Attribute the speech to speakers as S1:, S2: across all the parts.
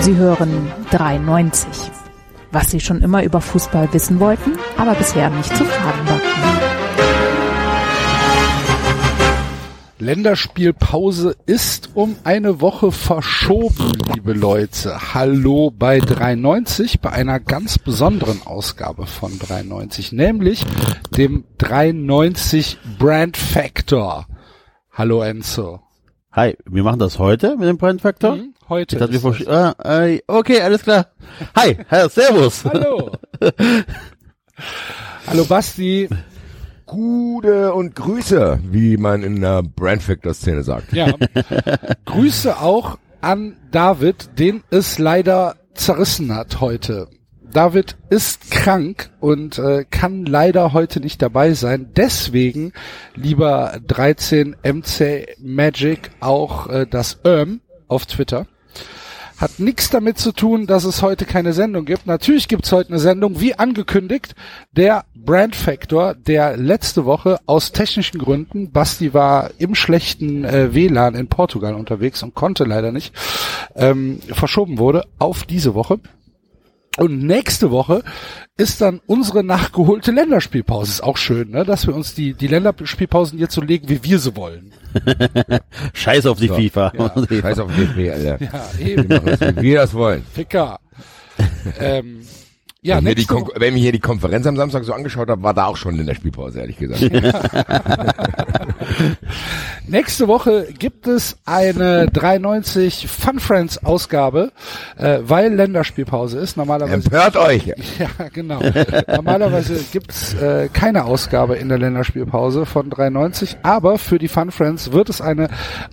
S1: Sie hören 93. Was Sie schon immer über Fußball wissen wollten, aber bisher nicht zu fragen war.
S2: Länderspielpause ist um eine Woche verschoben, liebe Leute. Hallo bei 93, bei einer ganz besonderen Ausgabe von 93, nämlich dem 93 Brand Factor. Hallo Enzo.
S3: Hi, wir machen das heute mit dem Brand Factor?
S2: Mhm, heute.
S3: Ich dachte, wir
S2: ist
S3: versch- ah, äh, okay, alles klar. Hi, Herr, Servus.
S2: das. Hallo. Hallo Basti.
S4: Gude und Grüße, wie man in der Brand Factor Szene sagt.
S2: Ja. Grüße auch an David, den es leider zerrissen hat heute. David ist krank und äh, kann leider heute nicht dabei sein. Deswegen, lieber 13 MC Magic, auch äh, das Erm auf Twitter. Hat nichts damit zu tun, dass es heute keine Sendung gibt. Natürlich gibt's heute eine Sendung, wie angekündigt, der Brand Factor, der letzte Woche aus technischen Gründen, Basti war im schlechten äh, WLAN in Portugal unterwegs und konnte leider nicht, ähm, verschoben wurde auf diese Woche. Und nächste Woche ist dann unsere nachgeholte Länderspielpause. Ist auch schön, ne? dass wir uns die, die Länderspielpausen jetzt so legen, wie wir sie wollen.
S3: Scheiß auf die FIFA.
S4: Scheiß auf den DFB, Alter.
S2: Ja, eben.
S4: Wir machen das, wie wir das wollen.
S2: Ficker. ähm, ja,
S4: wenn, mir die
S2: nächste
S4: Kon- wenn ich hier die Konferenz am Samstag so angeschaut habe, war da auch schon in der Spielpause, ehrlich gesagt.
S2: Nächste Woche gibt es eine 93 Fun Friends Ausgabe, äh, weil Länderspielpause ist. Normalerweise
S4: Empört euch!
S2: ja, genau. Normalerweise gibt's äh, keine Ausgabe in der Länderspielpause von 93, aber für die Fun Friends wird es eine,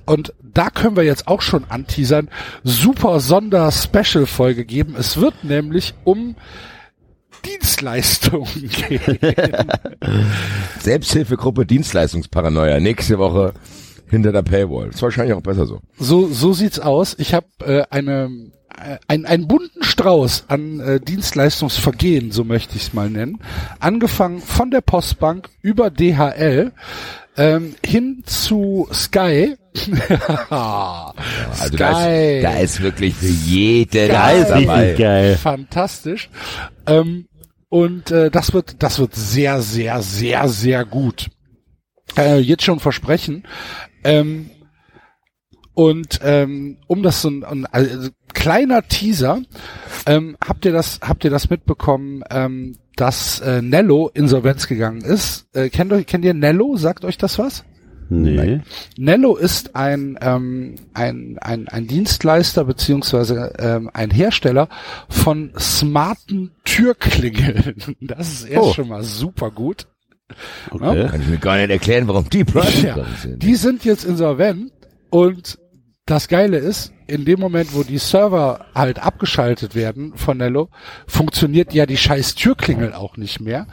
S2: und da können wir jetzt auch schon anteasern, super Sonder-Special-Folge geben. Es wird nämlich um Dienstleistungen gehen.
S4: Selbsthilfegruppe Dienstleistungsparanoia. Nächste Woche hinter der Paywall. Ist wahrscheinlich auch besser so.
S2: So, so sieht's aus. Ich habe äh, eine, äh, ein, einen bunten Strauß an äh, Dienstleistungsvergehen, so möchte ich es mal nennen. Angefangen von der Postbank über DHL ähm, hin zu Sky.
S4: Also
S2: Ah, Sky.
S4: Da, ist, da ist wirklich für jeden
S2: Geil.
S4: was dabei.
S3: geil.
S2: Fantastisch. Ähm, und äh, das wird, das wird sehr, sehr, sehr, sehr gut. Äh, jetzt schon versprechen. Ähm, und ähm, um das so ein, ein also, kleiner Teaser, ähm, habt ihr das, habt ihr das mitbekommen, ähm, dass äh, Nello insolvenz gegangen ist? Äh, kennt, euch, kennt ihr Nello? Sagt euch das was?
S3: Nee.
S2: Nello ist ein, ähm, ein, ein, ein Dienstleister beziehungsweise ähm, ein Hersteller von smarten Türklingeln. Das ist erst
S3: Oh.
S2: schon mal super gut.
S3: Okay.
S4: Kann ich mir gar nicht erklären, warum die Brand
S2: Ja, die sind jetzt insolvent und das Geile ist, in dem Moment, wo die Server halt abgeschaltet werden von Nello, funktioniert ja die scheiß Türklingel auch nicht mehr.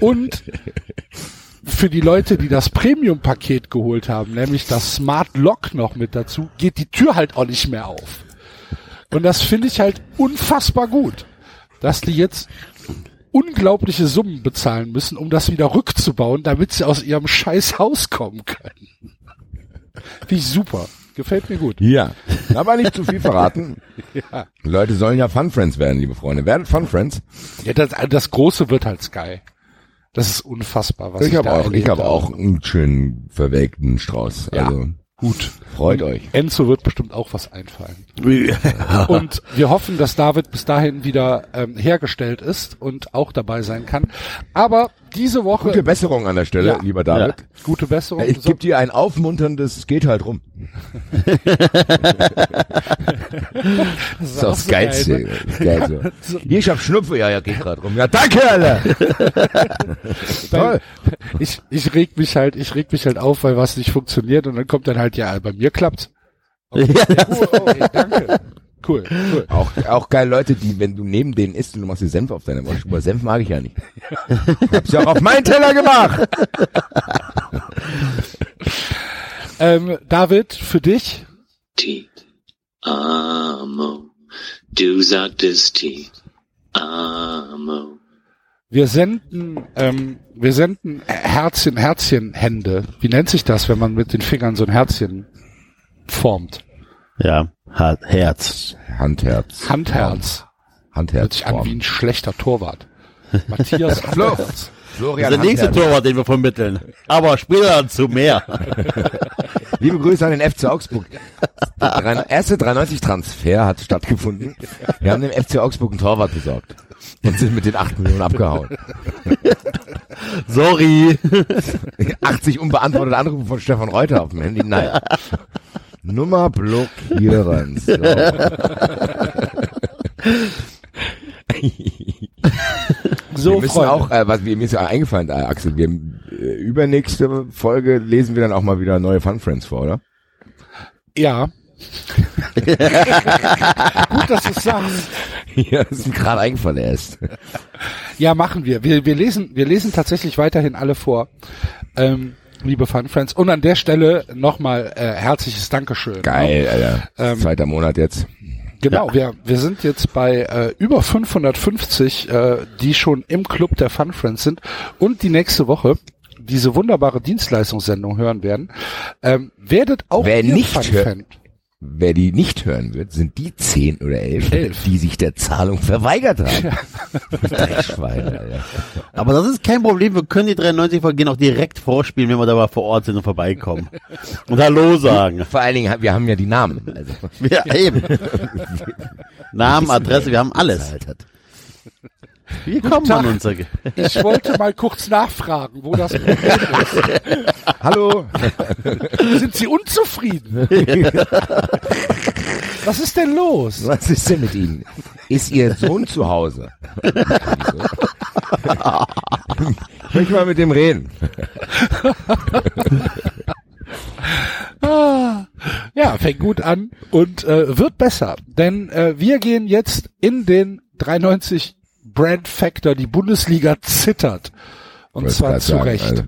S2: Und für die Leute, die das Premium-Paket geholt haben, nämlich das Smart Lock noch mit dazu, geht die Tür halt auch nicht mehr auf. Und das finde ich halt unfassbar gut, dass die jetzt unglaubliche Summen bezahlen müssen, um das wieder rückzubauen, damit sie aus ihrem scheiß Haus kommen können. Finde ich super. Gefällt mir gut.
S4: Ja, aber nicht zu viel verraten.
S2: Ja,
S4: Leute sollen ja Fun Friends werden, liebe Freunde. Werdet Fun Friends.
S2: ja das, also das Große wird halt Sky. Das ist unfassbar, was ich,
S4: ich habe
S2: da
S4: auch, ich
S2: erlebt
S4: habe auch einen schönen verwelkten Strauß.
S2: Ja.
S4: Also
S2: Gut.
S4: freut euch.
S2: Enzo wird bestimmt auch was einfallen.
S3: Oh.
S2: Und wir hoffen, dass David bis dahin wieder ähm, hergestellt ist und auch dabei sein kann. Aber diese Woche
S4: Gute Besserung an der Stelle,
S2: Ja.
S4: lieber David.
S2: gute Besserung.
S4: Ich gebe dir ein aufmunterndes, es geht halt rum.
S2: das
S4: Das ist
S2: auch
S4: auch das
S2: so geil,
S4: Geilste.
S2: ne?
S4: Das Geilste. Hier, ich hab Schnupfe, ja, ja, geht grad rum. Ja, danke, Alter. Toll.
S2: ich, ich reg mich halt, ich reg mich halt auf, weil was nicht funktioniert und dann kommt dann halt, ja, bei mir klappt's. Okay, cool, okay, danke. Cool, cool.
S4: Auch, auch geil Leute, die, wenn du neben denen isst und du machst dir Senf auf deine Wurst. Aber Senf mag ich ja nicht. Hab's ja auch auf meinen Teller gemacht.
S2: Ähm, David, für dich,
S5: teeth. Amo. Do that this teeth. Amo.
S2: wir senden, ähm, wir senden Herzchen, Herzchen, Hände. Wie nennt sich das, wenn man mit den Fingern so ein Herzchen formt?
S3: Ja, Ha- Herz.
S4: Handherz.
S2: Handherz. Hört
S4: Handherz.
S2: sich an wie ein schlechter Torwart. Matthias Flörz.
S4: Florian
S3: Das ist der nächste
S4: Handherz.
S3: Torwart, den wir vermitteln. Aber später zu mehr.
S4: Liebe Grüße an den FC Augsburg. Der drei- erste 93-Transfer hat stattgefunden. Wir haben dem FC Augsburg einen Torwart besorgt und sind mit den 8 Millionen abgehauen.
S3: Sorry.
S4: 80 unbeantwortete Anrufe von Stefan Reuter auf dem Handy. Nein. Nummer blockieren. So. wir
S2: So,
S4: müssen
S2: Freunde.
S4: auch, äh, was mir mir ist ja eingefallen, äh, Axel, wir äh, übernächste Folge lesen wir dann auch mal wieder neue Fun Friends vor, oder?
S2: Ja. Gut, dass du es sagst.
S4: Ja, das ist mir gerade eingefallen erst.
S2: Ja, machen wir. wir. Wir lesen, wir lesen tatsächlich weiterhin alle vor. Ähm, liebe Fun Friends. Und an der Stelle nochmal äh, herzliches Dankeschön. Ne?
S4: Geil, Alter.
S2: Ähm.
S4: Zweiter Monat jetzt.
S2: Genau, wir, wir sind jetzt bei äh, über 550, äh, die schon im Club der Fun Friends sind und die nächste Woche diese wunderbare Dienstleistungssendung hören werden. Ähm, werdet auch
S4: Wer
S2: ihr
S4: nicht
S2: Fun
S4: hört-
S2: Fan.
S4: Wer die nicht hören wird, sind die 10 oder 11,
S2: Elf.
S4: die sich der Zahlung verweigert haben. Dreckschweine, Alter.
S3: Aber das ist kein Problem. Wir können die 93 Folgen auch direkt vorspielen, wenn wir da mal vor Ort sind und vorbeikommen. Und Hallo sagen.
S4: Vor allen Dingen, wir haben ja die Namen. Also,
S3: Ja, eben. Namen, Adresse, wir haben alles.
S4: Bezahlt hat.
S3: Wir kommen an uns.
S2: Ich wollte mal kurz nachfragen, wo das Problem ist.
S4: Hallo.
S2: Sind Sie unzufrieden? Was ist denn los?
S4: Was ist denn mit Ihnen? Ist Ihr Sohn zu Hause? Ich möchte mal mit dem reden.
S2: Ah, ja, fängt gut an und äh, wird besser. Denn äh, wir gehen jetzt in den 93 Brand Factor, die Bundesliga zittert. Und
S4: Wollt's
S2: zwar
S4: grad
S2: zu
S4: sagen,
S2: Recht.
S4: also.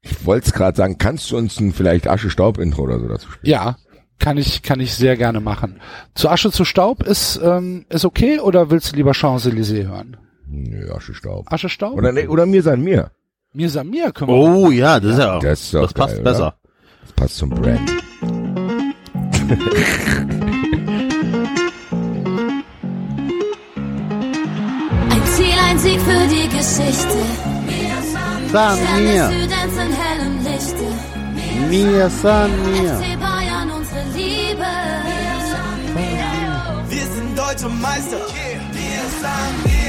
S4: ich wollte es gerade sagen, kannst du uns ein vielleicht Asche-Staub-Intro oder so dazu spielen?
S2: Ja, kann ich, kann ich sehr gerne machen. Zu Asche zu Staub ist, ähm, ist okay oder willst du lieber Champs-Élysées hören?
S4: Nö, Asche-Staub.
S2: Asche Staub?
S4: Oder, nee, oder mir sein mir.
S2: Mir Samir können wir.
S3: Oh ja, das ist ja auch.
S4: Das ist doch
S3: das passt
S4: geil, oder?
S3: besser.
S4: Das passt zum Brand.
S6: Ein Ziel, ein Sieg für die Geschichte.
S3: San
S6: Sterne
S3: mir,
S6: Südens in hellem Lichte.
S3: mir, san mir.
S6: FC Bayern, unsere Liebe.
S7: Wir sind deutsche Meister.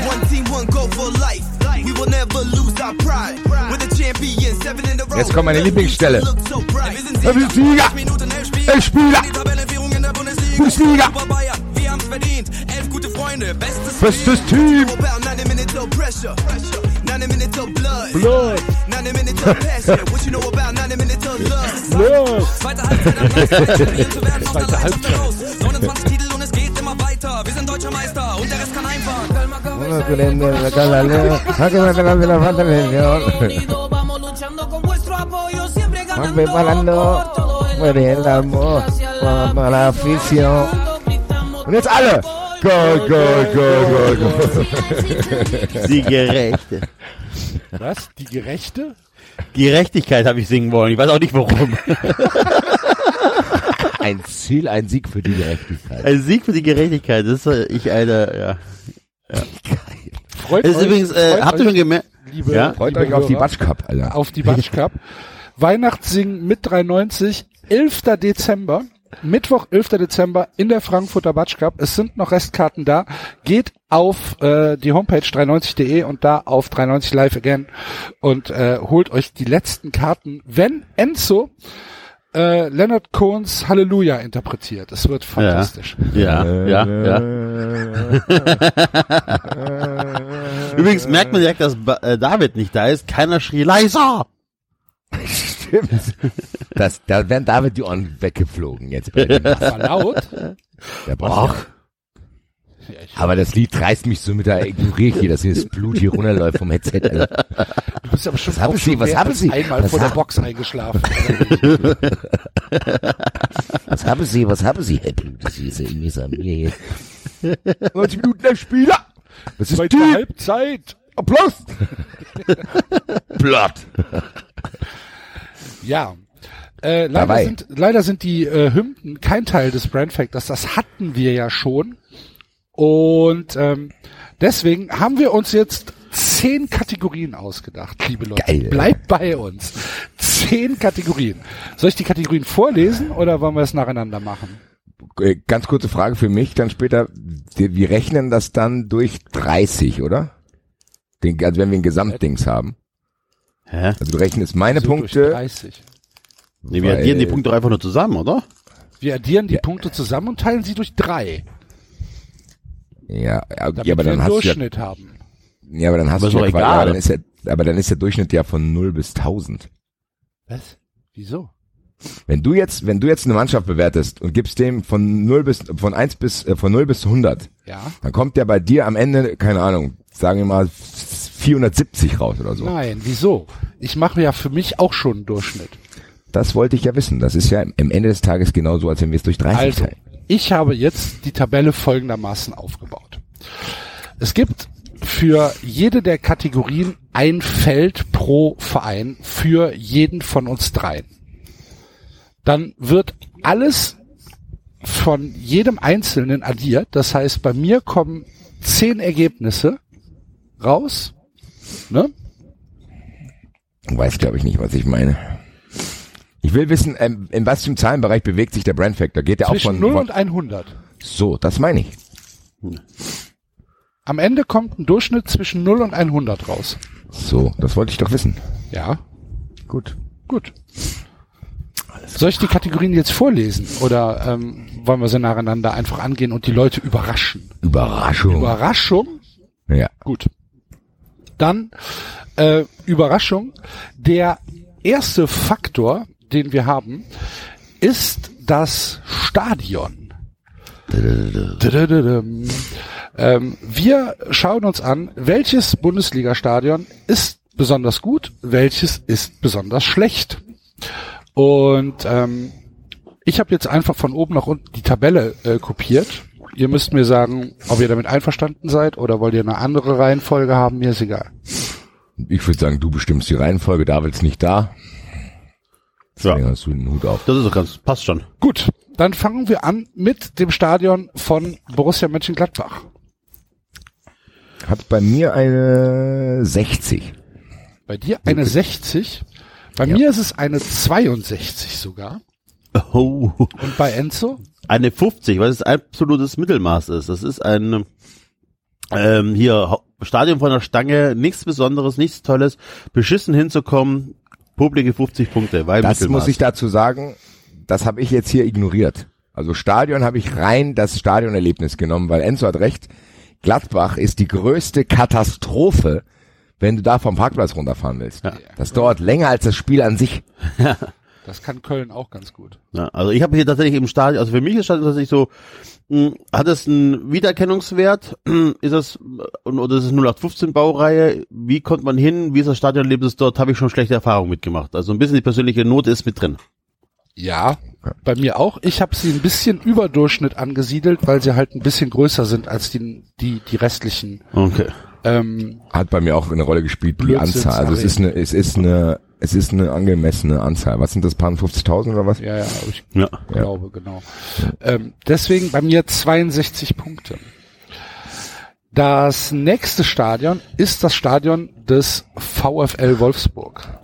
S7: One team, one goal for life. We will never lose our pride. We're the champions, seven in a row.
S4: Jetzt kommt meine Lieblingsstelle.
S7: Wir sind
S4: Wir sind Sieger. Er
S7: Acht Minuten, elf Spiele.
S4: Elf Spiele.
S7: Die Tabellenführung in der Bundesliga.
S4: Bundesliga.
S7: Super Bayern, wir haben's verdient. Elf gute Freunde, bestes,
S4: Bestes Team.
S7: About 90 minutes of pressure. 90 minutes of blood. Blood. 90 minutes of passion. What you know about 90 minutes of love. Zweite Halbzeit am Glanzwert, zu werden aus der Leidenschaft heraus. 29 Titel und es geht immer weiter. Wir sind deutscher Meister und der Rest kann einfahren.
S8: unidos vamos luchando con vuestro apoyo, siempre
S4: Vamos preparando
S8: ganando por todo el
S4: por el amor, por la afición.
S8: mundo, gritamos
S4: Und jetzt alle! Go, go, go, go, go.
S3: Die Gerechte.
S4: Oh.
S2: Was? Die Gerechte?
S3: Gerechtigkeit habe ich singen wollen. Ich weiß auch nicht warum.
S4: Ein Ziel, ein Sieg für die Gerechtigkeit.
S3: Ein Also Sieg für die Gerechtigkeit. Das ist äh, ich, Alter, ja.
S2: Freut
S3: Das ist übrigens, äh,
S2: freut
S3: habt ihr
S2: euch,
S3: schon gemerkt?
S2: liebe,
S3: Ja?
S4: Freut
S2: liebe
S4: euch auf die
S2: Hörer.
S4: Batsch Cup, Alter.
S2: auf die Batsch Cup. Weihnachtssingen mit 93, 11. Dezember. Mittwoch, 11. Dezember in der Frankfurter Batsch Cup. Es sind noch Restkarten da. Geht auf äh, die Homepage 93.de und da auf 93 Live Again und äh, holt euch die letzten Karten, wenn Enzo äh, Leonard Cohns Halleluja interpretiert. Es wird fantastisch.
S3: Ja, ja, ja.
S4: Äh.
S3: Übrigens merkt man direkt, dass ba äh, David nicht da ist. Keiner schrie leiser.
S4: Stimmt. Das, da wären David die Ohren weggeflogen jetzt bei dem.
S2: War laut.
S4: Der Bock. Aber das Lied reißt mich so mit, da ignoriere ich hier, dass hier das Blut hier runterläuft vom Headset. Alter.
S2: Du bist aber schon
S4: Was haben
S2: auch
S4: Sie?
S2: schon
S4: Was
S2: mehr
S4: haben
S2: als
S4: Sie?
S2: einmal
S4: Was
S2: vor der
S4: haben-
S2: Box eingeschlafen.
S4: Was haben Sie, was haben Sie? Herr Blut, das ist ja irgendwie so an mir jetzt. 90 Minuten der Spieler. Das ist
S2: Zweite
S4: Typ.
S2: Halbzeit.
S4: Applaus. Blatt.
S2: Ja. Äh, leider,
S4: Dabei.
S2: sind, leider sind die äh, Hymnen kein Teil des Brand Factors. Das hatten wir ja schon. Und ähm, deswegen haben wir uns jetzt zehn Kategorien ausgedacht, liebe Leute.
S4: Geil.
S2: Bleibt bei uns. Zehn Kategorien. Soll ich die Kategorien vorlesen oder wollen wir es nacheinander machen?
S4: Äh, Ganz kurze Frage für mich, dann später. Wir wir rechnen das dann durch 30, oder? Den, also wenn wir ein Gesamtdings haben.
S3: Hä?
S4: Also du rechnest meine
S2: So Durch
S4: Punkte.
S2: 30.
S3: Nee, wir
S4: weil-
S3: addieren die Punkte einfach nur zusammen, oder?
S2: Wir addieren die Punkte zusammen und teilen sie durch drei,
S4: Ja, ja,
S2: damit
S4: ja,
S2: wir
S4: aber dann
S2: einen
S4: hast du ja
S2: Durchschnitt haben.
S4: Ja, aber dann hast
S3: Aber
S4: du
S3: ist
S4: ja,
S3: doch
S4: Qual-
S3: egal.
S4: ja, dann ist ja, aber dann ist der Durchschnitt ja von 0 bis 1000.
S2: Was? Wieso?
S4: Wenn du jetzt, wenn du jetzt eine Mannschaft bewertest und gibst dem von 0 bis, von 1 bis, äh, von 0 bis 100,
S2: Ja.
S4: dann kommt der bei dir am Ende, keine Ahnung, sagen wir mal 470 raus oder so.
S2: Nein, wieso? Ich mache ja für mich auch schon einen Durchschnitt.
S4: Das wollte ich ja wissen. Das ist ja am Ende des Tages genauso, als wenn wir es durch 30
S2: Also,
S4: teilen.
S2: ich habe jetzt die Tabelle folgendermaßen aufgebaut. Es gibt für jede der Kategorien ein Feld pro Verein für jeden von uns dreien. Dann wird alles von jedem Einzelnen addiert. Das heißt, bei mir kommen zehn Ergebnisse raus. Ne?
S4: Du weißt, glaube ich, nicht, was ich meine. Ich will wissen, ähm, in was für einem Zahlenbereich bewegt sich der Brand Factor? Geht der auch
S2: Zwischen
S4: von,
S2: 0
S4: von
S2: und 100.
S4: so, das meine ich.
S2: Am Ende kommt ein Durchschnitt zwischen 0 und 100 raus.
S4: So, das wollte ich doch wissen.
S2: Ja,
S4: Gut.
S2: Gut. Soll ich die Kategorien jetzt vorlesen oder ähm, wollen wir sie nacheinander einfach angehen und die Leute überraschen?
S4: Überraschung.
S2: Überraschung?
S4: ja.
S2: Gut. Dann äh, Überraschung. Der erste Faktor, den wir haben, ist das Stadion. Dö-dö-dö-dö. Ähm, wir schauen uns an, welches Bundesliga-Stadion ist besonders gut, welches ist besonders schlecht. Und ähm, ich habe jetzt einfach von oben nach unten die Tabelle äh, kopiert. Ihr müsst mir sagen, ob ihr damit einverstanden seid oder wollt ihr eine andere Reihenfolge haben, mir ist egal.
S4: Ich würde sagen, du bestimmst die Reihenfolge, David's nicht da.
S3: Ja.
S4: Deswegen hast du den Hut auf.
S3: Das ist doch ganz, passt schon.
S2: Gut, dann fangen wir an mit dem Stadion von Borussia Mönchengladbach.
S4: Hat bei mir eine 60.
S2: Bei dir eine 60, bei mir ist es eine 62 sogar.
S3: Oh,
S2: Und bei Enzo?
S3: eine 50, weil es absolutes Mittelmaß ist. Das ist ein ähm, hier Hau- Stadion von der Stange, nichts Besonderes, nichts Tolles, beschissen hinzukommen, publike 50 Punkte, weil
S4: Das
S3: Mittelmaß.
S4: muss ich dazu sagen, das habe ich jetzt hier ignoriert. Also Stadion habe ich rein das Stadionerlebnis genommen, weil Enzo hat recht. Gladbach ist die größte Katastrophe, wenn du da vom Parkplatz runterfahren willst. Das dauert länger als das Spiel an sich.
S2: Das kann Köln auch ganz gut.
S3: Ja, also ich habe hier tatsächlich im Stadion, also für mich ist Stadion tatsächlich so, mh, hat es einen Wiedererkennungswert? Ist das, und- oder ist es 0815 Baureihe? Wie kommt man hin? Wie ist das Stadionerlebnis dort? Habe ich schon schlechte Erfahrungen mitgemacht. Also ein bisschen die persönliche Note ist mit drin.
S2: Ja, bei mir auch. Ich habe sie ein bisschen über Durchschnitt angesiedelt, weil sie halt ein bisschen größer sind als die, die, die restlichen.
S3: Okay.
S2: Ähm,
S4: Hat bei mir auch eine Rolle gespielt, die
S2: Blödsinn,
S4: Anzahl. Also es
S2: sorry.
S4: ist eine, es ist eine, es ist eine angemessene Anzahl. Was sind das, paar und 50.000 oder was?
S2: ja, ja, aber ich
S3: Ja.
S2: glaube, genau. Ähm, deswegen bei mir 62 Punkte. Das nächste Stadion ist das Stadion des VfL Wolfsburg.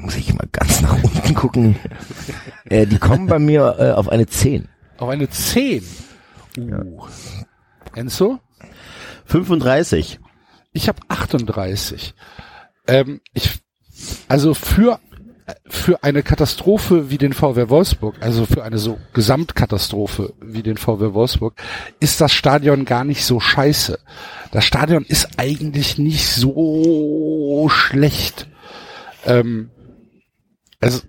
S4: Muss ich mal ganz nach unten gucken. äh, die kommen bei mir äh, auf eine 10.
S2: Auf eine 10. Uh. Enzo?
S3: 35.
S2: Ich habe 38. Ähm, ich, also für, für eine Katastrophe wie den VW Wolfsburg, also für eine so Gesamtkatastrophe wie den VW Wolfsburg, ist das Stadion gar nicht so scheiße. Das Stadion ist eigentlich nicht so schlecht. Ähm, also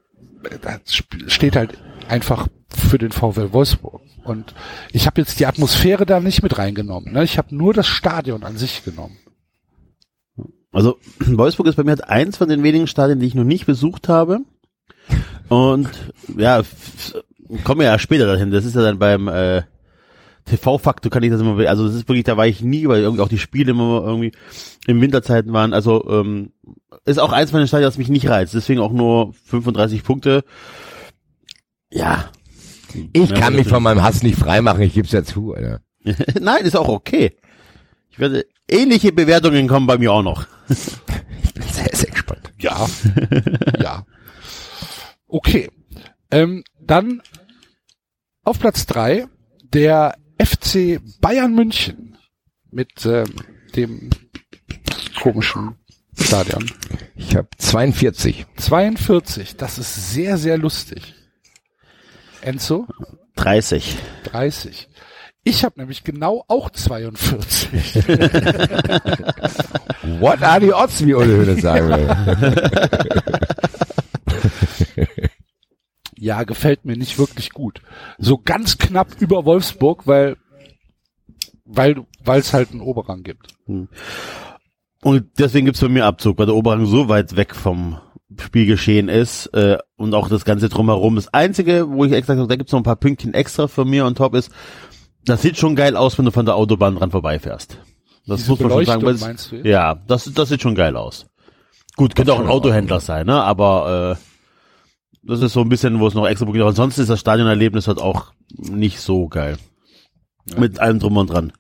S2: das sp- steht halt einfach für den VW Wolfsburg. Und ich habe jetzt die Atmosphäre da nicht mit reingenommen. Ne? Ich habe nur das Stadion an sich genommen.
S3: Also Wolfsburg ist bei mir halt eins von den wenigen Stadien, die ich noch nicht besucht habe. Und ja, f- kommen wir ja später dahin. Das ist ja dann beim äh, TV-Faktor kann ich das immer, be- also das ist wirklich, da war ich nie, weil irgendwie auch die Spiele immer irgendwie in Winterzeiten waren. Also ähm, ist auch eins meiner Stadien, das mich nicht reizt. Deswegen auch nur 35 Punkte. Ja,
S4: Ich
S3: Ja,
S4: kann mich
S3: natürlich.
S4: von meinem Hass nicht freimachen, ich geb's ja zu, Alter.
S3: nein, ist auch okay. Ich werde ähnliche Bewertungen kommen bei mir auch noch.
S4: Ich bin sehr, sehr gespannt.
S2: Ja. ja. Okay. Ähm, dann auf Platz drei der FC Bayern München mit ähm, dem komischen Stadion.
S4: Ich habe 42.
S2: 42, das ist sehr, sehr lustig. Enzo,
S3: 30.
S2: 30. Ich habe nämlich genau auch 42.
S4: What are the odds, wie Ole Höhle sagen würde.
S2: ja, gefällt mir nicht wirklich gut. So ganz knapp über Wolfsburg, weil weil weil es halt einen Oberrang gibt.
S3: Und deswegen gibt's bei mir Abzug, weil der Oberrang so weit weg vom Spielgeschehen ist äh, und auch das Ganze drumherum. Das Einzige, wo ich extra sage, da gibt's noch ein paar Pünktchen extra von mir und top ist, das sieht schon geil aus, wenn du von der Autobahn dran vorbeifährst. Das
S2: Diese
S3: muss man schon sagen.
S2: Beleuchtung,
S3: Weil es,
S2: meinst du jetzt?
S3: Ja, das, das sieht schon geil aus. Gut, könnte auch ein Autohändler sein, ne? aber äh, das ist so ein bisschen, wo es noch extra Punkte gibt. Aber Ansonsten ist das Stadionerlebnis halt auch nicht so geil. Mit allem drum und dran.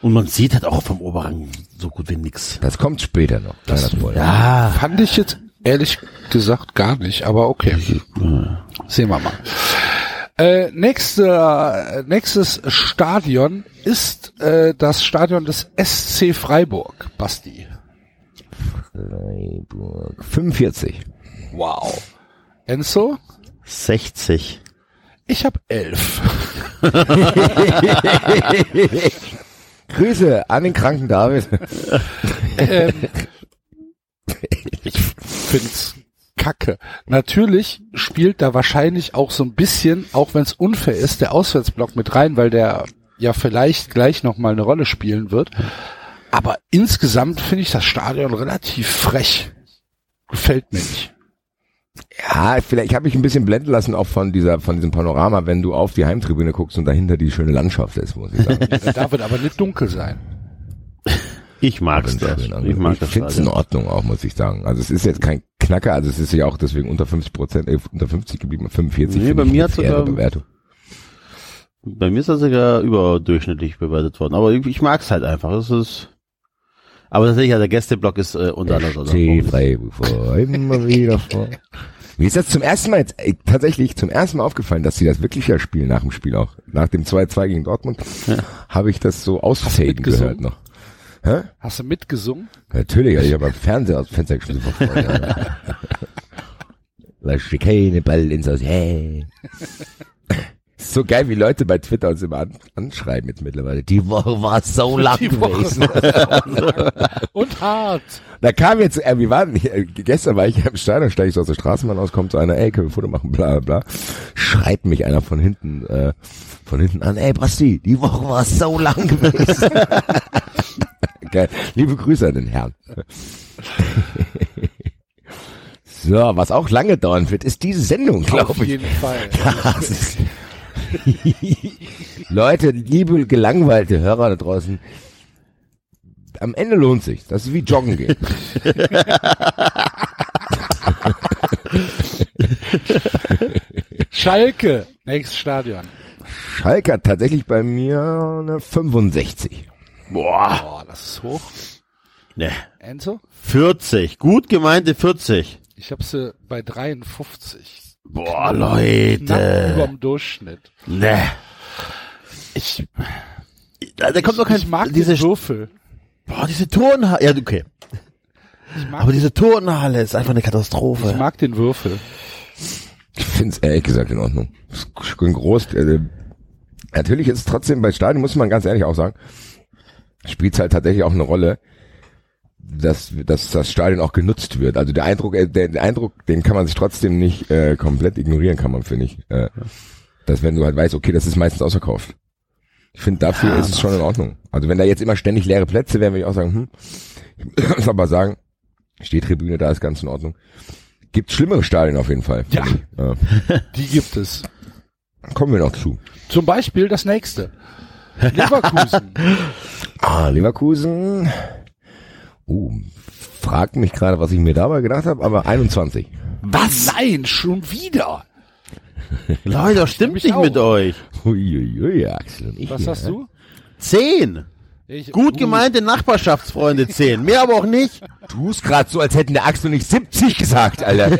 S3: Und man sieht halt auch vom Oberrang so gut wie nix.
S4: Das kommt später noch. Das Spoiler.
S3: Ja,
S2: Fand ich jetzt ehrlich gesagt gar nicht, aber okay. Sehen wir mal. Äh, nächste, nächstes Stadion ist äh, das Stadion des SC Freiburg, Basti.
S4: Freiburg. 45.
S2: Wow. Enzo,
S3: 60.
S2: ich habe elf.
S4: Grüße an den kranken David.
S2: Find's kacke. Natürlich spielt da wahrscheinlich auch so ein bisschen, auch wenn es unfair ist, der Auswärtsblock mit rein, weil der ja vielleicht gleich nochmal eine Rolle spielen wird. Aber insgesamt finde ich das Stadion relativ frech. Gefällt mir nicht.
S4: Ja, vielleicht habe ich ein bisschen blenden lassen auch von dieser, von diesem Panorama, wenn du auf die Heimtribüne guckst und dahinter die schöne Landschaft ist, muss ich sagen.
S2: Da darf es aber nicht dunkel sein.
S3: Ich mag's.
S4: Wenn's
S3: Das.
S4: schön
S3: Ich
S4: angeht.
S3: mag
S4: ich
S3: das.
S4: finde es in
S3: Stadion.
S4: Ordnung auch, muss ich sagen. Also es ist jetzt kein Knacker, also es ist ja auch deswegen unter 50 Prozent, äh, unter 50 geblieben, 45.
S3: Nee,
S4: finde
S3: bei
S4: ich
S3: mir
S4: eine
S3: hat's
S4: faire
S3: sogar-
S4: Bewertung.
S3: Bei mir ist das sogar überdurchschnittlich bewertet worden. Aber ich, ich mag's halt einfach. Es ist. Aber tatsächlich, ja, der Gästeblock ist äh, unter anderem.
S4: FC Freiburg vor, immer wieder vor. Mir ist das zum ersten Mal jetzt äh, tatsächlich zum ersten Mal aufgefallen, dass sie das wirklich ja spielen nach dem Spiel auch. Nach dem 2-2 gegen Dortmund habe ich das so ausfaden
S2: mitgesungen?
S4: gehört noch.
S2: Hast du mitgesungen?
S4: Natürlich, also ich habe am Fernseher aus dem Fenster geschmissen vor Freude. La Schikane, Ball ins Aus. Hey. Ist so geil, wie Leute bei Twitter uns immer an, anschreiben jetzt mittlerweile. Die Woche war so lang
S2: Die Woche
S4: gewesen.
S2: Und hart.
S4: Da kam jetzt, äh, wie war denn, äh, gestern war ich am Stadion, steige ich so aus der Straßenbahn aus, kommt so einer, ey, können wir ein Foto machen, bla, bla, bla. Schreit mich einer von hinten, äh, von hinten an, ey, Basti, die Woche war so lang gewesen. Geil. Liebe Grüße an den Herrn. so, was auch lange dauern wird, ist diese Sendung,
S2: Auf
S4: glaube ich.
S2: jeden Fall.
S4: Das ist- Leute, liebe gelangweilte Hörer da draußen, am Ende lohnt sich. Das ist wie Joggen gehen.
S2: Schalke, nächstes Stadion.
S4: Schalke hat tatsächlich bei mir eine 65.
S3: Boah.
S2: Boah, das ist hoch.
S3: Ne.
S2: Enzo?
S3: 40. Gut gemeinte 40.
S2: Ich habe sie bei 53.
S3: Boah,
S2: Knapp
S3: Leute.
S2: überm Durchschnitt.
S3: Ne.
S2: Ich,
S3: Da, da kommt doch kein
S2: ich mag
S3: diese
S2: diese Würfel.
S3: Boah, diese Turnhalle. Ja, okay.
S2: Ich mag,
S3: Aber diese Turnhalle ist einfach eine Katastrophe.
S2: ich mag den Würfel.
S4: Ich finde es ehrlich gesagt in Ordnung. Das ist ein groß. Äh, natürlich ist es trotzdem bei Stadion, muss man ganz ehrlich auch sagen, spielt halt tatsächlich auch eine Rolle, dass, dass das Stadion auch genutzt wird. Also der Eindruck, äh, der, der Eindruck, den kann man sich trotzdem nicht äh, komplett ignorieren, kann man, finde ich. Äh, dass wenn du halt weißt, okay, das ist meistens ausverkauft. Ich finde, dafür ist es schon in Ordnung. Also wenn da jetzt immer ständig leere Plätze wären, würde ich auch sagen, hm, ich muss aber sagen, Stehtribüne, da ist ganz in Ordnung. Gibt schlimmere Stadien auf jeden Fall.
S2: Ja.
S4: Ja.
S2: Die gibt es.
S4: Kommen wir noch zu.
S2: Zum Beispiel das nächste. Leverkusen.
S4: Ah, Leverkusen. Uh, frag mich gerade, was ich mir dabei gedacht habe, aber 21.
S2: Was? Nein, schon wieder.
S3: Leute, das stimmt
S2: mich
S3: nicht
S2: auch.
S3: mit euch.
S4: Uiuiui, Axel und ich.
S2: Was
S4: hier,
S2: hast
S4: ne?
S2: du?
S3: Zehn.
S2: Ich-
S3: Gut
S2: Uh,
S3: gemeinte Nachbarschaftsfreunde zehn. Mehr aber auch nicht.
S4: tust gerade so, als hätten der Axel nicht 70 gesagt, Alter.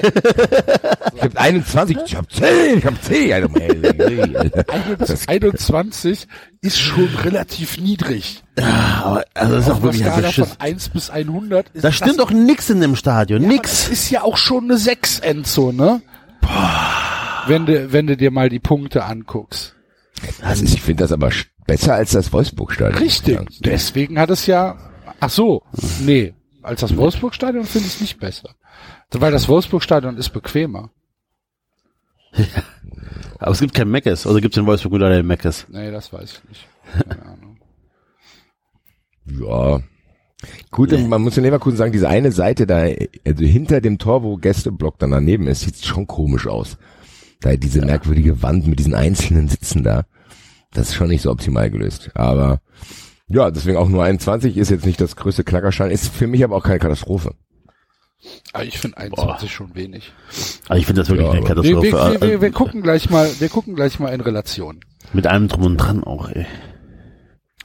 S4: ich hab 21, ich hab 10, ich hab Also, um 10. Alter, Mann, Alter.
S2: 21 ist schon relativ niedrig.
S3: Aber, also, das ist auch
S2: Auf einer
S3: wirklich also
S2: Skala von
S3: Schiss.
S2: 1 bis 100 ist
S3: Da stimmt doch nix in dem Stadion.
S2: Das
S3: Nix.
S2: ist ja auch schon eine 6, Enzo, ne? Wenn du, wenn du dir mal die Punkte anguckst.
S4: Das ist, ich finde das aber sch- besser als das Wolfsburg-Stadion.
S2: Richtig.
S4: muss ich sagen.
S2: Deswegen hat es ja, ach so, nee, als das Wolfsburg-Stadion finde ich es nicht besser. Weil das Wolfsburg-Stadion ist bequemer.
S3: Aber es gibt kein Meckes. Also gibt es in Wolfsburg mittlerweile ein Meckes.
S2: Nee, das weiß ich nicht. Keine Ahnung.
S4: Ja. Gut, man muss in Leverkusen sagen, diese eine Seite da, also hinter dem Tor, wo Gästeblock dann daneben ist, sieht schon komisch aus. Da diese merkwürdige Wand mit diesen einzelnen Sitzen da. Das ist schon nicht so optimal gelöst. Aber ja, deswegen auch nur 21 ist jetzt nicht das größte Klackerschein, ist für mich aber auch keine Katastrophe.
S2: Aber ich finde 21 schon wenig.
S3: Also ich finde das wirklich
S4: Ja,
S3: eine
S4: aber-
S2: Wir,
S3: Katastrophe.
S2: wir, wir, wir, wir
S3: Also,
S2: gucken gleich mal, wir gucken gleich mal in Relation.
S3: Mit allem drum und dran auch, ey.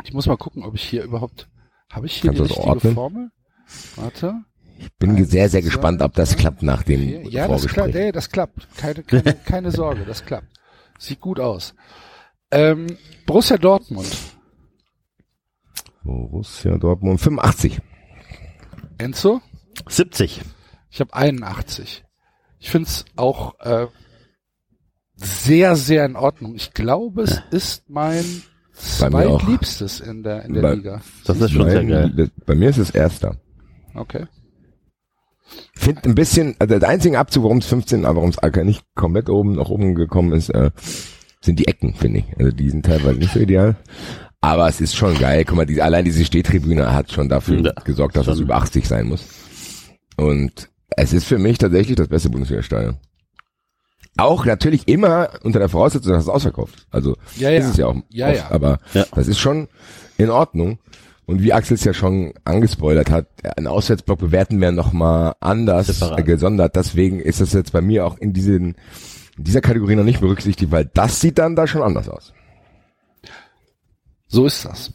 S2: Ich muss mal gucken, ob ich hier überhaupt, habe ich hier
S4: Kannst
S2: die
S4: du das
S2: richtige
S4: ordnen?
S2: Formel? Warte.
S4: Bin ge- sehr, sehr gespannt, ob das klappt nach dem
S2: Ja, das klappt.
S4: Vorgespräch.
S2: Ey, das klappt. Keine, keine, keine Sorge, das klappt. Sieht gut aus. Ähm, Borussia Dortmund.
S4: Borussia Dortmund 85.
S2: Enzo,
S3: 70.
S2: ich habe 81. Ich find's auch äh, sehr, sehr in Ordnung. Ich glaube, es ist mein
S4: Bei mir auch.
S2: zweitliebstes in der, in der
S4: Bei-
S2: Liga.
S3: Das ist schon sehr
S4: Mein-
S3: geil.
S4: das- Bei mir ist es erster.
S2: Okay.
S4: finde ein bisschen, also der einzige Abzug, warum es 15, aber warum es AK nicht komplett oben nach oben gekommen ist, äh, sind die Ecken, finde ich. Also die sind teilweise nicht so ideal. Aber es ist schon geil. Guck mal, die, allein diese Stehtribüne hat schon dafür
S3: Ja,
S4: gesorgt, dass es
S3: schon.
S4: über 80 sein muss. Und es ist für mich tatsächlich das beste Bundesliga-Stadion. Auch natürlich immer unter der Voraussetzung, dass es ausverkauft. Also
S2: Ja,
S4: ist
S2: ja.
S4: es ja auch
S2: Ja,
S4: oft,
S2: ja.
S4: aber
S3: Ja.
S4: das ist schon in Ordnung. Und wie Axel es ja schon angespoilert hat, einen Auswärtsblock bewerten wir nochmal anders
S3: Separat.
S4: äh, gesondert. Deswegen ist das jetzt bei mir auch in, diesen, in dieser Kategorie noch nicht berücksichtigt, weil das sieht dann da schon anders aus.
S2: So ist das.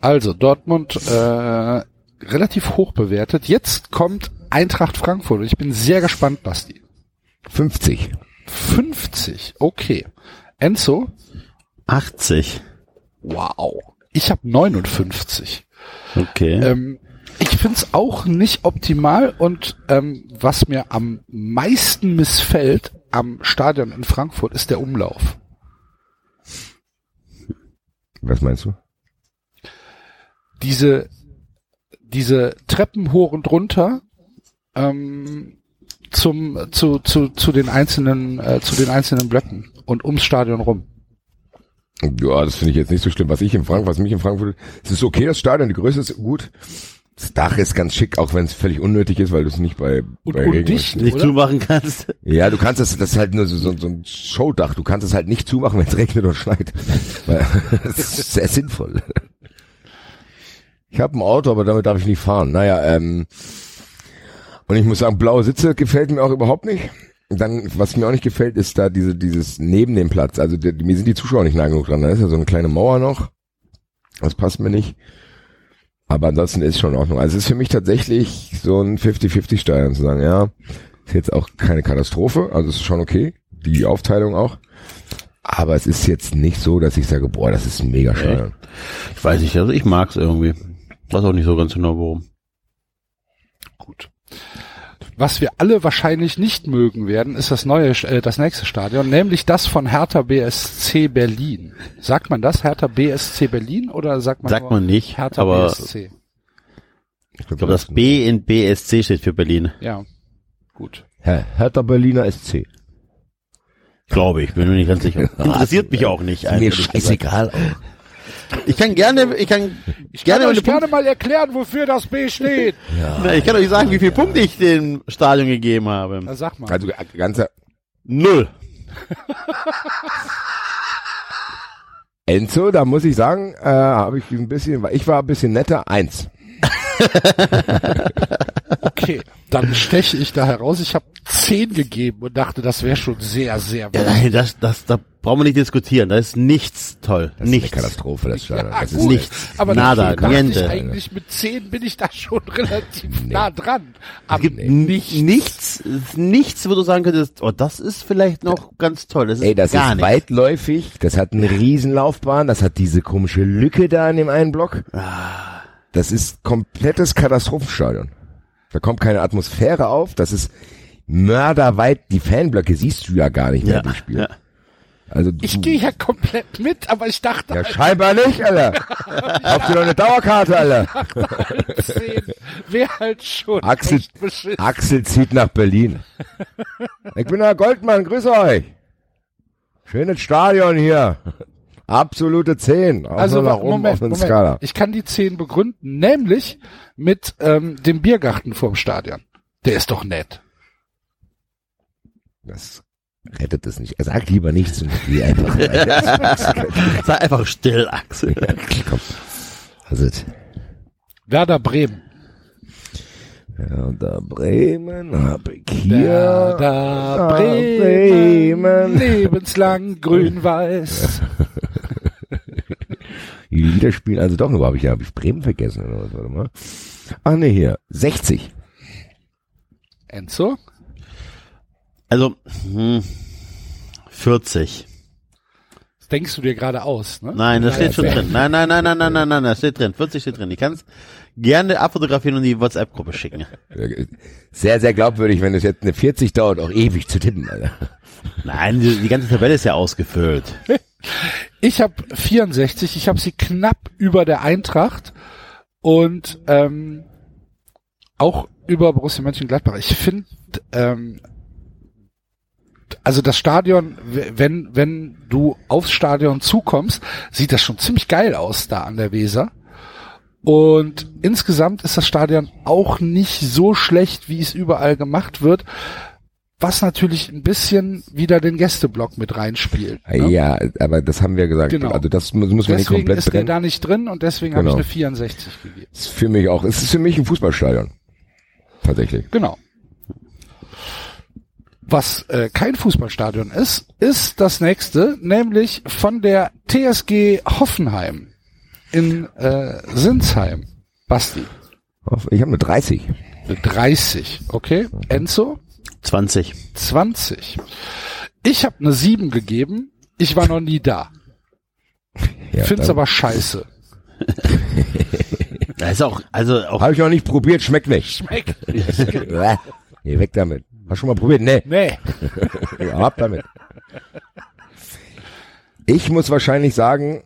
S2: Also Dortmund äh, relativ hoch bewertet. Jetzt kommt Eintracht Frankfurt. Und Ich bin sehr gespannt, Basti.
S4: 50.
S2: 50. Okay. Enzo?
S3: 80.
S2: Wow. Ich habe 59.
S3: Okay.
S2: Ähm, ich find's auch nicht optimal und ähm, was mir am meisten missfällt am Stadion in Frankfurt ist der Umlauf.
S4: Was meinst du?
S2: Diese, diese Treppen hoch und runter ähm, zum, zu, zu, zu den einzelnen, äh, zu den einzelnen Blöcken und ums Stadion rum.
S4: Ja, das finde ich jetzt nicht so schlimm. Was ich in Frankfurt, was mich in Frankfurt, es ist okay, das Stadion, die Größe ist gut. Das Dach ist ganz schick, auch wenn es völlig unnötig ist, weil du es nicht bei,
S2: Und,
S4: bei
S2: und
S4: Regen-
S2: dicht,
S3: nicht
S2: oder?
S3: zumachen kannst.
S4: Ja, du kannst das, das ist halt nur so, so, so ein Showdach. Du kannst es halt nicht zumachen, wenn es regnet oder schneit. Weil das ist sehr sinnvoll. Ich habe ein Auto, aber damit darf ich nicht fahren. Naja, ähm, und ich muss sagen, blaue Sitze gefällt mir auch überhaupt nicht. Und Dann, was mir auch nicht gefällt, ist da diese, dieses neben dem Platz. Also die, mir sind die Zuschauer nicht nah genug dran. Da ist ja so eine kleine Mauer noch. Das passt mir nicht. Aber ansonsten ist schon in Ordnung. Also es ist für mich tatsächlich so ein 50-50-Stadion zu sagen, ja, ist jetzt auch keine Katastrophe, also es ist schon okay, die Aufteilung auch. Aber es ist jetzt nicht so, dass ich sage, boah, das ist ein mega Stadion.
S3: Ich weiß nicht, also ich mag's irgendwie. Weiß auch nicht so ganz genau warum.
S2: Gut. Was wir alle wahrscheinlich nicht mögen werden, ist das neue, äh, das nächste Stadion, nämlich das von Hertha BSC Berlin. Sagt man das, Hertha BSC Berlin, oder sagt man
S3: Sagt
S2: nur
S3: man nicht,
S2: Hertha
S3: aber-
S2: BSC?
S4: Ich
S3: Ich glaube, das B in BSC steht für Berlin.
S2: Ja, gut.
S4: Hertha Berliner SC.
S3: Glaube ich, bin mir nicht ganz sicher. Interessiert mich auch nicht.
S4: mir
S3: ehrlich gesagt.
S4: scheißegal auch.
S3: Ich kann gerne, ich kann
S2: Also, Ich
S3: gerne, meine Punkte,
S2: mal erklären, wofür das B steht.
S3: ich kann euch sagen, wie viele Punkte ich dem Stadion gegeben habe.
S2: Na, sag mal.
S4: Also äh, ganzer
S3: Null.
S4: Enzo, da muss ich sagen, äh, habe ich ein bisschen, ich war ein bisschen netter, eins.
S2: Okay, dann steche ich da heraus. Ich habe zehn gegeben und dachte, das wäre schon sehr, sehr
S3: Ja,
S2: weit.
S3: nein, das, das, da brauchen wir nicht diskutieren. Da ist nichts toll.
S4: Das
S3: nichts.
S4: ist eine Katastrophe, das Stadion.
S2: Ah,
S4: das ist
S2: gut,
S3: nichts.
S2: Aber
S3: Nada,
S2: deswegen dachte
S3: niente.
S2: Ich eigentlich mit zehn bin ich da schon relativ
S4: Nee.
S2: nah dran.
S3: Es
S2: Aber
S3: gibt nichts. nichts, nichts, wo du sagen könntest, oh, das ist vielleicht noch ganz toll. Das ist
S4: Ey, das ist
S3: gar nichts.
S4: weitläufig, das hat eine Riesenlaufbahn, das hat diese komische Lücke da in dem einen Block.
S3: Ah.
S4: Das ist komplettes Katastrophenstadion. Da kommt keine Atmosphäre auf, das ist mörderweit, die Fanblöcke siehst du ja gar nicht mehr
S3: Ja,
S4: im Spiel.
S3: ja.
S4: Also du-
S2: ich gehe ja komplett mit, aber ich dachte halt,
S4: ja, scheinbar nicht, Alter. Habt ihr noch eine Dauerkarte, Alter?
S2: halt zehn wäre halt schon
S4: Axel,
S2: echt beschissen.
S4: Axel zieht nach Berlin. Ich bin Herr Goldmann, grüß euch. Schönes Stadion hier. Absolute 10. Auch
S2: Also
S4: nur
S2: wa-
S4: nach oben
S2: Moment,
S4: auf den
S2: Moment.
S4: Skala.
S2: ich kann die zehn begründen, nämlich mit ähm, dem Biergarten vorm Stadion. Der ist doch nett.
S4: Das rettet es nicht. Er sagt lieber nichts und geh einfach.
S3: Sei einfach still, Axel.
S4: Komm. Also,
S2: Werder Bremen.
S4: ja, da Bremen hab ich hier.
S2: Werder
S4: Ah,
S2: Bremen,
S4: Bremen.
S2: lebenslang grün-weiß.
S4: Die Lieder spielen also doch nur. Habe ich ja hab ich Bremen vergessen oder was? Warte mal. Ach ne, hier. 60.
S2: Enzo?
S3: Also, hm, 40.
S2: Das denkst du dir gerade aus, ne?
S3: Nein, das steht schon
S4: ja.
S3: drin. Nein, nein, nein, nein, nein, nein, nein, das steht drin. 40 steht drin. Ich kann's gerne abfotografieren und in die WhatsApp-Gruppe schicken.
S4: Sehr, sehr glaubwürdig, wenn es jetzt eine 40 dauert, auch ewig zu tippen, Alter.
S3: Nein, die, die ganze Tabelle ist ja ausgefüllt.
S2: Ich habe 64, ich habe sie knapp über der Eintracht und ähm, auch über Borussia Mönchengladbach. Ich finde, ähm, also das Stadion, w- wenn, wenn du aufs Stadion zukommst, sieht das schon ziemlich geil aus da an der Weser. Und insgesamt ist das Stadion auch nicht so schlecht, wie es überall gemacht wird, was natürlich ein bisschen wieder den Gästeblock mit reinspielt. ne?
S4: Ah, Ja, aber das haben wir gesagt.
S2: Genau.
S4: Also das muss, muss man nicht
S2: Deswegen
S4: komplett
S2: ist der
S4: trennen.
S2: da nicht drin und deswegen
S4: Genau.
S2: habe ich eine 64 gegeben.
S4: Ist für mich auch. Es ist für mich ein Fußballstadion. Tatsächlich.
S2: Genau. Was äh, kein Fußballstadion ist, ist das nächste, nämlich von der TSG Hoffenheim in äh, Sinsheim. Basti,
S4: Ich habe nur 30.
S2: eine 30, okay? Enzo,
S3: 20.
S2: 20. Ich habe eine 7 gegeben, ich war noch nie da.
S4: Ja,
S2: Find's
S4: dann-
S2: aber scheiße.
S3: Da ist auch, also auch,
S4: Habe ich noch nicht probiert, schmeckt nicht.
S2: Schmeckt.
S4: Bäh. Geh weg damit. Hast schon mal probiert? Nee,
S2: Nee.
S4: ab damit. Ich muss wahrscheinlich sagen,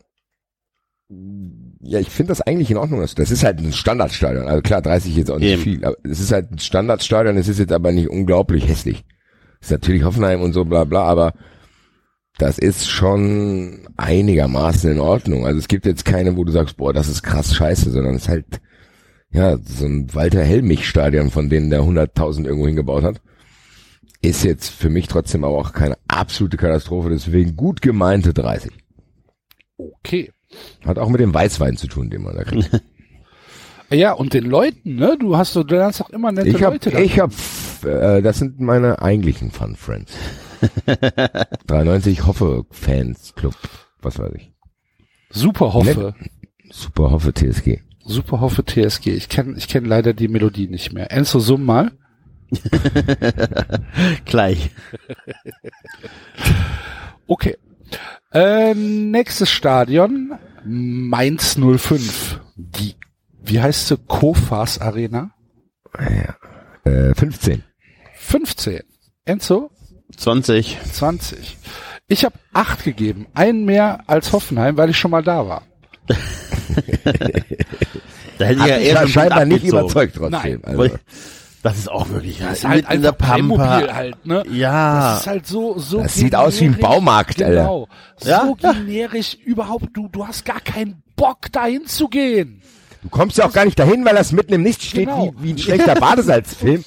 S4: ja, ich finde das eigentlich in Ordnung. dass- Das ist halt ein Standardstadion. Also klar, 30 jetzt auch nicht
S3: Eben.
S4: viel, aber es ist halt ein Standardstadion, es ist jetzt aber nicht unglaublich hässlich. Ist natürlich Hoffenheim und so bla bla, aber das ist schon einigermaßen in Ordnung. Also es gibt jetzt keine, wo du sagst, boah, das ist krass scheiße, sondern es ist halt ja, so ein Walter Helmich-Stadion, von denen der 100.000 irgendwo hingebaut hat, ist jetzt für mich trotzdem aber auch keine absolute Katastrophe, deswegen gut gemeinte 30.
S2: Okay.
S4: Hat auch mit dem Weißwein zu tun, den man da kriegt.
S2: Ja, und den Leuten, ne? Du hast so, du lernst doch immer nette
S4: Ich hab,
S2: Leute da.
S4: ich hab, äh, das sind meine eigentlichen Fun Friends. 93 Hoffe Fans Club, was weiß ich.
S2: Super Hoffe.
S4: Super Hoffe TSG.
S2: Ne, Super Hoffe TSG. Ich kenne ich kenn leider die Melodie nicht mehr. Enzo, summ mal.
S3: gleich.
S2: Okay. Äh, nächstes Stadion. Mainz 05. Die, wie heißt sie? Kofas Arena?
S4: Äh, 15.
S2: 15. Enzo?
S3: 20.
S2: 20. Ich habe 8 gegeben. Einen mehr als Hoffenheim, weil ich schon mal da war.
S3: Da hätte ich
S4: Hat
S3: ja
S4: mich
S3: eher
S4: ja
S3: schon
S4: scheinbar nicht
S3: abgezogen.
S4: überzeugt
S2: Nein.
S4: trotzdem. also,
S3: Das ist auch wirklich, das
S2: halt
S3: in der
S2: einfach
S3: Pampa.
S2: Playmobil halt, ne?
S3: Ja.
S2: Das ist halt so, so.
S4: Ah. Das sieht aus wie ein Baumarkt, Alter.
S2: genau.
S3: Ja?
S2: So generisch überhaupt. Du, du hast gar keinen Bock, dahin zu gehen.
S4: Du kommst ja auch gar nicht dahin, weil das mitten im Nichts steht,
S2: Genau.
S4: wie, wie ein schlechter Badesalzfilm.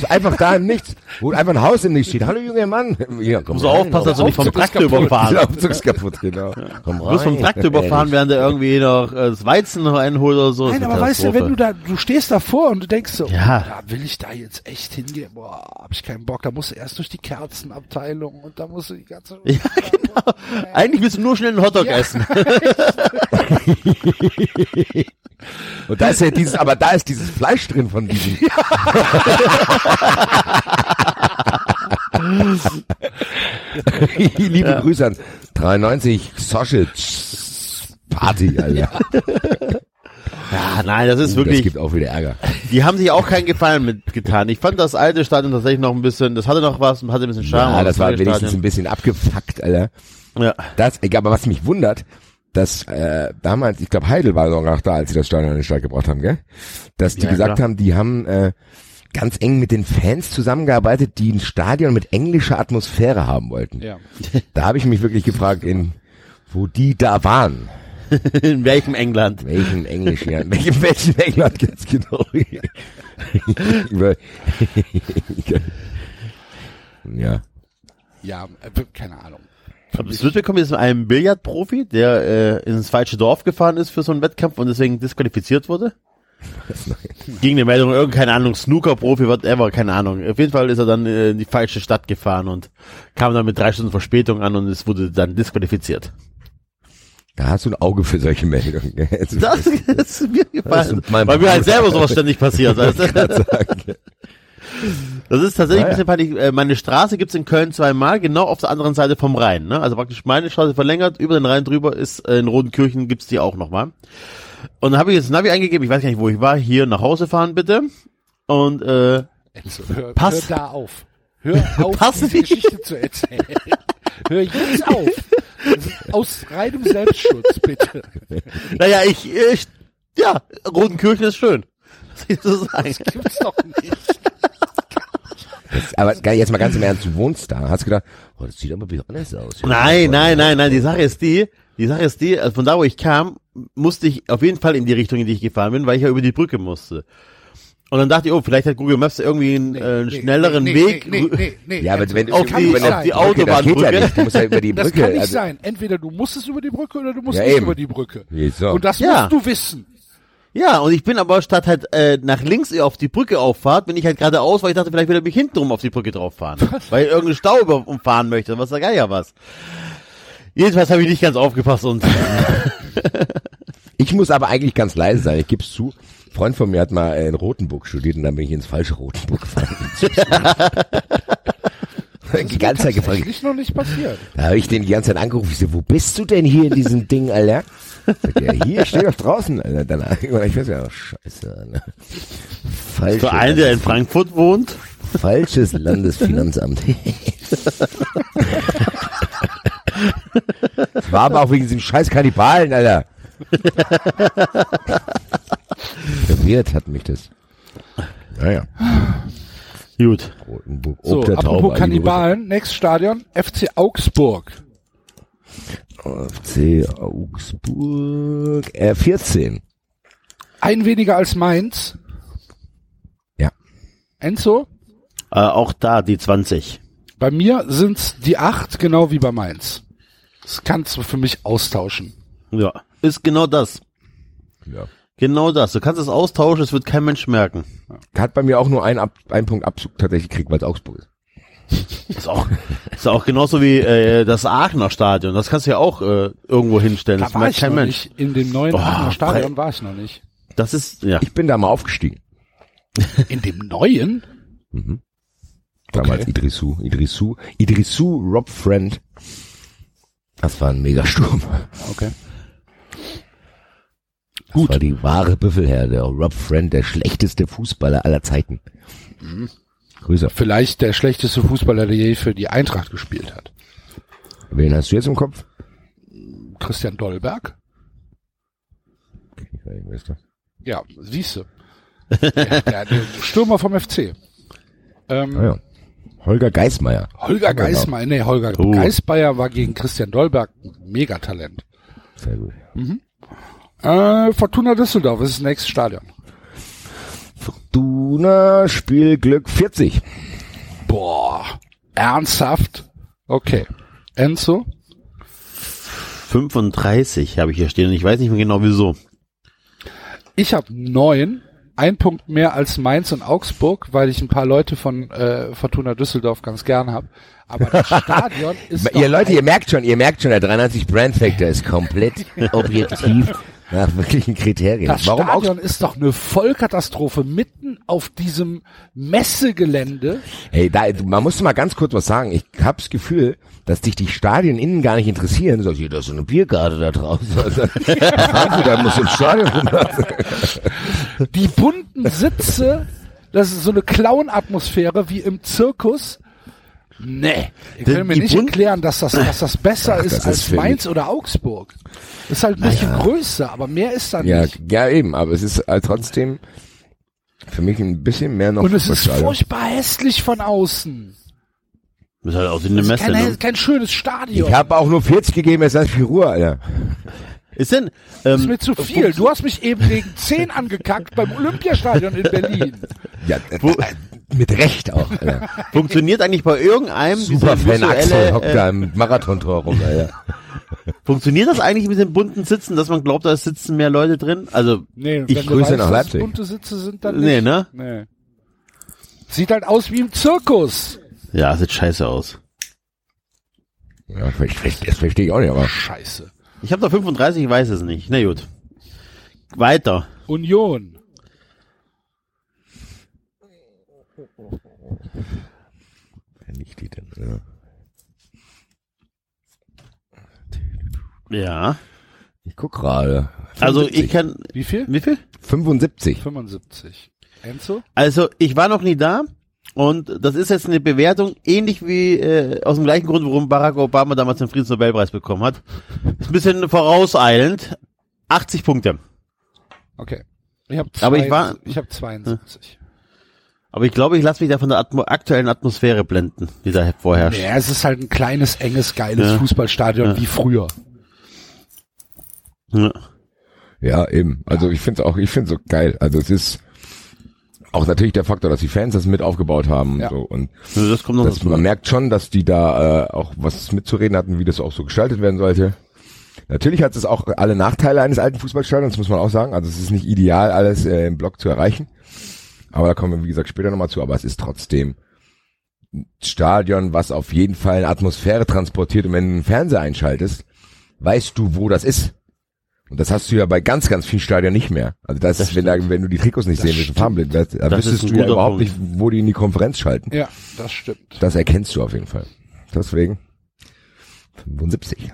S4: So einfach da im Nichts, wo einfach ein Haus im Nichts steht. Hallo junger Mann. Ja, komm
S3: Muss er aufpassen, dass er nicht vom
S4: Aufzug ist
S3: Traktor
S4: kaputt.
S3: überfahren
S4: Der Aufzug ist kaputt, genau. Komm
S3: Du wirst vom
S4: rein.
S3: Traktor überfahren, während er irgendwie noch äh, das Weizen noch einholt oder so.
S2: Nein,
S3: Das ist
S2: aber
S3: eine
S2: weißt du, wenn du da, du stehst davor und du denkst so,
S3: Ja.
S2: ja, will ich da jetzt echt hingehen? Boah, hab ich keinen Bock. Da musst du erst durch die Kerzenabteilung und da musst du die ganze.
S3: Ja, genau. Eigentlich willst du nur schnell einen Hotdog essen.
S4: Und da ist ja dieses, aber da ist dieses Fleisch drin von diesem. Liebe Grüße an 93 Sausage Party, Alter. Uh,
S3: Ja, nein, das ist
S4: Das
S3: wirklich,
S4: gibt auch wieder Ärger.
S3: die haben sich auch keinen Gefallen mitgetan. Ich fand das alte Stadion tatsächlich noch ein bisschen, das hatte noch was und hatte ein bisschen Charme.
S4: Ja,
S3: aber
S4: das war
S3: neue
S4: wenigstens ein
S3: Stadion-
S4: bisschen abgefuckt, Alter.
S3: ja.
S4: Das, egal, aber was mich wundert, dass äh, damals, ich glaube Heidel war noch da, als sie das Stadion in den Start gebracht haben, gell? Dass die
S3: Ja,
S4: gesagt
S3: klar.
S4: haben, die haben äh, ganz eng mit den Fans zusammengearbeitet, die ein Stadion mit englischer Atmosphäre haben wollten.
S2: Ja.
S4: Da habe ich mich wirklich gefragt, in wo die da waren.
S3: In welchem England?
S4: Welchen Englisch, ja, welchen, welchen England ganz genau. Über- ja.
S2: Ja, äh, keine Ahnung.
S3: Hab Das mitbekommen ist von einem Billardprofi, der äh, ins falsche Dorf gefahren ist für so einen Wettkampf und deswegen disqualifiziert wurde. Gegen eine Meldung, irgendeine Ahnung, Snooker-Profi, whatever, keine Ahnung. Auf jeden Fall ist er dann äh, in die falsche Stadt gefahren und kam dann mit drei Stunden Verspätung an und es wurde dann disqualifiziert.
S4: Da hast du ein Auge für solche Meldungen. gell? Also-
S3: Das ist mir
S4: Das
S3: gefallen,
S4: ist mein
S3: weil mir halt
S4: Bruder.
S3: selber sowas ständig passiert. Also, das ist tatsächlich ein bisschen peinlich. Äh, Meine Straße gibt's in Köln zweimal, genau auf der anderen Seite vom Rhein. Ne? Also praktisch meine Straße verlängert, über den Rhein drüber ist äh, in Rodenkirchen gibt's die auch nochmal. Und dann habe ich jetzt Navi eingegeben, ich weiß gar nicht, wo ich war, hier nach Hause fahren bitte. Und äh,
S2: Enzo, Also, hör,
S3: Pass.
S2: hör da auf. Hör auf,
S3: Pass
S2: diese
S3: nicht.
S2: Geschichte zu erzählen. hör jetzt auf. Das ist Aus reinem Selbstschutz, bitte.
S3: naja, ich, ich ja, Rodenkirchen ist schön. Was soll ich so sagen?
S2: Gibt's doch nicht.
S4: Aber ge- jetzt mal ganz im Ernst, du wohnst da. Hast gedacht, oh, das sieht aber ein bisschen anders aus.
S3: Nein, nein, nein, nein. Die Sache ist die, die Sache ist die, also von da, wo ich kam, musste ich auf jeden Fall in die Richtung, in die ich gefahren bin, weil ich ja über die Brücke musste. Und dann dachte ich, oh, vielleicht hat Google Maps irgendwie einen, äh, einen schnelleren
S2: nee,
S3: Weg.
S2: Nee, nee, nee, nee.
S4: Ja, aber wenn du
S3: Auf
S4: über
S3: die-
S4: wenn
S3: auf die
S4: der Brücke, das geht
S3: Autobahnbrücke.
S4: ja nicht. Du musst ja über die
S2: Das
S4: Brücke.
S2: kann nicht
S4: also,
S2: sein. Entweder du musst es über die Brücke oder du musst
S4: Ja,
S2: nicht
S4: eben.
S2: über die Brücke.
S4: Ja, so.
S2: Und das
S3: Ja.
S2: musst du wissen.
S3: Ja, und ich bin aber statt halt äh, nach links eher auf die Brücke auffahrt, bin ich halt geradeaus, weil ich dachte, vielleicht will er mich hintenrum auf die Brücke drauf fahren. weil ich irgendeinen Stau über- umfahren möchte, was da geil ja was. Jedenfalls habe ich nicht ganz aufgepasst und
S4: Ich muss aber eigentlich ganz leise sein. Ich geb's zu. Ein Freund von mir hat mal äh, in Rotenburg studiert und dann bin ich ins falsche Rotenburg gefahren. die ganze Zeit gefragt.
S2: Tatsächlich noch nicht passiert.
S4: Da habe ich den die ganze Zeit angerufen. Ich so, wo bist du denn hier in diesem Ding, Alter? Sagt er, hier, ich steh doch draußen. Alter. Dann, ich weiß ja, oh, scheiße. Alter. Falsche,
S3: für einen, der in Frankfurt wohnt.
S4: falsches Landesfinanzamt. Das war aber auch wegen diesen scheiß Kannibalen, Alter. Verwirrt hat mich das. Naja.
S3: Gut.
S4: Rotenburg,
S2: So,
S4: ob der Taube,
S2: apropos Kannibalen, nächstes Stadion, FC Augsburg.
S4: FC Augsburg, äh, 14.
S2: Ein weniger als Mainz.
S4: Ja.
S2: Enzo,
S3: Äh, auch da die 20.
S2: bei mir sind's die acht, genau wie bei Mainz. Das kannst du für mich austauschen.
S3: Ja. Ist genau das.
S4: Ja.
S3: Genau das. Du kannst es austauschen, es wird kein Mensch merken.
S4: Hat bei mir auch nur einen, Ab einen Punkt Abzug tatsächlich gekriegt, weil es Augsburg ist.
S3: Ist auch, ist auch genauso wie äh, das Aachener Stadion. Das kannst du ja auch äh, irgendwo hinstellen.
S2: Da
S3: das
S2: war
S3: merkt
S2: ich noch
S3: kein Mensch.
S2: nicht. In dem neuen
S3: Boah,
S2: Aachener Stadion war ich noch nicht.
S3: Das ist, ja.
S4: Ich bin da mal aufgestiegen.
S2: In dem neuen?
S4: Damals Idrisu, Idrisu, Idrisu, Rob Friend. Das war ein Megasturm.
S2: Okay.
S4: Gut. Das war die wahre Büffelherde. Rob Friend, der schlechteste Fußballer aller Zeiten. Mhm. Grüße.
S2: Vielleicht der schlechteste Fußballer, der je für die Eintracht gespielt hat.
S4: Wen hast du jetzt im Kopf?
S2: Christian Dollberg?
S4: Ich weiß nicht.
S2: Ja, siehste. Der, der, der Stürmer vom FC. Ähm,
S4: Naja. Ah Holger Geismeier.
S2: Holger Geismeier, nee, Holger
S3: Oh.
S2: Geismeier war gegen Christian Dollberg ein Megatalent.
S4: Sehr gut.
S2: Äh, Fortuna Düsseldorf ist das nächste Stadion.
S4: Duna, Spielglück 40.
S2: Boah. Ernsthaft? Okay. Enzo?
S3: 35 habe ich hier stehen und ich weiß nicht mehr genau wieso.
S2: Ich habe neun, ein Punkt mehr als Mainz und Augsburg, weil ich ein paar Leute von äh, Fortuna Düsseldorf ganz gern habe. Aber das Stadion ist doch
S4: Ihr Leute,
S2: ein-
S4: ihr merkt schon, ihr merkt schon, der 93 Brand Factor ist komplett objektiv nach wirklichen Kriterien.
S2: das
S4: Warum Augsburg?
S2: Stadion ist doch eine Vollkatastrophe mitten auf diesem Messegelände.
S4: Hey, da, man muss mal ganz kurz was sagen. Ich hab's Gefühl, dass dich die Stadien innen gar nicht interessieren. So, hier, da ist so eine Biergarde da draußen. Also, was haben die da muss im Stadion rum?
S2: Die bunten Sitze, das ist so eine Clown-Atmosphäre wie im Zirkus. Nee, ich
S3: Die-
S2: will mir
S3: die
S2: nicht
S3: bunten-
S2: erklären, dass das, dass das besser ist
S4: das
S2: als
S4: ist für
S2: Mainz oder Augsburg. Ist halt ein bisschen größer, aber mehr ist da
S4: Ja,
S2: nicht.
S4: ja, eben, aber es ist äh, trotzdem für mich ein bisschen mehr noch
S2: Und es ist
S4: Fußballstadion.
S2: furchtbar hässlich von außen.
S3: Das ist halt auch so eine Messe.
S2: Kein,
S3: Ne?
S2: kein schönes Stadion.
S4: Ich habe auch nur 40 gegeben, jetzt lass mich Ruhe, Alter.
S3: Ist denn
S2: das ist
S3: ähm,
S2: mir zu viel. Du hast mich eben wegen 10 angekackt beim Olympiastadion in Berlin.
S4: Ja, äh, äh, mit Recht auch, Alter.
S3: funktioniert eigentlich bei irgendeinem
S4: Super
S3: dieser
S4: Fan Axel hockt
S3: visuelle, äh,
S4: da im Marathontor rum, Alter.
S3: funktioniert das eigentlich mit den bunten Sitzen, dass man glaubt, da sitzen mehr Leute drin? Also
S2: Nee,
S4: Ich
S2: wenn du
S4: grüße
S2: weißt,
S4: nach
S2: dass
S4: Leipzig.
S2: Bunte Sitze sind dann
S3: nee,
S2: nicht.
S3: ne?
S2: Nee. Sieht halt aus wie im Zirkus.
S3: Ja, sieht scheiße aus.
S4: Ja, ich verstehe, das verstehe ich auch nicht, aber
S2: Scheiße.
S3: Ich habe da 35, ich weiß es nicht. Na gut. Weiter.
S2: Union.
S4: Wenn ich die denn, ja.
S3: Ja.
S4: Ich guck gerade.
S3: Also ich kann
S2: Wie viel?
S3: wie viel?
S4: 75.
S2: 75. Enzo?
S3: Also ich war noch nie da und das ist jetzt eine Bewertung ähnlich wie äh, aus dem gleichen Grund, warum Barack Obama damals den Friedensnobelpreis bekommen hat. Ist ein bisschen vorauseilend. 80 Punkte.
S2: Okay. Ich habe
S3: Aber ich war-
S2: ich hab 72.
S3: Aber ich glaube, ich lasse mich da von der Atmo aktuellen Atmosphäre blenden, die da vorherrscht.
S2: Ja, es ist halt ein kleines, enges, geiles
S3: Ja.
S2: Fußballstadion
S3: Ja.
S2: wie früher.
S3: Ja.
S4: Ja, eben. Also ich finde es auch, ich finde so geil. Also es ist auch natürlich der Faktor, dass die Fans das mit aufgebaut haben
S2: Ja.
S4: und so. Und
S3: Also Das kommt noch
S4: das,
S3: dazu.
S4: man merkt schon, dass die da äh, auch was mitzureden hatten, wie das auch so gestaltet werden sollte. Natürlich hat es auch alle Nachteile eines alten Fußballstadions, muss man auch sagen. Also es ist nicht ideal, alles äh, im Block zu erreichen. Aber da kommen wir, wie gesagt, später nochmal zu. Aber es ist trotzdem ein Stadion, was auf jeden Fall eine Atmosphäre transportiert. Und wenn du einen Fernseher einschaltest, weißt du, wo das ist. Und das hast du ja bei ganz, ganz vielen Stadien nicht mehr. Also das,
S3: Das
S4: wenn, da, wenn du die Trikots nicht sehen willst, und farbenblind wirst, da
S3: Das ist
S4: wüsstest
S3: ein
S4: du ja
S3: guter
S4: überhaupt
S3: Punkt.
S4: nicht, wo die in die Konferenz schalten.
S2: Ja, das stimmt.
S4: Das erkennst du auf jeden Fall. Deswegen 75.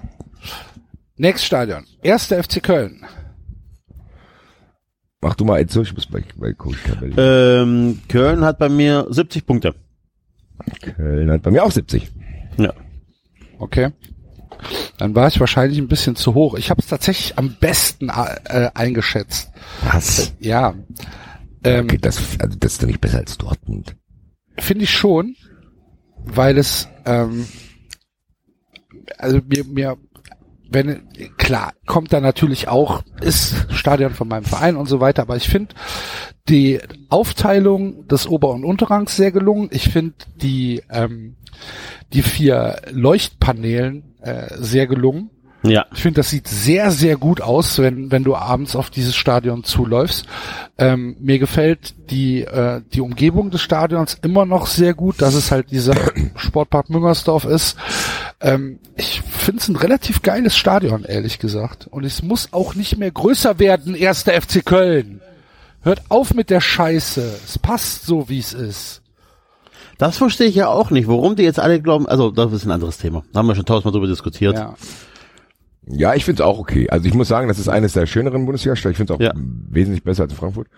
S2: Nächstes Stadion. Erster FC Köln.
S4: Mach du mal Enzo, ich muss bei, bei Coach Tabelle.
S3: Ähm, Köln hat bei mir 70 Punkte.
S4: Köln hat bei mir auch 70.
S3: Ja.
S2: Okay. Dann war ich wahrscheinlich ein bisschen zu hoch. Ich habe es tatsächlich am besten äh, eingeschätzt.
S4: Was?
S2: Ja. Ähm,
S4: Okay, das, also das ist doch nicht besser als Dortmund.
S2: Finde ich schon, weil es, ähm, also mir, mir, wenn, klar, kommt da natürlich auch, ist Stadion von meinem Verein und so weiter, aber ich finde die Aufteilung des Ober- und Unterrangs sehr gelungen. Ich finde die, ähm, die vier Leuchtpanelen äh, sehr gelungen.
S3: Ja.
S2: Ich finde, das sieht sehr, sehr gut aus, wenn, wenn du abends auf dieses Stadion zuläufst. Ähm, mir gefällt die, äh, die Umgebung des Stadions immer noch sehr gut, dass es halt dieser Sportpark Müngersdorf ist. Ähm, ich finde es ein relativ geiles Stadion, ehrlich gesagt. Und es muss auch nicht mehr größer werden, erster FC Köln. Hört auf mit der Scheiße. Es passt so, wie es ist.
S3: Das verstehe ich ja auch nicht, warum die jetzt alle glauben, also das ist ein anderes Thema. Da haben wir schon tausendmal drüber diskutiert.
S2: Ja.
S4: Ja, ich finde es auch okay. Also ich muss sagen, das ist eines der schöneren Bundesliga-Städte. Ich finde es auch
S3: Ja.
S4: wesentlich besser als in Frankfurt.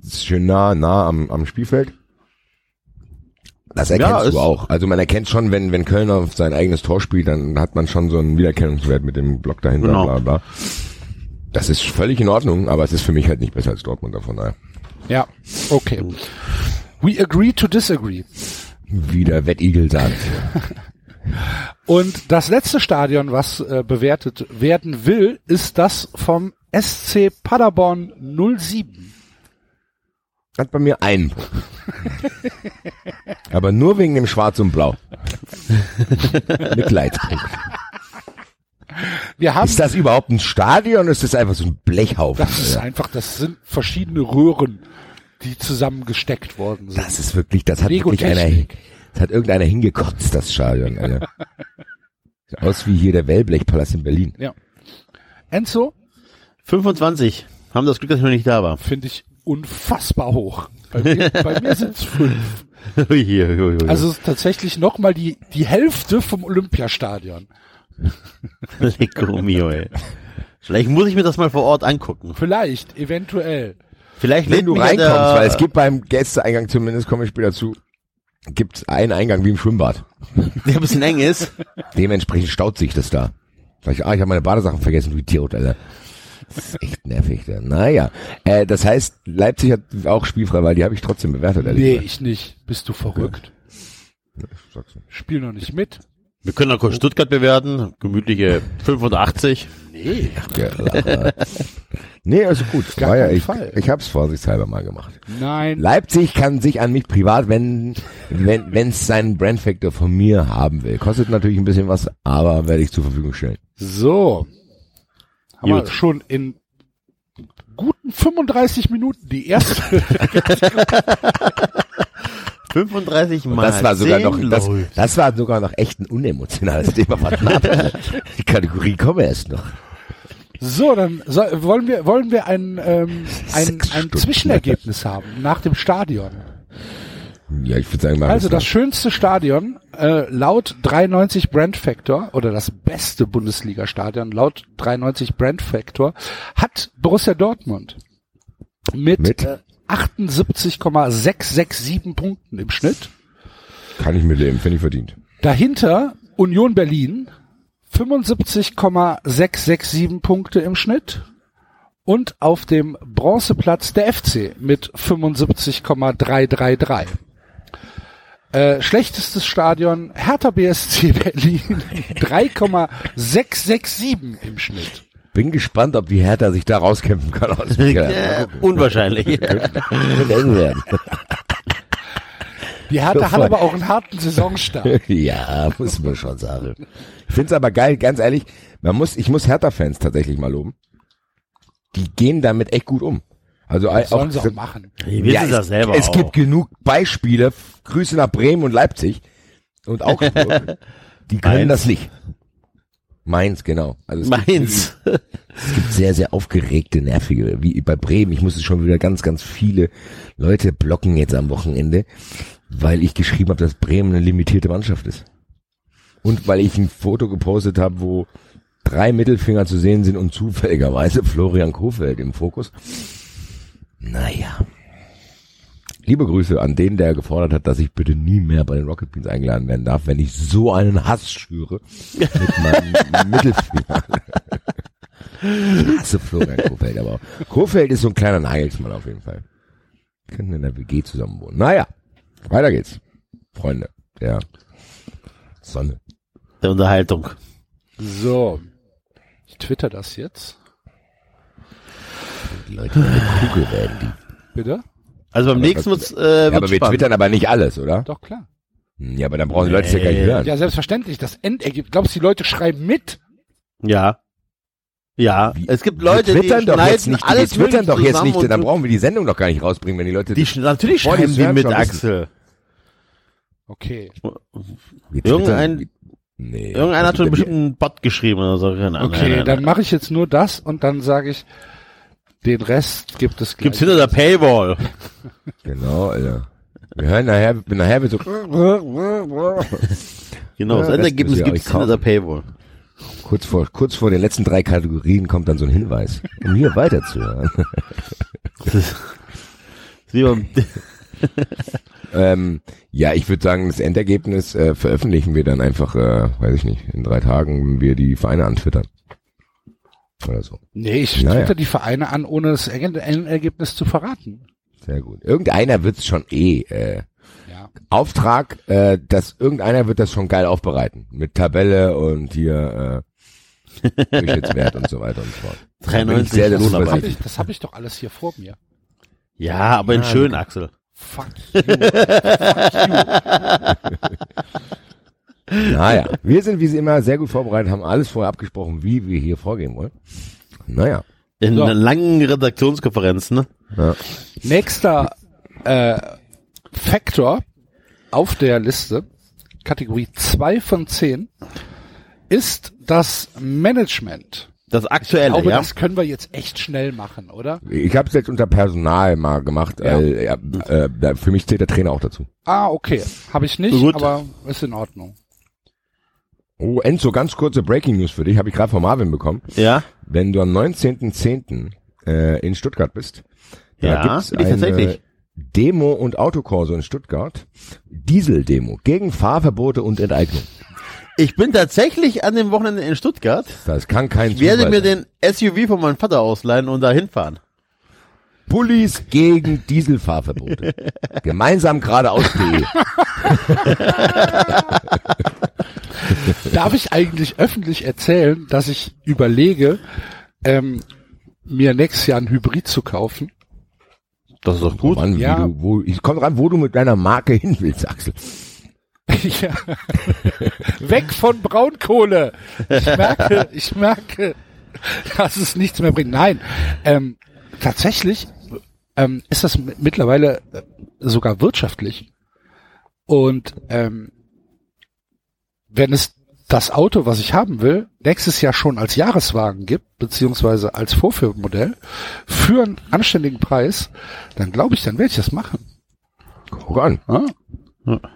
S4: Es ist schön nah, nah am, am Spielfeld. Das erkennst
S3: es-
S4: du auch. Also man erkennt schon, wenn, wenn Köln auf sein eigenes Tor spielt, dann hat man schon so einen Wiedererkennungswert mit dem Block dahinter.
S3: Genau.
S4: Bla, bla. Das ist völlig in Ordnung, aber es ist für mich halt nicht besser als Dortmund davon. Daher.
S2: Ja. Okay. We agree to disagree.
S4: Wie der Wettigel sagt.
S2: Und das letzte Stadion, was äh, bewertet werden will, ist das vom SC Paderborn 07.
S4: Hat bei mir einen Punkt. Aber nur wegen dem Schwarz und Blau. Mitleidspunkt.
S2: Wir haben
S4: Ist das überhaupt ein Stadion? Ist das einfach so ein Blechhaufen?
S2: Das ist
S4: Alter?
S2: einfach, das sind verschiedene Röhren, die zusammengesteckt worden sind.
S4: Das ist wirklich, das hat wirklich einer,
S2: Lego-Technik.
S4: das hat irgendeiner hingekotzt, das Stadion, Alter. Sieht aus wie hier der Wellblechpalast in Berlin.
S2: Enzo
S3: 25. Haben das Glück, dass ich noch nicht da war.
S2: finde ich unfassbar hoch. Bei mir, bei mir sind es fünf.
S3: Ui, ui, ui, ui.
S2: Also es ist tatsächlich nochmal die, die Hälfte vom Olympiastadion.
S3: Leco mio, ey. Vielleicht muss ich mir das mal vor Ort angucken.
S2: Vielleicht, eventuell.
S3: Vielleicht
S4: Wenn
S3: lädt
S4: du
S3: mich ja
S4: reinkommst,
S3: der-
S4: weil es gibt beim Gästeeingang zumindest, komme ich später zu, gibt es einen Eingang wie im Schwimmbad.
S3: der ein bisschen eng ist.
S4: Dementsprechend staut sich das da. Sag ich, ah, ich habe meine Badesachen vergessen, du Idiot, Alter. Das ist echt nervig, da. Naja, äh, das heißt, Leipzig hat auch spielfrei, weil die habe ich trotzdem bewertet, ehrlich
S2: Nee,
S4: gesagt.
S2: ich nicht. Bist du verrückt?
S4: sag's nicht.
S2: Spiel noch nicht mit.
S3: Wir können auch kurz Stuttgart bewerten. Gemütliche 85.
S4: Gelacher. nee, also gut.
S2: Gar
S4: War ja,
S2: kein
S4: ich,
S2: Fall.
S4: ich hab's vorsichtshalber mal gemacht.
S2: Nein.
S4: Leipzig kann sich an mich privat wenden, wenn wenn's seinen Brandfaktor von mir haben will. Kostet natürlich ein bisschen was, aber werde ich zur Verfügung stellen.
S2: So. Haben wir
S3: Gut.
S2: schon in guten 35 Minuten die erste.
S3: 35
S4: Und
S3: mal.
S4: das war sogar
S3: 10
S4: noch das,
S3: Leute.
S4: das war sogar noch echt ein unemotionales Thema. Was nach- Die Kategorie komme erst noch.
S2: So, dann so, wollen wir wollen wir ein ähm, ein,
S4: Sechs
S2: ein
S4: Stunden.
S2: Zwischenergebnis haben nach dem Stadion.
S4: Ja, ich würde sagen, machen
S2: Also
S4: wir's
S2: das schönste Stadion äh, laut 93 Brand Factor oder das beste Bundesliga-Stadion laut 93 Brand Factor hat Borussia Dortmund mit,
S4: Mit?
S2: Äh, 78,667 Punkten im Schnitt.
S4: noch. kann ich mir leben, finde ich verdient.
S2: Dahinter Union Berlin 75,667 Punkte im Schnitt und auf dem Bronzeplatz der FC mit 75,333. Äh, schlechtestes Stadion Hertha BSC Berlin 3,667 im Schnitt.
S4: Bin gespannt, ob die Hertha sich da rauskämpfen kann aus dem
S3: Äh, unwahrscheinlich.
S4: Keller.
S2: Die Hertha hat
S4: Voll.
S2: aber auch einen harten Saisonstart.
S4: ja, muss man schon sagen. Ich find's aber geil, ganz ehrlich, man muss, ich muss Hertha-Fans tatsächlich mal loben. Die gehen damit echt gut um. Also
S2: Das sollen sie auch machen.
S3: Die wissen das
S4: es,
S3: selber
S4: es
S3: auch.
S4: gibt genug Beispiele. F- Grüße nach Bremen und Leipzig und Augsburg. die können
S3: Mainz.
S4: das nicht. Mainz, genau. Also es
S3: Meins.
S4: gibt sehr, sehr aufgeregte, nervige, wie bei Bremen. Ich musste schon wieder ganz, ganz viele Leute blocken jetzt am Wochenende, weil ich geschrieben habe, dass Bremen eine limitierte Mannschaft ist. Und weil ich ein Foto gepostet habe, wo drei Mittelfinger zu sehen sind und zufälligerweise Florian Kofeld im Fokus. Naja. Liebe Grüße an den, der gefordert hat, dass ich bitte nie mehr bei den Rocket Beans eingeladen werden darf, wenn ich so einen Hass schüre mit meinem Mittelfinger. Ich hasse Also Florian Kofeld, aber auch. Kofeld ist so ein kleiner Nagelsmann auf jeden Fall. Könnten in der WG zusammen wohnen. Naja, weiter geht's. Freunde der Sonne.
S3: Der Unterhaltung.
S2: So. Ich twitter das jetzt.
S4: Die Leute die eine Kugel werden die.
S2: Bitte?
S3: Also beim nächsten wird's,
S4: was-
S3: äh,
S4: Ja, aber
S3: wird's Äh,
S4: wir
S3: spannend.
S4: twittern aber nicht alles, oder?
S2: Doch klar.
S4: Ja, aber dann brauchen die Leute es ja gar nicht
S3: Nee.
S4: hören.
S2: Ja, selbstverständlich. Das Endergebnis. Glaubst du, die Leute schreiben mit?
S3: Ja. Ja,
S4: Wie-
S3: es gibt
S4: Wir
S3: Leute, die
S4: twittern
S3: schneiden
S4: doch jetzt nicht,
S3: alles
S4: die twittern
S3: Mögliche
S4: doch jetzt
S3: zusammen
S4: nicht,
S3: und-
S4: dann brauchen wir die Sendung doch gar nicht rausbringen, wenn die Leute
S3: die, sch- natürlich
S4: Boah, die
S3: schreiben die
S4: werden
S3: mit,
S4: schon wissen.
S3: Axel.
S2: Okay.
S4: wir
S3: irgendein-
S4: twittern- nee,
S3: Irgendeiner hat
S4: das-
S3: schon bestimmt einen Bot geschrieben oder so. Keine Ahnung.
S2: Okay,
S3: Nein, nein,
S2: dann
S3: nein.
S2: mache ich jetzt nur das und dann sage ich, den Rest gibt es gleich.
S3: Gibt's hinter der Paywall.
S4: Genau, Alter. Wir hören nachher, nachher wird so
S3: Genau,
S4: Ja,
S3: das
S4: das
S3: Endergebnis
S4: müsst ihr
S3: gibt's
S4: euch kaufen.
S3: hinter der Paywall.
S4: Kurz vor, kurz vor den letzten drei Kategorien kommt dann so ein Hinweis, um hier weiterzuhören.
S3: Das ist das ist wie beim-
S4: ähm, ja, ich würde sagen, das Endergebnis äh, veröffentlichen wir dann einfach, äh, weiß ich nicht, in drei Tagen, wenn wir die Vereine antwittern. Oder so.
S2: nee, ich
S4: Naja.
S2: twitter die Vereine an, ohne das Erge- Endergebnis zu verraten.
S4: Sehr gut. Irgendeiner wird's schon eh. Äh,
S2: Ja.
S4: Auftrag, äh, dass irgendeiner wird das schon geil aufbereiten. Mit Tabelle und hier Durchschnittswert und so weiter und so fort. Da bin
S3: 93
S4: ich sehr, sehr
S2: Das
S3: ist
S2: habe
S3: wunderbar.
S4: zuversichtlich.
S2: ich, das hab ich doch alles hier vor mir.
S3: Ja, aber in schön, Axel.
S2: Fuck you. Fuck
S4: Naja, wir sind wie sie immer sehr gut vorbereitet, haben alles vorher abgesprochen, wie wir hier vorgehen wollen. Naja,
S3: In
S2: So.
S3: einer langen Redaktionskonferenz, ne?
S2: you. Nächster äh, Faktor auf der Liste, Kategorie 2 von 10, ist das Management.
S3: Das
S2: Ich
S3: aktuelle,
S2: glaube,
S3: ja?
S2: das können wir jetzt echt schnell machen, oder?
S4: ich habe es jetzt unter Personal mal gemacht.
S2: Ja.
S4: Äh, ja, äh, da- für mich zählt der Trainer auch dazu.
S2: Ah, okay. Habe ich nicht,
S3: Gut.
S2: aber ist in Ordnung.
S4: Oh, Enzo, ganz kurze Breaking News für dich, habe ich gerade von Marvin bekommen.
S3: Ja,
S4: Wenn du am 19.10. Äh, in Stuttgart bist, da
S3: Ja,
S4: gibt's
S3: bin ich
S4: eine
S3: tatsächlich.
S4: Demo und Autokorso in Stuttgart. Diesel-Demo gegen Fahrverbote und Enteignung.
S3: ich bin tatsächlich an dem Wochenende in Stuttgart.
S4: Das kann kein
S3: Ich werde
S4: Zufall
S3: mir
S4: sein.
S3: den SUV von meinem Vater ausleihen und da hinfahren.
S4: Pullis gegen Dieselfahrverbote. Gemeinsam E. geradeaus.de.
S2: Darf ich eigentlich öffentlich erzählen, dass ich überlege, ähm, mir nächstes Jahr ein Hybrid zu kaufen?
S3: Das ist doch gut.
S4: Mann,
S2: Ja.
S4: wie du, wo, ich komm dran, wo du mit deiner Marke hin willst, Axel.
S2: Ja. Weg von Braunkohle. Ich merke, ich merke, dass es nichts mehr bringt. Nein, ähm, tatsächlich ähm, ist das m- mittlerweile äh, sogar wirtschaftlich. Und ähm, wenn es das Auto, was ich haben will, nächstes Jahr schon als Jahreswagen gibt, beziehungsweise als Vorführmodell, für einen anständigen Preis, dann glaube ich, dann werde ich das machen.
S4: Guck an.
S2: Ja.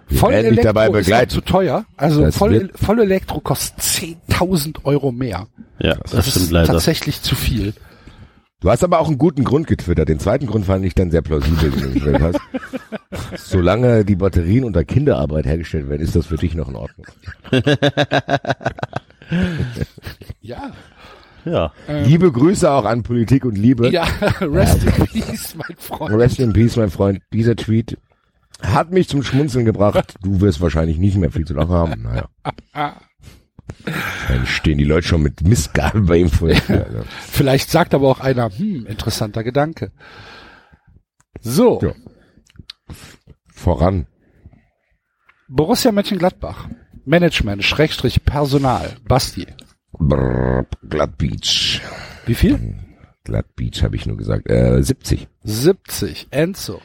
S4: Wir werden dich dabei
S2: ist ja
S4: begleiten.
S2: zu teuer. Also
S4: Das
S2: voll,
S4: wird-
S2: voll Elektro kostet 10.000 Euro mehr.
S3: Ja, das, stimmt
S2: ist
S3: leider.
S2: tatsächlich zu viel.
S4: Du hast aber auch einen guten Grund getwittert. Den zweiten Grund fand ich dann sehr plausibel, den du gestellt hast. Solange die Batterien unter Kinderarbeit hergestellt werden, ist das für dich noch in Ordnung.
S2: Ja,
S3: Ja.
S4: Liebe Grüße auch an Politik und Liebe.
S2: ja, rest in peace, mein Freund.
S4: Rest in peace, mein Freund. Dieser Tweet hat mich zum Schmunzeln gebracht. Du wirst wahrscheinlich nicht mehr viel zu lachen haben. Naja. Dann stehen die Leute schon mit Missgaben bei ihm vor. der Tür, Also Alter.
S2: Vielleicht sagt aber auch einer, hm, interessanter Gedanke. So,
S4: Ja. Voran.
S2: Borussia Mönchengladbach. Management, Schrägstrich, Personal. Basti.
S4: Brrr, Gladbeach.
S2: Wie viel?
S4: Gladbeach habe ich nur gesagt. Äh, 70.
S2: 70. Enzo.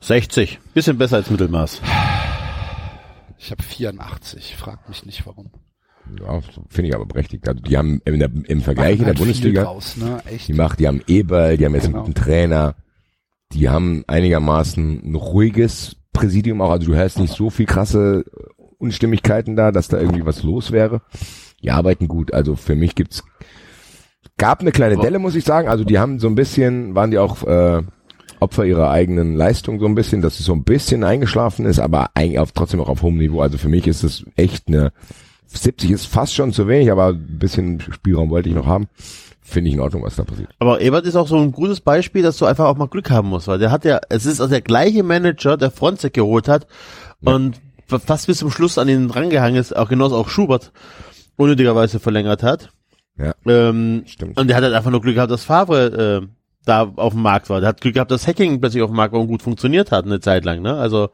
S3: 60. Bisschen besser als Mittelmaß.
S2: Ich habe 84. Frag mich nicht warum.
S4: Ja, Finde ich aber berechtigt. Also die haben in der, im Vergleich in der
S2: Machen halt viel
S4: Bundesliga,
S2: Draus, ne? Echt.
S4: die macht, die haben Eberl, die haben jetzt
S2: Genau.
S4: einen guten Trainer, die haben einigermaßen ein ruhiges Präsidium auch. Also du hörst nicht so viel krasse Unstimmigkeiten da, dass da irgendwie was los wäre. Die arbeiten gut. Also für mich gibt's gab eine kleine Delle, muss ich sagen. Also die haben so ein bisschen, waren die auch äh, Opfer ihrer eigenen Leistung so ein bisschen, dass es so ein bisschen eingeschlafen ist, aber eigentlich auf, trotzdem auch auf hohem Niveau. Also für mich ist es echt eine 70 ist fast schon zu wenig, aber ein bisschen Spielraum wollte ich noch haben. Finde ich in Ordnung, was da passiert.
S3: Aber Ebert ist auch so ein gutes Beispiel, dass du einfach auch mal Glück haben musst, weil der hat ja, es ist also der gleiche Manager, der Fronzek geholt hat und fa- fast bis zum Schluss an ihn rangehangen ist, auch genauso auch Schubert unnötigerweise verlängert hat.
S4: Ja.
S3: Ähm,
S4: Stimmt.
S3: Und der hat halt einfach nur Glück gehabt, dass Favre äh, da auf dem Markt war. Der hat Glück gehabt, dass Hacking plötzlich auf dem Markt war und gut funktioniert hat eine Zeit lang. Ne? Also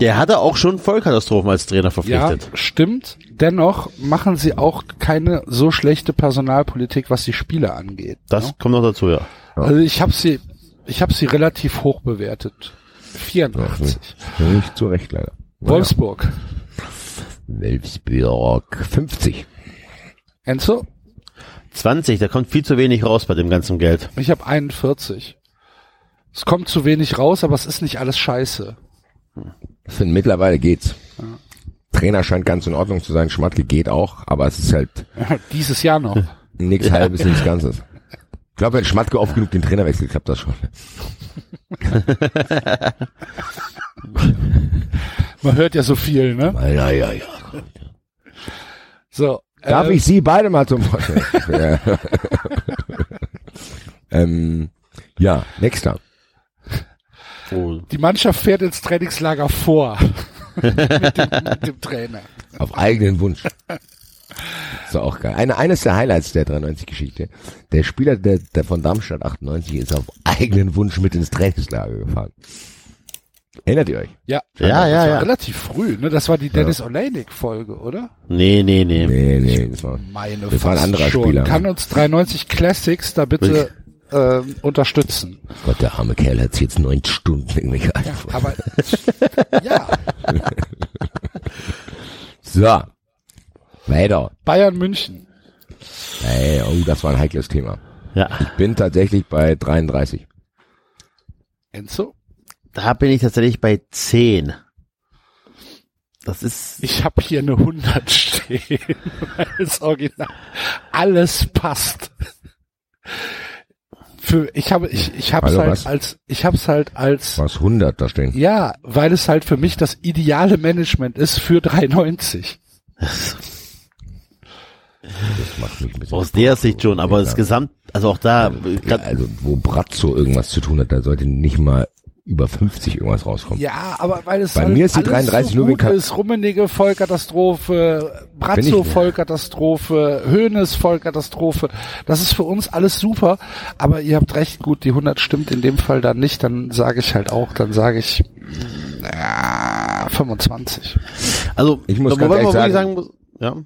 S3: der hatte auch schon Vollkatastrophen als Trainer
S2: Ja,
S3: verpflichtet.
S2: stimmt. Dennoch machen sie auch keine so schlechte Personalpolitik, was die Spieler angeht.
S3: Das
S2: ne?
S3: kommt noch dazu, ja.
S2: Also ich habe sie, ich habe sie relativ hoch bewertet. 84.
S4: Nicht zu Recht leider.
S2: Wolfsburg.
S4: Wolfsburg 50.
S2: Enzo,
S3: 20, da kommt viel zu wenig raus bei dem ganzen Geld.
S2: ich habe 41. Es kommt zu wenig raus, aber es ist nicht alles scheiße.
S4: Ich finde, mittlerweile geht's. Trainer scheint ganz in Ordnung zu sein. Schmatke geht auch, aber es ist halt
S2: Dieses Jahr noch.
S4: Nix halbes, nichts Ganzes. Ich glaube, wenn Schmatke oft genug den Trainer wechselt, klappt das schon.
S2: Man hört ja so viel, ne?
S4: Ja, ja, ja.
S2: So.
S4: Darf
S2: äh,
S4: ich Sie beide mal zum Vorstellen? Ja. ähm, ja, nächster.
S3: Oh,
S2: Die Mannschaft fährt ins Trainingslager vor. mit, dem, mit dem Trainer.
S4: Auf eigenen Wunsch. Das war auch geil. Eine, eines der Highlights der 93-Geschichte. Der Spieler der, der von Darmstadt 98 ist auf eigenen Wunsch mit ins Trainingslager gefahren. Erinnert ihr euch?
S2: Ja, das
S3: Ja, ja,
S2: war
S3: ja.
S2: relativ früh, ne? Das war die Dennis Oleinik Folge, oder?
S3: Nee, nee, nee.
S4: Nee, nee, das war,
S2: Meine
S4: das war ein
S2: fast
S4: anderer
S2: schon.
S4: Spieler. ne?
S2: Kann uns 93 Classics da bitte ähm, unterstützen.
S4: Gott, der arme Kerl hat jetzt neun Stunden irgendwelche Antworten.
S2: Aber ja,
S4: So. Weiter.
S2: Bayern München.
S4: Ey, oh, das war ein heikles Thema.
S3: Ja,
S4: Bin tatsächlich bei 33.
S2: Enzo?
S3: da bin ich tatsächlich bei 10. Das ist,
S2: Ich habe hier eine 100 stehen. Als Original. Alles passt. Für, ich habe ich ich hab's
S4: Also
S2: halt
S4: was?
S2: als ich hab's halt als
S4: Was 100 da stehen.
S2: ja, weil es halt für mich das ideale Management ist für 93.
S4: Das macht mich ein bisschen.
S3: aus der Sicht schon, aber insgesamt, also auch da,
S4: Ja,
S3: grad,
S4: also, wo Brazzo irgendwas zu tun hat, da sollte nicht mal über 50 irgendwas rauskommen.
S2: Ja, aber weil es
S4: Bei
S2: halt
S4: mir ist die
S2: alles
S4: 33
S2: so
S4: nur
S2: gut
S4: wegen Kat-
S2: ist. Rummenigge Vollkatastrophe, Brazzo
S4: Bin ich-
S2: Vollkatastrophe, Hönes Vollkatastrophe. Das ist für uns alles super, aber ihr habt recht gut, die 100 stimmt in dem Fall dann nicht, dann sage ich halt auch, dann sage ich mm, ja, 25.
S3: also,
S4: Ich muss ganz
S3: wobei man
S4: ehrlich
S3: wirklich
S4: sagen-
S3: muss, ja.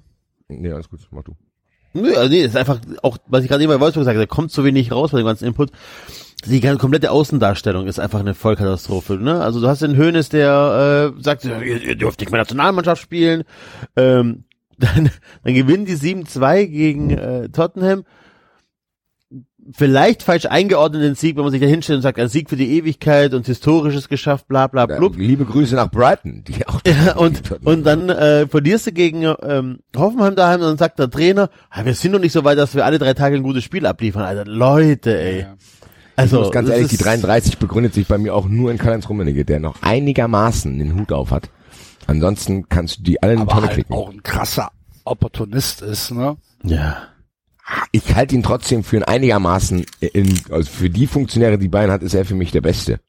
S4: Nee, alles gut, mach du.
S3: Nö, also nee, ist einfach auch, was ich gerade eben bei Wolfsburg sagte, da kommt zu wenig raus bei dem ganzen Input. Die ganze komplette Außendarstellung ist einfach eine Vollkatastrophe. Ne? Also du hast den Hönes, der äh, sagt, ihr, ihr dürft nicht mehr Nationalmannschaft spielen. Ähm, dann, dann gewinnen die 7-2 gegen äh, Tottenham. Vielleicht falsch eingeordneten Sieg, wenn man sich da hinstellt und sagt, ein Sieg für die Ewigkeit und Historisches geschafft, bla bla
S4: Ja,
S3: blub.
S4: Liebe Grüße nach Brighton, die auch.
S3: Ja, und,
S4: ne?
S3: und dann äh, verlierst du gegen ähm, Hoffenheim daheim und dann sagt der Trainer, "Ah, wir sind noch nicht so weit, dass wir alle drei Tage ein gutes Spiel abliefern. Alter, Leute, ey. Also,
S4: Ich muss ganz
S3: das
S4: ehrlich, die
S3: ist-
S4: 33 begründet sich bei mir auch nur in Karl-Heinz Rummenigge, der noch einigermaßen den Hut auf hat. Ansonsten kannst du die alle in die
S2: Aber
S4: Tonne
S2: halt
S4: klicken.
S2: auch ein krasser Opportunist ist, ne?
S3: Ja.
S4: Ich halte ihn trotzdem für ein einigermaßen, in, also für die Funktionäre, die Bayern hat, ist er für mich der Beste.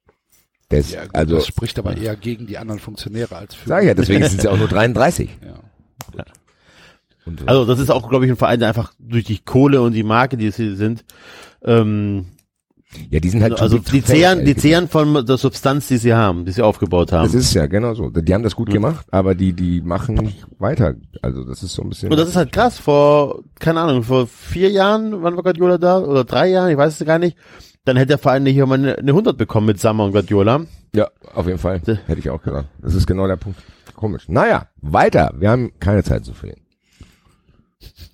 S4: Der ist,
S2: Ja, gut,
S4: also,
S2: das spricht aber eher gegen die anderen Funktionäre als für
S4: sag ich ja, deswegen sind sie auch nur 33.
S2: Ja.
S4: Und, äh,
S3: Also das ist auch, glaube ich, ein Verein, der einfach durch die Kohle und die Marke, die sie sind, ähm,
S4: ja, die sind halt too
S3: also
S4: big to
S3: die
S4: fail,
S3: zehren, die
S4: ehrlich gesagt.
S3: zehren von der Substanz, die sie haben, die sie aufgebaut haben.
S4: Das ist ja genau so. Die haben das gut gemacht, aber die, die machen nicht weiter. Also, das ist so ein bisschen.
S3: Und das ist halt krass, vor, keine Ahnung, vor vier Jahren, wann war Guardiola da? Oder drei Jahren, ich weiß es gar nicht. Dann hätte der Verein hier mal eine, eine 100 bekommen mit Sammer und Guardiola.
S4: Ja, auf jeden Fall. Hätte ich auch gedacht. Das ist genau der Punkt. Komisch. Naja, weiter. Wir haben keine Zeit zu verlieren.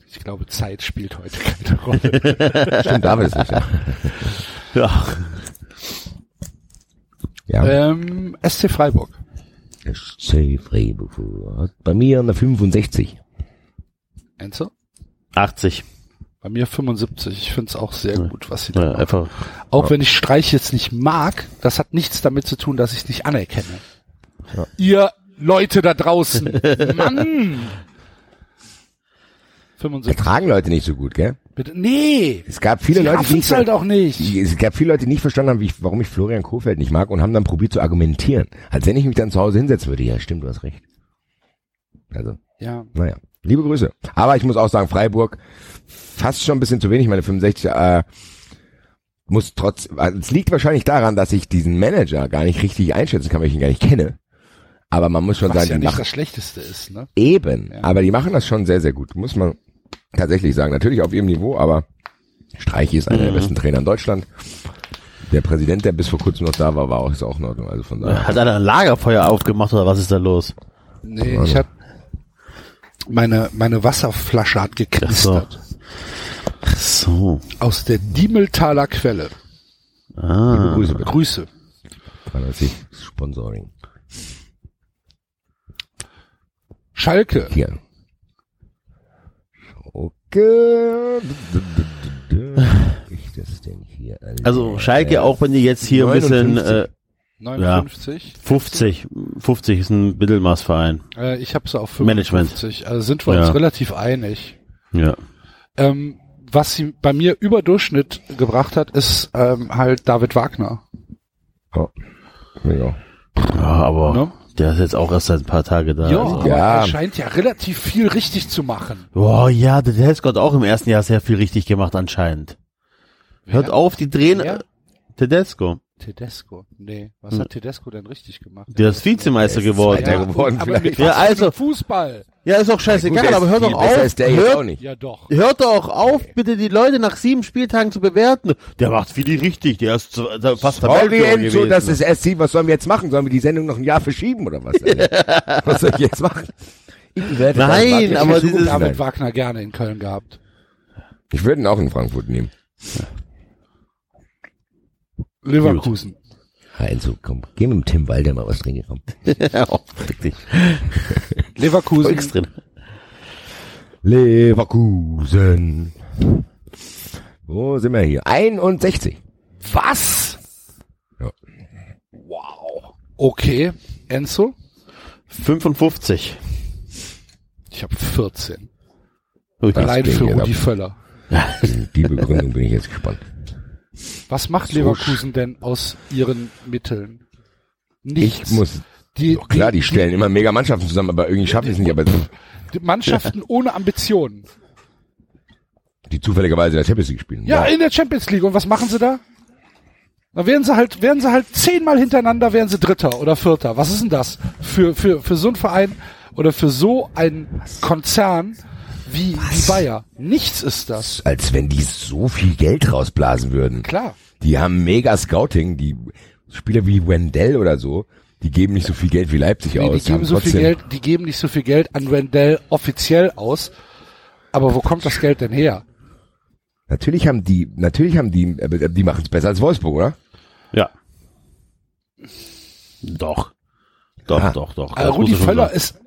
S2: Ich glaube, Zeit spielt heute keine Rolle.
S4: Stimmt, David ist nicht da.
S3: Ja.
S4: Ja.
S2: ähm, SC Freiburg.
S4: SC Freiburg hat bei mir eine 65.
S2: Enzo?
S3: 80.
S2: Bei mir 75. Ich find's auch sehr gut, was sie da
S3: Ja,
S2: machen.
S3: einfach.
S2: Auch wenn ich Streich jetzt nicht mag, das hat nichts damit zu tun, dass ich es nicht anerkenne. Ihr Leute da draußen. Mann! 75.
S4: Ertragen Leute nicht so gut, gell?
S2: Bitte. Nee!
S4: Es gab viele
S2: Die
S4: Leute, die
S2: haffen's
S4: nicht,
S2: halt auch nicht.
S4: Die, es gab viele Leute, die nicht verstanden haben, wie ich, warum ich Florian Kohfeldt nicht mag und haben dann probiert zu argumentieren. Als wenn ich mich dann zu Hause hinsetzen würde. Ja, stimmt, du hast recht. Also,
S2: Ja.
S4: naja. Liebe Grüße. Aber ich muss auch sagen, Freiburg fast schon ein bisschen zu wenig, meine 65. Äh, muss trotz, also es liegt wahrscheinlich daran, dass ich diesen Manager gar nicht richtig einschätzen kann, weil ich ihn gar nicht kenne. Aber man muss schon
S2: Was
S4: sagen,
S2: ja
S4: die
S2: nicht
S4: machen
S2: das Schlechteste ist, ne?
S4: eben.
S2: Ja.
S4: Aber die machen das schon sehr, sehr gut, muss man tatsächlich sagen. Natürlich auf ihrem Niveau, aber Streich ist
S2: Mhm.
S4: einer der besten Trainer in Deutschland. Der Präsident, der bis vor kurzem noch da war, war auch, ist auch in Ordnung. Also von daher.
S3: Hat einer ein Lagerfeuer aufgemacht oder was ist da los?
S2: Nee, ich hab, meine, meine Wasserflasche hat geknistert.
S3: Ach so.
S2: Aus der Diemeltaler Quelle.
S3: Ah.
S4: Liebe Grüße bitte.
S2: Grüße.
S4: 93 Sponsoring.
S2: Schalke.
S4: Hier. Okay. Ich das denn hier alle-
S3: Also Schalke, auch wenn die jetzt hier ein bisschen äh,
S2: 59.
S3: 50, 50 ist ein Mittelmaßverein.
S2: Äh, ich habe es auf
S3: Management.
S2: 55. Also sind wir uns
S3: Ja.
S2: relativ einig.
S3: Ja.
S2: Ähm, was sie bei mir über Durchschnitt gebracht hat, ist ähm, halt David Wagner.
S4: Oh, ja.
S3: ja aber
S2: Ne?
S3: Der ist jetzt auch erst seit ein paar Tage da.
S2: Ja,
S3: Also.
S2: aber
S4: Ja.
S2: er scheint ja relativ viel richtig zu machen.
S3: Oh ja, der Tedesco hat auch im ersten Jahr sehr viel richtig gemacht anscheinend. Hört auf, die drehen.
S2: Wer?
S3: Tedesco.
S2: Tedesco. Nee, was hat Tedesco denn richtig gemacht?
S3: Hm. Der ist Vizemeister geworden.
S4: Zweiter geworden
S2: aber mit
S4: vielleicht.
S3: Ja,
S2: was für
S3: also-
S2: einem Fußball.
S3: Ja, ist auch
S4: Gut,
S3: scheißegal,
S4: der
S3: aber
S4: ist
S3: hört
S4: viel
S3: doch
S4: besser
S3: auf.
S4: Ist der jetzt auch
S3: Hört,
S4: nicht.
S2: Ja doch.
S3: hört doch auch auf, bitte die Leute nach sieben Spieltagen zu bewerten. Der macht viel richtig, der ist zu- da- fast
S4: Sorry,
S3: Tabellenführer
S4: Enzo,
S3: gewesen.
S4: das ist SC. Was sollen wir jetzt machen? Sollen wir die Sendung noch ein Jahr verschieben oder was? was soll ich jetzt machen? Ich werde
S3: Nein,
S4: das-
S3: aber
S4: ich,
S3: dieses-
S4: versuche-
S2: David
S4: Nein.
S2: Wagner gerne in Köln gehabt.
S4: ich würde ihn auch in Frankfurt nehmen.
S2: Leverkusen.
S4: Ha, Enzo, Also, komm, geh mit dem Tim Walder mal was trinken. Komm.
S3: ja, auch richtig.
S2: Leverkusen.
S3: Nix drin.
S4: Leverkusen. Wo sind wir hier? 61.
S2: Was?
S4: Ja.
S2: Wow. Okay, Enzo,
S3: 55.
S2: ich habe 14.
S3: Ui,
S4: Das
S2: Allein
S4: ging
S2: für
S4: ja
S2: Rudi
S4: ab.
S2: Völler.
S4: Also, Die Begründung bin ich jetzt gespannt.
S2: Was macht
S4: So
S2: Leverkusen denn aus ihren Mitteln?
S4: Ich
S2: Nichts.
S4: muss,
S2: die,
S4: doch klar, die stellen immer mega Mannschaften zusammen, aber irgendwie schaffen sie es nicht, aber
S2: die Mannschaften ohne Ambitionen.
S4: die zufälligerweise in der Champions League spielen.
S2: Ja,
S4: Wow.
S2: in der Champions League. Und was machen sie da? Da werden sie halt, werden sie halt zehnmal hintereinander, werden sie Dritter oder Vierter. Was ist denn das? Für, für, für so einen Verein oder für so einen Konzern wie, wie Bayer. Nichts ist das.
S4: als wenn die so viel Geld rausblasen würden.
S2: Klar.
S4: Die haben mega Scouting, die Spieler wie Wendell oder so, die geben nicht so viel Geld wie Leipzig
S2: Nee, die
S4: aus.
S2: geben
S4: haben
S2: so viel
S4: trotzdem-
S2: Geld, die geben nicht so viel Geld an Rendell offiziell aus. Aber wo kommt das Geld denn her?
S4: Natürlich haben die, natürlich haben die, äh, die machen es besser als Wolfsburg, oder?
S3: Ja. Doch. Doch,
S4: Ah.
S3: doch, doch.
S2: Äh,
S3: Das
S2: Rudi
S3: muss ich schon
S2: Völler
S3: sagen.
S2: ist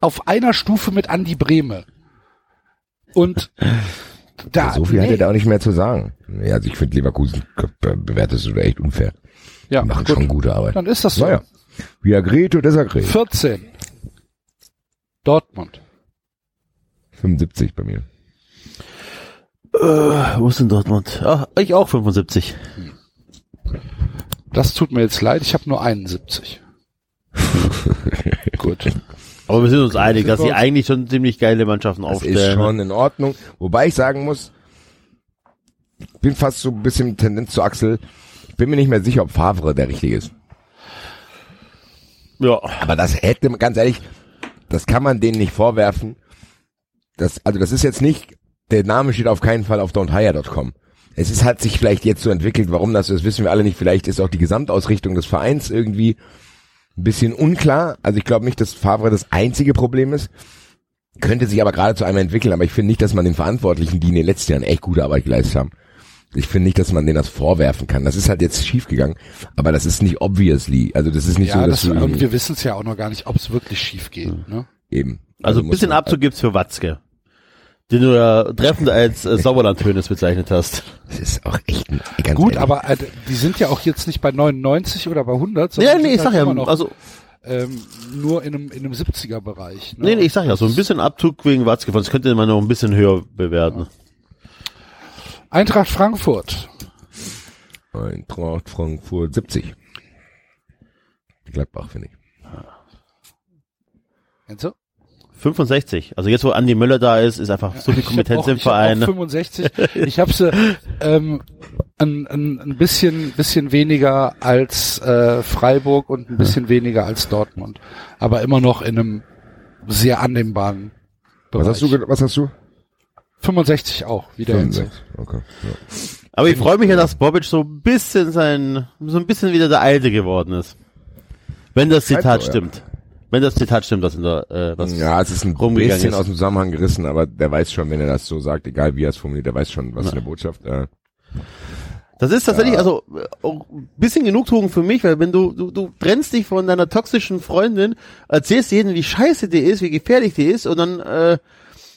S2: auf einer Stufe mit Andy Brehme. Und da,
S4: so viel hat
S2: nee,
S4: er da auch nicht mehr zu sagen. Ja, also ich finde Leverkusen äh, bewertest du da echt unfair.
S2: ja,
S4: Die machen
S2: gut,
S4: schon gute Arbeit.
S2: dann ist das so.
S4: Naja. Wie Agreto, das Agreto.
S2: 14. Dortmund.
S4: 75 bei mir.
S3: Wo ist denn Dortmund? Ah, ich auch 75.
S2: Das tut mir jetzt leid, ich habe nur 71. gut.
S3: Aber wir sind uns einig, dass sie
S2: uns-
S3: eigentlich schon ziemlich geile Mannschaften
S4: Das
S3: aufstellen.
S4: ist schon in Ordnung. Wobei ich sagen muss, ich bin fast so ein bisschen Tendenz zu Axel. Ich bin mir nicht mehr sicher, ob Favre der richtige ist.
S3: Ja.
S4: Aber das hätte, man- ganz ehrlich, das kann man denen nicht vorwerfen. Das, also das ist jetzt nicht, der Name steht auf keinen Fall auf don'thire.com. Es ist, hat sich vielleicht jetzt so entwickelt, warum das so ist, wissen wir alle nicht. Vielleicht ist auch die Gesamtausrichtung des Vereins irgendwie ein bisschen unklar. Also ich glaube nicht, dass Favre das einzige Problem ist. Könnte sich aber gerade zu einem entwickeln. Aber ich finde nicht, dass man den Verantwortlichen, die in den letzten Jahren echt gute Arbeit geleistet haben, ich finde nicht, dass man denen das vorwerfen kann. Das ist halt jetzt schiefgegangen, aber das ist nicht obviously. Also das ist nicht
S2: Ja,
S4: so, dass
S2: das,
S4: du Hm. irgendwie-
S2: und wir wissen es ja auch noch gar nicht, ob es wirklich schief geht. Ne?
S4: Eben.
S3: Also ein
S4: muss
S3: bisschen
S4: man-
S3: Abzug gibt's für Watzke. Den du ja treffend als äh, Sauerland-Hönes bezeichnet hast.
S4: Das ist auch echt ein, ganz
S2: Gut,
S4: ehrlich.
S2: aber äh, die sind ja auch jetzt nicht bei 99 oder bei 100,
S3: Ja,
S2: sondern
S3: nee,
S2: sind
S3: ich sag
S2: halt
S3: ja,
S2: immer noch,
S3: also,
S2: ähm, nur in einem, in einem 70er-Bereich. Ne?
S3: nee, nee, ich sag ja, so ein bisschen Abzug wegen Watzke, sonst könnte man noch ein bisschen höher bewerten.
S2: Eintracht Frankfurt.
S4: Eintracht Frankfurt 70. Gladbach finde ich.
S2: Enzo?
S3: 65. Also jetzt, wo Andi Möller da ist, ist einfach so viel
S2: Ich hab
S3: Kompetenz
S2: auch,
S3: im
S2: ich hab auch
S3: Verein. ne?
S2: 65. Ich habe sie ähm, ein, ein, ein bisschen, bisschen weniger als äh, Freiburg und ein bisschen weniger als Dortmund. Aber immer noch in einem sehr annehmbaren Bereich.
S4: Was hast du? ge- Was hast du?
S2: 65 auch, wieder Enzo.
S4: 65. Okay. Ja.
S3: Aber ich freue mich ja, dass Bobic so ein bisschen sein, so ein bisschen wieder der Alte geworden ist. Wenn das Zitat
S4: Halb so, ja.
S3: stimmt. Wenn das Zitat stimmt, was in der, äh, was
S4: ja, es ist ein
S3: rumgegangen
S4: bisschen
S3: ist.
S4: aus dem Zusammenhang gerissen, aber der weiß schon, wenn er das so sagt, egal wie er es formuliert, der weiß schon, was in der Botschaft. Äh,
S3: Das ist tatsächlich also äh, auch ein bisschen Genugtuung für mich, weil wenn du, du du trennst dich von deiner toxischen Freundin, erzählst jedem, wie scheiße die ist, wie gefährlich die ist und dann äh,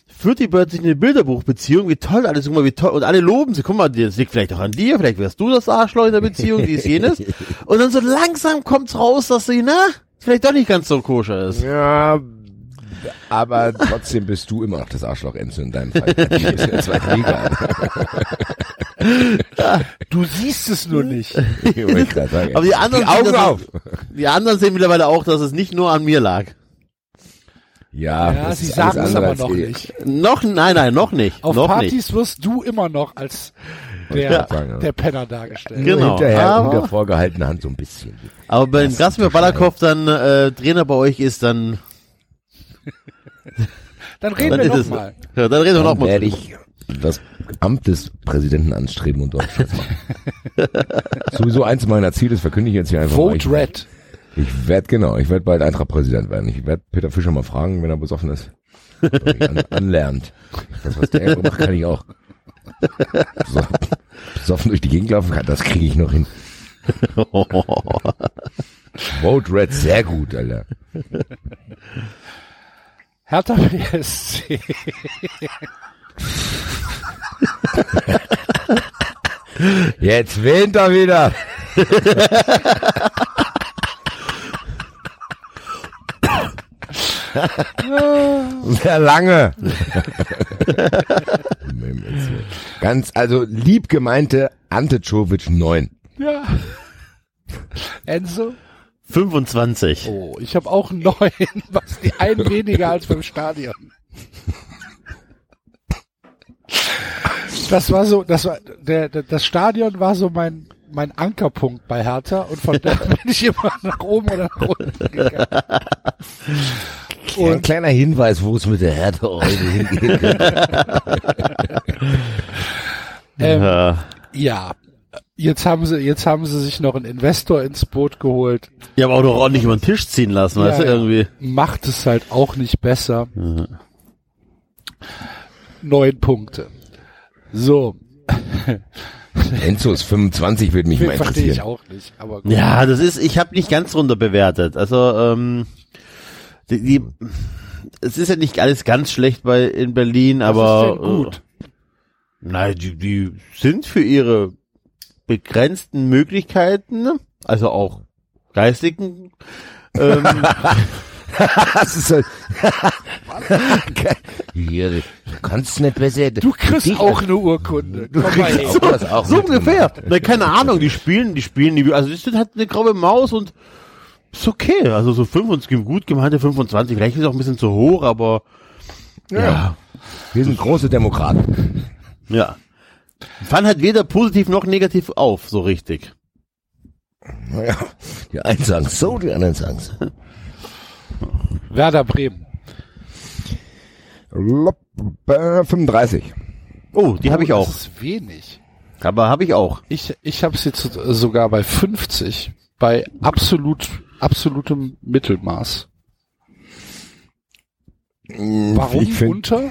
S3: führt die plötzlich eine Bilderbuchbeziehung, wie toll alles, guck mal, wie toll und alle loben sie, guck mal, das liegt vielleicht auch an dir, vielleicht wärst du das Arschloch in der Beziehung, dies jenes und dann so langsam kommt's raus, dass sie na vielleicht doch nicht ganz so koscher ist.
S4: ja, aber trotzdem bist du immer noch das Arschloch Enzo in deinem Fall. Du bist ja zwei Krieger.
S2: Du siehst es nur nicht.
S4: Ich wollte gerade sagen.
S3: Aber Also, die anderen,
S4: Die Augen
S3: sehen, dass-
S4: auf!
S3: die anderen sehen mittlerweile auch, dass es nicht nur an mir lag.
S4: Ja,
S2: Ja,
S4: das
S2: sie
S4: ist alles
S2: sagen es
S4: andere
S2: aber
S4: als
S2: noch
S4: eh.
S2: nicht.
S3: Noch, nein, nein, noch nicht.
S2: Auf
S3: noch
S2: Partys
S3: nicht.
S2: wirst du immer noch als der,
S4: Ja. Sagen, ja.
S2: der Penner dargestellt.
S3: Genau.
S4: Nur hinterher
S3: aber-
S4: unter vorgehaltener Hand so ein bisschen.
S3: Aber wenn Gaspar Balakow dann äh, Trainer bei euch ist, dann,
S2: Dann reden
S3: dann
S2: wir
S3: ist es.
S2: nochmal.
S3: Ja, dann reden wir
S4: Dann
S3: nochmal.
S4: werde ich das Amt des Präsidenten anstreben und dort Chef machen. Sowieso eins meiner Ziele, das verkündige ich jetzt hier einfach mal.
S2: Vote
S4: Ich-
S2: Red.
S4: Ich werde, genau, ich werde bald Eintracht-Präsident werden. Ich werde Peter Fischer mal fragen, wenn er besoffen ist. ob er mich An, anlernt. Das, was der macht, kann ich auch. So, besoffen durch die Gegend laufen kann, das kriege ich noch hin. Vote Red, sehr gut, Alter.
S2: Hertha BSC.
S4: Jetzt winnt er wieder. Sehr lange. Ganz, also lieb gemeinte Ante Czovic 9.
S2: Ja. Enzo?
S3: 25.
S2: Oh, ich habe auch neun, was die ein weniger als beim Stadion. Das war so, das war der, der das Stadion war so mein mein Ankerpunkt bei Hertha und von da bin ich immer nach oben oder nach unten gegangen.
S4: Ein kleiner Hinweis, wo es mit der Härte heute hingeht.
S2: Ähm,
S3: Ja.
S2: ja, jetzt haben sie jetzt haben sie sich noch einen Investor ins Boot geholt.
S3: Ich habe auch noch ordentlich über den Tisch ziehen lassen, weißt du,
S2: Ja, ja.
S3: irgendwie.
S2: Macht es halt auch nicht besser. Neun Punkte. So,
S4: Enzo ist 25, würde mich mal
S2: verstehe ich
S4: interessieren.
S2: auch nicht, aber gut.
S3: Ja, das ist, ich habe nicht ganz runter bewertet. Also, ähm, die, die, es ist ja nicht alles ganz schlecht bei in Berlin, aber
S2: ist denn gut?
S3: Äh, nein, die, die sind für ihre begrenzten Möglichkeiten, also auch geistigen, ähm,
S4: Das ist halt Hier, du kannst nicht besser.
S2: Du kriegst auch eine Urkunde.
S4: Du
S2: Komm mal
S4: kriegst
S2: her.
S4: auch das auch
S3: so
S4: mit.
S3: ungefähr. Na, keine Ahnung, die spielen, die spielen, die, also die sind halt eine graue Maus und ist okay. Also so 25, gut gemeinte 25, vielleicht ist es auch ein bisschen zu hoch, aber ja.
S4: Wir sind große Demokraten.
S3: Ja. Fand halt weder positiv noch negativ auf, so richtig.
S4: Naja, die einen sagen so, die anderen sagen so.
S2: Werder Bremen.
S4: Lopp, äh, 35.
S3: Oh, die habe ich
S2: Oh,
S3: auch.
S2: Das ist wenig.
S3: Aber habe ich auch.
S2: Ich, ich habe es jetzt sogar bei 50, bei absolut, absolutem Mittelmaß. Warum
S4: Ich finde,
S2: unter?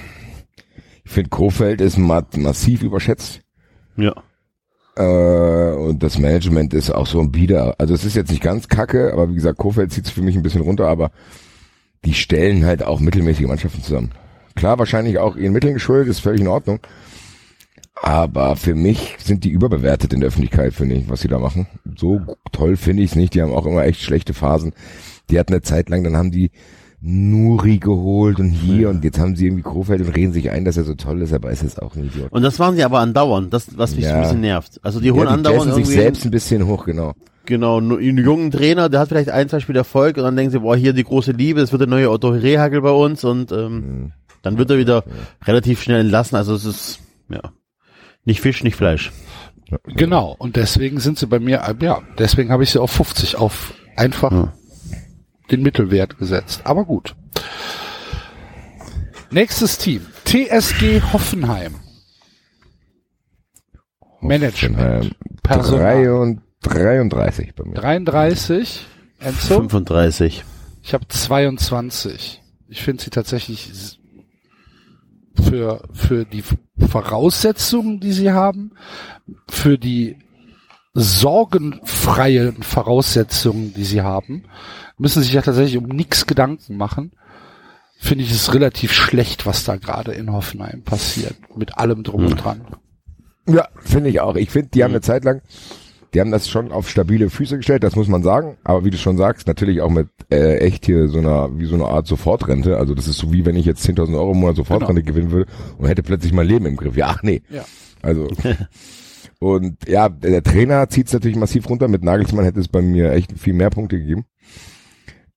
S4: find Kofeld ist ma massiv überschätzt.
S3: Ja.
S4: Äh, und das Management ist auch so ein Bieder. Also es ist jetzt nicht ganz kacke, aber wie gesagt, Kofeld zieht es für mich ein bisschen runter, aber die stellen halt auch mittelmäßige Mannschaften zusammen. Klar, wahrscheinlich auch ihren Mitteln geschuldet, ist völlig in Ordnung. Aber für mich sind die überbewertet in der Öffentlichkeit, finde ich, was sie da machen. So toll finde ich es nicht. Die haben auch immer echt schlechte Phasen. Die hatten eine Zeit lang, dann haben die Nuri geholt und hier und jetzt haben sie irgendwie Kofeld und reden sich ein, dass er so toll ist, aber ist jetzt auch ein Idiot.
S3: Und das machen sie aber andauernd, das, was mich so
S4: Ja.
S3: ein bisschen nervt. Also die holen
S4: ja, die
S3: andauernd
S4: jazzen sich
S3: irgendwie
S4: selbst ein bisschen hoch, genau.
S3: genau, nu- einen jungen Trainer, der hat vielleicht ein, zwei Spiele Erfolg und dann denken sie, boah, hier die große Liebe, es wird der neue Otto Rehagel bei uns und ähm, dann wird er wieder relativ schnell entlassen. Also es ist, ja, nicht Fisch, nicht Fleisch.
S2: Genau. Und deswegen sind sie bei mir, äh, ja, deswegen habe ich sie auf 50 auf einfach den Mittelwert gesetzt. Aber gut. Nächstes Team. TSG Hoffenheim. Management.
S4: Äh,
S2: Personal.
S4: 33 bei mir.
S2: 33. Enzo?
S3: 35.
S2: Ich habe 22. Ich finde sie tatsächlich s- für, für die Voraussetzungen, die sie haben, für die sorgenfreien Voraussetzungen, die sie haben, müssen sich ja tatsächlich um nichts Gedanken machen. Finde ich es relativ schlecht, was da gerade in Hoffenheim passiert, mit allem drum und dran.
S4: Ja, finde ich auch. Ich finde, die haben eine Zeit lang Die haben das schon auf stabile Füße gestellt, das muss man sagen. Aber wie du schon sagst, natürlich auch mit äh, echt hier so einer, wie so eine Art Sofortrente. Also das ist so wie wenn ich jetzt 10.000 Euro im Monat Sofortrente gewinnen würde und hätte plötzlich mein Leben im Griff. Ja, ach nee.
S2: Ja.
S4: Also und ja, der Trainer zieht es natürlich massiv runter. Mit Nagelsmann hätte es bei mir echt viel mehr Punkte gegeben.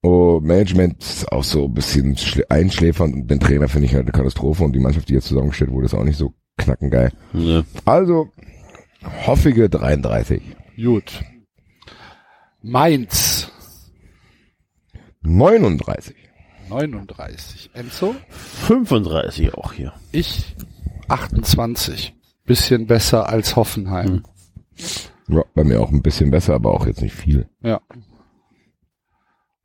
S4: Oh, Management ist auch so ein bisschen schl- einschläfernd und den Trainer finde ich halt eine Katastrophe und die Mannschaft, die jetzt zusammengestellt wurde, ist auch nicht so knackengeil.
S3: Ja.
S4: Also, hoffige 33.
S2: Gut. Mainz
S4: 39.
S2: 39. Enzo?
S3: 35 auch hier.
S2: Ich 28. Bisschen besser als Hoffenheim.
S4: Ja, bei mir auch ein bisschen besser, aber auch jetzt nicht viel.
S2: Ja.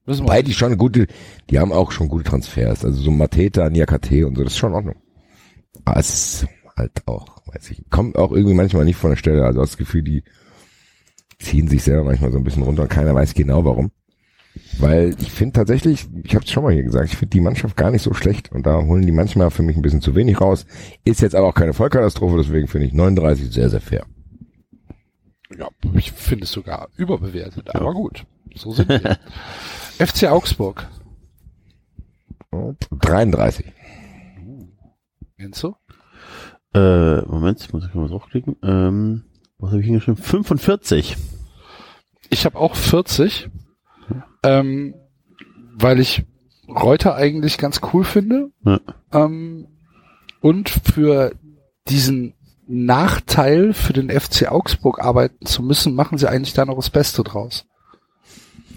S2: Müssen wir
S4: Wobei die schon gute, die haben auch schon gute Transfers. Also so Mateta, Niakate und so, das ist schon in Ordnung. Aber es ist halt auch, weiß ich, kommt auch irgendwie manchmal nicht von der Stelle. Also das Gefühl, die ziehen sich selber manchmal so ein bisschen runter und keiner weiß genau warum. Weil ich finde tatsächlich, ich habe es schon mal hier gesagt, ich finde die Mannschaft gar nicht so schlecht und da holen die manchmal für mich ein bisschen zu wenig raus. Ist jetzt aber auch keine Vollkatastrophe, deswegen finde ich 39 sehr, sehr fair.
S2: ja, ich finde es sogar überbewertet, aber gut. So sind wir. FC Augsburg.
S4: Und 33.
S2: Enzo?
S3: Äh, Moment, ich muss ich mal draufklicken. Ähm, was habe ich hingeschrieben? 45.
S2: Ich habe auch 40, ähm, weil ich Reuter eigentlich ganz cool finde.
S3: Ja.
S2: Ähm, und für diesen Nachteil, für den FC Augsburg arbeiten zu müssen, machen sie eigentlich da noch das Beste draus.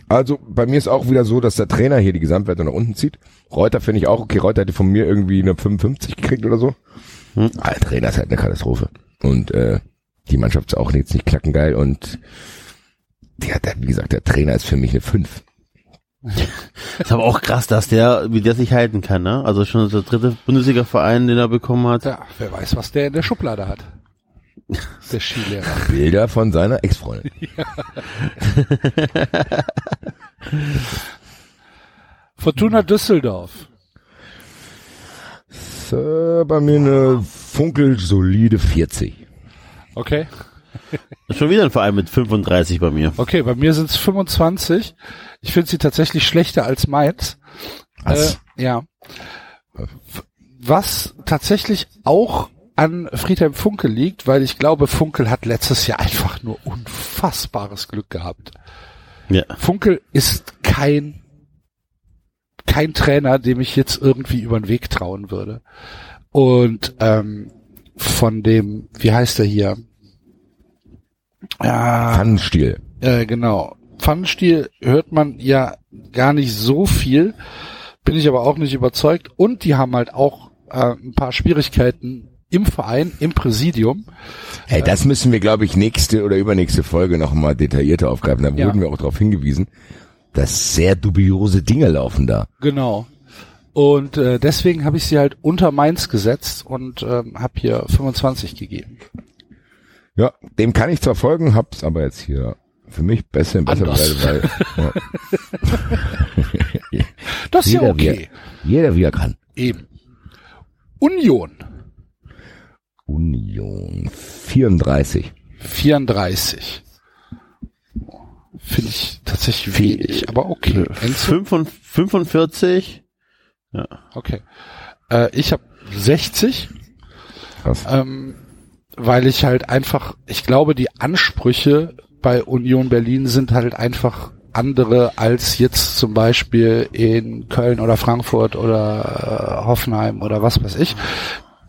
S4: Also bei mir ist auch wieder so, dass der Trainer hier die Gesamtwerte nach unten zieht. Reuter finde ich auch okay. Reuter hätte von mir irgendwie eine 55 gekriegt oder so.
S3: Hm.
S4: Ah, der Trainer ist halt eine Katastrophe. Und äh, die Mannschaft ist auch jetzt nicht klackengeil. Und die hat, wie gesagt, der Trainer ist für mich eine 5.
S3: Ist aber auch krass, dass der, wie der sich halten kann, ne? Also schon der dritte Bundesliga-Verein, den er bekommen hat.
S2: Ja, wer weiß, was der in der Schublade hat. Der Skilehrer.
S4: Bilder von seiner Ex-Freundin.
S2: Fortuna Düsseldorf.
S4: Ist, äh, bei mir eine funkelsolide 40.
S2: Okay.
S3: Ist Schon wieder ein Verein mit 35 bei mir.
S2: Okay, bei mir sind es 25. Ich finde sie tatsächlich schlechter als Mainz.
S4: Was?
S2: Äh, ja. F- Was tatsächlich auch an Friedhelm Funkel liegt, weil ich glaube, Funkel hat letztes Jahr einfach nur unfassbares Glück gehabt.
S3: Ja.
S2: Funkel ist kein kein Trainer, dem ich jetzt irgendwie über den Weg trauen würde. Und ähm, von dem, wie heißt er hier? Ja,
S4: Pfannenstiel.
S2: äh, genau. Pfannenstiel hört man ja gar nicht so viel, bin ich aber auch nicht überzeugt. Und die haben halt auch äh, ein paar Schwierigkeiten im Verein, im Präsidium.
S4: Hey, das müssen wir, glaube ich, nächste oder übernächste Folge nochmal detaillierter aufgreifen. Da
S2: Ja.
S4: wurden wir auch darauf hingewiesen, dass sehr dubiose Dinge laufen da.
S2: Genau. Und äh, deswegen habe ich sie halt unter Mainz gesetzt und ähm, habe hier 25 gegeben.
S4: Ja, dem kann ich zwar folgen, hab's aber jetzt hier für mich besser besser
S2: Anders.
S4: bewertet, weil ja,
S2: Das ist ja
S4: jeder,
S2: okay.
S4: wie er, jeder wie er kann.
S2: Eben. Union
S4: Union 34.
S2: 34. Finde ich tatsächlich wenig, aber okay. Enzo?
S3: 45, 45
S2: Okay. Äh, ich habe 60.
S4: Krass.
S2: ähm, weil ich halt einfach, ich glaube, die Ansprüche bei Union Berlin sind halt einfach andere als jetzt zum Beispiel in Köln oder Frankfurt oder äh, Hoffenheim oder was weiß ich.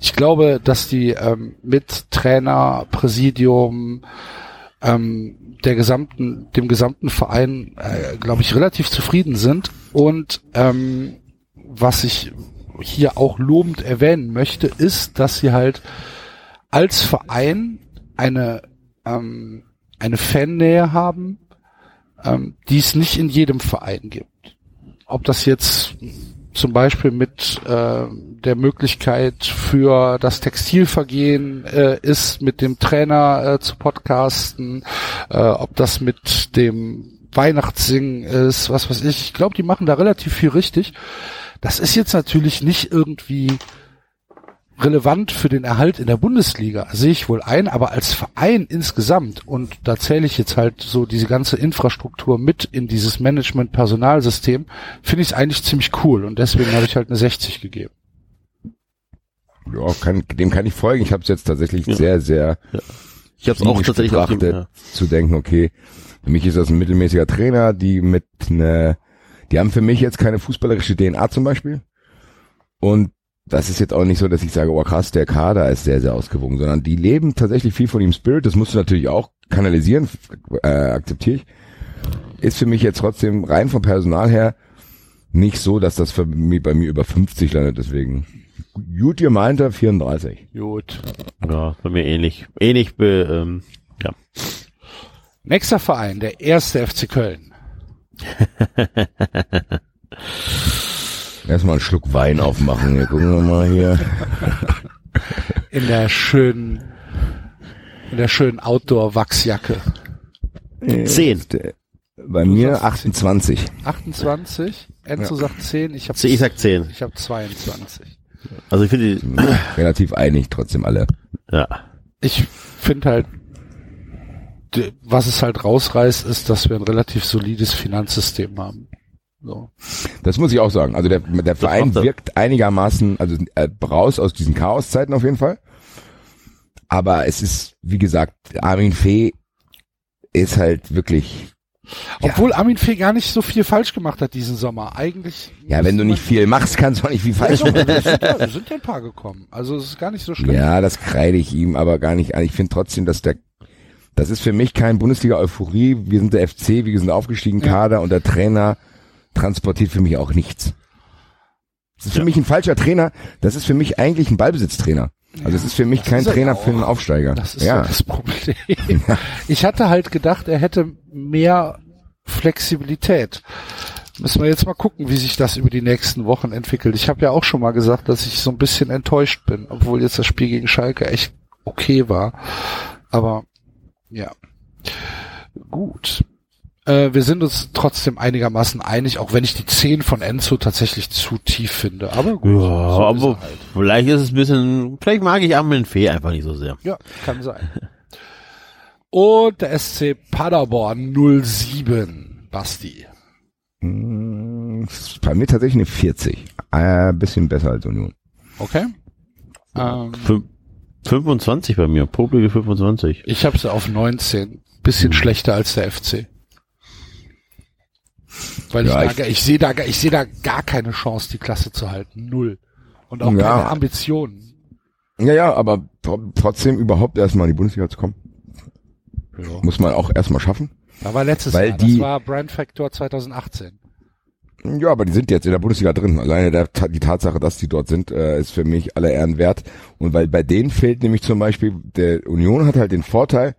S2: Ich glaube, dass die ähm, mit Trainer, Präsidium, ähm, der gesamten, dem gesamten Verein, äh, glaube ich, relativ zufrieden sind. Und ähm, was ich hier auch lobend erwähnen möchte, ist, dass sie halt als Verein eine, ähm, eine Fannähe haben, ähm, die es nicht in jedem Verein gibt. Ob das jetzt zum Beispiel mit äh, der Möglichkeit für das Textilvergehen äh, ist, mit dem Trainer äh, zu podcasten, äh, ob das mit dem Weihnachtssingen ist, was weiß ich. Ich glaube, die machen da relativ viel richtig. Das ist jetzt natürlich nicht irgendwie relevant für den Erhalt in der Bundesliga, sehe ich wohl ein, aber als Verein insgesamt, und da zähle ich jetzt halt so diese ganze Infrastruktur mit in dieses Management-Personalsystem, finde ich es eigentlich ziemlich cool und deswegen habe ich halt eine 60 gegeben.
S4: Ja, kann, dem kann ich folgen. Ich habe es jetzt tatsächlich sehr, sehr
S3: Ich habe es auch
S4: kritisch
S3: tatsächlich auf dem-
S4: betrachtet, zu denken, okay, für mich ist das ein mittelmäßiger Trainer, die mit ne, die haben für mich jetzt keine fußballerische DNA zum Beispiel. Und das ist jetzt auch nicht so, dass ich sage, oh krass, der Kader ist sehr, sehr ausgewogen, sondern die leben tatsächlich viel von dem Spirit. Das musst du natürlich auch kanalisieren, f- äh, akzeptiere ich. Ist für mich jetzt trotzdem rein vom Personal her nicht so, dass das für mich, bei mir über 50 landet. Deswegen, gut, ihr meint 34.
S2: Gut.
S3: ja. ja, bei mir ähnlich. Ähnlich be, ähm, ja.
S2: Nächster Verein, der erste FC Köln.
S4: Erstmal einen Schluck Wein aufmachen. Hier gucken wir mal hier.
S2: In der schönen, in der schönen Outdoor-Wachsjacke.
S3: Zehn.
S4: Bei mir 28.
S2: 28, Enzo sagt 10, ich habe
S3: Ich sag zehn.
S2: ich hab 22.
S3: Also ich finde, die-
S4: Relativ einig trotzdem alle.
S3: ja.
S2: Ich finde halt, d- was es halt rausreißt, ist, dass wir ein relativ solides Finanzsystem haben. So.
S4: Das muss ich auch sagen. Also der, der Verein
S3: macht er.
S4: wirkt einigermaßen, also äh, raus aus diesen Chaoszeiten auf jeden Fall. Aber es ist, wie gesagt, Armin Fee ist halt wirklich,
S2: Obwohl Armin Fee gar nicht so viel falsch gemacht hat diesen Sommer. Eigentlich.
S4: ja, wenn du nicht viel machst, kannst du auch nicht viel falsch machen.
S2: Wir sind ja, wir sind ja ein paar gekommen. Also es ist gar nicht so schlimm.
S4: Ja, das kreide ich ihm aber gar nicht an. Ich finde trotzdem, dass der, das ist für mich kein Bundesliga-Euphorie. Wir sind der FC, wir sind aufgestiegen,
S2: Ja.
S4: Kader und der Trainer transportiert für mich auch nichts. Das ist für mich ein falscher Trainer. Das ist für mich eigentlich ein Ballbesitztrainer. Also es ist für mich kein
S2: ist er
S4: Trainer
S2: ja auch.
S4: für einen Aufsteiger.
S2: Das ist ja.
S4: ja.
S2: das Problem. Ich hatte halt gedacht, er hätte mehr Flexibilität. Müssen wir jetzt mal gucken, wie sich das über die nächsten Wochen entwickelt. Ich habe ja auch schon mal gesagt, dass ich so ein bisschen enttäuscht bin, obwohl jetzt das Spiel gegen Schalke echt okay war. Aber ja, gut. Äh, wir sind uns trotzdem einigermaßen einig, auch wenn ich die 10 von Enzo tatsächlich zu tief finde. Aber gut. so
S3: Ja,
S2: ist
S3: aber
S2: er halt.
S3: vielleicht ist es ein bisschen, vielleicht mag ich Armin Fee einfach nicht so sehr.
S2: Ja, kann sein. Und der SC Paderborn 07, Basti.
S4: Mm, das ist bei mir tatsächlich eine 40. Ein bisschen besser als Union.
S2: Okay? Ähm,
S3: Fün 25 bei mir, Publige 25.
S2: ich habe sie auf 19. Bisschen schlechter als der FC. Weil
S4: Ja,
S2: ich, da,
S4: ich-
S2: gar- ich sehe da, gar- ich sehe da gar keine Chance, die Klasse zu halten. Null. Und auch
S4: Ja.
S2: keine Ambitionen.
S4: Ja, ja, aber tr- trotzdem überhaupt erstmal in die Bundesliga zu kommen, muss man auch erstmal schaffen.
S2: Da war letztes
S4: Weil
S2: Jahr.
S4: die-
S2: das war Brand Factor 2018.
S4: Ja, aber die sind jetzt in der Bundesliga drin. Alleine der, Ta- die Tatsache, dass die dort sind, äh, ist für mich aller Ehren wert. Und weil bei denen fehlt nämlich zum Beispiel, der Union hat halt den Vorteil,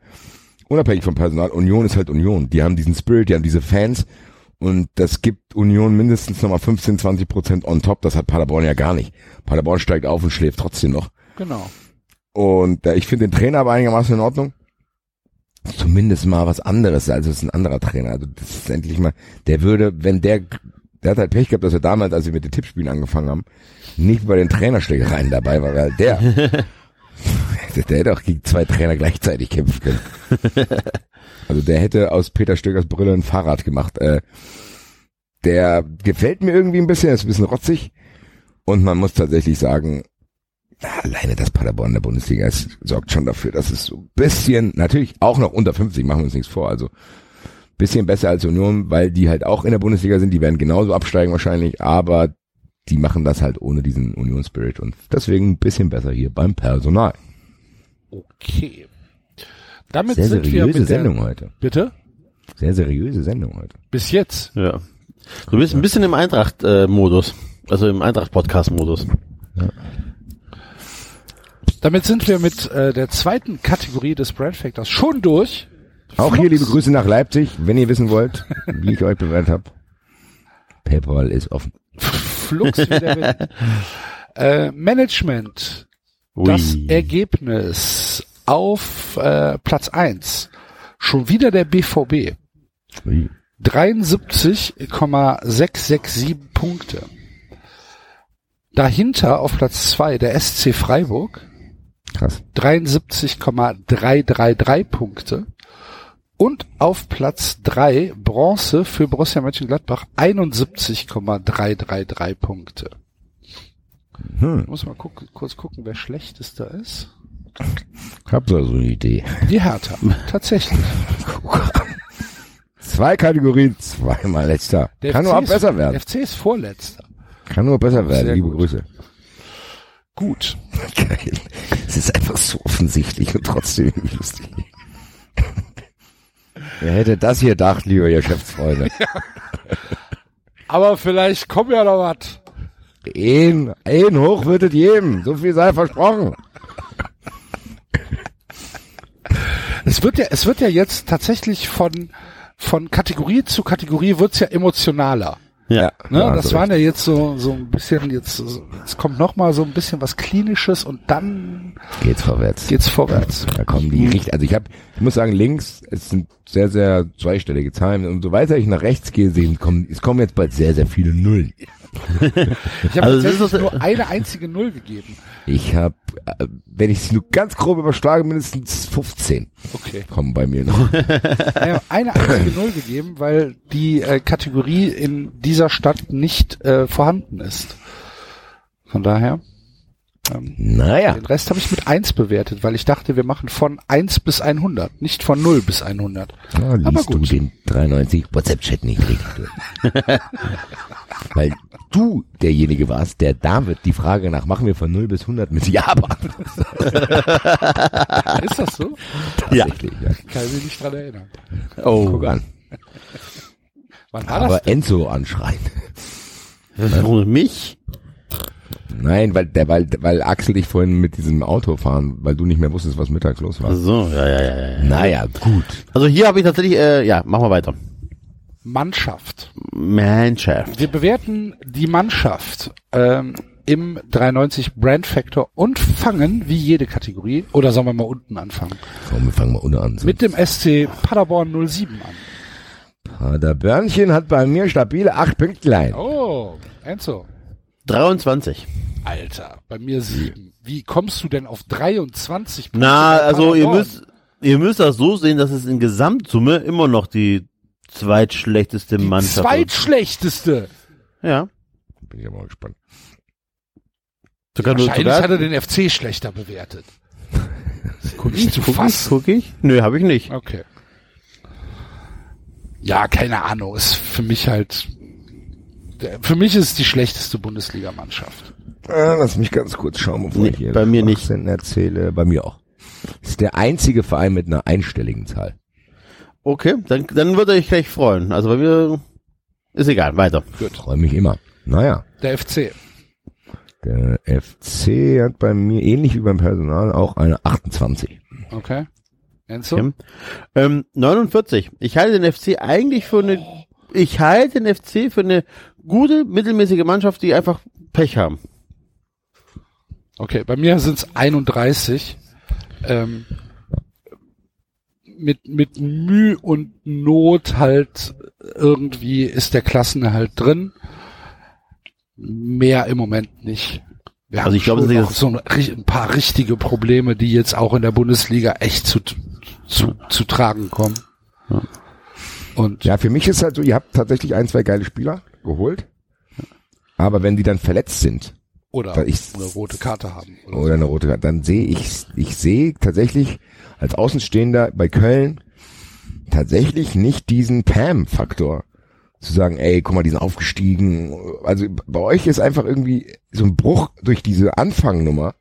S4: unabhängig vom Personal, Union ist halt Union. Die haben diesen Spirit, die haben diese Fans und das gibt Union mindestens nochmal 15, 20 Prozent on top. Das hat Paderborn ja gar nicht. Paderborn steigt auf und schläft trotzdem noch.
S2: Genau.
S4: Und äh, ich finde den Trainer aber einigermaßen in Ordnung. Zumindest mal was anderes. Also es ist ein anderer Trainer. Also das ist endlich mal, der würde, wenn der, der hat halt Pech gehabt, dass er damals, als wir mit den Tippspielen angefangen haben, nicht bei den Trainerschlägereien dabei war, weil der, der hätte auch gegen zwei Trainer gleichzeitig kämpfen können. Also der hätte aus Peter Stögers Brille ein Fahrrad gemacht. Äh, der gefällt mir irgendwie ein bisschen, ist ein bisschen rotzig. Und man muss tatsächlich sagen, alleine das Paderborn in der Bundesliga ist, sorgt schon dafür, dass es so ein bisschen, natürlich auch noch unter 50, machen wir uns nichts vor, also ein bisschen besser als Union, weil die halt auch in der Bundesliga sind, die werden genauso absteigen wahrscheinlich, aber die machen das halt ohne diesen Union-Spirit und deswegen ein bisschen besser hier beim Personal.
S2: Okay. Damit
S4: Sehr
S2: sind wir mit
S4: seriöse
S2: der,
S4: Sendung heute.
S2: Bitte?
S4: Sehr seriöse Sendung heute.
S2: Bis jetzt.
S3: Ja. Du bist ein bisschen im Eintracht-Modus. Also im Eintracht-Podcast-Modus.
S2: Damit sind wir mit äh, der zweiten Kategorie des Brand Factors schon durch.
S4: Auch hier
S2: Flups.
S4: liebe Grüße nach Leipzig, wenn ihr wissen wollt, wie ich euch bewertet habe. PayPal ist offen.
S2: Flux wie der Wind. äh, Management. Das Ergebnis auf äh, Platz eins. Schon wieder der BVB. 73,667 Punkte. Dahinter auf Platz zwei der SC Freiburg.
S4: Krass.
S2: 73,333 Punkte. Und auf Platz drei Bronze für Borussia Mönchengladbach 71,333 Punkte.
S4: Hm,
S2: Muss mal gucken, kurz gucken, wer schlechtester ist.
S4: hab da so eine Idee.
S2: Die Hertha, tatsächlich.
S4: Zwei Kategorien, zweimal letzter.
S2: Der
S4: Kann nur
S2: FC
S4: auch
S2: ist-
S4: besser werden.
S2: Der FC ist vorletzter.
S4: Kann nur besser werden.
S2: Sehr
S4: Liebe
S2: gut.
S4: Grüße.
S2: Gut.
S4: Geil. Es ist einfach so offensichtlich und trotzdem irgendwie lustig. Wer hätte das hier gedacht, liebe Geschäftsfreunde?
S2: Aber vielleicht kommt ja noch was.
S4: Ein, ein hoch wird es jedem. So viel sei versprochen.
S2: Es wird ja, es wird ja jetzt tatsächlich von, von Kategorie zu Kategorie wird's ja emotionaler.
S3: Ja.
S2: Ne?
S4: Ja,
S2: das
S4: so
S2: waren ja jetzt so, so ein bisschen, jetzt, so- es kommt noch mal so ein bisschen was Klinisches und dann
S4: Geht's vorwärts.
S2: geht's Mhm. vorwärts.
S4: Da kommen die richtig. Also ich habe, ich muss sagen, links es sind sehr, sehr zweistellige Zahlen. Umso weiter ich nach rechts gehe, sehen, kommen, es kommen jetzt bald sehr, sehr viele Nullen.
S2: Ich habe
S3: Also das ist
S2: tatsächlich
S3: das-
S2: nur eine einzige Null gegeben.
S4: Ich habe, wenn ich es nur ganz grob überschlage, mindestens 15
S2: Okay.
S4: kommen bei mir noch.
S2: Ja, eine einzige Null gegeben, weil die äh, Kategorie in dieser Stadt nicht äh, vorhanden ist. Von daher, ähm,
S4: Naja.
S2: den Rest habe ich mit 1 bewertet, weil ich dachte, wir machen von 1 bis 100, nicht von 0 bis 100.
S4: Ah, liest
S2: Aber
S4: du
S2: gut.
S4: den 93 WhatsApp-Chat nicht richtig durch. Weil du derjenige warst, der David die Frage nach, machen wir von 0 bis 100 mit Ja beantwortet.
S2: Ist das so?
S3: Ja.
S4: Tatsächlich, ja.
S2: Kann ich mich nicht dran erinnern.
S3: Oh.
S4: Guck an.
S2: Wann war das
S4: Aber
S2: denn?
S4: Enzo anschreien.
S3: Warum mich?
S4: Nein, weil, der, weil, weil Axel dich vorhin mit diesem Auto fahren, weil du nicht mehr wusstest, was mittags los
S2: Also-
S4: war.
S3: So, ja, ja, ja, ja.
S4: Naja, gut.
S3: Also hier habe ich tatsächlich, äh, ja, machen wir weiter.
S2: Mannschaft.
S3: Mannschaft.
S2: Wir bewerten die Mannschaft ähm, im 93 Brand Factor und fangen wie jede Kategorie, oder sollen wir mal unten anfangen,
S4: Komm, wir fangen mal unten an. So.
S2: mit dem SC Paderborn 07 an.
S4: Ah, Der Börnchen hat bei mir stabile 8 Pünktlein.
S2: Oh, Enzo.
S3: 23.
S2: Alter, bei mir 7. Wie kommst du denn auf 23? Punkte
S3: Na,
S2: bei
S3: also ihr
S2: Paderborn?
S3: müsst, ihr müsst das so sehen, dass es in Gesamtsumme immer noch die zweitschlechteste
S2: Die
S3: Mannschaft ist.
S2: zweitschlechteste.
S3: Ja.
S4: Bin ich aber mal gespannt.
S3: Sogar nur
S2: Wahrscheinlich
S3: sogar,
S2: hat er den FC schlechter bewertet. Guck ich zu
S3: guck, ich,
S2: fassen.
S3: guck ich? Nö, habe ich nicht.
S2: Okay. Ja, keine Ahnung. Ist für mich halt. der- Für mich ist es die schlechteste Bundesligamannschaft.
S4: Äh, lass mich ganz kurz schauen, bevor
S3: Nee,
S4: ich hier
S3: bei mir nicht.
S4: Schwachsinn erzähle. Bei mir auch. Ist der einzige Verein mit einer einstelligen Zahl.
S3: Okay, dann, dann würde ich gleich freuen. Also bei mir ist egal, weiter.
S4: Freue mich immer. Naja,
S2: Der FC.
S4: der FC hat bei mir ähnlich wie beim Personal auch eine 28.
S2: Okay. Enzo?
S3: Okay. Ähm, 49. Ich halte den FC eigentlich für eine, ich halte den FC für eine gute, mittelmäßige Mannschaft, die einfach Pech haben.
S2: Okay, bei mir sind es 31. Ähm, mit, mit Mühe und Not halt irgendwie ist der Klassenerhalt drin. Mehr im Moment nicht. Wir
S3: Also
S2: haben
S3: ich glaube,
S2: schon
S3: das ist-
S2: noch so ein, ri- ein paar richtige Probleme, die jetzt auch in der Bundesliga echt zu, zu, zu tragen kommen. Und
S4: Ja, für mich ist halt so, ihr habt tatsächlich ein, zwei geile Spieler geholt. Aber wenn die dann verletzt sind
S2: oder,
S4: Da ist-
S2: oder rote Karte haben. Oder
S4: oder eine rote Karte, dann sehe ich, ich sehe tatsächlich als Außenstehender bei Köln tatsächlich nicht diesen Pam-Faktor. Zu sagen, ey, guck mal, die sind aufgestiegen. Also bei euch ist einfach irgendwie so ein Bruch durch diese Anfangnummer.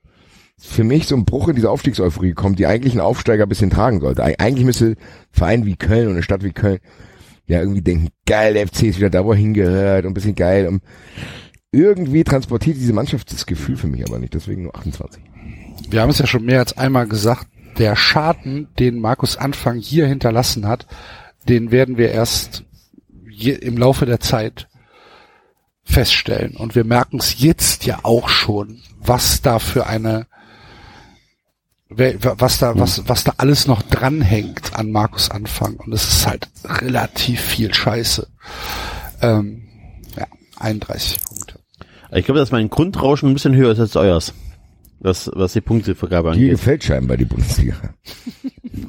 S4: Für mich so ein Bruch in diese Aufstiegseuphorie kommt, die eigentlich ein Aufsteiger ein bisschen tragen sollte. Eig- Eigentlich müsste ein Verein wie Köln und eine Stadt wie Köln ja irgendwie denken, geil, der FC ist wieder da, wo er hingehört und ein bisschen geil. Und irgendwie transportiert diese Mannschaft das Gefühl für mich aber nicht, deswegen nur 28.
S2: wir haben es ja schon mehr als einmal gesagt, der Schaden, den Markus Anfang hier hinterlassen hat, den werden wir erst je, im Laufe der Zeit feststellen. Und wir merken es jetzt ja auch schon, was da für eine, wel- was da, was, was da alles noch dranhängt an Markus Anfang. Und es ist halt relativ viel Scheiße. Ähm, ja, 31 Punkte.
S3: Ich glaube, dass mein Grundrauschen ein bisschen höher ist als euers. Das, was die Punktevergabe
S4: Dir
S3: angeht.
S4: gefällt scheinbar die Bundesliga.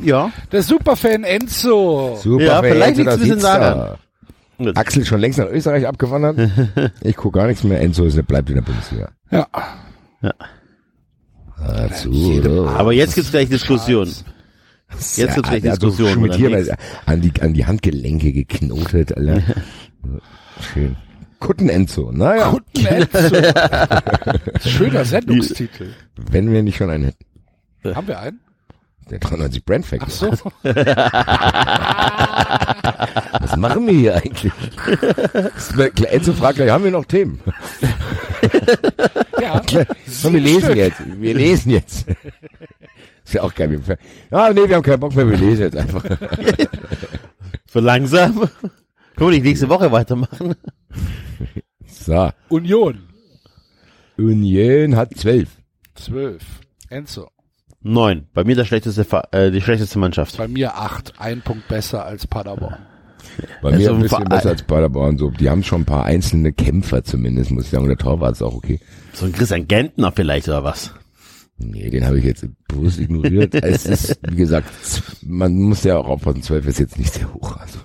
S3: Ja.
S2: Der Superfan Enzo.
S4: Super,
S3: Ja,
S4: wer
S3: vielleicht
S4: Enzo da
S3: liegt's ein bisschen
S4: sitzt da.
S3: daran. Gut.
S4: Axel schon längst nach Österreich abgewandert. Ich gucke gar nichts mehr. Enzo ist, bleibt in der Bundesliga.
S2: Ja.
S4: Dazu,
S3: Aber jetzt gibt's gleich Diskussion. jetzt gibt's gleich Diskussion,
S4: Schon mit
S3: oder
S4: hier
S3: nicht?
S4: an die, an die Handgelenke geknotet, Alter. Schön. Kutten Enzo. Naja,
S2: Kunden Enzo. Schöner Sendungstitel.
S4: wenn wir nicht schon einen hätten.
S2: Haben wir einen?
S4: Der 93 Brand Factor.
S2: Ach so.
S4: Was machen wir hier eigentlich? Enzo fragt gleich, haben wir noch Themen?
S2: Ja.
S4: Komm, wir lesen jetzt. Wir lesen jetzt. Ist ja auch geil. Wir- Ja, nee, wir haben keinen Bock mehr, wir lesen jetzt einfach.
S3: So langsam. Können wir nicht nächste Woche weitermachen?
S4: So.
S2: Union.
S4: Union hat zwölf.
S2: Zwölf. Enzo.
S3: Neun. Bei mir der schlechteste, Fa- äh, die schlechteste Mannschaft.
S2: Bei mir acht. Ein Punkt besser als Paderborn.
S4: Bei
S3: Also
S4: mir ein
S3: ein
S4: bisschen
S3: Verein-
S4: besser als Paderborn. So, die haben schon ein paar einzelne Kämpfer zumindest, muss ich sagen. Und der Torwart ist auch okay.
S3: So ein Christian Gentner vielleicht oder was?
S4: Nee, den habe ich jetzt bewusst ignoriert. es ist, wie gesagt, z- man muss ja auch aufpassen, 12 ist jetzt nicht sehr hoch. Also.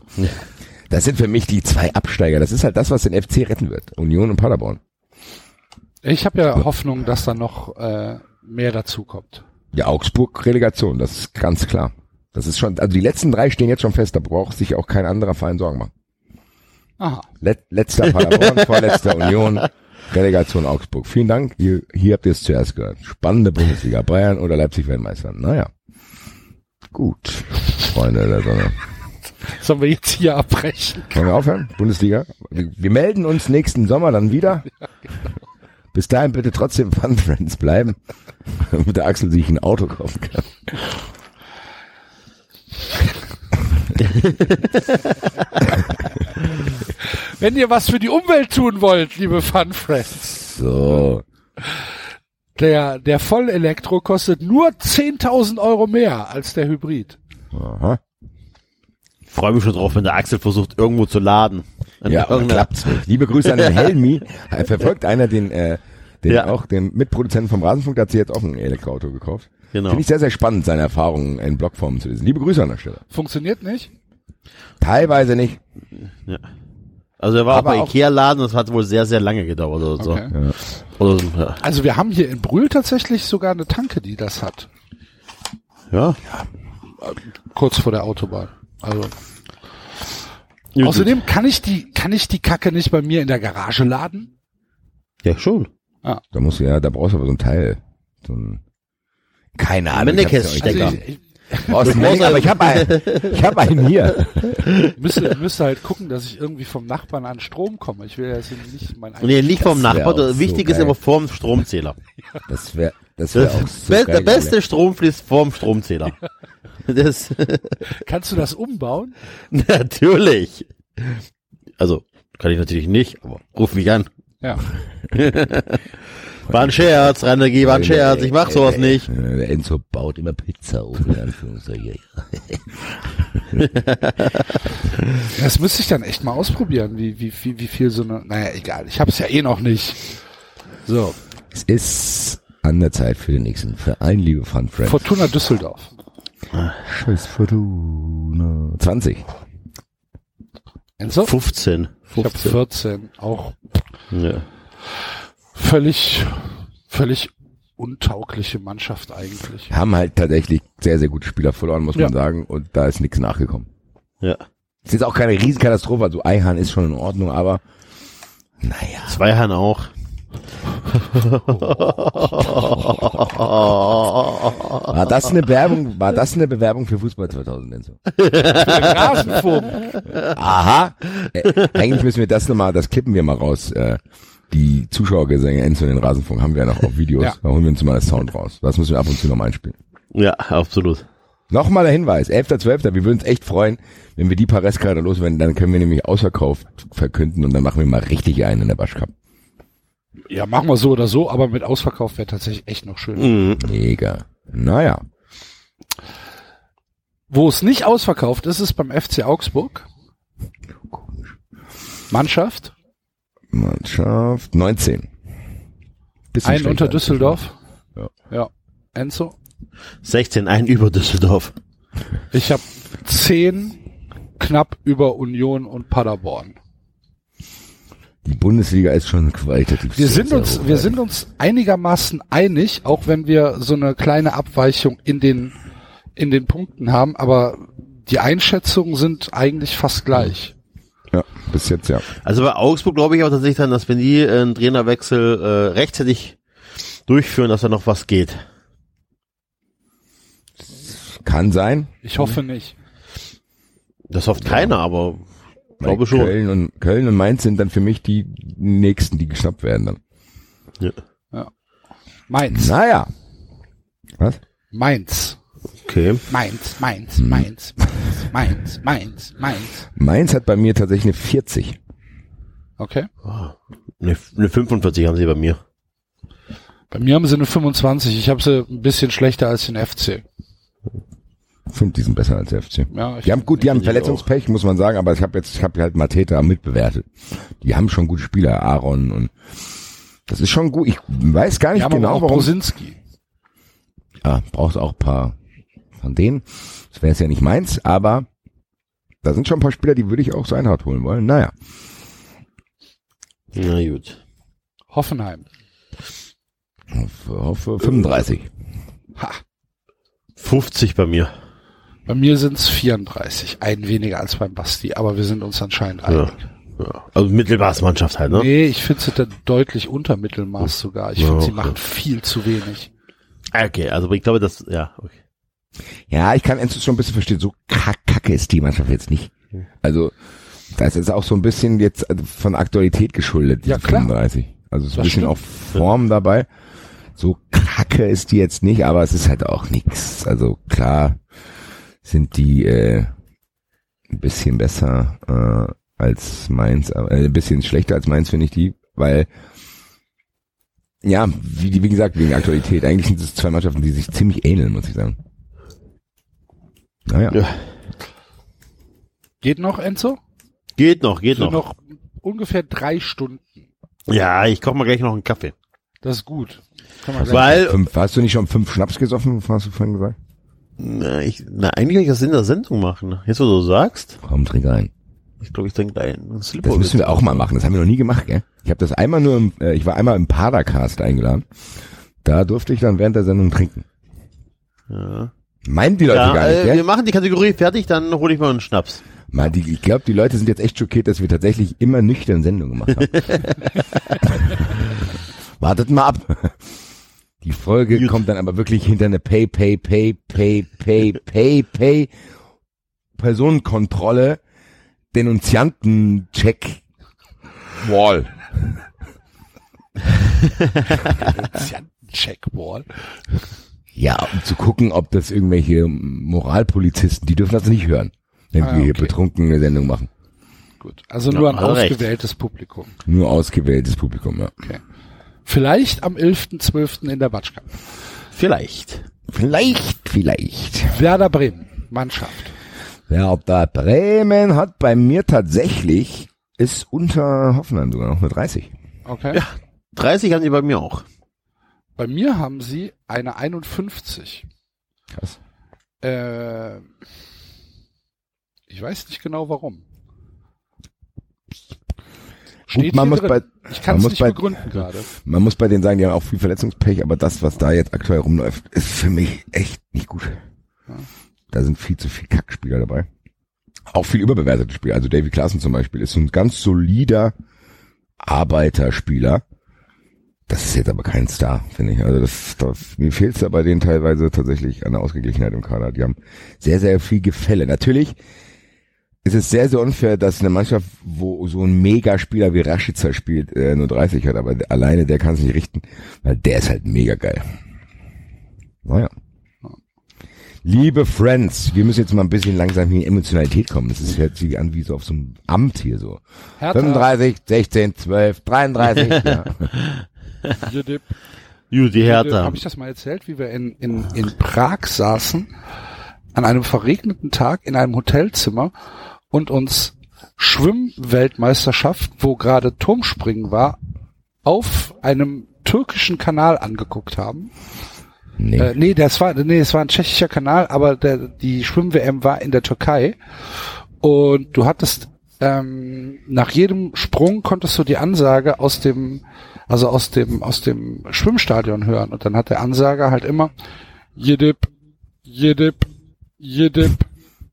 S4: Das sind für mich die zwei Absteiger. Das ist halt das, was den FC retten wird. Union und Paderborn.
S2: Ich habe ja Hoffnung, dass da noch äh, mehr dazu kommt.
S4: Ja, Augsburg Relegation, das ist ganz klar. Das ist schon, also die letzten drei stehen jetzt schon fest, da braucht sich auch kein anderer Verein Sorgen machen.
S2: Aha.
S4: Let, letzter Paderborn, vorletzter Union, Relegation Augsburg. Vielen Dank, hier, hier habt ihr es zuerst gehört. Spannende Bundesliga, Bayern oder Leipzig werden Meister. Naja, gut, Freunde der Sonne.
S2: Sollen wir jetzt hier abbrechen?
S4: Wollen wir aufhören? Bundesliga. Wir, wir melden uns nächsten Sommer dann wieder. Bis dahin bitte trotzdem Fun Friends bleiben, damit der Axel sich ein Auto kaufen kann.
S2: Wenn ihr was für die Umwelt tun wollt, liebe Fun Friends,
S4: So.
S2: der, der Vollelektro kostet nur 10.000 Euro mehr als der Hybrid.
S4: Aha.
S3: Freue mich schon drauf, wenn der Axel versucht, irgendwo zu laden. An
S4: Ja, aber
S3: irgendeiner-
S4: klappt's nicht. Liebe Grüße an den Helmi. Er verfolgt einer den, äh, den
S3: Ja.
S4: auch, den Mitproduzenten vom Rasenfunk, der hat sich jetzt auch ein Elektroauto gekauft.
S3: Genau.
S4: Finde ich sehr, sehr spannend, seine Erfahrungen in Blogform zu lesen. Liebe Grüße an der Stelle.
S2: Funktioniert nicht?
S4: Teilweise nicht.
S3: Also er war
S4: Aber
S3: auch bei
S4: auch-
S3: Ikea-Laden, das hat wohl sehr, sehr lange gedauert oder so.
S2: Okay.
S3: Oder so. Ja.
S2: Also wir haben hier in Brühl tatsächlich sogar eine Tanke, die das hat.
S3: ja.
S2: Kurz vor der Autobahn. Also
S3: Gut,
S2: Außerdem kann ich die, kann ich die Kacke nicht bei mir in der Garage laden?
S3: gut. Ja, schon.
S4: Da musst du ja, da brauchst du aber so ein Teil. So ein, keine Ahnung. ich hab's ja auch nicht-
S3: Stecker.
S2: Also ich,
S4: Brauchst du nicht, aber ich habe einen. Ich habe einen hier.
S2: ich müsste, müsste halt gucken, dass ich irgendwie vom Nachbarn an Strom komme. Ich will ja jetzt nicht mein
S3: Und er liegt vom
S4: Das wär
S3: Nachbarn.
S4: auch
S3: oder- Wichtig
S4: so
S3: ist
S4: geil.
S3: immer vorm Stromzähler.
S4: Das wäre, das wäre auch so
S3: Be
S4: geil,
S3: der beste Strom fließt vorm Stromzähler. Das,
S2: Kannst du das umbauen?
S3: natürlich. Also, kann ich natürlich nicht, aber ruf mich an.
S2: Ja.
S3: War ein Scherz, Rainer G, war ein Scherz, ich mach sowas
S4: Äh,
S3: nicht.
S4: äh, Der Enzo baut immer Pizza auf, in Anführungszeichen.
S2: Das müsste ich dann echt mal ausprobieren, wie, wie, wie, wie viel so eine. Naja, egal, ich hab's ja eh noch nicht. So,
S4: Es ist an der Zeit für den nächsten Verein, liebe Fun Friends.
S2: Fortuna Düsseldorf.
S4: Scheiß Fortuna. 20.
S2: Enzo?
S3: 15.
S2: Ich hab
S3: 15.
S2: 14. Auch
S3: Ja.
S2: völlig, völlig untaugliche Mannschaft eigentlich.
S4: Haben halt tatsächlich sehr, sehr gute Spieler verloren, muss man
S2: Ja.
S4: sagen. Und da ist nichts nachgekommen.
S3: ja.
S4: Ist jetzt auch keine Riesenkatastrophe. Also Eihan ist schon in Ordnung, aber naja.
S3: Zwei Herren auch.
S4: War das eine Bewerbung, war das eine Bewerbung für Fußball 2000 Enzo?
S2: Rasenfunk.
S4: Aha. Äh, eigentlich müssen wir das nochmal, das klippen wir mal raus. Äh, die Zuschauergesänge Enzo in den Rasenfunk haben wir ja noch auf Videos.
S2: Ja.
S4: Da holen wir uns mal das Sound raus. Das müssen wir ab und zu nochmal einspielen.
S3: Ja, absolut.
S4: Nochmal der Hinweis, 11.12., wir würden uns echt freuen, wenn wir die paar Restkarte loswerden, dann können wir nämlich ausverkauft verkünden und dann machen wir mal richtig einen in der Waschkapp.
S2: Ja, machen wir so oder so, aber mit Ausverkauf wäre tatsächlich echt noch schön.
S3: Mhm.
S4: Mega. Naja,
S2: Wo es nicht ausverkauft ist, ist beim FC Augsburg. Mannschaft.
S4: Mannschaft 19. Bisschen
S2: Ein
S4: schlechter
S2: unter
S4: als
S2: Düsseldorf.
S4: Ja.
S2: ja. Enzo?
S3: 16, ein über Düsseldorf.
S2: Ich habe zehn knapp über Union und Paderborn.
S4: Die Bundesliga ist schon qualitativ.
S2: Wir
S4: sehr,
S2: sind
S4: sehr
S2: uns, wir
S4: hochwertig.
S2: sind uns einigermaßen einig, auch wenn wir so eine kleine Abweichung in den, in den Punkten haben, aber die Einschätzungen sind eigentlich fast gleich.
S4: Ja, bis jetzt ja.
S3: Also bei Augsburg glaube ich auch tatsächlich dann, dass wenn die äh, einen Trainerwechsel äh, rechtzeitig durchführen, dass da noch was geht.
S4: Kann sein.
S2: Ich
S4: Mhm.
S2: hoffe nicht.
S3: Das hofft keiner, aber ich glaube
S4: Weil
S3: schon.
S4: Köln und, Köln und Mainz sind dann für mich die nächsten, die geschnappt werden dann.
S3: Ja.
S2: Mainz,
S4: Naja. Was?
S2: Mainz,
S3: Okay.
S2: Mainz, Mainz, Mainz, Mainz, Mainz, Mainz, Mainz.
S4: Mainz hat bei mir tatsächlich eine 40.
S2: Okay.
S3: Eine, eine 45 haben sie bei mir.
S2: Bei mir haben sie eine 25. Ich habe sie ein bisschen schlechter als den FC.
S4: Ich Find die sind besser als der FC.
S2: Ja, ich
S4: Die haben gut, die haben
S3: ich auch.
S4: Verletzungspech, muss man sagen, aber ich habe jetzt, ich habe halt Mateta mitbewertet. Die haben schon gute Spieler, Aaron und das ist schon gut. Ich weiß gar
S2: die
S4: nicht
S2: haben aber
S4: genau,
S2: auch
S4: warum.
S2: Brosinski.
S4: Ja, brauchst auch ein paar von denen. Das wäre jetzt ja nicht meins, aber da sind schon ein paar Spieler, die würde ich auch zur Eintracht holen wollen. Naja,
S3: Na gut.
S2: Hoffenheim.
S4: ich hoffe 35.
S3: 50 bei mir.
S2: Bei mir sind es 34. Ein weniger als beim Basti, aber wir sind uns anscheinend einig.
S3: Ja. Ja. Also Mittelmaßmannschaft halt, ne?
S2: Nee, ich finde sie da deutlich unter Mittelmaß sogar. Ich
S3: Ja,
S2: finde, sie
S3: okay.
S2: machen viel zu wenig.
S3: Okay, also ich glaube, das, ja, okay.
S4: Ja, ich kann Enzo schon ein bisschen verstehen. So kack- kacke ist die Mannschaft jetzt nicht. Also das ist auch so ein bisschen jetzt von Aktualität geschuldet, diese
S2: Ja, klar.
S4: 35. Also es ist ein
S2: Das
S4: bisschen
S2: stimmt.
S4: auch Form dabei. So kacke ist die jetzt nicht, aber es ist halt auch nix. Also klar sind die äh, ein bisschen besser äh, als Mainz, aber- äh, ein bisschen schlechter als Mainz finde ich die, weil ja, wie, wie gesagt, wegen Aktualität. Eigentlich sind es zwei Mannschaften, die sich ziemlich ähneln, muss ich sagen. Naja.
S3: Ja.
S2: Geht noch, Enzo?
S3: Geht noch, geht
S2: Für
S3: noch.
S2: noch ungefähr drei Stunden.
S3: Ja, ich koche mal gleich noch einen Kaffee.
S2: Das ist gut. Kann man
S4: Hast du
S2: gleich-
S3: Weil-
S4: fünf, hast du nicht schon fünf Schnaps gesoffen, hast du vorhin gesagt?
S3: Na, ich, na eigentlich kann ich das in der Sendung machen. Jetzt, wo du sagst,
S4: Komm, trink ein.
S3: ich glaube, ich trinke da einen Slipper.
S4: Das müssen wir auch mal machen. Das haben wir noch nie gemacht, gell? Ich habe das einmal nur, im, äh, ich war einmal im Padercast eingeladen. Da durfte ich dann während der Sendung trinken.
S3: Ja.
S4: Meinen die Leute
S3: Ja,
S4: also gar nicht,
S3: äh, wir
S4: gell?
S3: machen die Kategorie fertig, dann hole ich mal einen Schnaps.
S4: Mal die, ich glaube, die Leute sind jetzt echt schockiert, dass wir tatsächlich immer nüchtern Sendung gemacht haben. Wartet mal ab. Die Folge
S3: Gut.
S4: kommt dann aber wirklich hinter eine Pay, Pay, Pay, Pay, Pay, Pay, Pay, Personenkontrolle, Denunzianten-Check. Wall.
S2: Ist ja ein Checkwall.
S4: Ja, um zu gucken, ob das irgendwelche Moralpolizisten, die dürfen das nicht hören, wenn
S2: Ah,
S4: wir hier
S2: okay.
S4: betrunkene Sendung machen.
S2: Gut. Also
S3: Ja,
S2: nur ein
S3: hat er recht.
S2: ausgewähltes Publikum.
S4: Nur ausgewähltes Publikum, ja.
S2: Vielleicht am 11.12. in der Batschka.
S3: Vielleicht.
S4: Vielleicht, vielleicht.
S2: Werder Bremen. Mannschaft.
S4: Ja, ob da Bremen hat bei mir tatsächlich ist unter Hoffenheim sogar noch eine 30.
S2: Okay.
S3: Ja. 30 haben die bei mir auch.
S2: Bei mir haben sie eine 51.
S4: Krass.
S2: Äh, ich weiß nicht genau warum. Steht
S4: man
S2: hier
S4: muss
S2: drin.
S4: bei-
S2: ich
S4: man
S2: kann es
S4: muss
S2: nicht
S4: bei-
S2: begründen gerade.
S4: Man muss bei denen sagen, die haben auch viel Verletzungspech, aber das, was da jetzt aktuell rumläuft, ist für mich echt nicht gut. Da sind viel zu viel Kackspieler dabei. Auch viel überbewertete Spieler. Also Davy Klaassen zum Beispiel ist so ein ganz solider Arbeiterspieler. Das ist jetzt aber kein Star, finde ich. Also das, das mir fehlt es da bei denen teilweise tatsächlich an der Ausgeglichenheit im Kader. Die haben sehr, sehr viel Gefälle. Natürlich ist es sehr, sehr unfair, dass eine Mannschaft, wo so ein Megaspieler wie Rashica spielt, äh, nur 30 hat, aber alleine der kann es nicht richten, weil der ist halt mega geil. Naja. Liebe Friends, wir müssen jetzt mal ein bisschen langsam in die Emotionalität kommen. Das ist jetzt wie an wie so auf so einem Amt hier so.
S2: Hertha.
S4: 35, 16, 12, 33. ja.
S2: Jedip.
S3: Gut, die Hertha.
S2: Habe ich das mal erzählt, wie wir in, in, in Prag saßen, an einem verregneten Tag in einem Hotelzimmer und uns Schwimmweltmeisterschaft, wo gerade Turmspringen war, auf einem türkischen Kanal angeguckt haben.
S4: Nee.
S2: Äh, nee, das war, nee, es war ein tschechischer Kanal, aber der, die Schwimm-WM war in der Türkei. Und du hattest, ähm, nach jedem Sprung konntest du die Ansage aus dem, also aus dem, aus dem Schwimmstadion hören. Und dann hat der Ansager halt immer, jedip, jedip, jedip,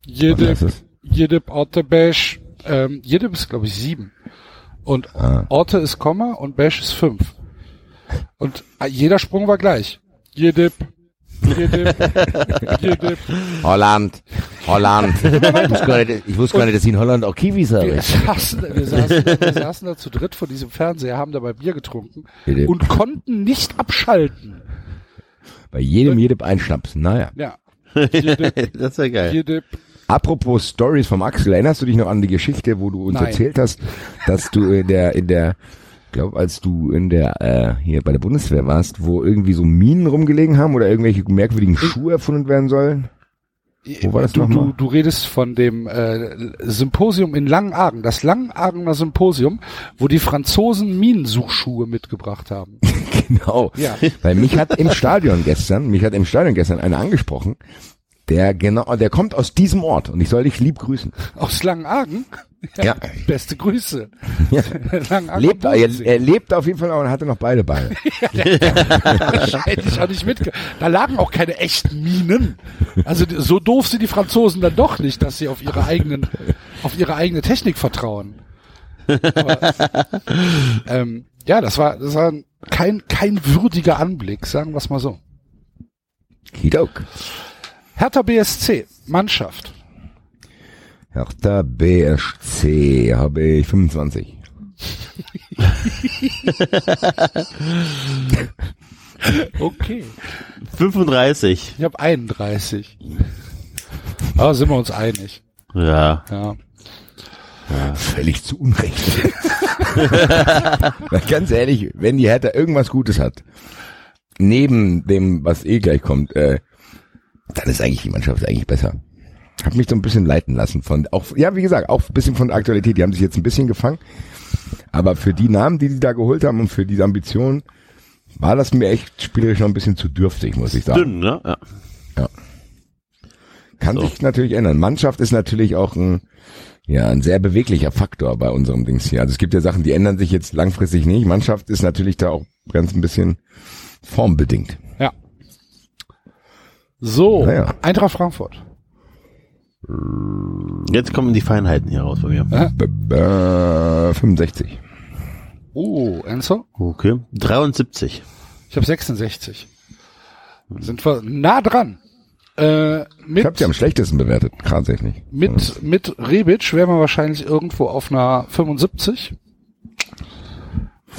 S2: jedip,
S4: Was ist das?
S2: jedip, Orte, Bash. Ähm, jedip ist, glaube ich, sieben. Und
S4: Ah.
S2: Orte ist Komma und Bash ist fünf. Und äh, jeder Sprung war gleich. Jedip, jedip, jedip.
S4: Holland, Holland. Ich wusste, gar nicht, ich wusste gar nicht, dass sie in Holland auch Kiwis haben.
S2: Wir saßen, wir, saßen, wir saßen da zu dritt vor diesem Fernseher, haben dabei Bier getrunken
S4: Jedip.
S2: und konnten nicht abschalten.
S4: Bei jedem, jedem einschnapsen. Naja.
S2: Ja. Jedip,
S3: Das ist ja geil.
S2: jedip.
S4: Apropos Stories vom Axel, erinnerst du dich noch an die Geschichte, wo du uns
S2: Nein.
S4: erzählt hast, dass du in der, in der, glaub, als du in der, äh, hier bei der Bundeswehr warst, wo irgendwie so Minen rumgelegen haben oder irgendwelche merkwürdigen Schuhe erfunden werden sollen? Wo war das
S2: du,
S4: nochmal?
S2: du, du redest von dem äh, Symposium in Langenargen, das Langenagener Symposium, wo die Franzosen Minensuchschuhe mitgebracht haben.
S4: Genau.
S2: Ja.
S4: Weil mich hat im Stadion gestern, mich hat im Stadion gestern einer angesprochen, der genau, der kommt aus diesem Ort und ich soll dich lieb grüßen.
S2: Aus Langenargen?
S4: Ja.
S2: Beste Grüße. Langenargen
S4: Lebt, er,
S2: Bodensee.
S4: er lebt auf jeden Fall auch und hatte noch beide Beine.
S2: Wahrscheinlich auch nicht mitge... Da lagen auch keine echten Minen. Also die- so doof sind die Franzosen dann doch nicht, dass sie auf ihre eigenen, auf ihre eigene Technik vertrauen. Aber, ähm, ja, das war, das war kein, kein würdiger Anblick, sagen wir es mal so.
S4: Kidok.
S2: Hertha BSC, Mannschaft.
S4: Hertha BSC habe ich 25.
S2: Okay.
S3: 35.
S2: Ich habe 31. Aber sind wir uns einig.
S3: Ja.
S2: Ja.
S4: Völlig zu Unrecht. Weil Ganz ehrlich, wenn die Hertha irgendwas Gutes hat, neben dem, was eh gleich kommt, äh, dann ist eigentlich die Mannschaft eigentlich besser. Hab mich so ein bisschen leiten lassen von, auch, ja, wie gesagt, auch ein bisschen von der Aktualität. Die haben sich jetzt ein bisschen gefangen. Aber für die Namen, die die da geholt haben und für diese Ambitionen, war das mir echt spielerisch noch ein bisschen zu dürftig, muss ich sagen.
S3: Dünn, ne? Ja.
S4: Kann
S3: So.
S4: sich natürlich ändern. Mannschaft ist natürlich auch ein, ja, ein sehr beweglicher Faktor bei unserem Dings hier. Also es gibt ja Sachen, die ändern sich jetzt langfristig nicht. Mannschaft ist natürlich da auch ganz ein bisschen formbedingt.
S2: Ja. So,
S4: Naja.
S2: Eintracht Frankfurt.
S3: Jetzt kommen die Feinheiten hier raus bei mir.
S4: B äh, 65.
S2: Oh, Enzo?
S3: Okay. 73.
S2: Ich habe 66. Sind wir nah dran. Äh,
S4: Ich habe
S2: mit,
S4: sie am schlechtesten bewertet, tatsächlich.
S2: mit, mit Rebic wären wir wahrscheinlich irgendwo auf einer 75.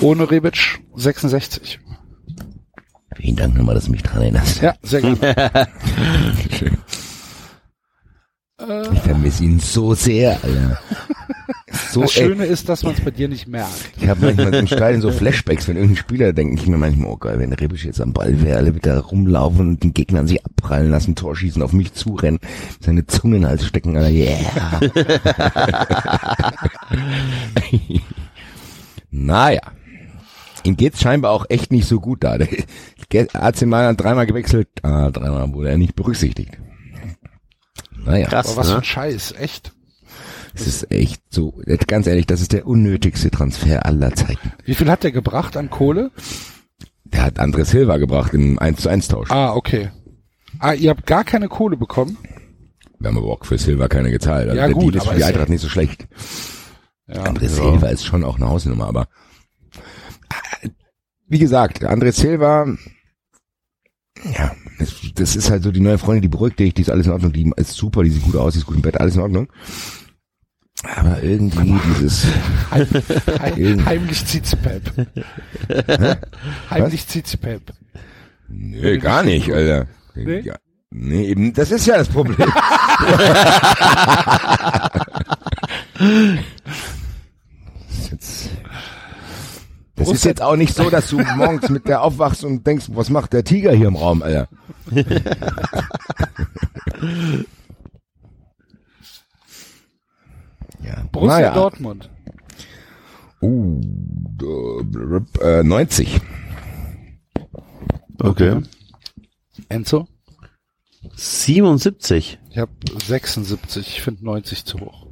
S2: Ohne Rebic 66.
S4: Vielen Dank nochmal, dass du mich dran erinnerst.
S2: Ja, sehr gerne.
S4: Schön. Ich vermisse ihn so sehr, Alter. So,
S2: Das
S4: ey,
S2: Schöne ist, dass man es bei dir nicht merkt.
S4: ich habe manchmal im Stadion so Flashbacks, wenn irgendein Spieler denkt, ich mir manchmal, oh geil, wenn Rebic jetzt am Ball wäre, alle wieder rumlaufen und den Gegner an sich abprallen lassen, Tor schießen, auf mich zurennen, seine Zunge in den Hals stecken, Alter, yeah. naja. Ihm geht's scheinbar auch echt nicht so gut da. Der Ge- AC Mailand dreimal gewechselt, ah, dreimal wurde er nicht berücksichtigt. Naja.
S3: Krass,
S2: Aber was für
S3: ne?
S2: ein Scheiß, echt.
S4: Es ist echt so, ganz ehrlich, das ist der unnötigste Transfer aller Zeiten.
S2: Wie viel hat der gebracht an Kohle?
S4: Der hat André Silva gebracht im 1 zu 1 Tausch.
S2: Ah, okay. Ah, ihr habt gar keine Kohle bekommen?
S4: Wir haben aber auch für Silva keine gezahlt. Also
S2: Ja,
S4: der
S2: gut,
S4: Deal ist
S2: aber
S4: für die
S2: ist ja- Ah,
S4: Eintracht nicht so schlecht.
S2: Ja.
S4: André Silva ist schon auch eine Hausnummer, aber äh, wie gesagt, André Silva, ja, das, das ist halt so die neue Freundin, die beruhigt dich, die ist alles in Ordnung, die ist super, die sieht gut aus, die ist gut im Bett, alles in Ordnung. Aber irgendwie dieses,
S2: Heim, heim,
S4: Eben.
S2: heimlich Zizipep. heimlich Zizipep.
S4: Nö, gar nicht, Alter.
S2: Nee?
S4: Ja. Nee, eben, das ist ja das Problem. das ist jetzt, das ist jetzt auch nicht so, dass du morgens mit der aufwachst und denkst, was macht der Tiger hier im Raum, Alter? ja.
S2: Borussia
S4: naja.
S2: Dortmund.
S4: Uh, äh, 90.
S3: Okay.
S2: Enzo?
S3: 77.
S2: Ich habe 76, ich finde 90 zu hoch.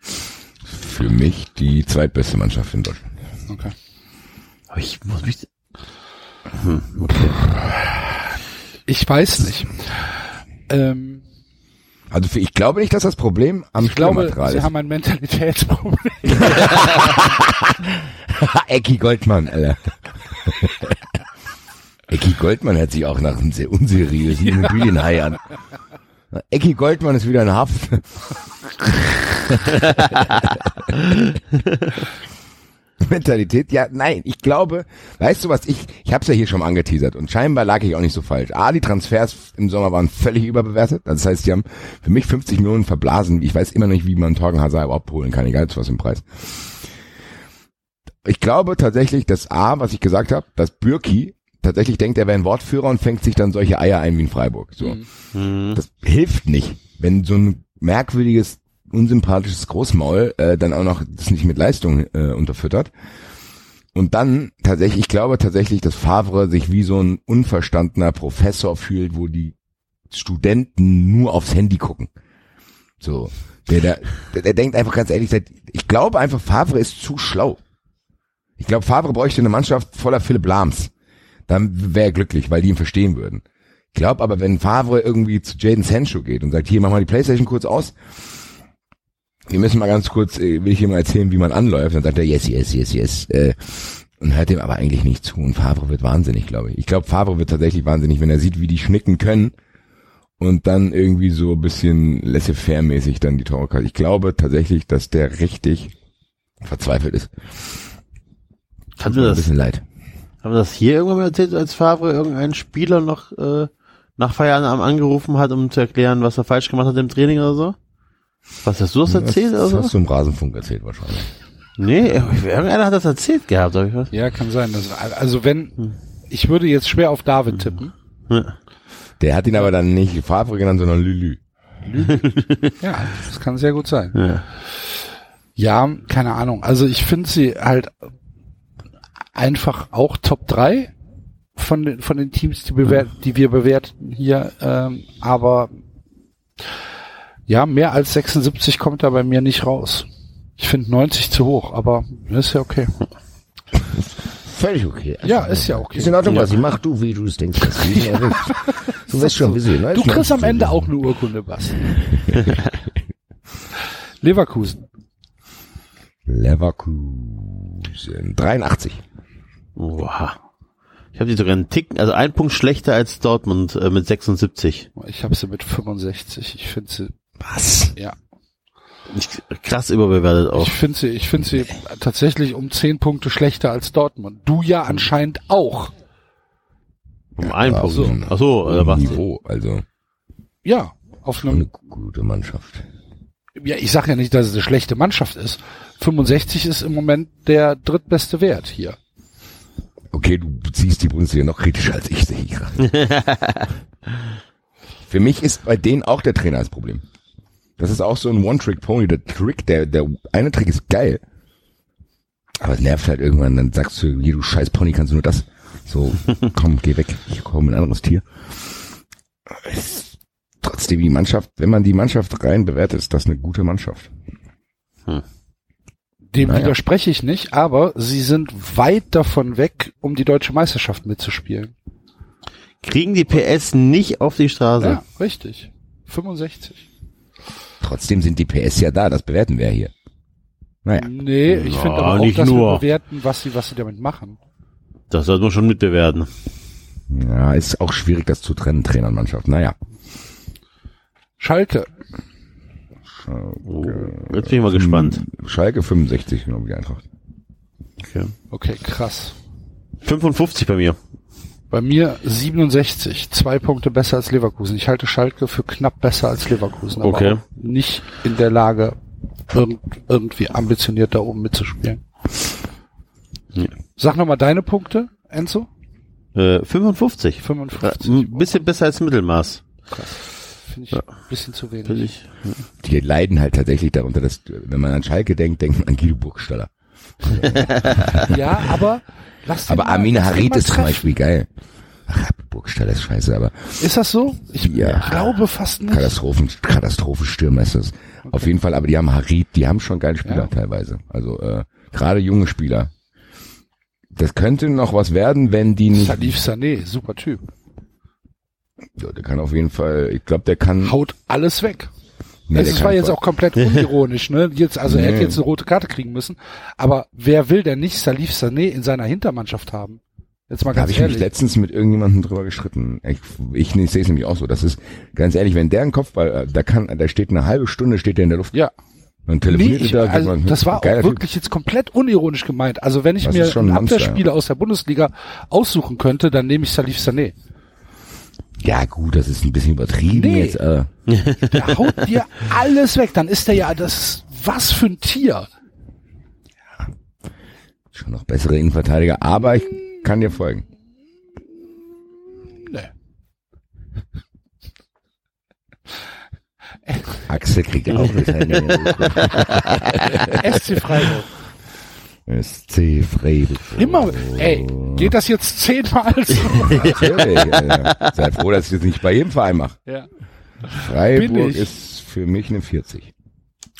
S4: Für mich die zweitbeste Mannschaft in Deutschland.
S2: Okay.
S3: Aber ich muss mich. Hm,
S2: Ich weiß nicht. Ähm,
S4: Also für, ich glaube nicht, dass das Problem am
S2: ich glaube,
S4: Spielermaterial
S2: sie haben ein Mentalitätsproblem.
S4: ist. Ha, Ecki Goldmann, Alter. Ecki Goldmann hört sich auch nach einem sehr unseriösen Immobilienhai an. Ecki Goldmann ist wieder in Haft. Mentalität, ja, nein, ich glaube, weißt du was, ich, ich hab's ja hier schon mal angeteasert und scheinbar lag ich auch nicht so falsch. A, die Transfers im Sommer waren völlig überbewertet, das heißt, die haben für mich 50 Millionen verblasen, ich weiß immer nicht, wie man Torgen Hazard überhaupt holen kann, egal zu was im Preis. Ich glaube tatsächlich, dass A, was ich gesagt habe, dass Bürki tatsächlich denkt, er wäre ein Wortführer und fängt sich dann solche Eier ein wie in Freiburg, so. Das hilft nicht, wenn so ein merkwürdiges, unsympathisches Großmaul äh, dann auch noch das nicht mit Leistung äh, unterfüttert. Und dann tatsächlich, ich glaube tatsächlich, dass Favre sich wie so ein unverstandener Professor fühlt, wo die Studenten nur aufs Handy gucken. So, der, der, der, der denkt einfach ganz ehrlich, seit- ich glaube einfach, Favre ist zu schlau. Ich glaube, Favre bräuchte eine Mannschaft voller Philipp Lahms. Dann wäre er glücklich, weil die ihn verstehen würden. Ich glaube aber, wenn Favre irgendwie zu Jaden Sancho geht und sagt, hier, mach mal die Playstation kurz aus. Wir müssen mal ganz kurz, äh, will ich ihm mal erzählen, wie man anläuft. Dann sagt er, yes, yes, yes, yes. Äh, und hört dem aber eigentlich nicht zu. Und Favre wird wahnsinnig, glaube ich. Ich glaube, Favre wird tatsächlich wahnsinnig, wenn er sieht, wie die schnicken können. Und dann irgendwie so ein bisschen laissez-faire-mäßig dann die Tore kassiert. Ich glaube tatsächlich, dass der richtig verzweifelt ist.
S3: Haben
S4: Tut
S3: wir
S4: mir ein
S3: das,
S4: bisschen leid.
S3: haben wir das hier irgendwann mal erzählt, als Favre irgendeinen Spieler noch äh, nach Feierabend angerufen hat, um zu erklären, was er falsch gemacht hat im Training oder so? Was hast du das erzählt?
S4: Das
S3: oder
S4: hast
S3: so?
S4: du im Rasenfunk erzählt wahrscheinlich.
S3: Nee, irgendeiner hat das erzählt gehabt, hab ich was?
S2: Ja, kann sein. Dass, also wenn, ich würde jetzt schwer auf David tippen.
S3: Ja.
S4: Der hat ihn aber dann nicht Favre genannt, sondern Lülü.
S2: Ja, das kann sehr gut sein.
S3: Ja.
S2: Ja, keine Ahnung. Also ich finde sie halt einfach auch Top 3 von den, von den Teams, die, bewer die wir bewerten hier. Ähm, aber ja, mehr als 76 kommt da bei mir nicht raus. Ich finde 90 zu hoch, aber ist ja okay.
S9: Völlig okay.
S2: Ja, ist ja okay.
S9: Ist in Ordnung, was ich mach, du, wie du es denkst. Das ist ja. Du wirst schon wissen. Ne?
S2: Du
S9: Ich
S2: kriegst
S9: mein,
S2: am Ende auch eine Urkunde, Basti. Leverkusen.
S4: Leverkusen. 83.
S3: Wow. Ich habe die sogar einen Ticken, also einen Punkt schlechter als Dortmund äh, mit 76.
S2: Ich habe sie mit 65. Ich finde sie,
S4: Was?
S2: ja.
S3: Ich, krass überbewertet auch.
S2: Ich finde sie, ich finde sie tatsächlich um zehn Punkte schlechter als Dortmund. Du ja anscheinend auch.
S3: Um einen Punkt.
S4: so.
S3: Ach so, äh, was?
S4: Niveau, also
S2: Oh, Ja, auf
S4: eine
S2: einem,
S4: gute Mannschaft.
S2: ja, ich sage ja nicht, dass es eine schlechte Mannschaft ist. 65 ist im Moment der drittbeste Wert hier.
S4: Okay, du siehst die Bundesliga noch kritischer als ich, sehe ich gerade. Für mich ist bei denen auch der Trainer das Problem. Das ist auch so ein One-Trick-Pony. Der Trick, der, der eine Trick ist geil. Aber es nervt halt irgendwann, dann sagst du, hier, du scheiß Pony, kannst du nur das. So, komm, geh weg, ich komme ein anderes Tier. Es- Trotzdem die Mannschaft, wenn man die Mannschaft rein bewertet, ist das eine gute Mannschaft.
S2: Dem
S4: Naja.
S2: widerspreche ich nicht, aber sie sind weit davon weg, um die deutsche Meisterschaft mitzuspielen.
S3: Kriegen die PS nicht auf die Straße.
S2: Ja, richtig. 65.
S4: Trotzdem sind die PS ja da, das bewerten wir ja hier. Naja.
S2: Nee, ich
S3: Ja,
S2: finde aber auch,
S3: nicht
S2: dass wir
S3: nur.
S2: bewerten, was sie, was sie damit machen.
S3: Das sollte man schon mitbewerten.
S4: Ja, ist auch schwierig, das zu trennen, Trainer und Mannschaft. Naja.
S2: Schalke.
S3: Oh, jetzt bin ich mal
S4: Hm,
S3: gespannt.
S4: Schalke 65, glaube ich, Eintracht.
S3: Okay.
S2: Okay, krass.
S3: 55 bei mir.
S2: Bei mir 67, zwei Punkte besser als Leverkusen. Ich halte Schalke für knapp besser als Leverkusen, aber
S3: Okay.
S2: auch nicht in der Lage, irgend, irgendwie ambitioniert da oben mitzuspielen.
S3: Ja.
S2: Sag nochmal deine Punkte, Enzo.
S3: Äh, 55. Ja,
S2: 55.
S3: ein bisschen besser als Mittelmaß.
S2: Finde ich ein bisschen zu wenig.
S3: Finde äh, ich.
S4: Die leiden halt tatsächlich darunter, dass, wenn man an Schalke denkt, denkt man an Guido Burgstaller.
S2: Ja, aber lass den
S4: Aber
S2: mal-
S4: Amina
S2: lass den
S4: Harit
S2: mal
S4: ist zum
S2: treffen.
S4: Beispiel geil. Burgstall ist scheiße, aber
S2: Ist das so? Ich
S4: Ja.
S2: glaube fast nicht.
S4: Katastrophen, Katastrophenstürmer ist es. Auf jeden Fall, aber die haben Harit, die haben schon geile Spieler
S2: Ja.
S4: teilweise. Also äh, gerade junge Spieler. Das könnte noch was werden, wenn die nicht.
S2: Salif Sané, super Typ.
S4: Ja, der kann auf jeden Fall, ich glaube, der kann.
S2: Haut alles weg.
S4: Nee,
S2: Also es
S4: der
S2: es
S4: kann
S2: war jetzt
S4: voll-
S2: auch komplett unironisch, ne? Jetzt, also er hätte
S4: Nee.
S2: jetzt eine rote Karte kriegen müssen. Aber wer will denn nicht Salif Sané in seiner Hintermannschaft haben? Jetzt mal
S4: Da habe
S2: ganz
S4: ich mich
S2: ehrlich.
S4: letztens mit irgendjemandem drüber gestritten. Ich, ich, ich sehe es nämlich auch so. Das ist ganz ehrlich, wenn der einen Kopfball, äh, da kann, da steht eine halbe Stunde, steht der in der Luft.
S2: Ja.
S4: Dann
S2: Nee,
S4: telefoniert
S2: ich,
S4: er da.
S2: also,
S4: man-
S2: das war auch
S4: geiler Typ.
S2: wirklich jetzt komplett unironisch gemeint. Also wenn ich
S4: Das
S2: mir
S4: ist schon
S2: einen
S4: ein Monster,
S2: Abwehrspieler aus der Bundesliga aussuchen könnte, dann nehme ich Salif Sané.
S4: Ja gut, das ist ein bisschen übertrieben
S2: Nee.
S4: jetzt. Äh,
S2: Der haut dir alles weg. Dann ist der ja das, was für ein Tier.
S4: schon noch bessere Innenverteidiger, aber ich kann dir folgen.
S2: Nee.
S4: Axel kriegt auch das Handy.
S2: SC Freiburg.
S4: SC Freiburg.
S2: Immer, ey, geht das jetzt zehnmal so?
S4: Natürlich, Alter. Sei froh, dass ich das nicht bei jedem Verein mache.
S2: ja. Bin
S4: Freiburg
S2: ich.
S4: ist für mich eine 40.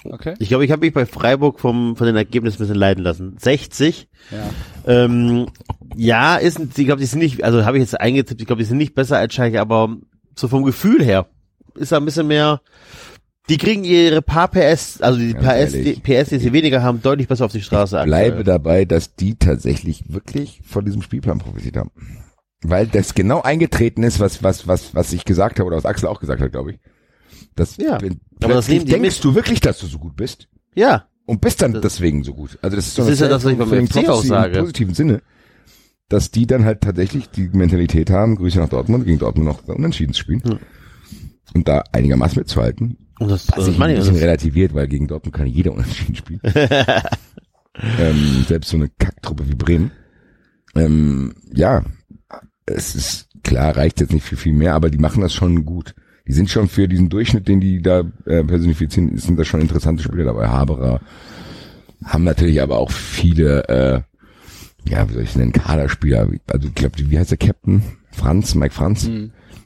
S2: Okay.
S3: Ich glaube, ich habe mich bei Freiburg vom, von den Ergebnissen ein bisschen leiden lassen. 60.
S2: Ja.
S3: Ähm, ja, ist, ein- ich glaube, die sind nicht, also habe ich jetzt eingetippt, ich glaube, die sind nicht besser als Schalke, aber so vom Gefühl her ist da ein bisschen mehr, die kriegen ihre paar PS, also die
S4: Ganz
S3: paar PS, die,
S4: ehrlich.
S3: PS, die sie weniger haben, deutlich besser auf die Straße. aktuell.
S4: Bleibe dabei, dass die tatsächlich wirklich von diesem Spielplan profitiert haben. Weil das genau eingetreten ist, was, was, was, was ich gesagt habe, oder was Axel auch gesagt hat, glaube ich. Das,
S3: Ja.
S4: wenn-
S3: Aber das
S4: plötzlich
S3: nehmen die
S4: denkst
S3: mit.
S4: du wirklich, dass du so gut bist?
S3: Ja,
S4: Und bist dann
S3: Das-
S4: deswegen so gut. Also das ist, so
S3: Das
S4: eine
S3: ist ja das, was ich
S4: Veränderung
S3: beim
S4: von dem
S3: FC auch
S4: Prophecy
S3: sage.
S4: Im positiven Sinne, dass die dann halt tatsächlich die Mentalität haben, Grüße nach Dortmund, gegen Dortmund noch unentschieden zu spielen.
S3: Hm.
S4: Und da einigermaßen mitzuhalten.
S3: und das,
S4: Was
S3: das
S4: ich ein
S3: meine Also ich. Das,
S4: bisschen relativiert, weil gegen Dortmund kann jeder unentschieden spielen. ähm, selbst so eine Kacktruppe wie Bremen. Ähm, ja, es ist klar, reicht jetzt nicht für viel mehr, aber die machen das schon gut. Die sind schon für diesen Durchschnitt, den die da äh, personifizieren, sind da schon interessante Spieler dabei. Haberer haben natürlich aber auch viele, äh, ja, wie soll ich es nennen, Kaderspieler. Also ich glaube, wie heißt der Captain? Franz, Mike Franz.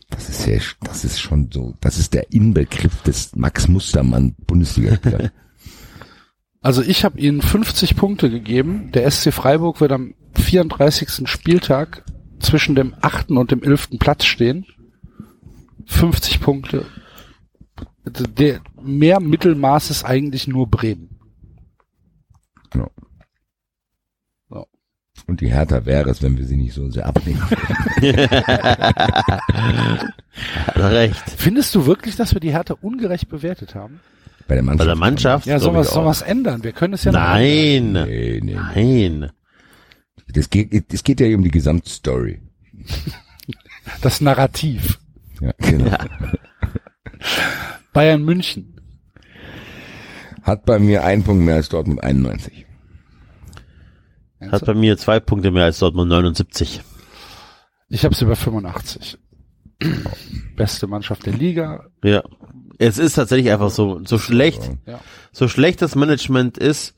S4: Das ist ja, das ist schon so, das ist der Inbegriff des Max Mustermann Bundesligaspielers.
S2: Also ich habe ihnen 50 Punkte gegeben. Der SC Freiburg wird am 34. Spieltag zwischen dem 8. und dem 11. Platz stehen. 50 Punkte. Also Der mehr Mittelmaß ist eigentlich nur Bremen.
S4: genau. Und die Hertha wäre es, wenn wir sie nicht so sehr abnehmen.
S3: hat er recht.
S2: Findest du wirklich, dass wir die Hertha ungerecht bewertet haben?
S4: Bei der Mannschaft.
S3: Bei der Mannschaft. ne?
S2: Ja, sollen
S3: glaub
S2: wir
S3: ich auch.
S2: soll was ändern? Wir können es ja
S3: Nein,
S4: Nee, nee.
S3: nein.
S4: Das geht, es geht ja um die Gesamtstory.
S2: noch- Das Narrativ.
S4: Ja, genau.
S2: Bayern München.
S4: Hat bei mir einen Punkt mehr als Dortmund 91.
S3: Hat bei mir zwei Punkte mehr als Dortmund 79.
S2: Ich habe sie bei 85. Beste Mannschaft der Liga.
S3: Ja. Es ist tatsächlich einfach so, so schlecht,
S2: Ja.
S3: so schlecht das Management ist,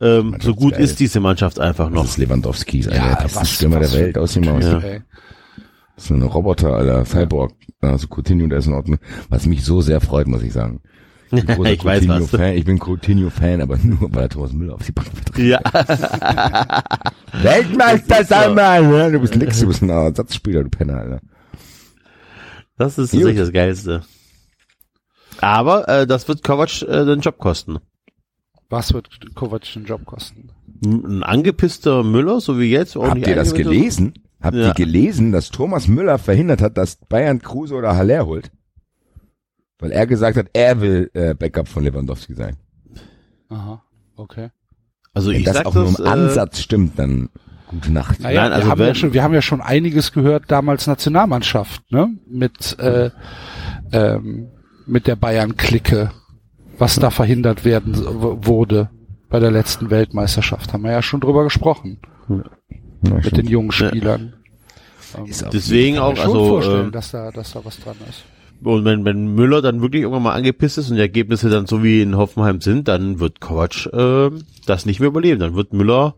S3: ähm, so gut
S4: geil.
S3: ist diese Mannschaft einfach
S4: Das
S3: noch.
S4: ist Lewandowski, ist einer
S2: Ja,
S4: der besten
S2: was-
S4: Stürmer
S2: was
S4: der Welt aus dem Haus.
S3: Ja.
S2: Ey.
S4: Das ist nur ein Roboter, Alter, Cyborg. Also Coutinho, der ist in Ordnung. Was mich so sehr freut, muss ich sagen. Ich bin großer
S3: Ich weiß
S4: Coutinho
S3: was.
S4: Fan. Ich bin Coutinho-Fan, aber nur, weil er Thomas Müller auf die Bank vertritt.
S3: Ja,
S4: Weltmeister sei mal! ne? Du bist nix, du bist ein Ersatzspieler, du Penner, Alter.
S3: das ist
S4: Gut.
S3: tatsächlich das Geilste. Aber äh, das wird Kovac äh, den Job kosten.
S2: Was wird Kovac den Job kosten?
S3: Ein angepisster Müller, so wie jetzt. ordentlich
S4: Habt ihr das
S3: eingewickelt.
S4: gelesen? Habt
S3: Ja.
S4: ihr gelesen, dass Thomas Müller verhindert hat, dass Bayern Kruse oder Haller holt? Weil er gesagt hat, er will äh, Backup von Lewandowski sein.
S2: Aha, okay.
S3: Also
S4: Wenn
S3: ich
S4: das
S3: sag
S4: auch
S3: das,
S4: nur im Ansatz stimmt, dann gute Nacht.
S2: Naja,
S3: Nein, also
S2: wir, haben ja
S3: wenn-
S2: schon, wir haben ja schon einiges gehört, damals Nationalmannschaft, ne? Mit, äh, ähm, mit der Bayern-Clique, was da verhindert werden so- w- wurde bei der letzten Weltmeisterschaft. Haben wir ja schon drüber gesprochen,
S4: Ja,
S2: mit
S4: stimmt.
S2: den jungen Spielern.
S4: Ist
S3: Äh,
S4: auch-
S3: deswegen
S2: Kann
S3: auch,
S2: ich mir schon
S3: also
S2: vorstellen,
S3: ähm,
S2: dass, da, dass da was dran ist.
S3: und wenn, wenn Müller dann wirklich irgendwann mal angepisst ist und die Ergebnisse ähm, dann so wie in Hoffenheim sind, dann wird Kovac äh, das nicht mehr überleben. Dann wird Müller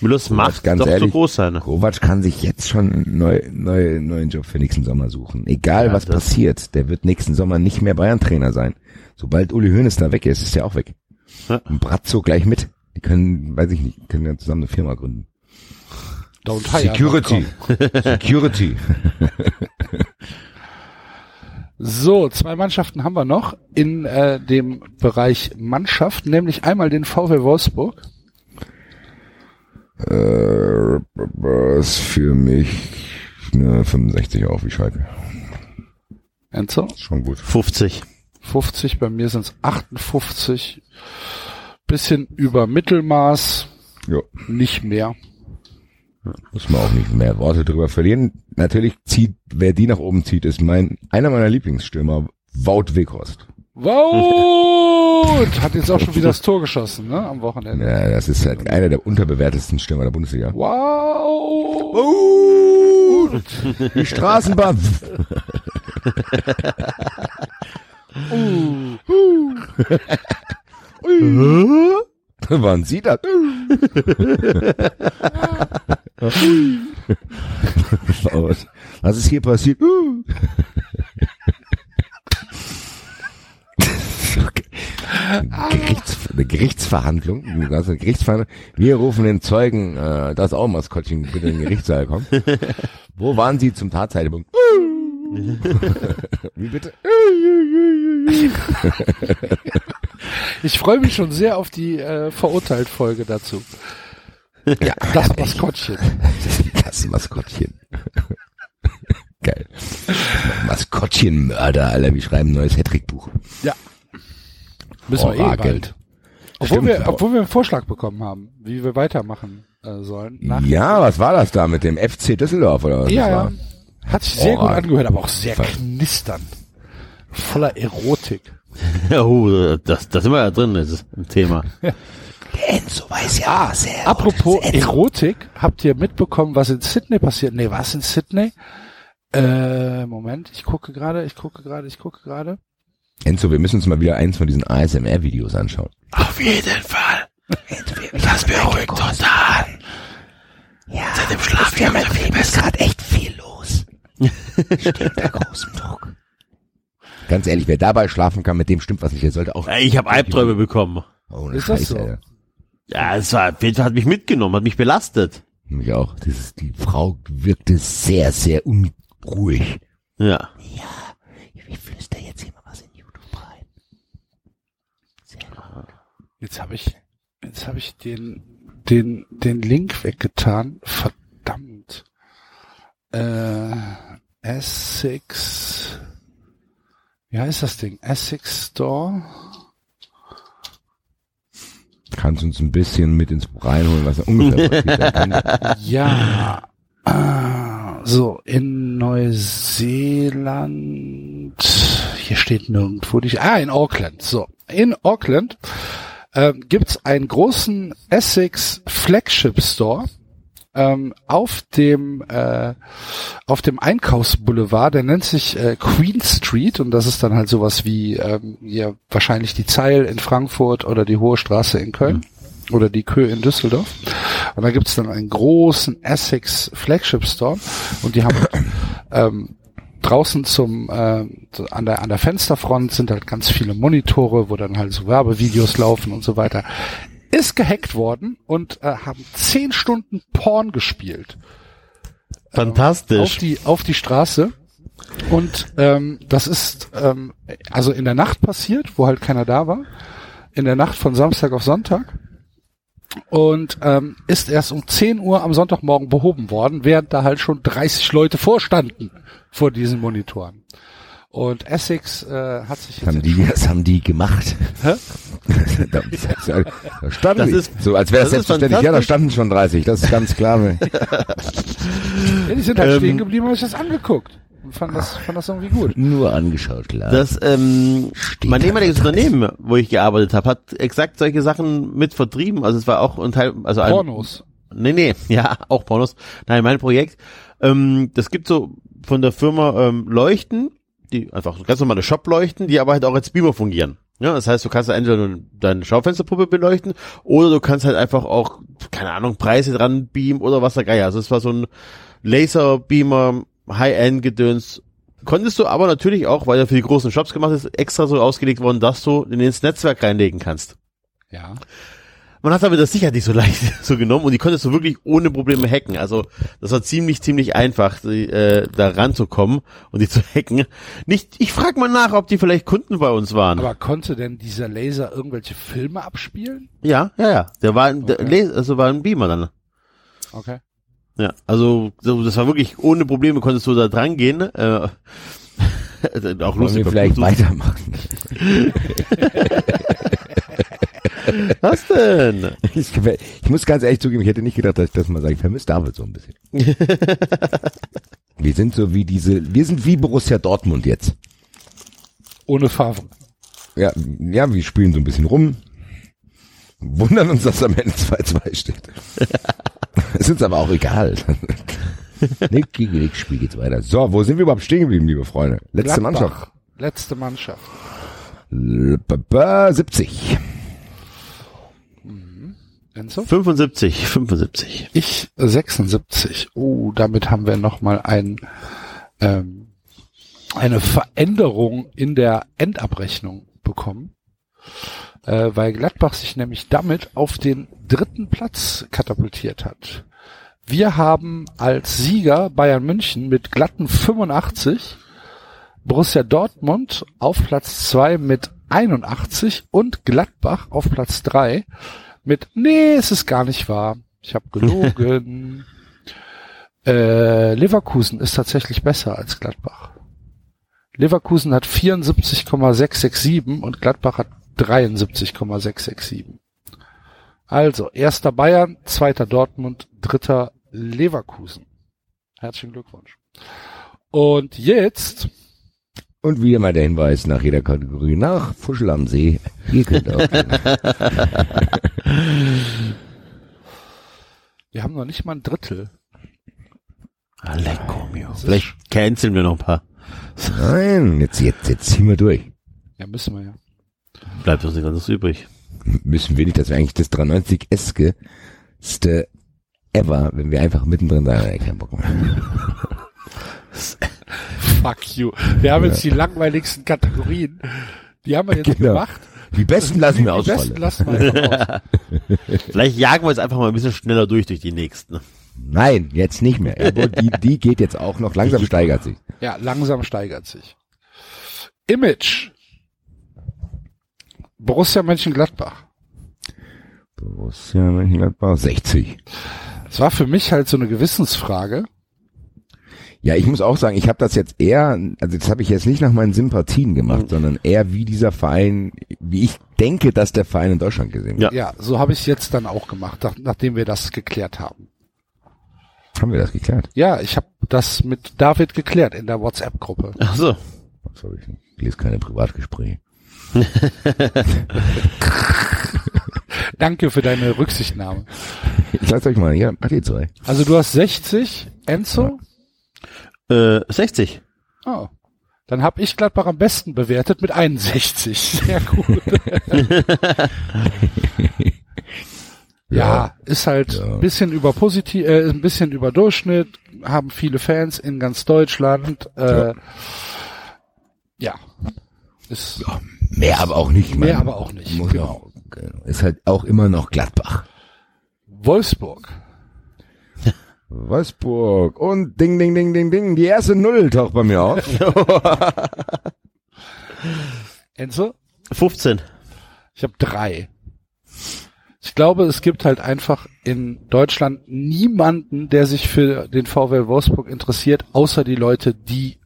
S3: Müllers Macht
S4: ganz
S3: darf zu
S4: ehrlich,
S3: groß sein.
S4: Kovac kann sich jetzt schon einen neu, neu, neuen Job für nächsten Sommer suchen. Egal
S3: Ja,
S4: was
S3: das-
S4: passiert, der wird nächsten Sommer nicht mehr Bayern-Trainer sein. Sobald Uli Hoeneß da weg ist, ist er auch weg.
S3: Ja.
S4: Und Brazzo gleich mit. Die können, weiß ich nicht, können ja zusammen eine Firma gründen.
S2: Don't hire,
S4: Security.
S2: komm.
S4: Security.
S2: So, zwei Mannschaften haben wir noch in äh, dem Bereich Mannschaft, nämlich einmal den VW Wolfsburg.
S4: äh, ist für mich eine 65 auf wie Schalke.
S2: Enzo?
S4: Schon gut.
S3: 50.
S2: 50, bei mir sind es 58. Bisschen über Mittelmaß,
S4: Ja.
S2: nicht mehr.
S4: Muss man auch nicht mehr Worte drüber verlieren. Natürlich zieht, wer die nach oben zieht, ist mein, einer meiner Lieblingsstürmer, Wout Weghorst.
S2: Wout! Hat jetzt auch schon wieder das Tor geschossen, ne, am Wochenende.
S4: Ja, das ist halt einer der unterbewertesten Stürmer der Bundesliga.
S2: Wow!
S4: Die Straßenbahn. Wann sieht das? Was ist hier passiert? Gerichts, eine Gerichtsverhandlung, eine ganze Gerichtsverhandlung. Wir rufen den Zeugen, äh, das auch Maskottchen bitte in den Gerichtssaal kommen. Wo waren Sie zum Tatzeitpunkt? Wie bitte?
S2: Ich freue mich schon sehr auf die äh, Verurteilt-Folge dazu. Ja, das Maskottchen.
S4: Das Maskottchen. Geil. Maskottchenmörder, Alter. Wir schreiben ein neues Hattrick-Buch.
S2: Müssen wir eh
S4: Orakel.
S2: bald. Obwohl,
S4: Stimmt,
S2: wir,
S4: aber-
S2: obwohl wir einen Vorschlag bekommen haben, wie wir weitermachen äh, sollen. Nach
S4: Ja, was war das da mit dem FC Düsseldorf oder was?
S2: ja,
S4: das
S2: ja.
S4: war?
S2: Hat sich sehr gut
S4: Orakel.
S2: angehört, aber auch sehr
S4: Voll.
S2: knisternd. Voller Erotik.
S3: oh, das, das sind wir ja drin, das ist ein Thema.
S4: Enzo weiß ja ah, sehr.
S2: Apropos Erotik, habt ihr mitbekommen, was in Sydney passiert? Nee, was in Sydney? Äh, Moment, ich gucke gerade, ich gucke gerade, ich gucke gerade.
S4: Enzo, wir müssen uns mal wieder eins von diesen ASMR-Videos anschauen.
S2: Auf jeden Fall. Das beruhigt uns an.
S4: Ja, Seit dem Schlaf ja, mein Leben ist gerade echt viel los. Ich stehe unter großem Druck. Ganz ehrlich, wer dabei schlafen kann, mit dem stimmt was nicht. Der sollte auch.
S3: Ey, Ich habe Albträume bekommen.
S4: Oh, ne
S2: Ist das
S4: Scheiße,
S2: so?
S4: Alter.
S3: Ja, es war, hat mich mitgenommen, hat mich belastet.
S4: Mich auch. Das ist, die Frau wirkte sehr, sehr unruhig.
S3: Ja.
S4: Ich flüster jetzt hier mal was in YouTube rein.
S2: Jetzt habe ich, jetzt habe ich den, den, den Link weggetan. Verdammt. Äh, Essex. Wie heißt das Ding? Essex Store?
S4: Kannst uns ein bisschen mit ins reinholen, was da ungefähr passiert. Da kann-
S2: Ja. Ah, So, in Neuseeland. Hier steht nirgendwo die. Ah, in Auckland. So, in Auckland ähm, gibt's einen großen Essex Flagship Store ähm, auf dem äh, auf dem Einkaufsboulevard. Der nennt sich äh, Queen Street und das ist dann halt sowas wie ähm, hier wahrscheinlich die Zeil in Frankfurt oder die Hohe Straße in Köln oder die Kö in Düsseldorf. Und da gibt's dann einen großen Essex Flagship Store und die haben ähm, draußen zum äh, so an der an der Fensterfront sind halt ganz viele Monitore, wo dann halt so Werbevideos laufen und so weiter. Ist gehackt worden und äh, haben zehn Stunden Porn gespielt auf
S3: Fantastisch.
S2: die auf die Straße. Und ähm, das ist ähm, also in der Nacht passiert, wo halt keiner da war. In der Nacht von Samstag auf Sonntag. Und ähm, ist erst um 10 Uhr am Sonntagmorgen behoben worden, während da halt schon 30 Leute vorstanden vor diesen Monitoren. Und Essex äh, hat sich jetzt
S4: haben die, das haben die gemacht.
S2: Hä?
S4: da, da standen
S3: Das
S4: die.
S3: ist-
S4: so, als wäre das,
S3: das ist
S4: selbstverständlich. Ja, da
S3: fantastisch.
S4: standen schon 30. Das ist ganz klar.
S2: ja, die sind halt
S3: Ähm,
S2: stehen geblieben und haben sich das angeguckt. Und fand das, fand das irgendwie gut.
S4: Nur angeschaut, klar.
S3: Das, ähm,
S4: Steht
S3: mein
S4: da
S3: ehemaliges
S4: drin.
S3: Unternehmen, wo ich gearbeitet habe, hat exakt solche Sachen mit vertrieben. Also es war auch ein Teil, also ein,
S2: Pornos.
S3: Nee, nee, ja, auch Pornos. Nein, mein Projekt. Ähm, das gibt so von der Firma ähm, Leuchten, die einfach ganz normale Shop-Leuchten, die aber halt auch als Beamer fungieren. Ja, das heißt, du kannst entweder nun deine Schaufensterpuppe beleuchten oder du kannst halt einfach auch, keine Ahnung, Preise dran beamen oder was der Geier. Also es war so ein Laserbeamer, High-End-Gedöns. Konntest du aber natürlich auch, weil er für die großen Shops gemacht ist, extra so ausgelegt worden, dass du den ins Netzwerk reinlegen kannst.
S2: Ja.
S3: Man hat aber das sicher nicht so leicht so genommen und die konntest du wirklich ohne Probleme hacken. Also das war ziemlich, ziemlich einfach, die, äh, da ranzukommen und die zu hacken. Nicht, ich frag mal nach, ob die vielleicht Kunden bei uns waren.
S2: Aber konnte denn dieser Laser irgendwelche Filme abspielen?
S3: Ja, ja, ja. Der war, ein- der,
S2: Okay.
S3: Les- also war ein Beamer dann.
S2: Okay.
S3: Ja, also so, das war wirklich ohne Probleme konntest du da dran gehen. Äh, auch
S4: Wollen
S3: lustig.
S4: wir
S3: beim
S4: vielleicht
S3: Bluetooth.
S4: weitermachen?
S3: Was denn?
S4: Ich, ich muss ganz ehrlich zugeben, ich hätte nicht gedacht, dass ich das mal sage. Ich vermisse David so ein bisschen. wir sind so wie diese, wir sind wie Borussia Dortmund jetzt.
S2: Ohne Favre.
S4: Ja, ja, wir spielen so ein bisschen rum. Wundern uns, dass am Ende 2-2 steht. ist uns aber auch egal. Nick gegen Nick, Spiel geht's weiter. So, wo sind wir überhaupt stehen geblieben, liebe Freunde? Letzte Mannschaft.
S2: Gladbach. Letzte Mannschaft.
S4: L- b- b- 70.
S2: Enzo?
S3: 75, 75.
S2: Ich 76. Oh, damit haben wir nochmal ein, ähm, eine Veränderung in der Endabrechnung bekommen, äh, weil Gladbach sich nämlich damit auf den dritten Platz katapultiert hat. Wir haben als Sieger Bayern München mit glatten 85, Borussia Dortmund auf Platz 2 mit 81 und Gladbach auf Platz 3 mit, nee, es ist gar nicht wahr. Ich habe gelogen. äh, Leverkusen ist tatsächlich besser als Gladbach. Leverkusen hat 74,667 und Gladbach hat 73,667. Also, erster Bayern, zweiter Dortmund, dritter Leverkusen. Herzlichen Glückwunsch. Und jetzt
S4: Und wieder mal der Hinweis nach jeder Kategorie nach Fuschel am See. Ihr könnt auch.
S2: Wir haben noch nicht mal ein Drittel.
S3: Leco mio. Vielleicht canceln wir noch ein paar.
S4: Nein, jetzt, jetzt, jetzt ziehen wir durch.
S2: Ja, müssen wir ja.
S3: Bleibt uns nichts anderes übrig.
S4: müssen wir nicht, das wäre eigentlich das 93 eske ever, wenn wir einfach mittendrin sagen, ey, keinen Bock mehr.
S2: Fuck you. Wir haben jetzt die langweiligsten Kategorien. Die haben wir jetzt
S4: Genau.
S2: gemacht.
S4: Die besten lassen wir
S2: Die besten
S4: ausfallen.
S2: lassen wir einfach raus.
S3: Vielleicht jagen wir jetzt einfach mal ein bisschen schneller durch durch die nächsten.
S4: Nein, jetzt nicht mehr. Aber die, die geht jetzt auch noch, langsam steigert sich.
S2: Ja, langsam steigert sich. Image. Borussia Mönchengladbach.
S4: Borussia Mönchengladbach 60.
S2: Es war für mich halt so eine Gewissensfrage.
S4: Ja, ich muss auch sagen, ich habe das jetzt eher, also das habe ich jetzt nicht nach meinen Sympathien gemacht, sondern eher wie dieser Verein, wie ich denke, dass der Verein in Deutschland gesehen wird.
S3: Ja.
S2: Ja, so habe ich es jetzt dann auch gemacht, nach, nachdem wir das geklärt haben.
S4: Haben wir das geklärt?
S2: Ja, ich habe das mit David geklärt in der WhatsApp-Gruppe.
S3: Ach so.
S4: Was hab ich denn? Ich lese keine Privatgespräche.
S2: Danke für deine Rücksichtnahme.
S4: Ich lasse euch mal, ja, macht ihr zwei.
S2: Also du hast 60, Enzo.
S3: Äh, 60.
S2: Oh. Dann habe ich Gladbach am besten bewertet mit 61. Sehr gut. ja, ist halt ein
S4: Ja.
S2: bisschen über positiv, äh, ein bisschen über Durchschnitt, haben viele Fans in ganz Deutschland. Äh, ja. Ist,
S4: Mehr aber auch nicht.
S2: Mehr
S4: man
S2: aber auch nicht,
S4: Muss
S2: genau.
S4: auch, genau. ist halt auch immer noch Gladbach.
S2: Wolfsburg.
S4: Wolfsburg und ding, ding, ding, ding, ding. Die erste Null taucht bei mir auf.
S2: Enzo?
S3: 15.
S2: Ich habe drei. Ich glaube, es gibt halt einfach in Deutschland niemanden, der sich für den VfL Wolfsburg interessiert, außer die Leute, die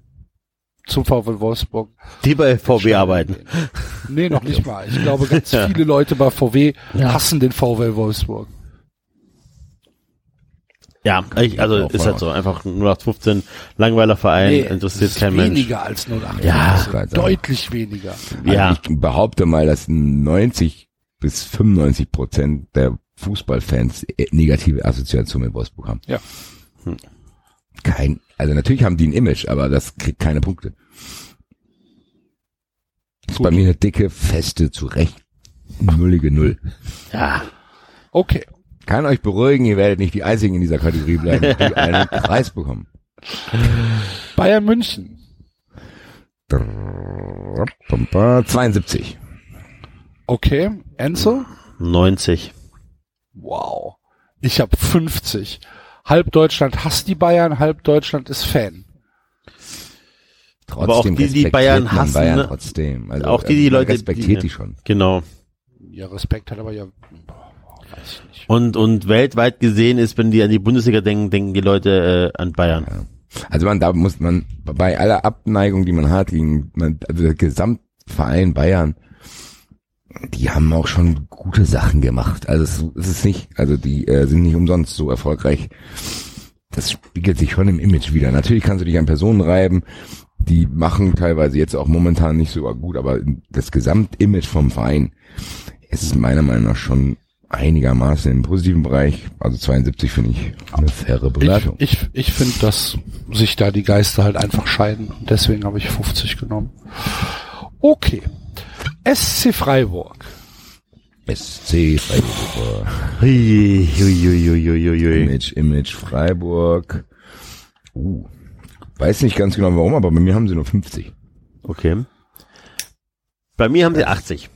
S2: zum VfL Wolfsburg.
S3: Die bei VW arbeiten.
S2: Nee, noch nicht mal. Ich glaube, ganz viele Leute bei VW hassen den VfL Wolfsburg.
S3: Ja, ich, also
S4: auch
S3: ist
S4: mal.
S3: halt so. Einfach 0815, langweiler Verein, interessiert
S2: es ist
S3: kein Mensch.
S2: Weniger als 08.
S3: Ja,
S2: Also
S4: kann sein.
S2: deutlich weniger.
S3: Ja.
S4: Also ich behaupte mal, dass 90 bis 95 Prozent der Fußballfans äh, negative Assoziationen mit Wolfsburg haben.
S2: Ja.
S3: Hm.
S4: Kein, also natürlich haben die ein Image, aber das kriegt keine Punkte. ist bei mir eine dicke, feste, zurecht nullige Null.
S2: Okay.
S4: Kann euch beruhigen, ihr werdet nicht die Einzigen in dieser Kategorie bleiben, die einen Preis bekommen.
S2: Bayern München.
S4: 72.
S2: Okay. Enzo?
S3: 90.
S2: Wow. Ich habe 50. Halb Deutschland hasst die Bayern, halb Deutschland ist Fan.
S4: Trotzdem
S3: Aber auch die, die
S4: respektiert
S3: Bayern
S4: man
S3: hassen,
S4: Bayern
S3: ne?
S4: trotzdem. Also,
S3: Auch die, die
S4: man
S3: Leute,
S4: respektiert
S3: die-
S4: die schon.
S3: Genau.
S2: Ja, Respekt hat aber ja, boah, weiß ich nicht.
S3: Und, und weltweit gesehen ist, wenn die an die Bundesliga denken, denken die Leute äh, an Bayern.
S4: Also man, da muss man bei aller Abneigung, die man hat gegen man, also der Gesamtverein Bayern, die haben auch schon gute Sachen gemacht. Also es, es ist nicht, also die äh, sind nicht umsonst so erfolgreich. Das spiegelt sich schon im Image wieder. Natürlich kannst du dich an Personen reiben, die machen teilweise jetzt auch momentan nicht so gut, aber das Gesamtimage vom Verein ist meiner Meinung nach schon einigermaßen im positiven Bereich. Also 72 finde ich eine faire
S2: Ich,
S4: Bewertung.
S2: ich, ich finde, dass sich da die Geister halt einfach scheiden. Und Deswegen habe ich 50 genommen. Okay. SC Freiburg.
S4: SC Freiburg.
S3: Hui, hui, hui, hui, hui, hui.
S4: Image, Image Freiburg. Uh. Weiß nicht ganz genau warum, aber bei mir haben sie nur 50.
S3: Okay. Bei mir haben sie 80.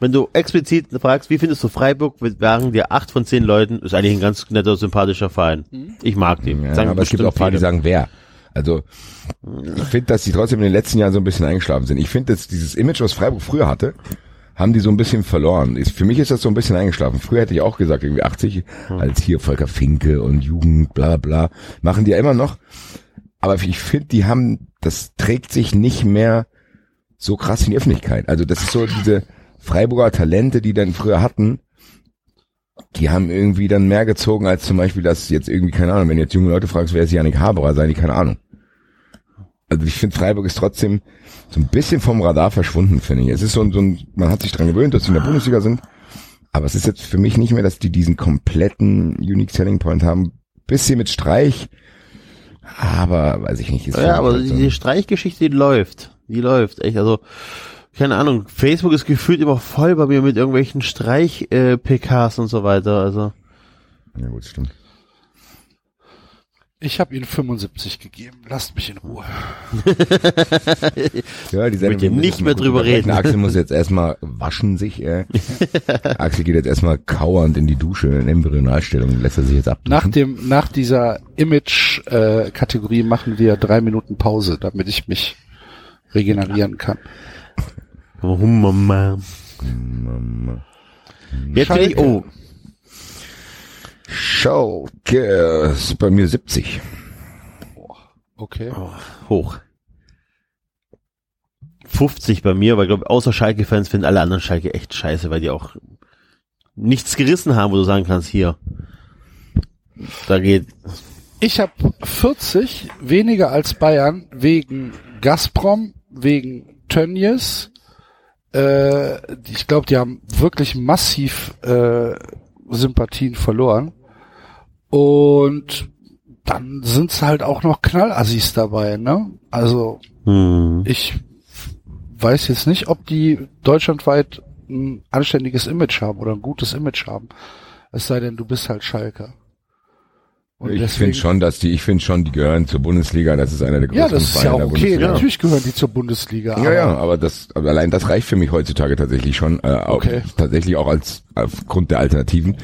S3: Wenn du explizit fragst, wie findest du Freiburg, sagen dir acht von zehn Leuten, ist eigentlich ein ganz netter, sympathischer Verein.
S2: Mhm.
S3: Ich mag den.
S4: Ja,
S3: Sagen
S4: aber es gibt auch
S3: bestimmt
S4: ein paar, die
S3: viele.
S4: sagen, wer. Also, ich finde, dass die trotzdem in den letzten Jahren so ein bisschen eingeschlafen sind. Ich finde, dass dieses Image, was Freiburg früher hatte, haben die so ein bisschen verloren. Ist, für mich ist das so ein bisschen eingeschlafen. Früher hätte ich auch gesagt, irgendwie 80,
S3: Hm.
S4: als hier Volker Finke und Jugend, bla bla, bla, machen die ja immer noch. Aber ich finde, die haben, das trägt sich nicht mehr so krass in die Öffentlichkeit. Also das ist so diese Freiburger Talente, die dann früher hatten, die haben irgendwie dann mehr gezogen als zum Beispiel das jetzt irgendwie, keine Ahnung, wenn du jetzt junge Leute fragst, wer ist Janik Haberer, sagen die keine Ahnung. Also ich finde, Freiburg ist trotzdem so ein bisschen vom Radar verschwunden, finde ich. Es ist so ein, so ein, man hat sich dran gewöhnt, dass sie in der Bundesliga sind, aber es ist jetzt für mich nicht mehr, dass die diesen kompletten Unique Selling Point haben. Bisschen mit Streich, aber weiß ich nicht. ist
S3: Ja, aber
S4: halt so ein-
S3: die Streichgeschichte, die läuft. Die läuft, echt. Also, keine Ahnung, Facebook ist gefühlt immer voll bei mir mit irgendwelchen Streich-PKs und so weiter. Also,
S4: ja, gut, stimmt.
S2: Ich habe ihnen 75 gegeben. Lasst mich in Ruhe.
S4: Ja, die Sendung
S3: Mit dem
S4: wir
S3: nicht
S4: müssen
S3: mehr
S4: mal
S3: drüber
S4: gucken.
S3: reden.
S4: Axel muss jetzt erstmal waschen sich. Äh. Axel geht jetzt erstmal kauernd in die Dusche in Embryonalstellung, lässt er sich jetzt ab.
S2: Nach dem, nach dieser Image-Kategorie machen wir drei Minuten Pause, damit ich mich regenerieren kann.
S3: oh Mama. Jetzt bin ich, oh,
S4: Schalke ist bei mir 70.
S2: Okay.
S3: hoch. 50 bei mir, weil glaube außer Schalke-Fans finden alle anderen Schalke echt scheiße, weil die auch nichts gerissen haben, wo du sagen kannst, hier, da geht,
S2: Ich habe 40 weniger als Bayern wegen Gazprom, wegen Tönnies. Äh, ich glaube, die haben wirklich massiv äh, Sympathien verloren. Und dann sind es halt auch noch Knallassis dabei, ne? Also
S3: hm,
S2: ich weiß jetzt nicht, ob die deutschlandweit ein anständiges Image haben oder ein gutes Image haben. Es sei denn, du bist halt Schalke. Und
S4: ich
S2: deswegen-
S4: finde schon, dass die, ich finde schon, die gehören zur Bundesliga. Das ist einer der
S2: Ja,
S4: größten
S2: das ist ja
S4: Vereine
S2: auch
S4: der
S2: okay.
S3: ne?
S4: Bundesliga.
S2: Natürlich gehören die zur Bundesliga.
S4: Ja,
S2: aber
S4: ja, aber das, aber allein das reicht für mich heutzutage tatsächlich schon, äh, auch,
S2: Okay.
S4: tatsächlich auch als, aufgrund der Alternativen.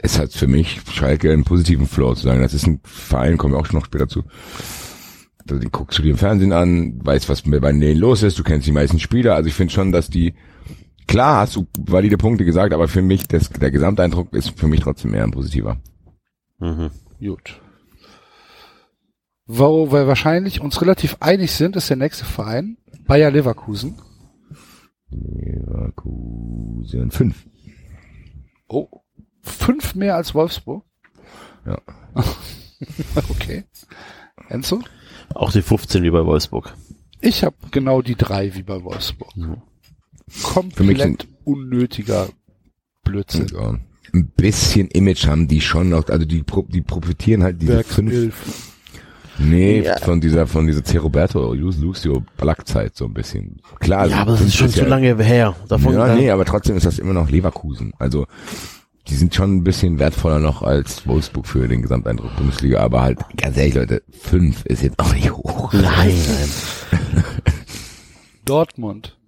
S4: Es hat für mich Schalke einen positiven Flow zu sagen. Das ist ein Verein, kommen wir auch schon noch später zu. Also, Den guckst du dir im Fernsehen an, weißt, was mit- bei denen los ist, du kennst die meisten Spieler. Also ich finde schon, dass die, klar hast du valide Punkte gesagt, aber für mich, das, der Gesamteindruck ist für mich trotzdem eher ein positiver.
S3: mhm.
S2: Gut. Wo wir wahrscheinlich uns relativ einig sind, ist der nächste Verein Bayer Leverkusen.
S4: Leverkusen 5.
S2: Oh. Fünf mehr als Wolfsburg.
S4: Ja.
S2: okay. Enzo?
S3: auch die 15 wie bei Wolfsburg.
S2: Ich habe genau die drei wie bei Wolfsburg.
S4: Mhm. Für mich
S2: Komplett
S4: sind-
S2: unnötiger Blödsinn.
S4: Ja. Ein bisschen Image haben die schon noch, also die, pro- die profitieren halt diese fünf,
S2: Werkself.
S4: Nee,
S3: Ja.
S4: von dieser, von dieser C. Roberto, Lose, Lucio Black-Zeit so ein bisschen. Klar,
S3: Ja, aber das ist schon
S4: Also ja-
S3: zu lange her. Davon
S4: Ja, nee, aber trotzdem ist das immer noch Leverkusen. Also, die sind schon ein bisschen wertvoller noch als Wolfsburg für den Gesamteindruck Bundesliga, aber halt, ganz ehrlich, Leute, fünf ist jetzt auch nicht hoch.
S3: Nein, nein.
S4: Mhm.
S2: Dortmund.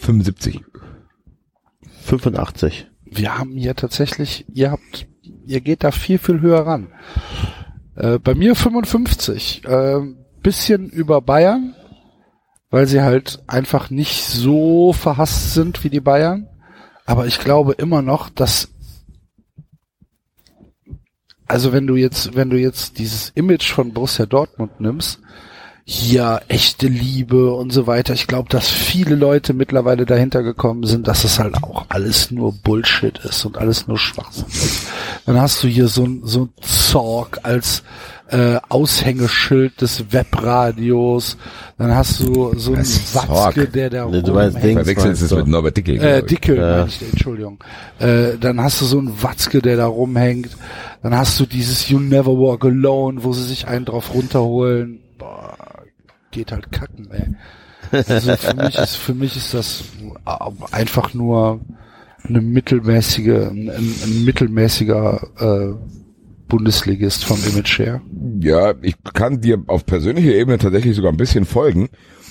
S4: 75.
S3: 85.
S2: Wir haben hier tatsächlich, ihr habt, ihr geht da viel, viel höher ran. Äh, bei mir 55. Äh, bisschen über Bayern, weil sie halt einfach nicht so verhasst sind wie die Bayern. Aber ich glaube immer noch, dass also wenn du jetzt, wenn du jetzt dieses Image von Borussia Dortmund nimmst, hier echte Liebe und so weiter, ich glaube, dass viele Leute mittlerweile dahinter gekommen sind, dass es halt auch alles nur Bullshit ist und alles nur Schwachsinn ist. Dann hast du hier so ein so ein Zorg als äh, Aushängeschild des Webradios, dann hast du so einen
S4: Was ist
S2: Watzke,
S4: Zorg?
S2: der da
S3: Nee, du
S2: rumhängt.
S3: weißt,
S4: Ich
S3: Dings
S4: verwechsel es
S3: meinst du?
S4: mit Norbert Dicke.
S2: Äh,
S4: glaub ich.
S2: Dicke,
S3: Ja.
S2: meine ich, Entschuldigung. Äh, dann hast du so einen Watzke, der da rumhängt. Dann hast du dieses You Never Walk Alone, wo sie sich einen drauf runterholen. Boah, geht halt kacken, ey. Also für, mich ist, für mich ist das einfach nur eine mittelmäßige, ein, ein mittelmäßiger äh, Bundesligist vom Image her.
S4: Ja, ich kann dir auf persönlicher Ebene tatsächlich sogar ein bisschen folgen.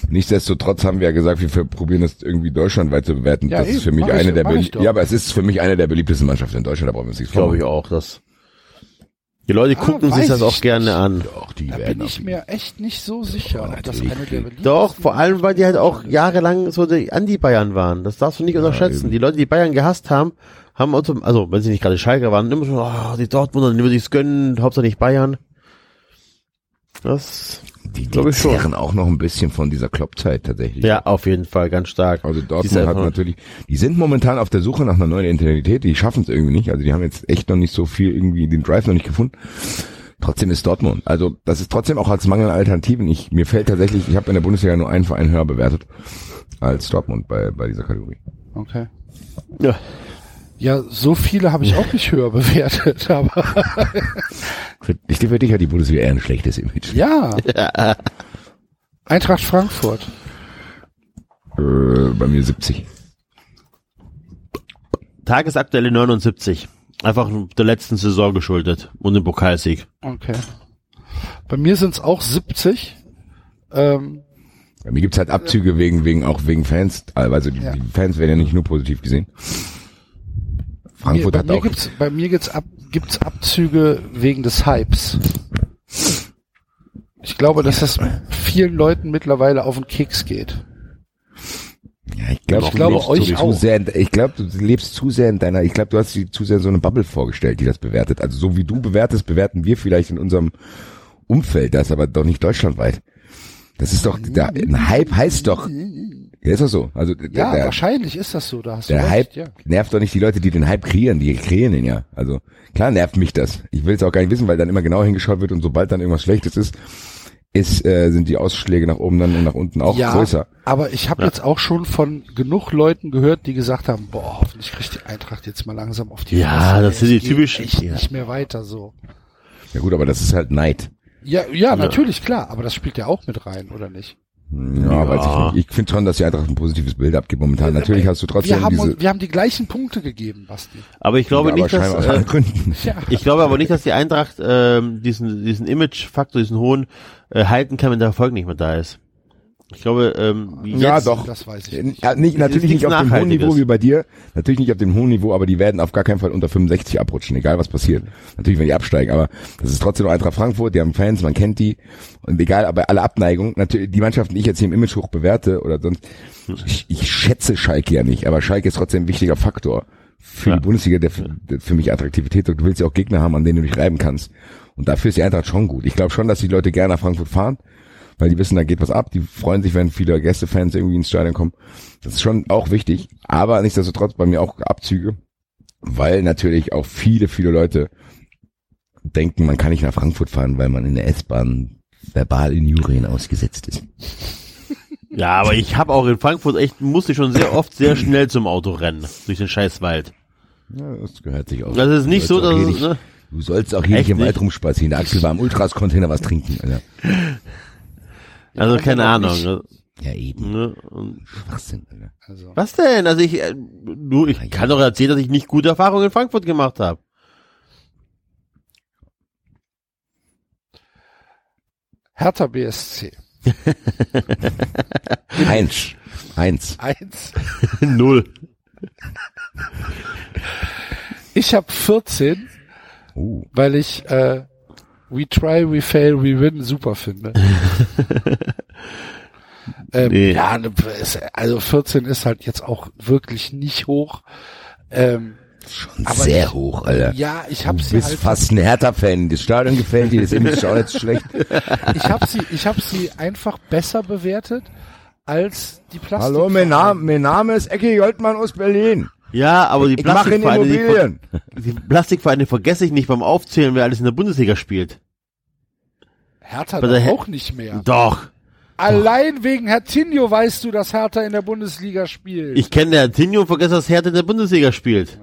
S4: Nichtsdestotrotz haben wir ja gesagt, wir probieren das irgendwie deutschlandweit zu bewerten.
S2: Ja,
S4: das
S2: eben,
S4: ist für mich
S2: mach ich
S4: eine
S2: doch,
S4: der
S2: mach
S4: belie-
S2: ich doch.
S4: Ja, aber es ist für mich eine der beliebtesten Mannschaften in Deutschland, da brauchen wir uns nichts
S3: Glaube ich
S4: vormachen.
S3: auch, dass die Leute
S4: Ah,
S3: gucken
S2: weiß
S3: sich das
S2: ich
S3: auch gerne an.
S4: Doch, die
S2: Da
S4: werden
S2: bin ich
S4: auf-
S2: mir echt nicht so sicher, ob das
S4: natürlich.
S2: eine der beliebtesten-
S3: Doch, vor allem, weil die halt auch jahrelang so die Anti-Bayern waren. Das darfst du nicht unterschätzen.
S4: eben.
S3: Die Leute, die Bayern gehasst haben, haben autom- also wenn sie nicht gerade Schalke waren, immer schon, ah, die Dortmunder, die würde ich's gönnen, hauptsächlich Bayern. Das,
S4: die, die
S3: Glaub ich schon.
S4: zehren auch noch ein bisschen von dieser Kloppzeit tatsächlich.
S3: ja, auf jeden Fall, ganz stark.
S4: Also
S3: Die ist
S4: Dortmund
S3: einfach-
S4: hat natürlich, die sind momentan auf der Suche nach einer neuen Identität, die schaffen es irgendwie nicht. Also die haben jetzt echt noch nicht so viel irgendwie den Drive noch nicht gefunden. Trotzdem ist Dortmund. Also das ist trotzdem auch als Mangel an Alternativen. Ich, mir fällt tatsächlich, ich habe in der Bundesliga nur einen Verein höher bewertet als Dortmund bei, bei dieser Kategorie.
S2: Okay.
S3: Ja.
S2: Ja, so viele habe ich auch nicht höher bewertet, aber
S4: Für, ich glaube, für dich hat die Bundesliga eher ein schlechtes Image.
S2: Ja. Eintracht Frankfurt.
S4: Äh, bei mir 70.
S3: Tagesaktuelle 79. Einfach der letzten Saison geschuldet und dem Pokalsieg.
S2: Okay. Bei mir sind es auch 70. Ähm,
S4: Bei mir gibt's halt Abzüge wegen, wegen, auch wegen Fans. Also die,
S2: Ja.
S4: die Fans werden ja nicht nur positiv gesehen. Frankfurt
S2: mir, bei,
S4: hat
S2: mir
S4: auch
S2: gibt's, bei mir gibt's, ab, gibt's Abzüge wegen des Hypes. Ich glaube, dass das vielen Leuten mittlerweile auf den Keks geht.
S4: Ja, ich glaube,
S2: Ich glaube, euch
S4: zu,
S2: auch.
S4: Zu sehr, in- ich glaube, du lebst zu sehr in deiner, ich glaube, du hast dir zu sehr so eine Bubble vorgestellt, die das bewertet. Also so wie du bewertest, bewerten wir vielleicht in unserem Umfeld das, aber doch nicht deutschlandweit. Das ist doch, der, ein Hype heißt doch, ja, ist doch so. Also der,
S2: Ja,
S4: der,
S2: wahrscheinlich ist das so. Da hast du
S4: der
S2: recht,
S4: Hype
S2: ja.
S4: nervt doch nicht die Leute, die den Hype kreieren, die kreieren ihn ja. Also klar nervt mich das. Ich will es auch gar nicht wissen, weil dann immer genau hingeschaut wird und sobald dann irgendwas Schlechtes ist, ist äh, sind die Ausschläge nach oben dann und nach unten auch
S2: ja,
S4: größer.
S2: aber ich habe jetzt auch schon von genug Leuten gehört, die gesagt haben, boah, hoffentlich kriegt die Eintracht jetzt mal langsam auf die
S3: Ja,
S2: Fresse,
S3: das
S2: ey,
S3: sind die
S2: es geht
S3: typischen-
S2: echt
S3: ja.
S2: nicht mehr weiter so.
S4: Ja gut, aber das ist halt Neid.
S2: Ja, ja, natürlich, klar, aber das spielt ja auch mit rein, oder nicht?
S4: Ja,
S3: Ja.
S4: weiß ich nicht. Ich finde schon, dass die Eintracht ein positives Bild abgibt momentan. Natürlich hast du trotzdem
S2: Wir haben,
S4: diese.
S2: uns, wir haben die gleichen Punkte gegeben, Basti.
S3: Aber ich glaube
S4: aber
S3: nicht, dass,
S4: scheinbar aus
S3: äh,
S4: anderen Gründen.
S2: Ja,
S3: Ich glaube aber nicht, dass die Eintracht ähm, diesen, diesen Image-Faktor, diesen hohen, äh, halten kann, wenn der Erfolg nicht mehr da ist. Ich glaube, ähm,
S4: Ja,
S3: jetzt,
S4: doch.
S2: das weiß ich
S4: Äh,
S2: nicht.
S4: ja, nicht, natürlich
S3: nichts
S4: nicht auf dem hohen
S3: Nachhaltiges.
S4: Niveau wie bei dir. Natürlich nicht auf dem hohen Niveau, aber die werden auf gar keinen Fall unter 65 abrutschen, egal was passiert. Natürlich, wenn die absteigen, aber das ist trotzdem noch Eintracht Frankfurt, die haben Fans, man kennt die. Und egal, aber alle Abneigung, natürlich, die Mannschaften, die ich jetzt hier im Image hoch bewerte oder sonst, ich, ich schätze Schalke ja nicht, aber Schalke ist trotzdem ein wichtiger Faktor für die Bundesliga, der für, der für mich Attraktivität drückt. Du willst ja auch Gegner haben, an denen du dich reiben kannst. Und dafür ist die Eintracht schon gut. Ich glaube schon, dass die Leute gerne nach Frankfurt fahren weil die wissen, da geht was ab. Die freuen sich, wenn viele Gästefans irgendwie ins Stadion kommen. Das ist schon auch wichtig. Aber nichtsdestotrotz bei mir auch Abzüge, weil natürlich auch viele, viele Leute denken, man kann nicht nach Frankfurt fahren, weil man in der S-Bahn verbal in Jurien ausgesetzt ist.
S3: ja, aber ich habe auch in Frankfurt echt, musste schon sehr oft sehr schnell zum Auto rennen, durch den Scheißwald.
S4: Ja, das gehört sich auch.
S3: Das ist Also nicht so, dass es, ne,
S4: Du sollst auch hier
S3: Echt
S4: nicht im Wald
S3: nicht?
S4: rumspazieren. Der Axel war im Ultras-Container was trinken. Alter.
S3: Also keine
S2: aber
S3: Ahnung.
S2: nicht.
S3: ne?
S4: Ja, eben.
S3: Ne? Und-
S4: Schwachsinn, Alter.
S2: Also,
S3: Was denn? Also ich, äh, du, ich kann doch erzählen, dass ich nicht gute Erfahrungen in Frankfurt gemacht habe.
S2: Hertha BSC.
S4: Eins. Eins.
S2: Eins.
S3: Null.
S2: Ich habe 14,
S4: Uh.
S2: weil ich äh, We Try, We Fail, We Win super finde. ähm,
S3: Nee.
S2: Ja, ne, ist- also 14 ist halt jetzt auch wirklich nicht hoch. Ähm,
S4: Schon
S2: Aber
S4: sehr
S2: ich-
S4: hoch, Alter.
S2: ja, ich
S4: Du
S2: habe sie
S4: bist
S2: halt,
S4: fast ein Hertha-Fan. Das Stadion gefällt dir, das Image ist auch nicht so schlecht.
S2: ich habe sie, ich habe sie einfach besser bewertet als die Plastik.
S4: Hallo, mein Name, mein Name ist Ecke Joltmann aus Berlin.
S3: Ja, aber die
S4: Ich mache in
S3: Plastikvereine, die, ver-
S4: Immobilien.
S3: die Plastikvereine vergesse ich nicht beim Aufzählen, wer alles in der Bundesliga spielt.
S2: Hertha
S3: Bei der
S2: doch
S3: Her-
S2: auch nicht mehr.
S3: Doch.
S2: Allein wegen Hertinho weißt du, dass Hertha in der Bundesliga spielt.
S3: Ich kenne der Tinio und vergesse, dass Hertha in der Bundesliga spielt.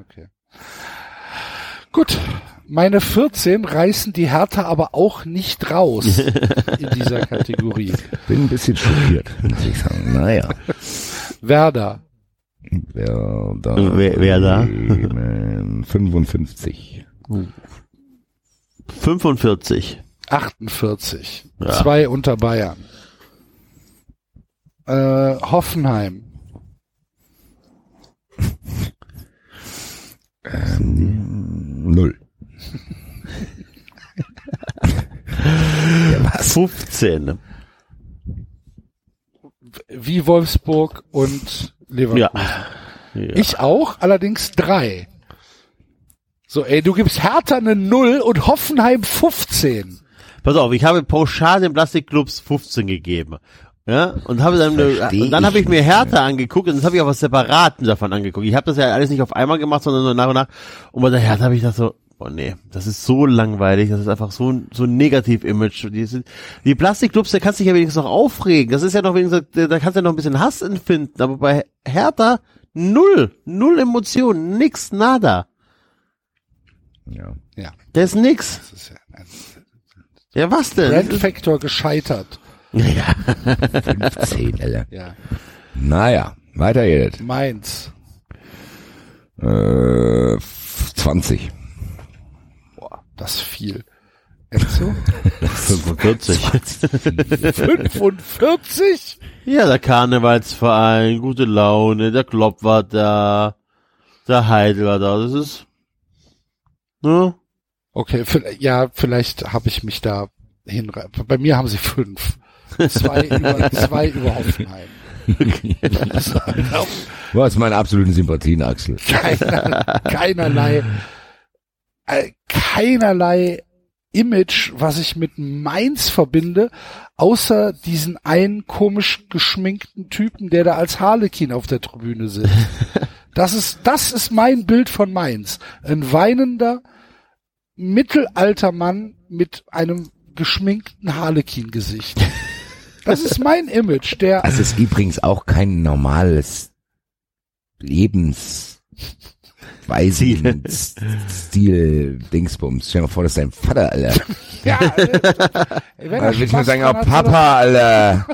S2: Gut. Meine 14 reißen die Hertha aber auch nicht raus in dieser Kategorie.
S4: Bin ein bisschen schockiert, muss ich sagen. Naja.
S2: Werder,
S4: Wer da?
S3: Wer- wer da?
S4: Bremen, 55.
S3: 45.
S2: 48.
S3: Ja.
S2: Zwei unter Bayern. Äh, Hoffenheim,
S4: Null. ja, was?
S3: 15.
S2: wie Wolfsburg und Leverkusen.
S3: Ja. ja.
S2: Ich auch, allerdings drei. So, ey, du gibst Hertha eine Null und Hoffenheim 15.
S3: Pass auf, ich habe pauschal den Plastikclubs 15 gegeben. Ja, und habe dann,
S4: Versteh
S3: und dann
S4: ich
S3: habe ich mir
S4: nicht,
S3: Hertha angeguckt und das habe ich auch was separat davon angeguckt. Ich habe das ja alles nicht auf einmal gemacht, sondern so nach und nach. Und bei der Hertha habe ich das so, oh nee, das ist so langweilig, das ist einfach so ein, so ein Negativ-Image. Die, sind- die Plastikclubs, da kannst du dich ja wenigstens noch aufregen. Das ist ja noch wenigstens, da kannst du ja noch ein bisschen Hass empfinden. Aber bei Hertha null, null Emotionen, nix, nada.
S4: Ja.
S2: Ja,
S3: Da ist nix.
S2: das ist ja ein
S3: Ja, was denn?
S2: Brand Factor gescheitert.
S3: Ja.
S4: 10, Alter.
S2: Ja,
S4: Naja, weiter geht's.
S2: Mainz.
S4: Äh, 20.
S2: Boah, das ist viel. Enzo?
S3: 45.
S2: 45?
S3: Ja, der Karnevalsverein, gute Laune, der Klopp war da, der Heidel war da, das ist, ne?
S2: Okay, vi- ja, vielleicht habe ich mich da hinre. Bei mir haben sie fünf. Zwei über, zwei über Hoffenheim.
S4: Du hast meine absoluten Sympathien, Axel.
S2: Keiner, keinerlei, äh, keinerlei Image, was ich mit Mainz verbinde, außer diesen einen komisch geschminkten Typen, der da als Harlekin auf der Tribüne sitzt. Das ist, das ist mein Bild von Mainz. Ein weinender mittelalter Mann mit einem geschminkten Harlekin-Gesicht. Das ist mein Image, der
S4: Das ist übrigens auch kein normales Lebensweisen, Stil, Dingsbums. Stell dir mal vor, das ist dein Vater, Alter.
S2: ja, äh, wenn er
S4: Dann würde ich mir
S2: Spaß
S4: sagen, oh
S2: dran hat, soll er-
S4: Papa, Alter.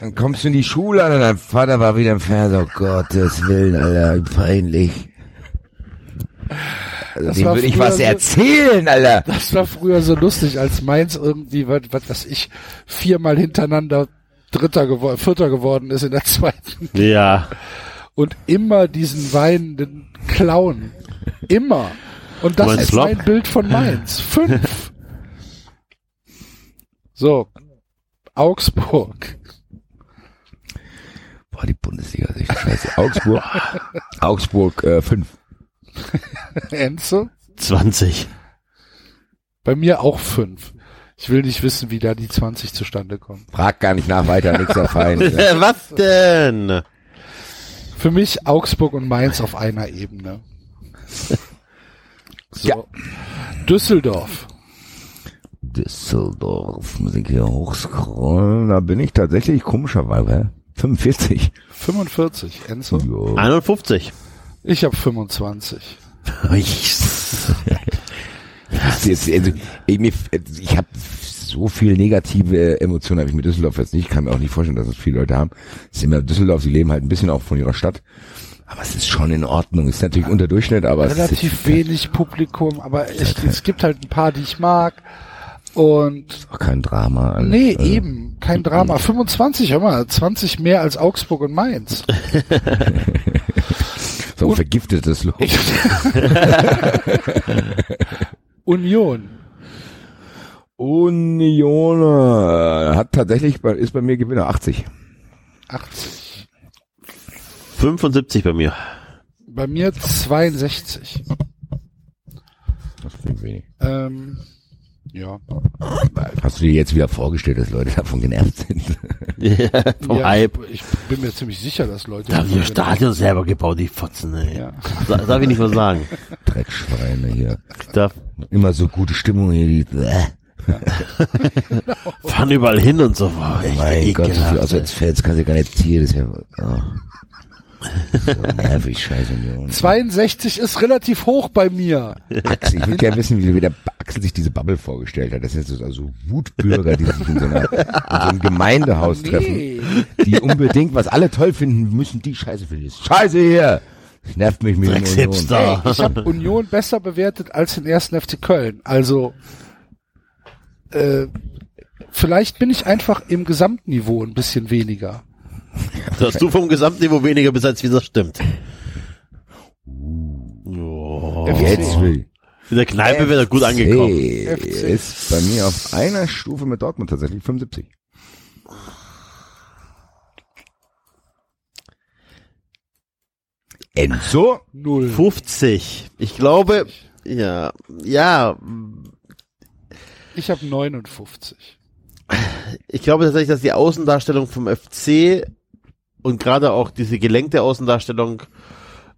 S4: Dann kommst du in die Schule an und dein Vater war wieder im Fernseher. Oh Gottes Willen, Alter, wie peinlich. Also
S2: Das
S4: dem
S2: war
S4: würde ich
S2: früher
S4: was
S2: so-
S4: erzählen, Alter.
S2: Das war früher so lustig, als Mainz irgendwie, was, was weiß ich, viermal hintereinander Dritter geworden, Vierter geworden ist in der zweiten.
S3: Ja.
S2: Und immer diesen weinenden Clown. Immer. Und das
S3: Mein
S2: ist
S3: Flop.
S2: mein Bild von Mainz. Fünf. So. Augsburg.
S4: Boah, die Bundesliga ist echt scheiße. Augsburg, Augsburg äh, 5.
S2: Enzo?
S3: 20.
S2: Bei mir auch fünf. Ich will nicht wissen, wie da die 20 zustande kommen.
S4: Frag gar nicht nach, weiter, nix erfahren.
S3: was denn?
S2: Für mich Augsburg und Mainz auf einer Ebene. So.
S4: Ja.
S2: Düsseldorf.
S4: Düsseldorf, muss ich hier hochscrollen. Da bin ich tatsächlich komischerweise. 45.
S2: 45, Enzo.
S4: Jo.
S3: 51.
S2: Ich habe 25.
S3: Ich-
S4: wüsste jetzt, also, ich, mir- ich habe so viel negative Emotionen habe ich mit Düsseldorf jetzt nicht. Ich kann mir auch nicht vorstellen, dass das viele Leute haben. Es ist immer Düsseldorf, sie leben halt ein bisschen auch von ihrer Stadt. Aber es ist schon in Ordnung. Ist natürlich unter Durchschnitt, aber es
S2: relativ
S4: ist jetzt
S2: wenig Publikum, aber ich, es gibt halt ein paar, die ich mag. Und
S4: auch kein Drama. alles.
S2: nee,
S4: Also,
S2: eben, kein Drama. 25, hör mal, 20 mehr als Augsburg und Mainz.
S4: So ein vergiftetes Lob.
S2: Union.
S4: Union äh, hat tatsächlich, bei- ist bei mir Gewinner 80.
S2: 80.
S3: 75 bei mir.
S2: Bei mir 62.
S4: Das klingt wenig.
S2: Ähm, ja.
S4: Hast du dir jetzt wieder vorgestellt, dass Leute davon genervt sind? Oh,
S3: Vom
S2: ja,
S3: Hype.
S2: Ich bin mir ziemlich sicher, dass Leute.
S3: Da haben sie das Stadion selber gebaut, die Fotzen, ey.
S2: Ja.
S3: Da, darf ich nicht mal sagen.
S4: Dreckschweine hier.
S3: Ich darf,
S4: Immer so gute Stimmung hier. Die, äh,
S3: fahren überall hin und so. Wow, echt
S4: mein Gott, so
S3: ekelhaft,
S4: viel also
S3: ey.
S4: Auswärtsfans kannst du gar nicht ziehen. Das ist ja oh. so nervig, scheiße Union.
S2: 62 ist relativ hoch bei mir.
S4: Axel, ich würde gerne wissen, wie der Axel sich diese Bubble vorgestellt hat. Das sind so also Wutbürger, die sich in so, einer, in so einem Gemeindehaus treffen, die unbedingt, was alle toll finden, müssen die Scheiße finden. Scheiße hier! Das nervt mich mit der Union.
S2: Ey,
S3: Dreckshipster.
S2: ich habe Union besser bewertet als den ersten FC Köln. Also äh, vielleicht bin ich einfach im Gesamtniveau ein bisschen weniger.
S3: Dass du vom Gesamtniveau weniger bist, als wie das stimmt. Oh.
S4: Jetzt will.
S3: In der Kneipe wird er gut angekommen.
S4: Hey, Ähm, ist bei mir auf einer Stufe mit Dortmund tatsächlich 75. Enzo?
S2: Null.
S3: 50. Ich glaube, ja, ja,
S2: Ich habe 59.
S3: ich glaube tatsächlich, dass die Außendarstellung vom FC und gerade auch diese gelenkte Außendarstellung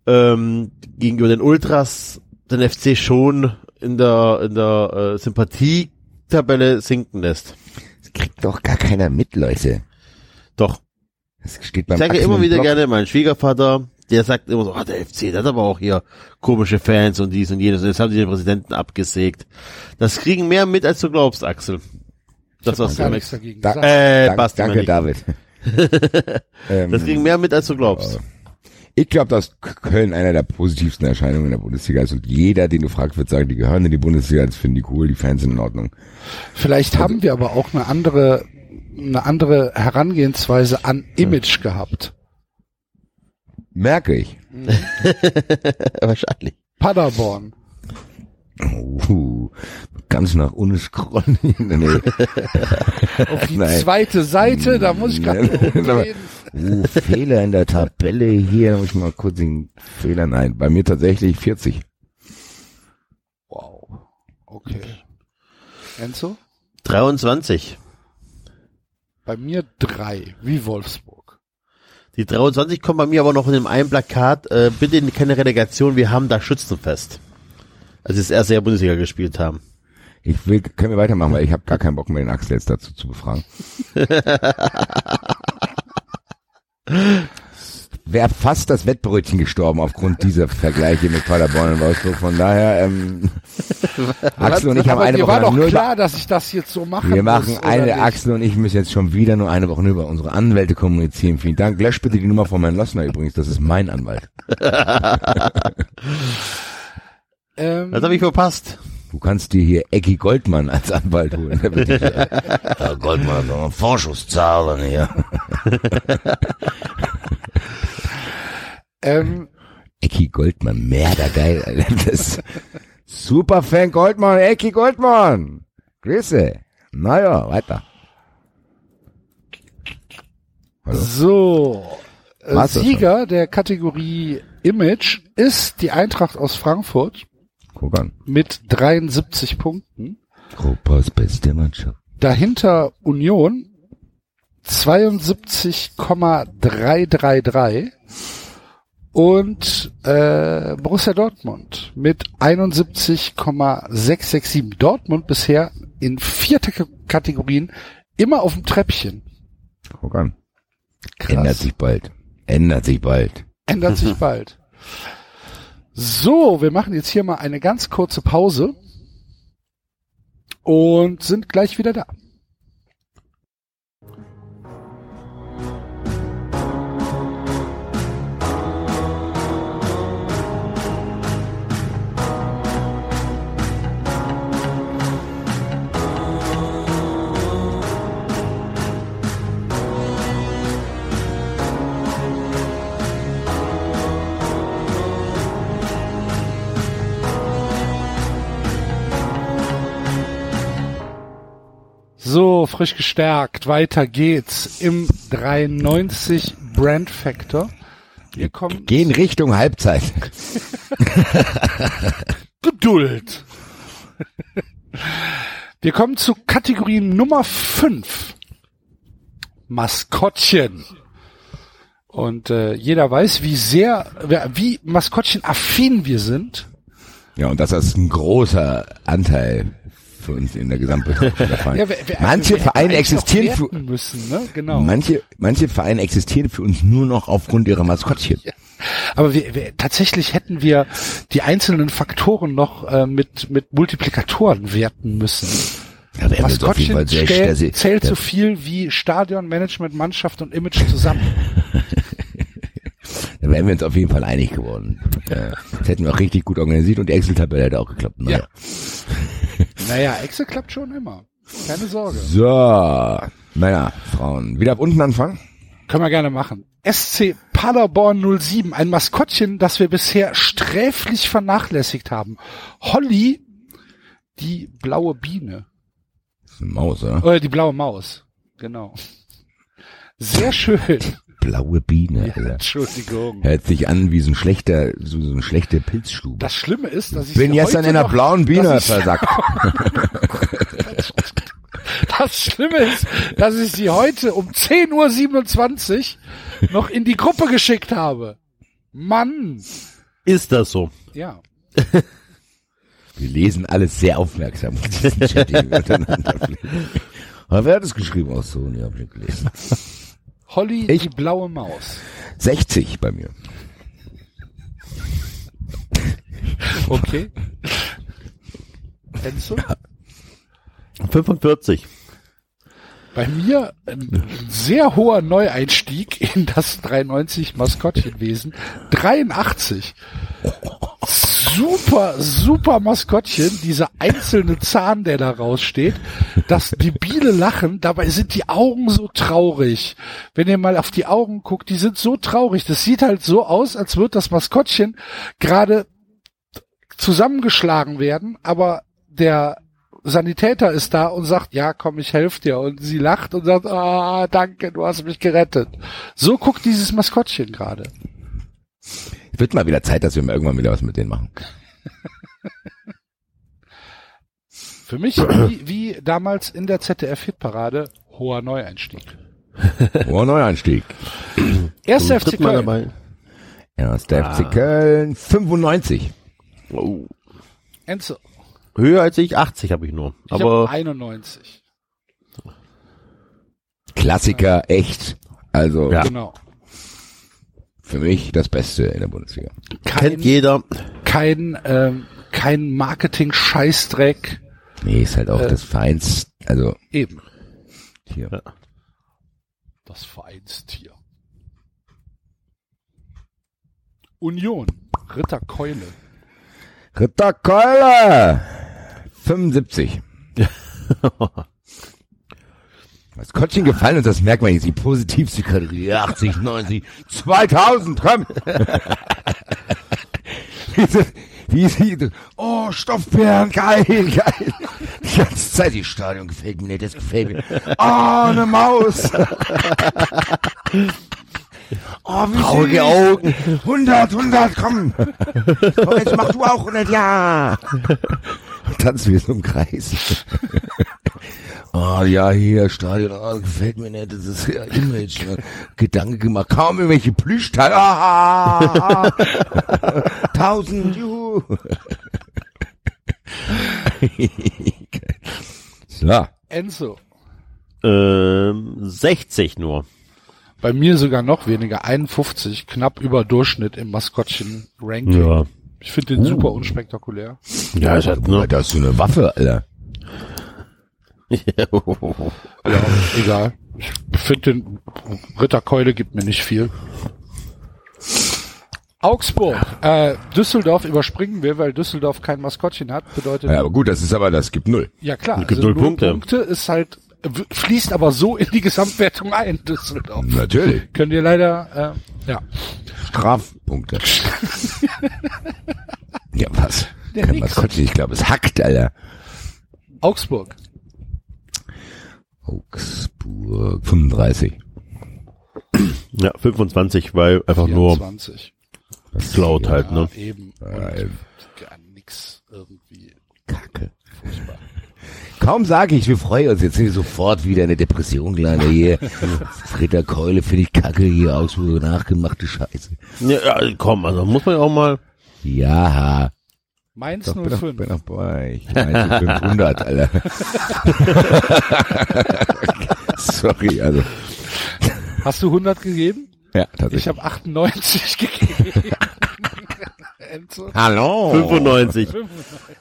S3: ähm, gegenüber den Ultras den FC schon in der in der äh, Sympathietabelle sinken lässt.
S4: Das kriegt doch gar keiner mit, Leute.
S3: Doch.
S4: Das steht
S3: Ich
S4: beim
S3: sage
S4: Axel
S3: immer
S4: im
S3: wieder
S4: Blog.
S3: gerne, mein Schwiegervater, der sagt immer so, ah, der FC, der hat aber auch hier komische Fans und dies und jenes. Und jetzt haben sie den Präsidenten abgesägt. Das kriegen mehr mit, als du glaubst, Axel. Das, was du
S2: Gar
S3: Max.
S2: nichts dagegen
S4: Da-
S2: gesagt.
S3: Äh,
S4: Dank,
S3: Basti,
S4: danke,
S3: meine ich.
S4: David. Ähm, äh,
S3: Das kriegen mehr mit, als du glaubst.
S4: ich glaube, dass K- Köln einer der positivsten Erscheinungen in der Bundesliga ist. Und jeder, den du fragst, wird sagen, die gehören in die Bundesliga, das finden die cool, die Fans sind in Ordnung.
S2: Vielleicht haben wir aber auch eine andere eine andere Herangehensweise an Image gehabt.
S4: Merke ich.
S3: Wahrscheinlich.
S2: Paderborn.
S4: Uh, ganz nach unten scrollen. nee.
S2: Auf die
S4: Nein.
S2: zweite Seite, da muss ich gerade hochgehen.
S4: Uh, Fehler in der Tabelle hier. Da muss ich mal kurz den Fehler. Nein, bei mir tatsächlich 40.
S2: Wow. Okay. Enzo?
S3: 23.
S2: Bei mir drei, wie Wolfsburg.
S3: Die 23 kommen bei mir aber noch in dem einen Plakat, äh, bitte keine Relegation, wir haben da Schützenfest. Also das erste Jahr Bundesliga gespielt haben.
S4: Ich will, können wir weitermachen, weil ich habe gar keinen Bock mehr, den Axel jetzt dazu zu befragen. Wäre fast das Wettbrötchen gestorben aufgrund dieser Vergleiche mit Paderborn und Wolfsburg. Von daher, ähm, Axel und ich haben
S2: Aber
S4: eine
S2: dir war
S4: Woche lang
S2: doch
S4: nur über
S2: klar, dass ich das jetzt so mache.
S4: Wir machen eine, Axel und ich müssen jetzt schon wieder nur eine Woche nur über unsere Anwälte kommunizieren. Vielen Dank. Lösch bitte die Nummer von Herrn Lossner übrigens. Das ist mein Anwalt.
S2: Ähm,
S3: Das habe ich verpasst.
S4: Du kannst dir hier Ecki Goldmann als Anwalt holen. Der wird dich, äh, Herr Goldmann, soll man Vorschuss zahlen hier.
S2: ähm,
S4: Ecki Goldmann, merder geil. Alter. Das Superfan Goldmann, Ecki Goldmann. Grüße. Naja, weiter.
S2: so. Äh,
S4: War's das
S2: Sieger der Kategorie Image ist die Eintracht aus Frankfurt
S4: Guck an.
S2: mit 73 Punkten.
S4: Europas beste Mannschaft.
S2: Dahinter Union 72,333 und äh, Borussia Dortmund mit 71,667. Dortmund bisher in vier T- Kategorien immer auf dem Treppchen.
S4: Guck an. Ändert sich bald. Ändert sich bald.
S2: Ändert sich bald. So, wir machen jetzt hier mal eine ganz kurze Pause und sind gleich wieder da. So, frisch gestärkt, weiter geht's im 93 Brand Factor. Wir kommen
S4: Gehen Richtung Halbzeit.
S2: Geduld. Wir kommen zu Kategorie Nummer 5. Maskottchen. Und äh, jeder weiß, wie sehr, wie Maskottchen affin wir sind.
S4: Ja, und das ist ein großer Anteil für uns in der Gesamtbetrachtung der Vereine.
S2: Ja, wer- wer-
S4: manche
S2: wir hätten
S4: Vereine
S2: eigentlich noch
S4: existieren für,
S2: werten müssen, ne? Genau.
S4: manche, manche Vereine existieren für uns nur noch aufgrund ihrer Maskottchen.
S2: Aber wir, wir, tatsächlich hätten wir die einzelnen Faktoren noch äh, mit, mit Multiplikatoren werten müssen.
S4: Ja, der wird auf
S2: Maskottchen
S4: jeden Fall sehr,
S2: zählt,
S4: sehr-
S2: zählt
S4: der-
S2: so viel wie Stadion, Management, Mannschaft und Image zusammen.
S4: Da wären wir uns auf jeden Fall einig geworden. Ja. Das hätten wir auch richtig gut organisiert und die Excel-Tabelle hätte auch geklappt. Naja.
S2: naja, Excel klappt schon immer. Keine Sorge.
S4: So, Männer, Frauen. Wieder ab unten anfangen?
S2: Können wir gerne machen. SC Paderborn 07, ein Maskottchen, das wir bisher sträflich vernachlässigt haben. Holly, die blaue Biene.
S4: Das ist eine Maus, oder?
S2: Oder die blaue Maus. Genau. Sehr schön.
S4: Blaue Biene.
S2: Ja,
S4: Alter.
S2: Entschuldigung.
S4: Hört sich an wie so ein schlechter, so, so eine schlechte Pilzstube.
S2: Das Schlimme ist, dass ich
S4: Bin gestern in einer blauen Biene
S2: dass ich-
S4: versackt.
S2: Das Schlimme ist, dass ich sie heute um 10.27 Uhr noch in die Gruppe geschickt habe. Mann.
S3: Ist das so?
S2: Ja.
S4: Wir lesen alles sehr aufmerksam. diesen Chat, den wir untereinander pflegen. Aber wer hat es geschrieben? Ach so, nee, hab ich nicht gelesen.
S2: Holly,
S4: Ich-
S2: die blaue Maus.
S4: 60 bei mir.
S2: Okay. Enzo?
S3: 45.
S2: Bei mir ein sehr hoher Neueinstieg in das 93 Maskottchenwesen. 83. Super, super Maskottchen, dieser einzelne Zahn, der da raussteht. Das debile Lachen, dabei sind die Augen so traurig. Wenn ihr mal auf die Augen guckt, die sind so traurig. Das sieht halt so aus, als würde das Maskottchen gerade zusammengeschlagen werden, aber der Sanitäter ist da und sagt, ja, komm, ich helfe dir. Und sie lacht und sagt, ah, danke, du hast mich gerettet. So guckt dieses Maskottchen gerade.
S4: Es wird mal wieder Zeit, dass wir mal irgendwann wieder was mit denen machen.
S2: Für mich wie, wie damals in der ZDF-Hitparade hoher Neueinstieg.
S4: Oh, Neuanstieg.
S2: Erster
S3: Tritt
S2: FC
S3: mal
S2: Köln.
S3: dabei.
S4: Ja, ist der FC Köln 95.
S3: Oh.
S2: Enzo,
S3: Höher als ich, 80 habe ich nur.
S2: ich hab
S3: Aber
S2: 91.
S4: Klassiker, echt. Also
S3: Ja.
S2: Genau.
S4: für mich das Beste in der Bundesliga.
S2: Kein,
S3: kennt jeder.
S2: kein, ähm, kein Marketing-Scheißdreck.
S4: Nee, ist halt auch
S2: Äh.
S4: das Vereins, also
S2: Eben.
S4: hier.
S3: Ja.
S2: Das Vereinstier. Union. Ritter Keule.
S4: Ritter Keule! 75. Das Kottchen gefallen und das merkt man jetzt. Die positivste Kategorie 80, 90, 2000, komm! Diese- Wie sieht Oh, Stoffbären, geil, geil. Die ganze Zeit, die Stadion gefällt mir nicht, das gefällt mir. Oh, eine Maus. Oh, wie Traurige Augen. 100, 100, komm. komm. Jetzt mach du auch 100, ja. Tanzen wir so im Kreis. Oh ja, hier, Stadion, oh, gefällt mir nicht, das ist ja Image. Ne? Gedanke gemacht, kaum irgendwelche Plüschteile. Ah, ah, ah. Tausend, juhu. so,
S2: Enzo.
S3: Ähm, 60 nur.
S2: Bei mir sogar noch weniger, 51, knapp über Durchschnitt im Maskottchen-Ranking.
S3: Uh.
S2: Ich finde den super unspektakulär.
S3: Ja, ich hatte, ne?
S4: da hast du eine Waffe, Alter.
S2: Ja, egal. Ich finde den Ritterkeule gibt mir nicht viel. Augsburg. Äh, Düsseldorf überspringen wir, weil Düsseldorf kein Maskottchen hat. Bedeutet,
S4: Ja,
S2: ja,
S4: aber gut, das ist aber, das gibt null.
S2: klar,
S3: gibt null Punkte.
S2: Punkte ist halt, w- fließt aber so in die Gesamtwertung ein, Düsseldorf.
S4: Natürlich.
S2: Könnt ihr leider, äh, ja.
S4: Strafpunkte. ja, was? Kein
S2: nix.
S4: Maskottchen, ich glaube, es hackt, Alter.
S2: Augsburg.
S4: Augsburg 35.
S3: Ja, 25, weil einfach nur
S2: 24.
S3: Cloud halt,
S2: Ja,
S3: ne?
S2: eben.
S4: Äh,
S2: Und gar nix irgendwie.
S4: Kacke. Kaum sage ich, wir freuen uns jetzt nicht sofort wieder eine Depression, kleine hier. Ritter Keule finde ich kacke hier aus, so nachgemachte Scheiße.
S3: Ja, ja, komm, also muss man ja auch mal.
S4: Ja,
S2: Mainz
S4: doch, bin doch,
S2: 05.
S4: bin doch bei. Ich meine, 500, Alter. Sorry, also.
S2: Hast du 100 gegeben?
S4: Ja,
S2: Ich
S4: tatsächlich.
S2: habe 98 gegeben. Enzo.
S4: Hallo.
S3: 95.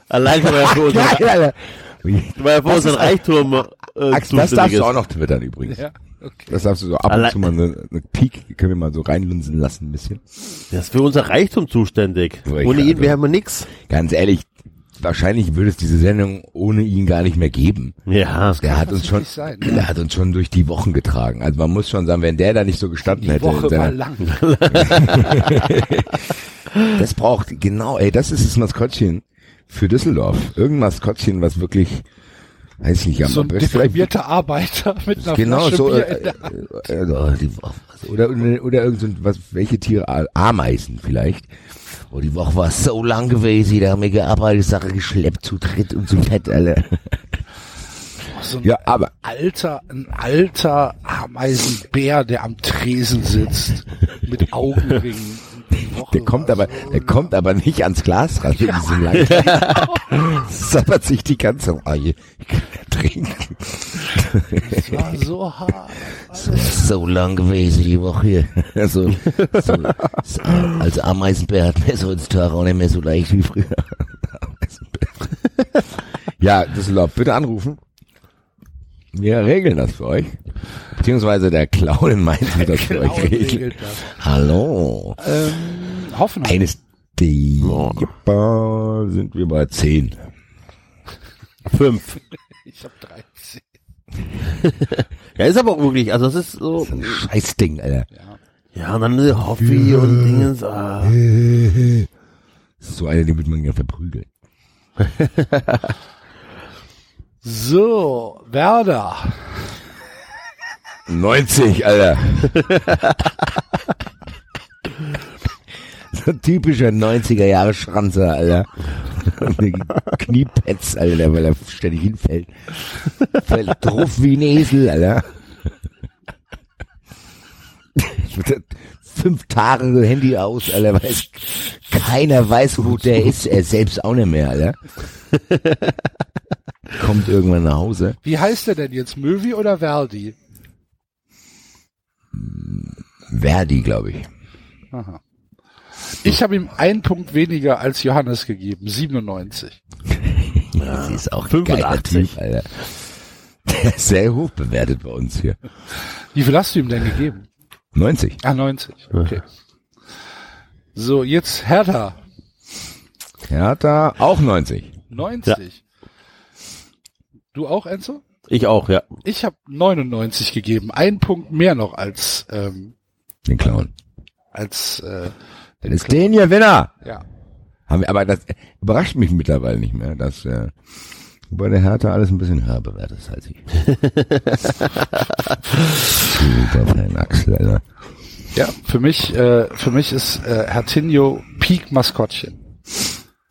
S3: Allein weil er für unseren,
S4: Geil, Alter.
S3: weil er für unseren Reichtum äh,
S4: Axel, das
S3: zuständig
S4: darfst
S3: ist.
S4: du auch noch twittern übrigens.
S2: Ja, okay.
S4: Das darfst du so ab und
S3: Allein-
S4: zu mal eine, eine Peak, können wir mal so reinlunsen lassen ein bisschen.
S3: Der ist für unser Reichtum zuständig.
S4: Richtig,
S3: Ohne ihn
S4: also.
S3: wären wir nix.
S4: Ganz ehrlich, wahrscheinlich würde es diese Sendung ohne ihn gar nicht mehr geben.
S3: Ja.
S4: Der hat uns schon,
S2: tatsächlich sein, ja.
S4: der hat uns schon durch die Wochen getragen. Also man muss schon sagen, wenn der da nicht so gestanden
S2: Die
S4: hätte, in
S2: Woche war
S4: seiner,
S2: lang.
S4: das braucht genau, ey, das ist das Maskottchen für Düsseldorf. Irgendein Maskottchen, was wirklich, weiß nicht, am
S2: so ein
S4: besten-
S2: deprimierter Arbeiter mit einer
S4: genau
S2: Flasche
S4: so,
S2: Bier in
S4: äh,
S2: der
S4: äh, äh, die Woche, oder, oder irgend so, ein- was, welche Tiere, Ah, Ameisen vielleicht. Oh, die Woche war so lang gewesen, da haben wir gearbeitet, Sache geschleppt, zu dritt und zu fett, alle.
S2: so ein
S4: Ja, aber
S2: alter, ein alter Ameisenbär, der am Tresen sitzt mit Augenringen. Die Woche
S4: Der kommt
S2: war
S4: aber,
S2: so
S4: der kommt aber nicht ans Glas ran mit diesem Leiter. Sabbert sich die ganze Reihe. Ich kann nicht trinken.
S2: Es war so hart.
S4: So, so lang gewesen die Woche hier. Also, so, so, als Ameisenbär hat mir so ins Tor auch nicht mehr so leicht wie früher. Ameisenbär. ja, Düsseldorf, bitte anrufen. Wir regeln das für euch. Beziehungsweise der Clown in Mainz wird das für
S2: Genau,
S4: euch regeln.
S2: regelt das.
S4: Hallo.
S2: Ähm, Hoffenheim.
S4: Eines Jippa sind wir bei 10.
S3: Fünf.
S2: Ich habe 13.
S3: Ja, ist aber auch wirklich, also das ist so.
S4: Ein Scheißding, Alter.
S3: Ja, und dann diese Hobby und Dingens. Ah.
S4: So einer, den wird man ja verprügeln.
S2: So, Werder.
S4: 90, Alter. so ein typischer 90er Jahre Schranzer, Alter. Kniepetz, Alter, weil er ständig hinfällt. Fällt drauf wie ein Esel, Alter. Fünf Tage Handy aus, Alter, weil es- keiner weiß, wo der ist. Er selbst auch nicht mehr, Alter. Kommt irgendwann nach Hause.
S2: Wie heißt der denn jetzt? Möwi oder Verdi?
S4: Verdi, glaube ich.
S2: Aha. Ich habe ihm einen Punkt weniger als Johannes gegeben, 97.
S4: Sie ist auch
S3: 85.
S4: ein geiler Typ, Alter. Der ist sehr hoch bewertet bei uns hier.
S2: Wie viel hast du ihm denn gegeben?
S4: 90.
S2: Ah, 90. Okay. So, jetzt Hertha,
S4: Hertha auch 90.
S2: 90. Du auch, Enzo?
S3: Ich auch, ja.
S2: Ich habe 99 gegeben, einen Punkt mehr noch als ähm,
S4: Den Clown.
S2: als äh,
S4: Dann ist den Gewinner.
S2: ja.
S4: Haben wir, aber das überrascht mich mittlerweile nicht mehr, dass äh, bei der Hertha alles ein bisschen höher bewertet ist als ich. Super Fan Axel, Alter.
S2: Ja, für mich äh, für mich ist äh, Hertinho Peak Maskottchen.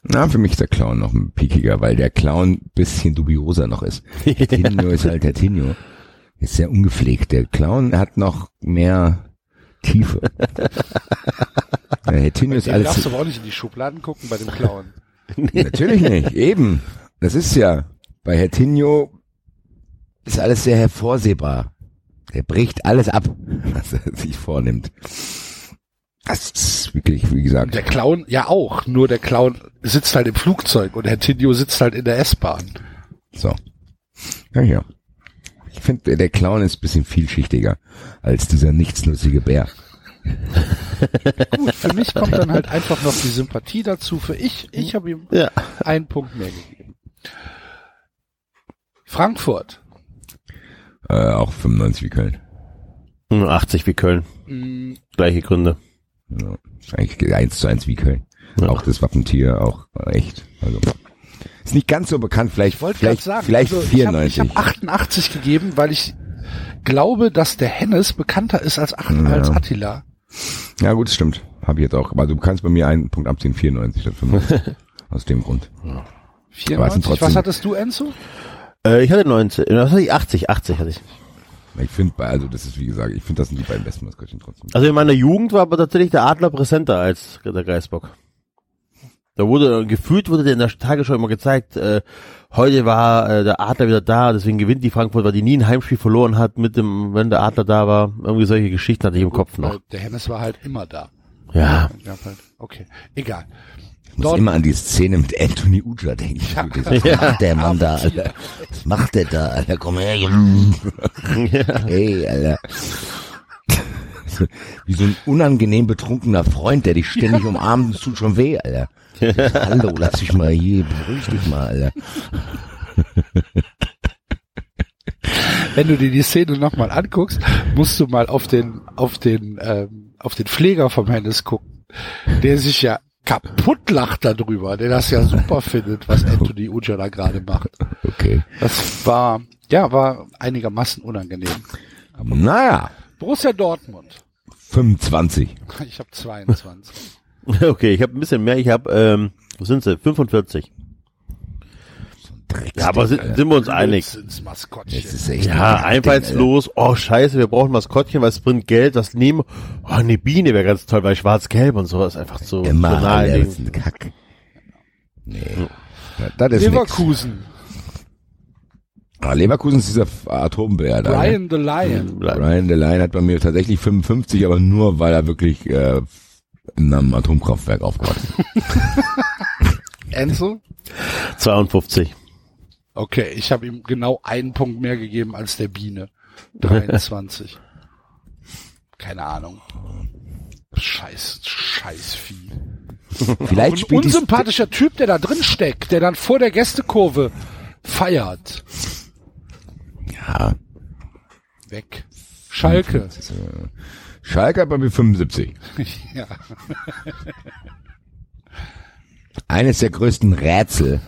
S4: Na, für mich ist der Clown noch ein piekiger, weil der Clown bisschen dubioser noch ist. Der Tinio ist halt der Tinio. Ist sehr ungepflegt. Der Clown hat noch mehr Tiefe. Der Tinio ist
S2: Den darfst du
S4: alles.
S2: aber auch nicht in die Schubladen gucken bei dem Clown.
S4: Natürlich nicht. Eben. Das ist ja. Bei Herr Tinio ist alles sehr hervorsehbar. Der bricht alles ab, was er sich vornimmt. Das ist wirklich, wie gesagt,
S2: Der Clown ja auch, nur der Clown sitzt halt im Flugzeug und Herr Tinio sitzt halt in der S-Bahn.
S4: So. Ja, ja. Ich finde, der- der Clown ist ein bisschen vielschichtiger als dieser nichtsnutzige Bär.
S2: Gut, für mich kommt dann halt einfach noch die Sympathie dazu. Für ich,
S4: Mhm.
S2: ich habe ihm
S3: Ja.
S2: einen Punkt mehr gegeben. Frankfurt.
S4: Äh, auch 95 wie Köln.
S3: 80 wie Köln.
S2: Mm,
S3: Gleiche Gründe.
S4: Ja, Also, ist eigentlich eins zu eins wie Köln.
S3: Ja.
S4: Auch das Wappentier, auch äh, echt. Also ist nicht ganz so bekannt. Vielleicht,
S2: Wollte
S4: vielleicht,
S2: gerade sagen,
S4: vielleicht
S2: also ich habe
S4: 94.
S2: hab 88 gegeben, weil ich glaube, dass der Hennes bekannter ist als, Ach
S4: Ja.
S2: als Attila.
S4: ja gut, stimmt. Habe ich jetzt auch. Aber du kannst bei mir einen Punkt abziehen, 94 statt 95. Aus dem Grund.
S2: 94.
S4: trotzdem-
S2: Was hattest du, Enzo?
S3: Äh, ich hatte 19, äh, was hatte ich? 80, 80 hatte ich.
S4: Ich finde, also das ist wie gesagt, ich finde, das sind die beiden besten Maskottchen trotzdem.
S3: Also in meiner Jugend war aber tatsächlich der Adler präsenter als der Geißbock. Da wurde, gefühlt wurde der in der Tagesschau immer gezeigt, äh, heute war äh, der Adler wieder da, deswegen gewinnt die Frankfurt, weil die nie ein Heimspiel verloren hat mit dem, wenn der Adler da war. Irgendwie solche Geschichten hatte ich im Kopf noch.
S2: Weil Der Hennes war halt immer da.
S3: Ja.
S2: Ja, halt. Okay, egal.
S4: Ich muss
S2: Dort-
S4: immer an die Szene mit Anthony Uja denken. Was macht der Mann da, Alter? Was macht der da, Alter? Komm her, Junge. Hey, Alter. So- Wie so ein unangenehm betrunkener Freund, der dich ständig umarmt, es tut schon weh, Alter. Hallo, lass dich mal hier, beruhig dich mal, Alter.
S2: Wenn du dir die Szene nochmal anguckst, musst du mal auf den, auf den, ähm, auf den Pfleger vom Hennes gucken, der sich ja kaputt lacht darüber, der das ja super findet, was Anthony Uja da gerade macht.
S4: Okay.
S2: Das war, ja, war einigermaßen unangenehm.
S4: Naja,
S2: Borussia Dortmund.
S4: 25.
S2: Ich habe 22.
S3: Okay, ich habe ein bisschen mehr, ich habe, ähm, wo sind sie? 45. Ja, aber sind, sind wir uns einig?
S2: Blödsinns
S4: Das
S2: Maskottchen.
S4: ist echt
S3: Ja, einfallslos. Oh, scheiße, wir brauchen Maskottchen, weil es bringt Geld, was nehmen. Oh, eine Biene wäre ganz toll, weil schwarz-gelb und so ist einfach so, so
S4: Immer alle
S3: naheliegend.
S4: sind Kack. Nee. Das, das ist nix.
S2: Leverkusen.
S4: Ah, Leverkusen ist dieser F- Atombär da. ne?
S2: Brian the Lion.
S4: Brian DeLine hat bei mir tatsächlich 55, aber nur weil er wirklich äh, in einem Atomkraftwerk aufgewachsen ist. Äh,
S2: Enzo?
S3: 52.
S2: Okay, ich habe ihm genau einen Punkt mehr gegeben als der Biene. 23. Keine Ahnung. Scheiß, scheiß Vieh.
S4: Vielleicht
S2: Ein
S4: spielt die
S2: unsympathischer Typ, der da drin steckt, der dann vor der Gästekurve feiert.
S4: ja,
S2: Weg. Schalke.
S4: Schalke hat bei mir 75.
S2: Ja.
S4: Eines der größten Rätsel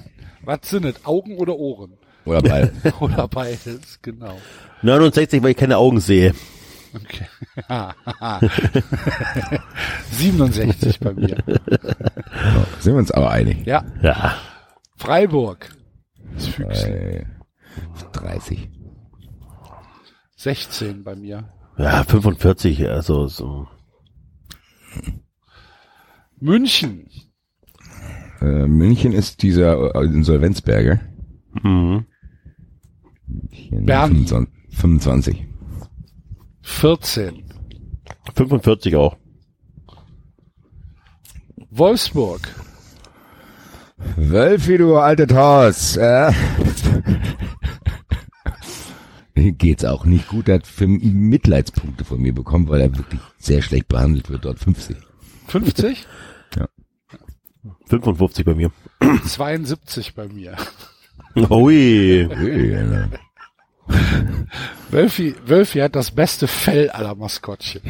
S2: Was sind es? Augen oder Ohren?
S4: oder bei
S2: Oder beides, genau.
S3: 69, weil ich keine Augen sehe.
S2: Okay. 67 bei mir.
S4: genau, sind wir uns aber einig.
S2: Ja.
S3: Ja.
S2: Freiburg. Das Füchsen.
S4: Bei 30.
S2: 16 bei mir.
S3: Ja, 45, also so.
S2: München.
S4: Äh, München ist dieser äh, Insolvenzberger.
S3: Mhm.
S4: München
S2: Bern.
S4: 25. 25.
S2: 14.
S3: 45 auch.
S2: Wolfsburg.
S4: Wölfi, du alte Taus. Äh. Geht's auch nicht gut. Er hat für Mitleidspunkte von mir bekommen, weil er wirklich sehr schlecht behandelt wird. Dort 50.
S2: 50.
S3: 55 bei mir.
S2: 72 bei mir.
S3: Ui.
S4: Ui, Alter.
S2: Wölfi, Wölfi hat das beste Fell aller Maskottchen.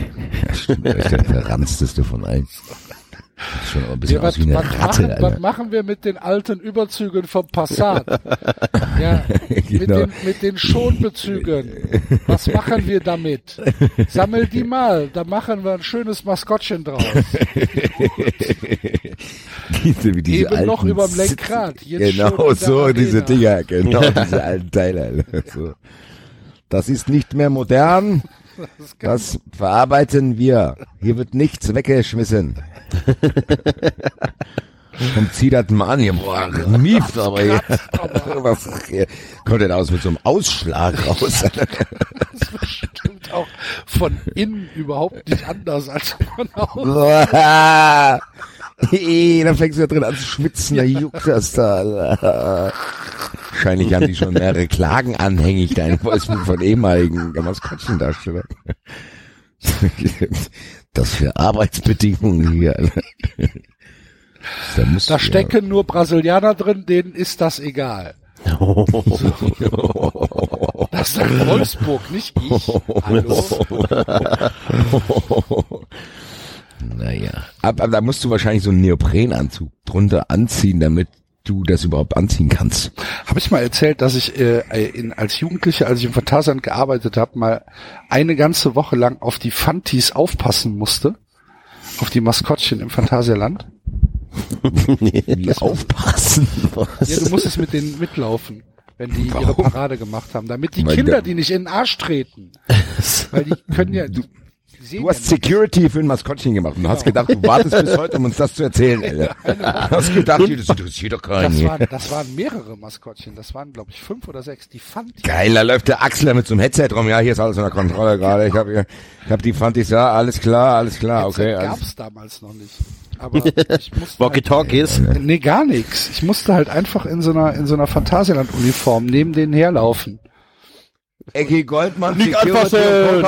S4: Er ist der verranzteste von allen. Sieht Schon ein bisschen
S2: Ja,
S4: aus
S2: was,
S4: wie eine
S2: was, machen,
S4: Ratte,
S2: was
S4: Alter.
S2: machen wir mit den alten Überzügen vom Passat? Ja, mit,
S4: Genau.
S2: den, mit den Schonbezügen. Was machen wir damit? Sammel die mal, da machen wir ein schönes Maskottchen draus.
S4: Diese, wie diese
S2: Eben noch
S4: alten
S2: überm
S4: Sitz-
S2: Lenkrad. Jetzt schon
S4: Genau,
S2: in der
S4: so
S2: Arena.
S4: diese Dinger. Genau, diese alten Teile. Alter. So. Das ist nicht mehr modern.
S2: Das kann-
S4: Das verarbeiten wir. Hier wird nichts weggeschmissen. Und zieht das mal an hier. Boah, mieft aber hier. Was hier. kommt denn aus mit so einem Ausschlag raus?
S2: Das ist bestimmt auch von innen überhaupt nicht anders als von außen.
S4: Boah. Ih, da fängst du ja drin an zu schwitzen, da juckt das da. Wahrscheinlich haben die schon mehrere Klagen anhängig, deine Voicemail von ehemaligen Maskottchendarstellern. Das für Arbeitsbedingungen hier. Alter. Da, musst
S2: Da
S4: du ja-
S2: stecken nur Brasilianer drin, denen ist das egal. Das ist doch
S4: Äh.
S2: Wolfsburg, nicht ich. Hallo?
S4: Naja. Aber, aber da musst du wahrscheinlich so einen Neoprenanzug drunter anziehen, damit du das überhaupt anziehen kannst.
S2: Habe ich mal erzählt, dass ich äh, in, als Jugendlicher, als ich im Phantasialand gearbeitet habe, mal eine ganze Woche lang auf die Fantis aufpassen musste. Auf die Maskottchen im Phantasialand.
S4: Wie aufpassen.
S2: Ja, du musstest mit denen mitlaufen, wenn die ihre
S4: Warum?
S2: Parade gemacht haben, damit die
S4: Weil
S2: Kinder
S4: der-
S2: die nicht in den Arsch treten. Weil die können ja. Du,
S4: Du hast Security für ein Maskottchen gemacht und hast gedacht, du wartest bis heute, um uns das zu erzählen. Alter. Du hast gedacht, das interessiert doch keinen.
S2: das,
S4: hier.
S2: waren, das waren mehrere Maskottchen. Das waren, glaube ich, fünf oder sechs. Die Fantis.
S4: Geil, da läuft der Axler mit so einem Headset rum. Ja, hier ist alles unter Kontrolle gerade. Ich habe hier, ich habe die Fantis da. Alles klar, alles klar, okay.
S2: gab's
S4: Alles.
S2: damals noch nicht. Aber ich musste
S3: Walkie
S2: halt,
S3: Talkies.
S2: nee, gar nichts. Ich musste halt einfach in so einer in so einer Phantasialand-Uniform neben denen herlaufen.
S4: Ecki Goldmann,
S3: Nicht anfassen!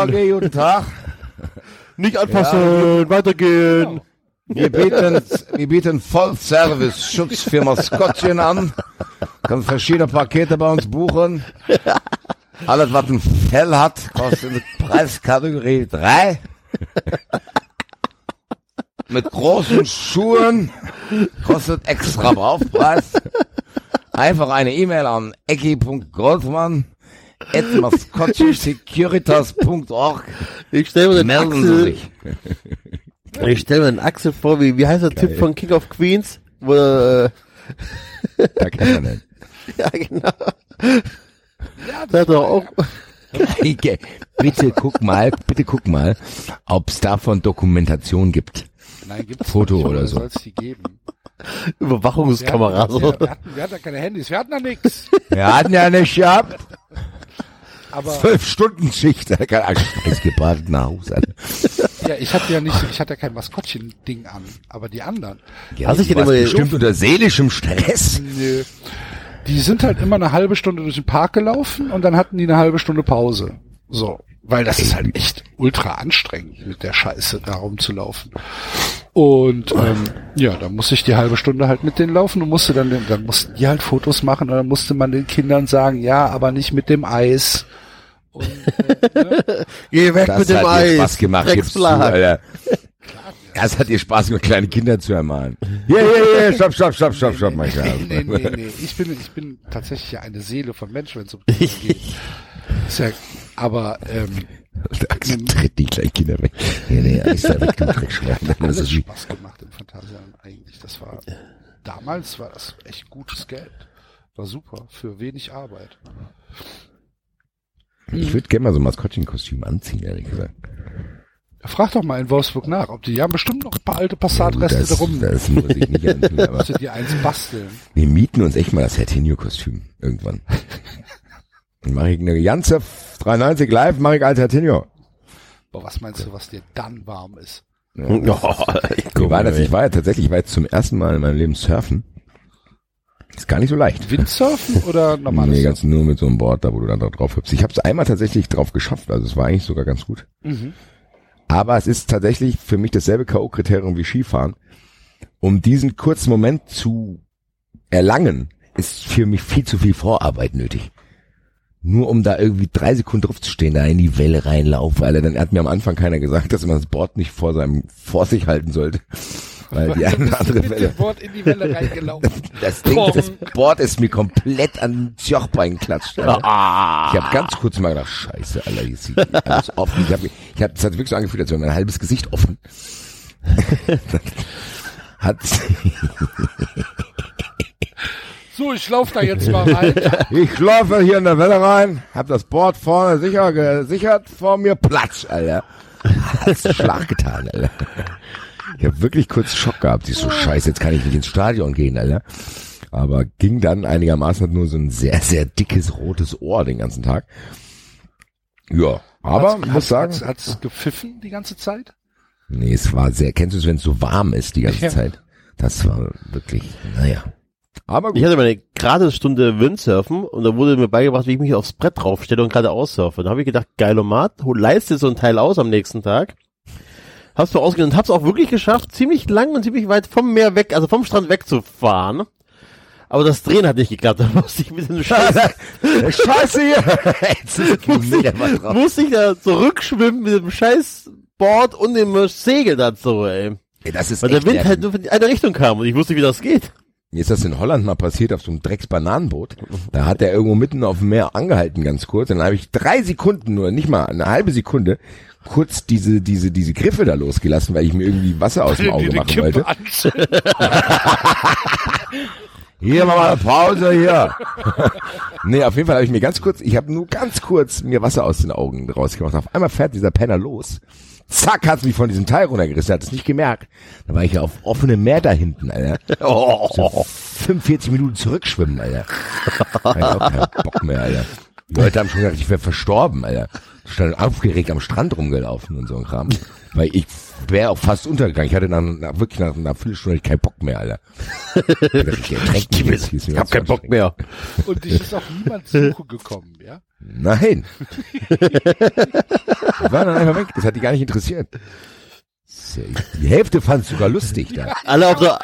S4: KG, guten Tag.
S3: Nicht anpassen, weitergehen.
S4: Wir bieten, wir bieten Vollservice Schutzfirma Scottchen an. Kann verschiedene Pakete bei uns buchen. Alles, was ein Fell hat, kostet mit Preiskategorie 3. Mit großen Schuhen kostet extra Aufpreis. Einfach eine E-Mail an ecki.goldmann
S3: Ich stelle mir den
S4: Melden Sie
S3: Axel,
S4: sich.
S3: ich stelle mir den Axel vor, wie, wie heißt der Typ von King of Queens? Wo, äh,
S4: Da kennt man den.
S3: ja, genau. Der hat doch auch,
S4: Eike, bitte guck mal, bitte guck mal, ob es davon Dokumentation gibt.
S2: Nein, gibt's
S4: Foto
S2: nicht,
S4: oder so.
S2: Soll's die geben. Wir hatten-
S3: Überwachungskamera, so.
S2: Wir, wir, hatten, wir hatten ja keine Handys, wir hatten ja nichts.
S4: Wir hatten ja nicht gehabt.
S2: Aber
S4: Zwölf Stunden Schicht. Da kann ich gebadet nach Hause.
S2: ja, ich hatte ja nicht, ich hatte ja kein Maskottchen-Ding an, aber die anderen.
S4: Ja,
S3: Hast du dich
S4: du
S3: denn
S4: warst
S3: immer- um-
S4: bestimmt unter seelischem Stress.
S2: Nö. Die sind halt immer eine halbe Stunde durch den Park gelaufen und dann hatten die eine halbe Stunde Pause. So. Weil das ist halt echt ultra anstrengend, mit der Scheiße da rumzulaufen. Und ähm, ja, da musste ich die halbe Stunde halt mit denen laufen und musste dann, dann mussten die halt Fotos machen und dann musste man den Kindern sagen, ja, aber nicht mit dem Eis.
S3: Geh weg
S4: Das
S3: mit dem
S4: hat
S3: Eis.
S4: dir Spaß gemacht. Gib's zu,
S3: Drecksflag.
S4: Alter. Das hat dir Spaß gemacht, kleine Kinder zu ermahnen. Ja, ja, ja, stopp, stopp, stopp, stopp, stopp, mein
S2: Nee,
S4: Kerl.
S2: nee, nee. Ich bin, ich bin tatsächlich ja eine Seele von Mensch, wenn es um Kinder geht. Ist ja, aber ähm,
S4: Axel, tritt die kleinen Kinder weg. Nee, nee, Eis da weg, du Dreckschwein. Das
S2: alles
S4: ist wie-
S2: Spaß gemacht im Phantasialand eigentlich. Das war damals war das echt gutes Geld. War super für wenig Arbeit.
S4: Ich würde gerne mal so ein Maskottchenkostüm anziehen, ehrlich gesagt.
S2: Frag doch mal in Wolfsburg nach, ob die, die haben bestimmt noch ein paar alte Passatreste
S4: Das,
S2: da rum.
S4: das muss ich nicht antun, aber
S2: Musst du dir eins basteln.
S4: Wir mieten uns echt mal das Hertinio-Kostüm irgendwann. Dann mache ich eine ganze 93 live, mache ich als Hertinio.
S2: Boah, was meinst du, was dir dann warm ist?
S4: Wie war das? Oh, Ich war ja tatsächlich, ich war jetzt zum ersten Mal in meinem Leben surfen. Ist gar nicht so leicht.
S2: Windsurfen oder normales?
S4: Nee,
S2: Surfen?
S4: ganz nur mit so einem Board da, wo du dann da drauf hüpfst. Ich habe es einmal tatsächlich drauf geschafft, also es war eigentlich sogar ganz gut. Aber es ist tatsächlich für mich dasselbe K.O.-Kriterium wie Skifahren. Um diesen kurzen Moment zu erlangen, ist für mich viel zu viel Vorarbeit nötig. Nur um da irgendwie drei Sekunden drauf zu stehen, da in die Welle reinlaufen, Alter. Dann hat mir am Anfang keiner gesagt, dass man das Board nicht vor seinem, vor sich halten sollte. Weil die eine oder andere
S2: Mit
S4: Welle.
S2: dem Wort in die Welle reingelaufen.
S4: Das Ding, das Board ist mir komplett an den Jochbein geklatscht. Alter. Ich habe ganz kurz mal gedacht, scheiße, Alter, hier ist alles offen. Ich habe, ich hab, es hat wirklich so angefühlt, als wäre mein halbes Gesicht offen. hat,
S2: So, ich laufe da jetzt mal rein.
S4: ich laufe hier in der Welle rein, hab das Board vorne sicher gesichert, vor mir platsch, Alter. Hat's einen Schlag getan, Alter. Ich habe wirklich kurz Schock gehabt. Ich so, scheiße, jetzt kann ich nicht ins Stadion gehen, Alter. Aber ging dann einigermaßen, hat nur so ein sehr, sehr dickes rotes Ohr den ganzen Tag. Ja, aber
S2: Hat's-
S4: muss sagen,
S2: hat's, hat's gepfiffen die ganze Zeit?
S4: nee, es war sehr, kennst du es, wenn es so warm ist die ganze
S2: Ja.
S4: Zeit? Das war wirklich, naja. Aber
S3: Ich
S4: gut.
S3: hatte meine Gradesstunde Windsurfen und da wurde mir beigebracht, wie ich mich aufs Brett draufstelle und gerade aussurfe. Da habe ich gedacht, geilomat, hol- leist dir so ein Teil aus am nächsten Tag. Hab's so ausgenommen und hab's auch wirklich geschafft, ziemlich lang und ziemlich weit vom Meer weg, also vom Strand wegzufahren. Aber das Drehen hat nicht geklappt, da musste ich mit dem Scheiß,
S4: Scheiße hier! Jetzt ist ein Kilometer mal drauf.
S3: musste ich da zurückschwimmen mit dem Scheißboard und dem Segel dazu, ey.
S4: Ey, Das ist
S3: Weil der
S4: echt
S3: Wind halt
S4: nervig.
S3: nur in eine Richtung kam und ich wusste, wie das geht.
S4: Mir ist das in Holland mal passiert auf so einem Drecksbananenboot. Da hat er irgendwo mitten auf dem Meer angehalten, ganz kurz. Und dann habe ich drei Sekunden nur, nicht mal eine halbe Sekunde, kurz diese diese diese Griffe da losgelassen, weil ich mir irgendwie Wasser aus dem Auge machen wollte. Hier mach mal eine Pause hier. nee, auf jeden Fall habe ich mir ganz kurz, ich habe nur ganz kurz mir Wasser aus den Augen rausgemacht. Auf einmal fährt dieser Penner los. Zack, hat's mich von diesem Teil runtergerissen, hat es nicht gemerkt. Da war ich ja auf offenem Meer da hinten, Alter.
S3: Oh,
S4: So 45 Minuten zurückschwimmen, Alter. Da hab ich auch keinen Bock mehr, Alter. Die Leute haben schon gedacht, ich wäre verstorben, Alter. Ich stand aufgeregt am Strand rumgelaufen und so ein Kram. Weil ich wäre auch fast untergegangen. Ich hatte nach, nach wirklich nach einer Viertelstunde keinen Bock mehr, Alter. Ich, hab gedacht, ich, ertränk mich jetzt, hier ist mir
S3: Ich hab
S4: ganz
S3: keinen Bock
S4: anstrengend.
S3: mehr.
S2: Und dich ist auch niemand Suche gekommen, ja?
S4: Nein. Die waren dann einfach weg. Das hat die gar nicht interessiert. Sehr- Die Hälfte fand es sogar lustig da.
S3: Alle auf der,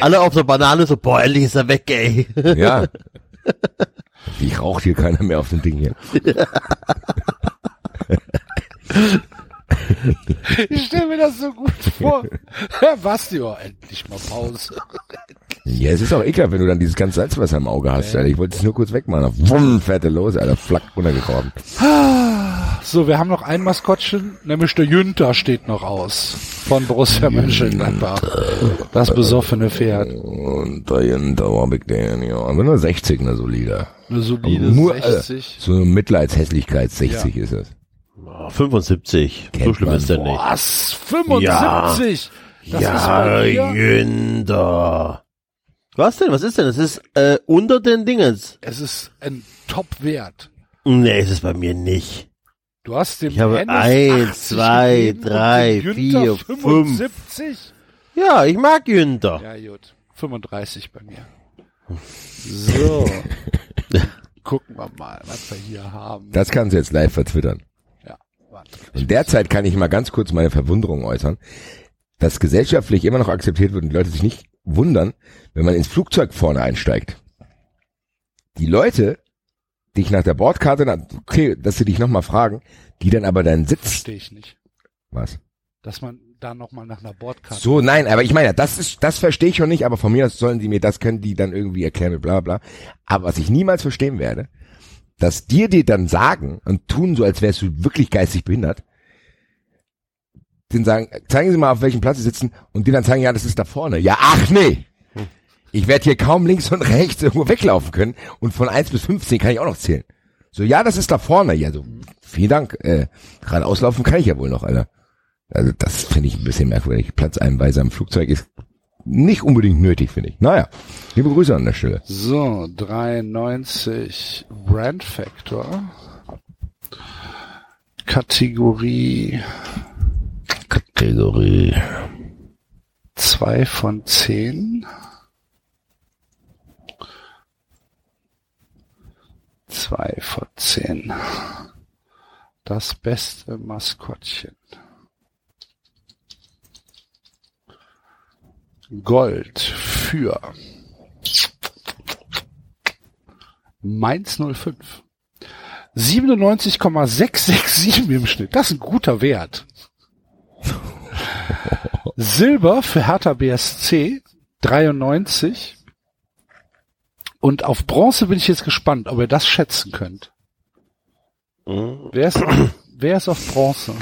S3: alle auf der Banane so, boah, endlich ist er weg, ey.
S4: Ja. Ich raucht hier keiner mehr auf dem Ding hier.
S2: Ich stelle mir das so gut vor. Herr Bastio, endlich mal Pause.
S4: Ja, es ist auch ekelhaft, wenn du dann dieses ganze Salzwasser im Auge hast, Alter. Ich wollte es nur kurz wegmachen. Wumm, fährt er los, Alter. Flack runtergekommen.
S2: So, wir haben noch ein Maskottchen, nämlich der Jünter steht noch aus. Von Borussia Mönchengladbach. Das besoffene Pferd.
S4: Und da hinten, da hab ich den, ja. Aber nur 60, ne, solide.
S2: Eine
S4: Aber
S2: solide
S4: nur,
S2: 60.
S4: Äh, so eine Mitleidshässlichkeit 60 ist es.
S3: Oh, 75. so
S4: Kennt
S3: schlimm
S4: man.
S3: ist der nicht.
S2: Was? 75? Das ist bei dir?
S3: Jünder. Was denn? Was ist denn? Das ist äh, unter den Dingens.
S2: Es ist ein Top-Wert.
S3: Nee, ist es bei mir nicht.
S2: Du hast dem
S3: Ich habe
S2: Hennes
S3: eins,
S2: 80
S3: zwei,
S2: gegeben und dem
S3: drei,
S2: Günther
S3: vier, fünf.
S2: 75?
S3: Ja, ich mag Jünder.
S2: Ja, gut. 35 bei mir. So. Gucken wir mal, was wir hier haben.
S4: Das kannst du jetzt live vertwittern.
S2: ja, warte.
S4: In der Zeit kann ich mal ganz kurz meine Verwunderung äußern, dass gesellschaftlich immer noch akzeptiert wird und die Leute sich nicht wundern, wenn man ins Flugzeug vorne einsteigt. Die Leute dich nach der Bordkarte, na- okay, dass sie dich nochmal fragen, die dann aber deinen Sitz,
S2: Verstehe ich nicht.
S4: was?
S2: Dass man da nochmal nach einer Bordkarte.
S4: So, nein, aber ich meine, das ist, das verstehe ich schon nicht, aber von mir aus sollen die mir, das können die dann irgendwie erklären, bla, bla, bla. Aber was ich niemals verstehen werde, dass dir die dann sagen und tun so, als wärst du wirklich geistig behindert, den sagen, zeigen Sie mal, auf welchem Platz Sie sitzen und die dann sagen, ja, das ist da vorne. Ja, ach nee! Ich werde hier kaum links und rechts irgendwo weglaufen können und von 1 bis 15 kann ich auch noch zählen. So, ja, das ist da vorne. Ja, so, vielen Dank. Äh, gerade auslaufen kann ich ja wohl noch, Alter. Also das finde ich ein bisschen merkwürdig. Platzeinweise am Flugzeug ist nicht unbedingt nötig, finde ich. Naja, liebe Grüße an der Stelle.
S2: So, 93 Brand Factor. Kategorie
S4: Kategorie.
S2: 2 von 10. 2 von 10. Das beste Maskottchen. Gold für Mainz 05. 97,667 im Schnitt. Das ist ein guter Wert. Silber für Hertha BSC 93. Und auf Bronze bin ich jetzt gespannt, ob ihr das schätzen könnt. Wer ist, wer ist auf Bronze?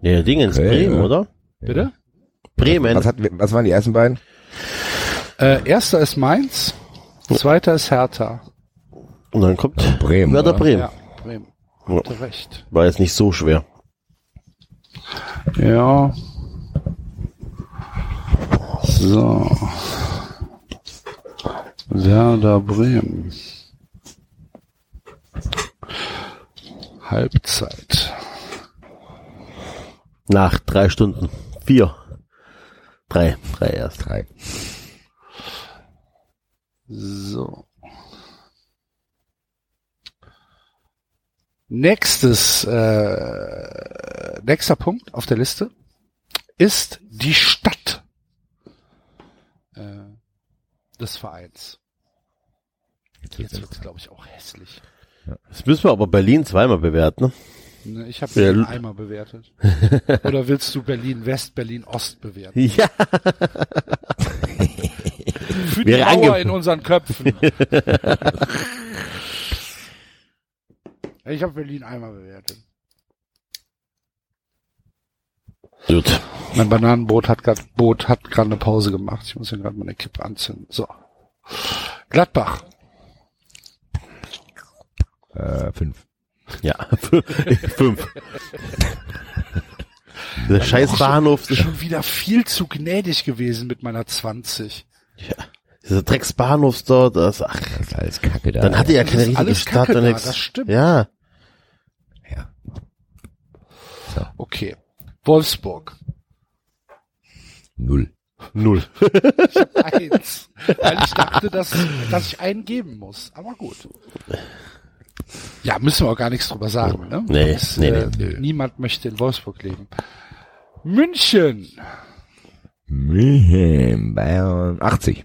S3: Nee, der Dingens,
S4: Okay,
S3: Bremen,
S4: ja.
S3: oder?
S2: Bitte?
S3: Bremen.
S4: Was, hat, was waren die ersten beiden?
S2: Äh, erster ist Mainz, zweiter ist Hertha.
S3: Und dann kommt
S4: Bremen,
S3: Werder
S4: oder?
S3: Bremen.
S2: Ja, Bremen.
S3: Ja.
S2: Habt ihr recht.
S3: War jetzt nicht so schwer.
S2: Ja. So. Werder Bremen. Halbzeit.
S3: Nach drei Stunden. Vier. Drei. Drei erst.
S4: Drei.
S2: So. Nächstes, äh, nächster Punkt auf der Liste ist die Stadt äh, des Vereins. Jetzt wird's, glaube ich, auch hässlich.
S3: Das müssen wir aber Berlin zweimal bewerten. Ne?
S2: Ne, ich habe
S3: Ja,
S2: den
S3: Lu-
S2: Eimer bewertet. Oder willst du Berlin West, Berlin Ost bewerten?
S3: Ja.
S2: Für die
S3: Wäre
S2: Mauer
S3: ange-
S2: in unseren Köpfen. ich habe Berlin einmal bewertet.
S3: Gut.
S2: Mein Bananenboot hat gerade Boot hat gerade eine Pause gemacht. Ich muss ja gerade meine Kippe anzünden. So. Gladbach.
S4: Äh, fünf.
S3: Ja. Fünf. Der scheiß Bahnhof,
S2: Schon wieder viel zu gnädig gewesen mit meiner 20.
S3: dieser Drecksbahnhof dort, das, ach,
S4: Das ist alles Kacke da.
S3: dann hatte ja keine
S2: ist
S3: richtige
S2: alles
S3: Stadt
S2: Kacke
S3: und
S2: da,
S3: nix.
S2: das stimmt.
S3: Ja.
S4: ja.
S2: Okay. Wolfsburg.
S4: Null.
S3: Null.
S2: Eins. Weil ich dachte, dass, dass ich einen geben muss. Aber gut. Ja, müssen wir auch gar nichts drüber sagen. Ne?
S3: Nee,
S2: Das,
S3: nee,
S2: äh,
S3: nee.
S2: Niemand möchte in Wolfsburg leben. München.
S4: München, Bayern, 80.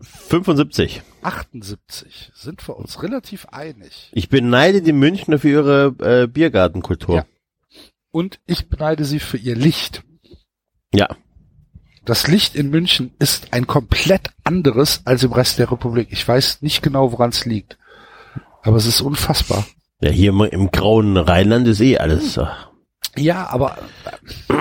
S3: 75.
S2: 78. Sind wir uns relativ einig.
S3: Ich beneide die Münchner für ihre äh, Biergartenkultur.
S2: Und ich beneide sie für ihr Licht.
S3: Ja.
S2: Das Licht in München ist ein komplett anderes als im Rest der Republik. Ich weiß nicht genau, woran es liegt. Aber es ist unfassbar.
S3: Ja, hier im, im grauen Rheinland ist eh alles. so.
S2: Ja, aber äh,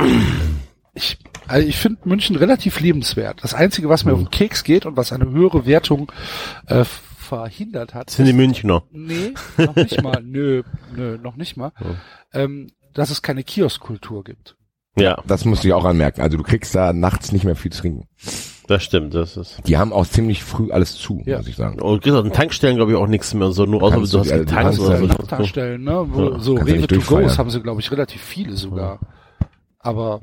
S2: ich, also ich finde München relativ lebenswert. Das Einzige, was mir auf den
S4: Mhm.
S2: Keks geht und was eine höhere Wertung äh, verhindert hat,
S3: Das sind die Münchner.
S2: nee, noch nicht mal, nö, nö, noch nicht mal, ähm, dass es keine Kioskkultur gibt.
S3: Ja,
S4: Das musste ich auch anmerken. Also du kriegst da nachts nicht mehr viel zu trinken.
S3: das stimmt. Das ist.
S4: Die haben auch ziemlich früh alles zu,
S2: Ja.
S4: muss ich sagen.
S3: Und du kriegst an Tankstellen, glaube ich, auch nichts mehr. So, nur außer
S4: Kannst
S3: du
S4: du
S3: hast
S4: die- also du
S3: getankt
S4: kannst
S3: oder
S4: ja
S3: so.
S2: Nachtdarstellen, ne? Wo,
S3: Ja,
S2: so
S4: kannst ja
S2: Rewe
S4: nicht
S2: to
S4: durchfeiern.
S2: go's haben sie, glaube ich, relativ viele sogar. Aber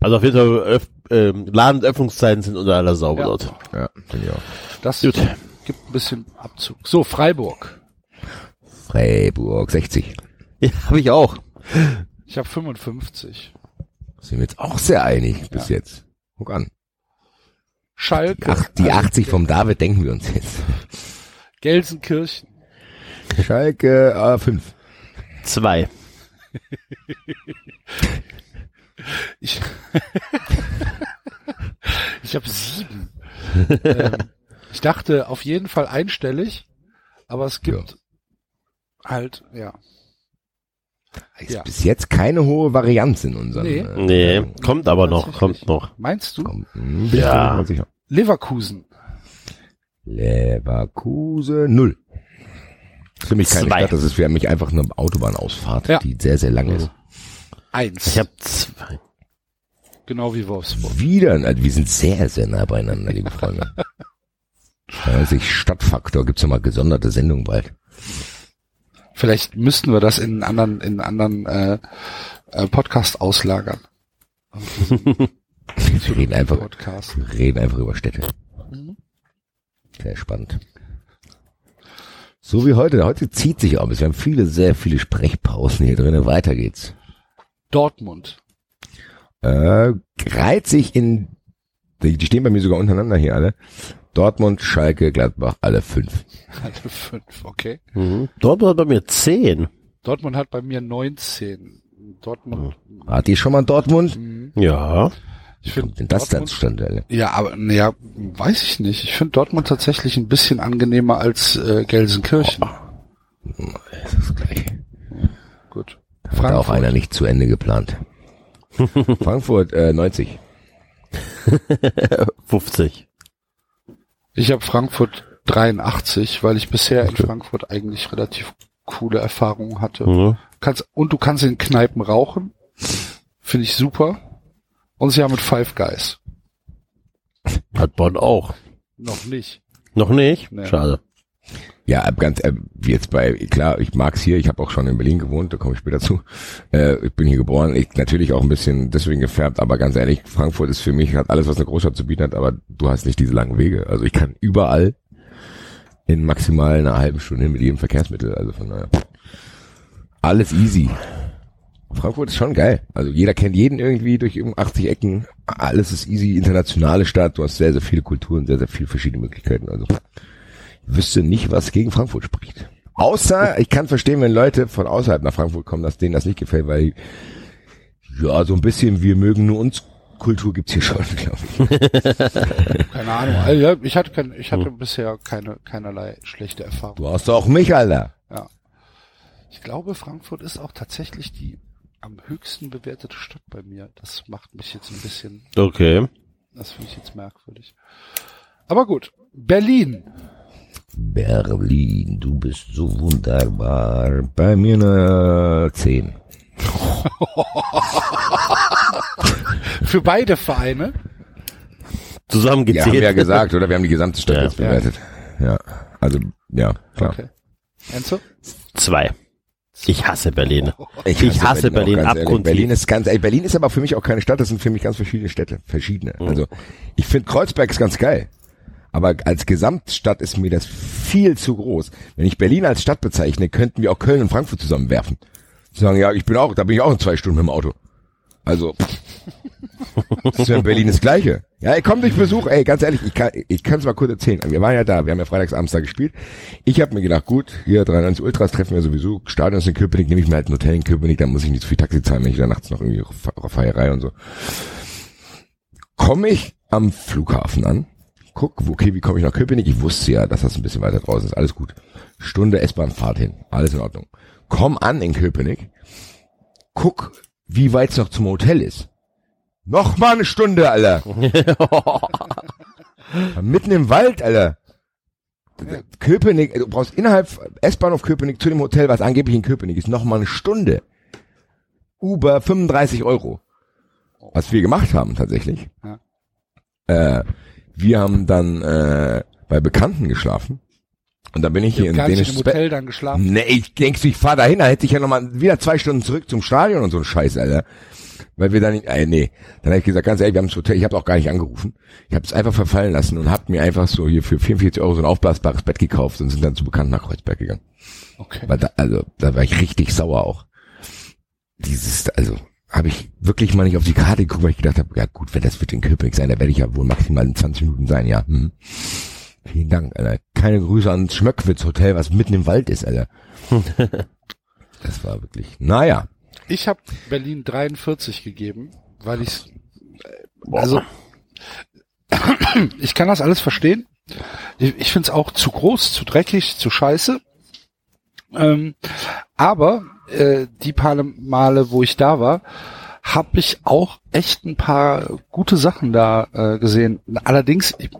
S3: Also auf jeden Fall öff, ähm, Ladenöffnungszeiten sind unter aller Sauber
S2: Ja.
S3: dort.
S4: Ja, finde ich auch.
S2: das
S3: Gut.
S2: gibt ein bisschen Abzug. So, Freiburg.
S4: Freiburg, 60.
S3: Ja, habe ich auch.
S2: Ich habe 55.
S4: Sind wir jetzt auch sehr einig bis
S2: Ja.
S4: jetzt. Guck an.
S2: Schalke.
S4: Ach, die 80 vom David denken wir uns jetzt.
S2: Gelsenkirchen.
S4: Schalke, äh, 5.
S3: Zwei.
S2: Ich, ich habe sieben. ähm, ich dachte auf jeden Fall einstellig, aber es gibt halt, ja.
S4: Ist
S2: Ja.
S4: bis jetzt keine hohe Varianz in unseren.
S2: Nee.
S4: äh,
S3: Nee, kommt aber noch,
S2: Tatsächlich.
S3: kommt noch.
S2: Meinst du?
S4: komm, hm, bin
S3: Ja.
S4: ich mir nicht mal sicher.
S2: Leverkusen.
S4: Leverkusen, 0. Ist für mich keine
S3: Zwei.
S4: Stadt, das ist für mich einfach eine Autobahnausfahrt,
S2: Ja.
S4: die sehr, sehr lang ist.
S2: Eins.
S3: Ich habe zwei.
S2: genau wie Wolfsburg.
S4: Wieder, also wir sind sehr, sehr nah beieinander, liebe Freunde. Da weiß ich, Stadtfaktor gibt's nochmal gesonderte Sendung bald.
S2: Vielleicht müssten wir das in einen anderen, in einen anderen äh, äh, Podcast auslagern.
S4: Wir
S2: Oh
S4: reden einfach,
S2: Podcast.
S4: wir reden einfach über Städte.
S2: Mhm.
S4: Sehr spannend. So wie heute. Heute zieht sich auch. ein bisschen. Wir haben viele, sehr viele Sprechpausen hier drin. Weiter geht's.
S2: Dortmund.
S4: Äh, reiht sich in, die die stehen bei mir sogar untereinander hier alle. Dortmund, Schalke, Gladbach, alle fünf.
S2: Hatte fünf, okay.
S3: Mhm. Dort war bei mir zehn.
S2: Dortmund hat bei mir 19. Dortmund.
S4: Hat die schon mal Dortmund?
S3: Ja.
S2: Ich
S4: Kommt
S2: finde
S4: denn das dann zustande? Alter?
S2: Ja, aber naja, weiß ich nicht. Ich finde Dortmund tatsächlich ein bisschen angenehmer als äh, Gelsenkirchen.
S4: Das ist gleich.
S2: Gut.
S4: Hat auch
S2: Frankfurt.
S4: einer nicht zu Ende geplant. Frankfurt, äh, 90.
S3: 50.
S2: Ich habe Frankfurt 83, weil ich bisher in Frankfurt eigentlich relativ coole Erfahrungen hatte.
S3: Mhm.
S2: Kannst, und du kannst in Kneipen rauchen. Finde ich super. Und sie haben mit Five Guys.
S3: Hat Bonn auch.
S2: Noch nicht.
S3: Noch nicht?
S2: Nee.
S3: Schade.
S4: Ja, ab ganz äh, jetzt bei klar, ich mag's hier. Ich habe auch schon in Berlin gewohnt, da komme ich später zu. Äh, ich bin hier geboren, ich natürlich auch ein bisschen deswegen gefärbt, aber ganz ehrlich, Frankfurt ist für mich hat alles, was eine Großstadt zu bieten hat, aber du hast nicht diese langen Wege. Also ich kann überall in maximal einer halben Stunde mit jedem Verkehrsmittel. Also von daher. Alles easy. Frankfurt ist schon geil. Also jeder kennt jeden irgendwie durch irgend- 80 Ecken. Alles ist easy. Internationale Stadt. Du hast sehr, sehr viele Kulturen, sehr, sehr viele verschiedene Möglichkeiten. Also wüsste nicht, was gegen Frankfurt spricht. Außer, ich kann verstehen, wenn Leute von außerhalb nach Frankfurt kommen, dass denen das nicht gefällt, weil ja, so ein bisschen, wir mögen nur uns Kultur gibt's hier schon, glaube ich.
S2: Keine Ahnung. Also, ja, ich hatte, kein, ich hatte bisher keine, keinerlei schlechte Erfahrung.
S4: Du hast doch auch mich, Alter.
S2: Ich glaube, Frankfurt ist auch tatsächlich die am höchsten bewertete Stadt bei mir. Das macht mich jetzt ein bisschen,
S3: Okay.
S2: das finde ich jetzt merkwürdig. Aber gut. Berlin.
S4: Berlin, du bist so wunderbar. Bei mir eine 10.
S2: Für beide Vereine.
S4: Ja, haben
S3: Zusammengezählt.
S4: wir ja gesagt, oder? Wir haben die gesamte Stadt
S3: Ja.
S4: jetzt bewertet. Ja, also, ja, klar.
S2: Okay. Enzo?
S3: Zwei. Ich hasse Berlin.
S4: Oh.
S3: Ich hasse Berlin,
S4: auch, ganz ehrlich.
S3: abgrundtief.
S4: Berlin ist ganz, ey, Berlin ist aber für mich auch keine Stadt, das sind für mich ganz verschiedene Städte. Verschiedene.
S3: Mhm.
S4: Also, ich finde Kreuzberg ist ganz geil. Aber als Gesamtstadt ist mir das viel zu groß. Wenn ich Berlin als Stadt bezeichne, könnten wir auch Köln und Frankfurt zusammenwerfen. Zu sagen, ja, ich bin auch, da bin ich auch in zwei Stunden mit dem Auto. Also, pff. das ist ja in Berlin das Gleiche. Ja, ey, komm durch Besuch, ey, ganz ehrlich, ich kann ich kann's mal kurz erzählen. Wir waren ja da, wir haben ja freitagsabends da gespielt. Ich habe mir gedacht, gut, hier 93 Ultras treffen wir sowieso, Stadion ist in Köpenick, nehme ich mir halt ein Hotel in Köpenick, dann muss ich nicht zu viel Taxi zahlen, wenn ich da nachts noch irgendwie Fe- Feierei und so. Komme ich am Flughafen an, guck, wo- okay, wie komme ich nach Köpenick? Ich wusste ja, dass das ein bisschen weiter draußen ist, alles gut. Stunde S-Bahn-Fahrt hin, alles in Ordnung. Komm an in Köpenick, guck, wie weit's noch zum Hotel ist. Noch mal eine Stunde, Alter. Mitten im Wald, Alter. Köpenick, du brauchst innerhalb S-Bahnhof Köpenick zu dem Hotel, was angeblich in Köpenick ist, noch mal eine Stunde. Uber 35 Euro. Was wir gemacht haben tatsächlich.
S2: Ja.
S4: Äh, wir haben dann äh, bei Bekannten geschlafen. Und dann bin ich
S2: Ich
S4: hier
S2: habe
S4: in
S2: gar nicht im
S4: dänisches Bett.
S2: Hotel dann geschlafen.
S4: Nee, ich denkst du, ich fahr da hin, da hätte ich ja nochmal wieder zwei Stunden zurück zum Stadion und so ein Scheiß, Alter. Weil wir dann, nicht- ey, nee, dann hab ich gesagt, ganz ehrlich, wir haben das Hotel, ich habe auch gar nicht angerufen. Ich habe es einfach verfallen lassen und hab mir einfach so hier für 44 Euro so ein aufblasbares Bett gekauft und sind dann zu Bekannten nach Kreuzberg gegangen.
S2: Okay.
S4: Weil da, also, da war ich richtig sauer auch. Dieses, also, habe ich wirklich mal nicht auf die Karte geguckt, weil ich gedacht habe, ja gut, wenn das wird in Köpenick sein, da werde ich ja wohl maximal in 20 Minuten sein, ja. Hm. Vielen Dank, Alter. Keine Grüße ans Schmöckwitz Hotel, was mitten im Wald ist, Alter. das war wirklich, naja.
S2: Ich habe Berlin 43 gegeben, weil ich also ich kann das alles verstehen. Ich, ich finde es auch zu groß, zu dreckig, zu scheiße. Ähm, aber äh, die paar Male, wo ich da war, habe ich auch echt ein paar gute Sachen da äh, gesehen. Allerdings ich,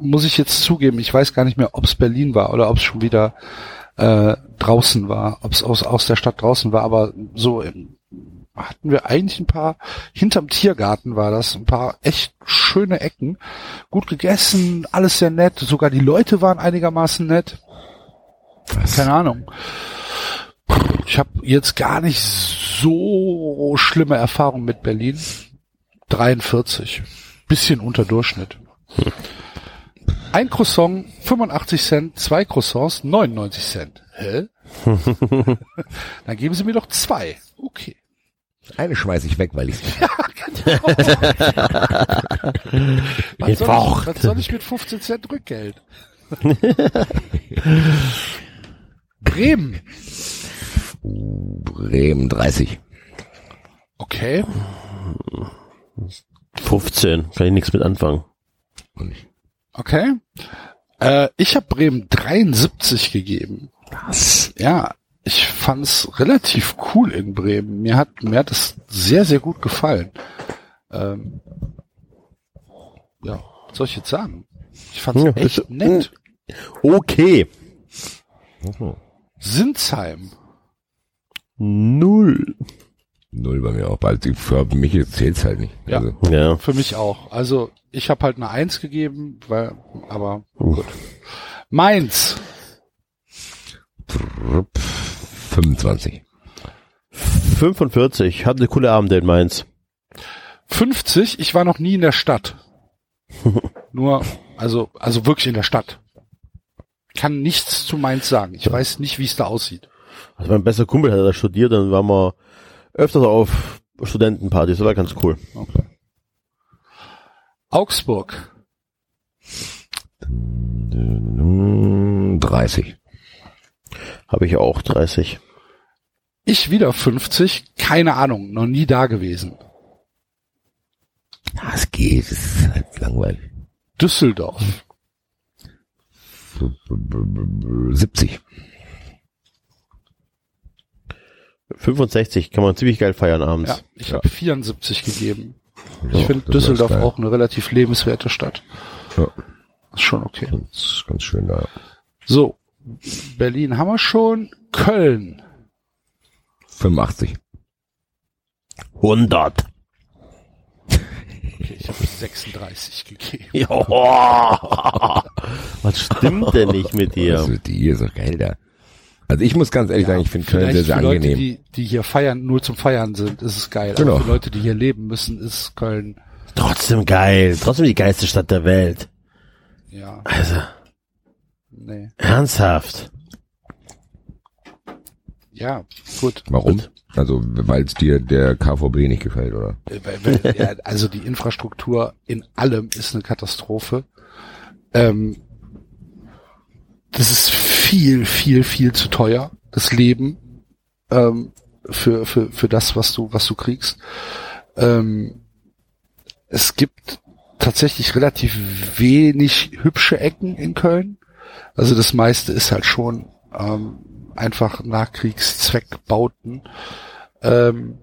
S2: muss ich jetzt zugeben, ich weiß gar nicht mehr, ob es Berlin war oder ob es schon wieder äh, draußen war, ob es aus, aus der Stadt draußen war, aber so im, hatten wir eigentlich ein paar, hinterm Tiergarten war das, ein paar echt schöne Ecken, gut gegessen, alles sehr nett, sogar die Leute waren einigermaßen nett, keine Ahnung. Ich habe jetzt gar nicht so schlimme Erfahrungen mit Berlin. 43. Bisschen unter Durchschnitt. Ein Croissant, 85 Cent, zwei Croissants, 99 Cent. Hä? Dann geben Sie mir doch zwei. Okay.
S4: Eine schmeiß ich weg, weil ich
S2: Was soll, ich,
S3: Gebraucht.
S2: was soll ich mit 15 Cent Rückgeld? Bremen.
S4: Bremen 30.
S2: Okay.
S3: 15. Kann ich nichts mit anfangen.
S4: Und ich,
S2: Okay. Äh, ich habe Bremen 73 gegeben. Was? Ja, ich fand's relativ cool in Bremen. Mir hat mir hat es sehr sehr gut gefallen. Ähm, ja, was soll ich jetzt sagen? Ich fand's
S3: Ja,
S2: echt
S3: ist- äh.
S2: nett.
S3: Okay.
S2: Sinsheim.
S3: Null.
S4: null bei mir auch, weil die- für mich zählt's halt nicht.
S2: Ja.
S4: Also,
S3: Ja.
S2: Für mich auch. Also ich habe halt eine Eins gegeben, weil aber gut. Mainz.
S4: 25.
S3: 45. Hat eine coole Abende in Mainz.
S2: 50, ich war noch nie in der Stadt. Nur, also, also wirklich in der Stadt. kann nichts zu Mainz sagen. Ich weiß nicht, wie es da aussieht.
S3: Also mein bester Kumpel hat da studiert, dann waren wir öfter so auf Studentenpartys, das war ganz cool.
S2: Augsburg.
S9: 30.
S3: Habe ich auch 30.
S2: Ich wieder 50. Keine Ahnung. Noch nie da gewesen.
S9: Ah, es geht, es ist halt langweilig.
S2: Düsseldorf.
S9: 70.
S3: 65 kann man ziemlich geil feiern abends.
S2: Ja, ich habe 74 gegeben. Ich
S9: Ja,
S2: finde
S9: das
S2: Düsseldorf
S9: ist geil.
S2: auch eine relativ lebenswerte Stadt.
S9: Ja.
S2: Ist schon okay.
S9: Ganz, ganz schön da.
S2: So. Berlin haben wir schon. Köln.
S4: 85.
S3: 100.
S2: Okay, ich habe 36 gegeben.
S3: Ja. Was stimmt denn nicht mit
S4: Das
S3: dir?
S4: wird die hier so geil da. Also ich muss ganz ehrlich sagen, ich finde Köln
S2: Vielleicht
S4: sehr, sehr
S2: für Leute,
S4: angenehm.
S2: die, die hier feiern, nur zum Feiern sind, ist es geil.
S4: Genau.
S2: Aber für Leute, die hier leben müssen, ist Köln,
S3: Trotzdem geil. Trotzdem die geilste Stadt der Welt.
S2: ja,
S3: Also,
S2: nee.
S3: ernsthaft.
S2: Ja, gut.
S4: Warum? Also, weil es dir der KVB nicht gefällt, oder?
S2: Äh, weil- weil- ja, Also die Infrastruktur in allem ist eine Katastrophe. Ähm, das ist viel, viel, viel zu teuer, das Leben ähm, für, für, für das, was du, was du kriegst. Ähm, es gibt tatsächlich relativ wenig hübsche Ecken in Köln. Also das meiste ist halt schon ähm, einfach Nachkriegszweckbauten. Ähm,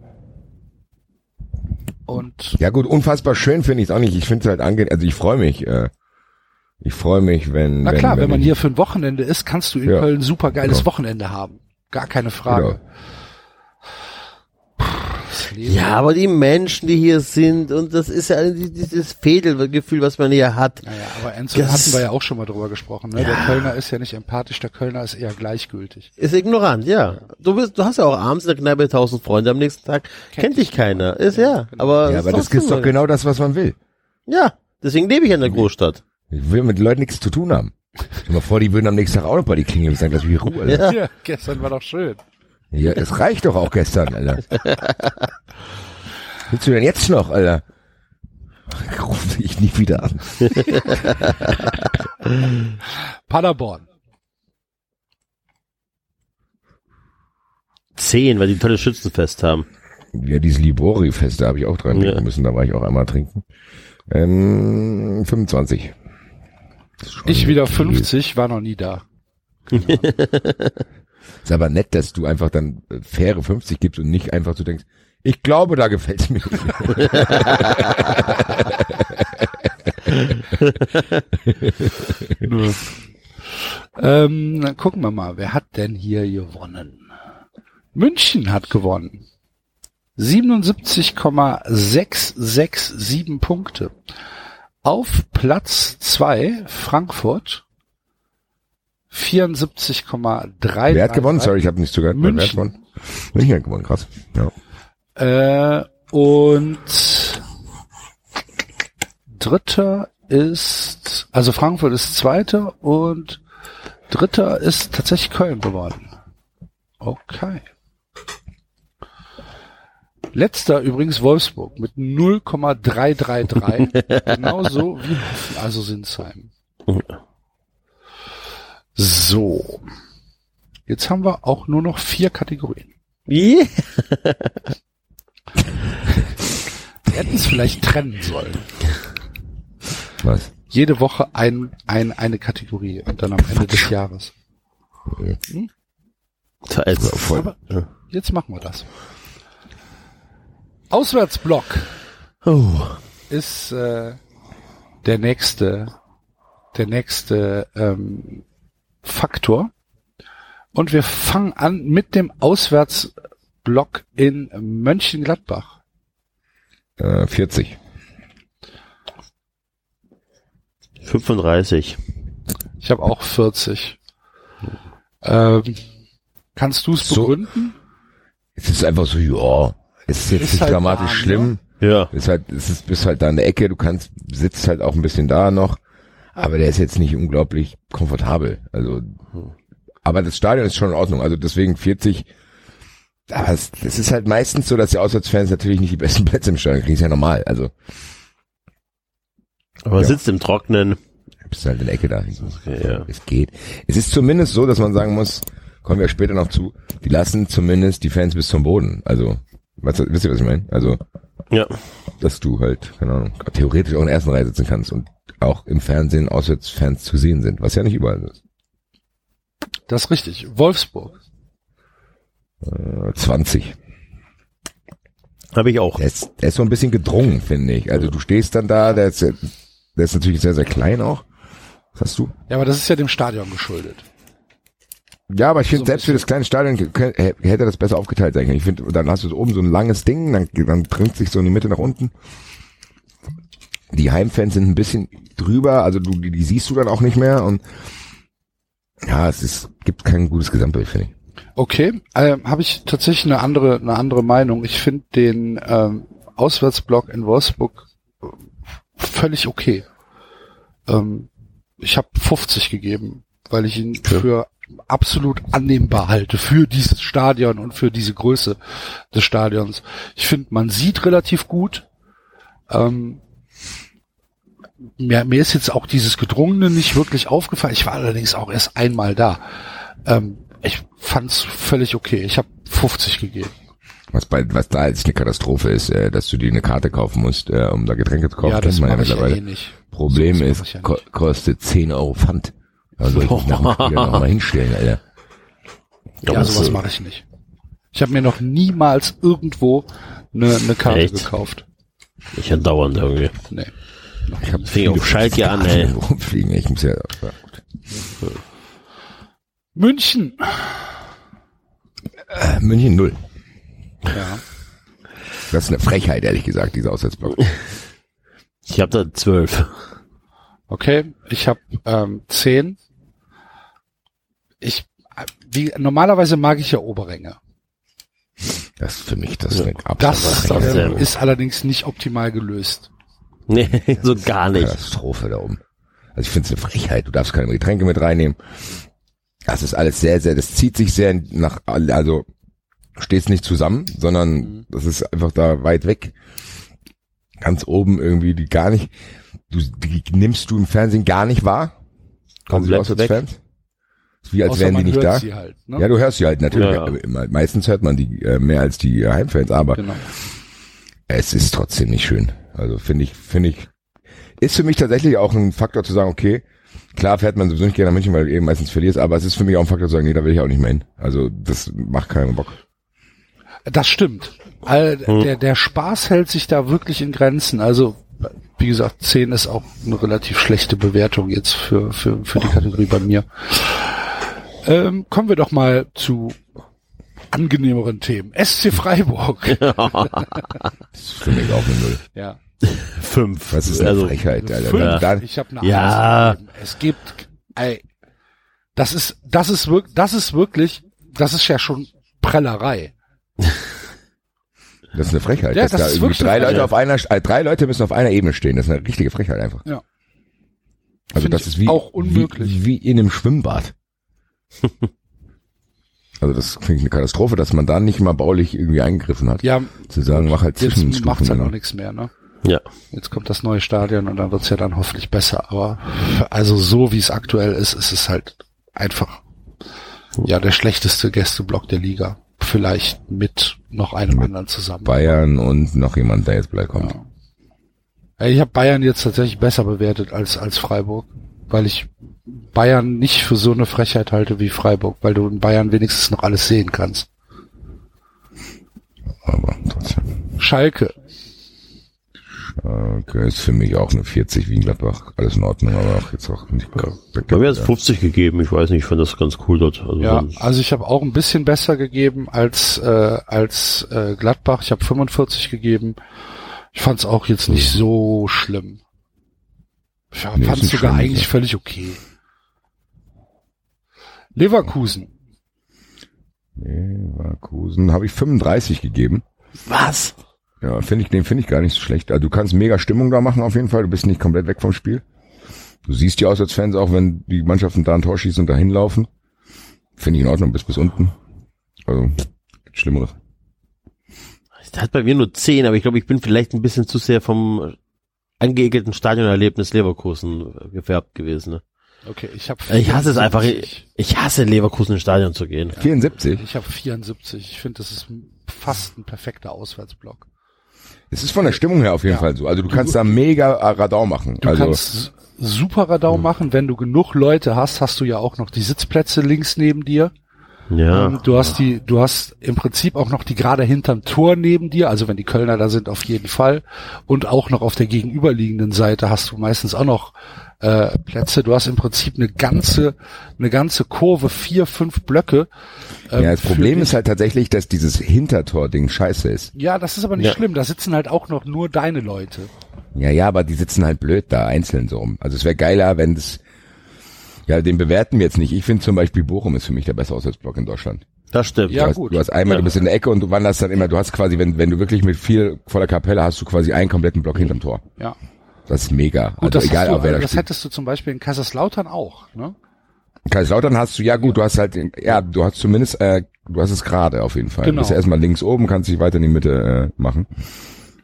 S2: und
S4: Ja gut, unfassbar schön finde ich es auch nicht. Ich finde es halt angenehm. Also ich freue mich. Äh, ich freue mich, wenn...
S2: Na klar, wenn, man
S4: ich-
S2: hier für ein Wochenende ist, kannst du in
S4: Ja.
S2: Köln super geiles
S4: Genau.
S2: Wochenende haben. Gar keine Frage. Das Leben-
S3: Ja, aber die Menschen, die hier sind, und das ist ja die- dieses Fädelgefühl, was man hier hat.
S2: Naja, aber Enzo,
S3: Das-
S2: da hatten wir ja auch schon mal drüber gesprochen. Ne? Der Kölner ist ja nicht empathisch, der Kölner ist eher gleichgültig.
S3: Ist ignorant, ja. Du bist, du hast ja auch abends in der Kneipe tausend Freunde am nächsten Tag. Kennt, dich keiner. Ist ja. Aber,
S4: Ja, aber das
S3: trotzdem
S4: ist doch
S3: mal-
S4: genau das, was man will.
S3: Ja. Deswegen lebe ich in der Großstadt.
S4: Ich will mit Leuten nichts zu tun haben. Stell mal vor, die würden am nächsten Tag auch noch bei die klingeln und sagen, lass mich in Ruhe. Alter.
S3: Ja.
S2: Ja, gestern war doch schön.
S4: Ja, es reicht doch auch gestern, Alter. Willst du denn jetzt noch, Alter? Ach, Ruf ich nie wieder an.
S2: Paderborn.
S3: Zehn, weil die ein tolles Schützenfest haben.
S4: Ja, dieses Libori-Fest, da habe ich auch dran
S3: Ja.
S4: denken müssen, da war ich auch einmal trinken. Ähm, 25. Das ist schon
S2: Ich wieder
S4: okay.
S2: 50, war noch nie da.
S4: Ist aber nett, dass du einfach dann äh, faire 50 gibst und nicht einfach so denkst, ich glaube, da gefällt's mir. nicht.
S2: Ähm, dann gucken wir mal, wer hat denn hier gewonnen? München hat gewonnen. 77,667 Punkte. Auf Platz zwei Frankfurt 74,3.
S4: Wer hat gewonnen? Sorry, ich habe nicht zugehört. Wer hat
S2: München.
S4: gewonnen? München hat gewonnen, krass. Ja.
S2: Äh, und dritter ist, also Frankfurt ist zweiter und dritter ist tatsächlich Köln geworden. Okay. Letzter übrigens Wolfsburg mit 0,333. genauso wie Hoffen, also Sinsheim. So. Jetzt haben wir auch nur noch vier Kategorien.
S3: Yeah.
S2: Wir hätten es vielleicht trennen sollen.
S4: Was?
S2: jede Woche ein, ein, eine Kategorie und dann am Ende des Jahres.
S3: Da ist-
S2: Aber jetzt machen wir das. Auswärtsblock
S3: Oh.
S2: ist äh, der nächste, der nächste ähm, Faktor. Und wir fangen an mit dem Auswärtsblock in Mönchengladbach.
S4: Äh, 40.
S3: 35.
S2: Ich habe auch 40. Ähm, kannst du es
S4: So-
S2: begründen?
S4: Es ist einfach so, ja, es ist jetzt
S2: Ist
S4: nicht
S2: halt
S4: dramatisch
S2: warm,
S4: schlimm.
S3: Ja.
S4: Ist halt, es ist, bist halt da in der Ecke, du kannst, sitzt halt auch ein bisschen da noch. aber der ist jetzt nicht unglaublich komfortabel. Also, aber das Stadion ist schon in Ordnung. Also deswegen 40. Aber es, das ist halt meistens so, dass die Auswärtsfans natürlich nicht die besten Plätze im Stadion kriegen. Ist ja normal. Also
S3: Aber
S4: Ja.
S3: sitzt im Trocknen.
S4: bist du halt in der Ecke da.
S3: Ja.
S4: Es geht. Es ist zumindest so, dass man sagen muss, kommen wir später noch zu, die lassen zumindest die Fans bis zum Boden. Also, was, wisst ihr, was ich meine? Also,
S3: ja.
S4: dass du halt, keine Ahnung, theoretisch auch in der ersten Reihe sitzen kannst und auch im Fernsehen Auswärtsfans zu sehen sind, was ja nicht überall ist.
S2: Das ist richtig. Wolfsburg.
S4: Äh, 20.
S3: Habe ich auch.
S4: Der ist, der ist so ein bisschen gedrungen, finde ich. Also du stehst dann da, der ist, der ist natürlich sehr, sehr klein auch. Was hast du?
S2: Ja, aber das ist ja dem Stadion geschuldet.
S4: Ja, aber ich finde,
S2: So ein
S4: selbst für das kleine Stadion ge- kö- hä- hätte das besser aufgeteilt sein können. Ich finde, dann hast du so oben so ein langes Ding, dann, dann trinkt sich so in die Mitte nach unten. Die Heimfans sind ein bisschen drüber, also du, die, die siehst du dann auch nicht mehr und ja, es ist, gibt kein gutes Gesamtbild, finde ich.
S2: Okay, ähm, habe ich tatsächlich eine andere, eine andere Meinung. Ich finde den ähm, Auswärtsblock in Wolfsburg äh, völlig okay. Ähm, ich habe 50 gegeben, weil ich ihn für absolut annehmbar halte für dieses Stadion und für diese Größe des Stadions. Ich finde, man sieht relativ gut. Ähm, mir, mir ist jetzt auch dieses Gedrungene nicht wirklich aufgefallen. Ich war allerdings auch erst einmal da. Ähm, ich fand's völlig okay. Ich habe 50 gegeben.
S4: Was bei, was da jetzt eine Katastrophe ist, äh, dass du dir eine Karte kaufen musst, äh, um da Getränke zu kaufen,
S2: ja, das
S4: kennt man
S2: mache ich ja eh nicht.
S4: Problem
S2: Sowas mach
S4: ist,
S2: ich ja
S4: ko
S2: nicht.
S4: kostet 10 Euro Pfand. Also soll ich mich nach dem Spiel noch mal hinstellen, Alter.
S2: Ja,
S3: Ja,
S2: sowas
S3: so.
S2: mache ich nicht. Ich habe mir noch niemals irgendwo eine ne Karte
S3: Echt?
S2: gekauft.
S3: Ich andauernd irgendwie.
S2: Nee.
S4: Ich hab
S3: Fing auf Schalke an, ey.
S4: Rumfliegen, ich muss ja,
S2: München.
S4: äh, München null.
S2: Ja.
S4: Das ist eine Frechheit, ehrlich gesagt, dieser Auswärtsblock.
S3: Ich habe da zwölf.
S2: Okay, ich habe ähm, 10. Ich äh, wie normalerweise mag ich ja Oberränge.
S4: Das ist für mich, das ist eine
S2: Das
S4: absolute
S3: sehr
S2: ähm,
S3: gut.
S2: ist allerdings nicht optimal gelöst.
S3: Nee, so gar nicht.
S4: Katastrophe da oben. Also ich finde es eine Frechheit. Du darfst keine Getränke mit reinnehmen. Das ist alles sehr, sehr, das zieht sich sehr nach, also stehst nicht zusammen, sondern das ist einfach da weit weg. Ganz oben irgendwie, die gar nicht, du, die nimmst du im Fernsehen gar nicht wahr. Also die
S3: Komplett
S4: Auswärtsfans. Ist Wie als
S2: Außer
S4: wären die
S2: man
S4: nicht
S2: hört
S4: da.
S2: sie halt. Ne?
S4: Ja, du hörst sie halt natürlich.
S3: Ja, ja.
S4: Me- Meistens hört man die äh, mehr als die äh, Heimfans, aber
S2: genau.
S4: es ist trotzdem nicht schön. Also finde ich, finde ich, ist für mich tatsächlich auch ein Faktor zu sagen, okay, klar fährt man sowieso nicht gerne nach München, weil du eben meistens verlierst, aber es ist für mich auch ein Faktor zu sagen, nee, da will ich auch nicht mehr hin. Also das macht keinen Bock.
S2: Das stimmt. All, der, der Spaß hält sich da wirklich in Grenzen. Also, wie gesagt, 10 ist auch eine relativ schlechte Bewertung jetzt für, für, für die Kategorie bei mir. Ähm, kommen wir doch mal zu angenehmeren Themen. SC Freiburg.
S4: Das ist für mich auch eine Null.
S2: Ja.
S3: Fünf.
S4: Das ist eine
S3: also,
S4: Frechheit, Alter.
S2: Fünf.
S4: Wenn du Da,
S2: Ich habe eine
S3: Ja.
S2: Eins gegeben. Es gibt, ey, das ist, das ist wirklich, das ist wirklich, das ist ja schon Prellerei.
S4: das ist eine Frechheit.
S2: Ja,
S4: dass
S2: das
S4: da
S2: ist
S4: irgendwie
S2: wirklich
S4: drei
S2: eine
S4: Leute
S2: Frechheit.
S4: auf einer, äh, drei Leute müssen auf einer Ebene stehen. Das ist eine richtige Frechheit einfach.
S2: Ja.
S4: Also
S2: Find
S4: das
S2: ich
S4: ist wie,
S2: auch unmöglich.
S4: Wie, wie in einem Schwimmbad. also das klingt eine Katastrophe, dass man da nicht mal baulich irgendwie eingegriffen hat.
S2: Ja,
S4: Zu sagen, mach halt
S2: jetzt macht's
S4: Zwischenstufen.
S2: halt noch
S4: Halt
S2: nichts mehr, ne?
S3: ja.
S2: Jetzt kommt das neue Stadion und dann wird's ja dann hoffentlich besser. Aber also so wie es aktuell ist, ist es halt einfach ja der schlechteste Gästeblock der Liga. Vielleicht mit noch einem anderen zusammen.
S4: Bayern und noch jemand, der jetzt bleibt kommt.
S2: Ja. Ja, Ich habe Bayern jetzt tatsächlich besser bewertet als als Freiburg, weil ich Bayern nicht für so eine Frechheit halte wie Freiburg, weil du in Bayern wenigstens noch alles sehen kannst.
S4: Aber trotzdem.
S2: Schalke,
S4: Okay, ist für mich auch eine 40 wie in Gladbach. Alles in Ordnung, aber auch jetzt auch nicht.
S3: Bei mir hat 50 gegeben. Ich weiß nicht, ich fand das ganz cool dort. Also
S2: Ja,
S3: sonst-
S2: also ich habe auch ein bisschen besser gegeben als äh, als äh, Gladbach. Ich habe 45 gegeben. Ich fand es auch jetzt nicht so schlimm. Ich fand
S4: Nee, ist
S2: es
S4: nicht
S2: sogar
S4: schlimm,
S2: eigentlich
S4: ja.
S2: völlig okay. Leverkusen.
S4: Leverkusen habe ich 35 gegeben.
S3: Was?
S4: Ja, finde ich, den finde ich gar nicht so schlecht. Also du kannst mega Stimmung da machen auf jeden Fall. Du bist nicht komplett weg vom Spiel. Du siehst die Auswärtsfans auch, wenn die Mannschaften da ein Tor schießen und da hinlaufen. Finde ich in Ordnung, bis bis unten. Also, gibt Schlimmeres.
S3: Der hat bei mir nur 10, aber ich glaube, ich bin vielleicht ein bisschen zu sehr vom angeekelten Stadionerlebnis Leverkusen äh, gefärbt gewesen. Ne?
S2: Okay, ich habe
S3: Ich hasse es einfach. Ich,
S2: 74.
S3: ich hasse Leverkusen ins Stadion zu gehen.
S4: 74.
S2: Ich habe 74. Ich finde, das ist ein- fast ein perfekter Auswärtsblock.
S4: Es ist von der Stimmung her auf jeden
S2: Ja.
S4: Fall so. Also du kannst da mega Radau machen.
S2: Du
S4: also
S2: kannst super Radau machen, wenn du genug Leute hast, hast du ja auch noch die Sitzplätze links neben dir. Ähm,
S3: Ja.
S2: Du hast die, du hast im Prinzip auch noch die gerade hinterm Tor neben dir, also wenn die Kölner da sind, auf jeden Fall. Und auch noch auf der gegenüberliegenden Seite hast du meistens auch noch äh, Plätze. Du hast im Prinzip eine ganze, eine ganze Kurve, vier, fünf Blöcke. ähm,
S4: ja, das
S2: für
S4: Problem
S2: dich.
S4: ist halt tatsächlich, dass dieses Hintertor-Ding scheiße ist.
S2: Ja, das ist aber nicht
S3: Ja.
S2: schlimm. Da sitzen halt auch noch nur deine Leute.
S4: Ja, ja, aber die sitzen halt blöd da, einzeln so rum. Also es wäre geiler, wenn es ja, den bewerten wir jetzt nicht. Ich finde zum Beispiel Bochum ist für mich der beste Auswärtsblock in Deutschland.
S3: Das stimmt.
S2: Ja,
S4: du, hast,
S2: gut.
S4: du hast
S3: Ja.
S4: einmal, du bist in der Ecke und du wanderst dann immer. Du hast quasi, wenn, wenn du wirklich mit viel voller Kapelle hast, du quasi einen kompletten Block hinterm Tor.
S2: Ja.
S4: Das ist mega.
S2: Mhm. Gut,
S4: also
S2: das,
S4: egal,
S2: hast
S4: auch
S2: du,
S4: wer da
S2: das
S4: spielt.
S2: hättest du zum Beispiel in Kaiserslautern auch. Ne?
S4: Kaiserslautern hast du, ja gut, du hast halt, den- ja, du hast zumindest, äh, du hast es gerade auf jeden Fall. Du
S2: Genau.
S4: bist ja erstmal links oben, kannst dich weiter in die Mitte äh, machen.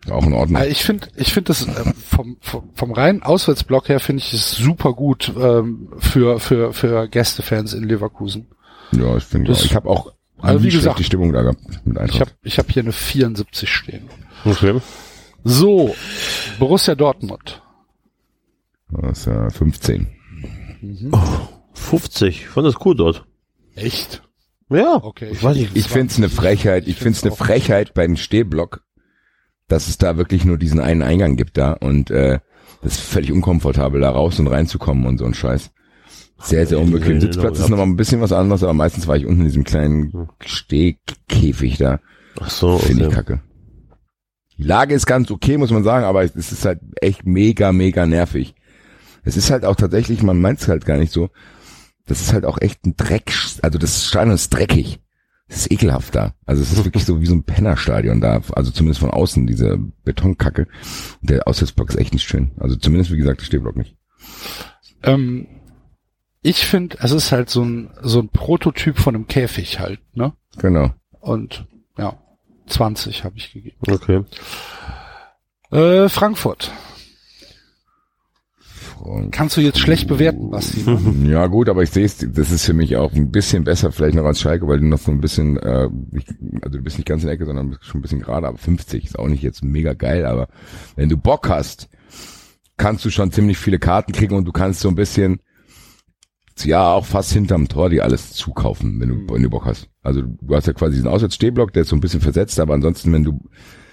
S4: Ist Auch in Ordnung.
S2: Äh, Ich finde, ich finde das äh, vom, vom, vom reinen Auswärtsblock her finde ich es super gut ähm, für für für Gästefans in Leverkusen.
S4: ja, ich finde,
S2: das-
S4: ich habe auch
S2: Also wie
S4: wie schlecht
S2: gesagt,
S4: die Stimmung da gehabt mit
S2: Ich habe
S4: Eintracht.
S2: ich hab hier eine 74 stehen.
S3: Okay.
S2: So, Borussia Dortmund.
S4: das ist ja 15.
S3: 50. Ich fand das cool dort.
S2: Echt?
S3: Ja.
S2: Okay.
S3: Ich weiß nicht.
S4: Ich finde es eine Frechheit, ich finde es eine
S2: auch gut.
S4: Frechheit bei einem Stehblock, dass es da wirklich nur diesen einen Eingang gibt da und äh, das ist völlig unkomfortabel, da raus und reinzukommen und so ein Scheiß. Sehr, sehr unbequem.
S3: Ja,
S4: Sitzplatz ist
S3: ja.
S4: nochmal ein bisschen was anderes, aber meistens war ich unten in diesem kleinen Stehkäfig da.
S3: Ach so.
S4: Finde ich
S3: Okay.
S4: kacke. Die Lage ist ganz okay, muss man sagen, aber es ist halt echt mega, mega nervig. Es ist halt auch tatsächlich, man meint es halt gar nicht so, das ist halt auch echt ein Dreck, also das Stadion ist dreckig. Es ist ekelhaft da. Also es ist wirklich so wie so ein Pennerstadion da, also zumindest von außen, diese Betonkacke. Der Auswärtsblock ist echt nicht schön. Also zumindest, wie gesagt, der Stehblock nicht.
S2: Ähm, ich finde, es ist halt so ein so ein Prototyp von einem Käfig halt. Ne?
S4: Genau.
S2: Und ja, 20 habe ich gegeben.
S3: Okay.
S2: Äh, Frankfurt.
S4: Und
S2: Kannst du jetzt schlecht bewerten, Basti. Ne?
S4: Ja gut, aber ich sehe es, das ist für mich auch ein bisschen besser vielleicht noch als Schalke, weil du noch so ein bisschen, äh, ich, also du bist nicht ganz in der Ecke, sondern bist schon ein bisschen gerade, aber 50 ist auch nicht jetzt mega geil, aber wenn du Bock hast, kannst du schon ziemlich viele Karten kriegen und du kannst so ein bisschen, ja auch fast hinterm Tor dir alles zukaufen, wenn du, wenn du Bock hast. Also du hast ja quasi diesen Auswärtsstehblock, der ist so ein bisschen versetzt, aber ansonsten, wenn du,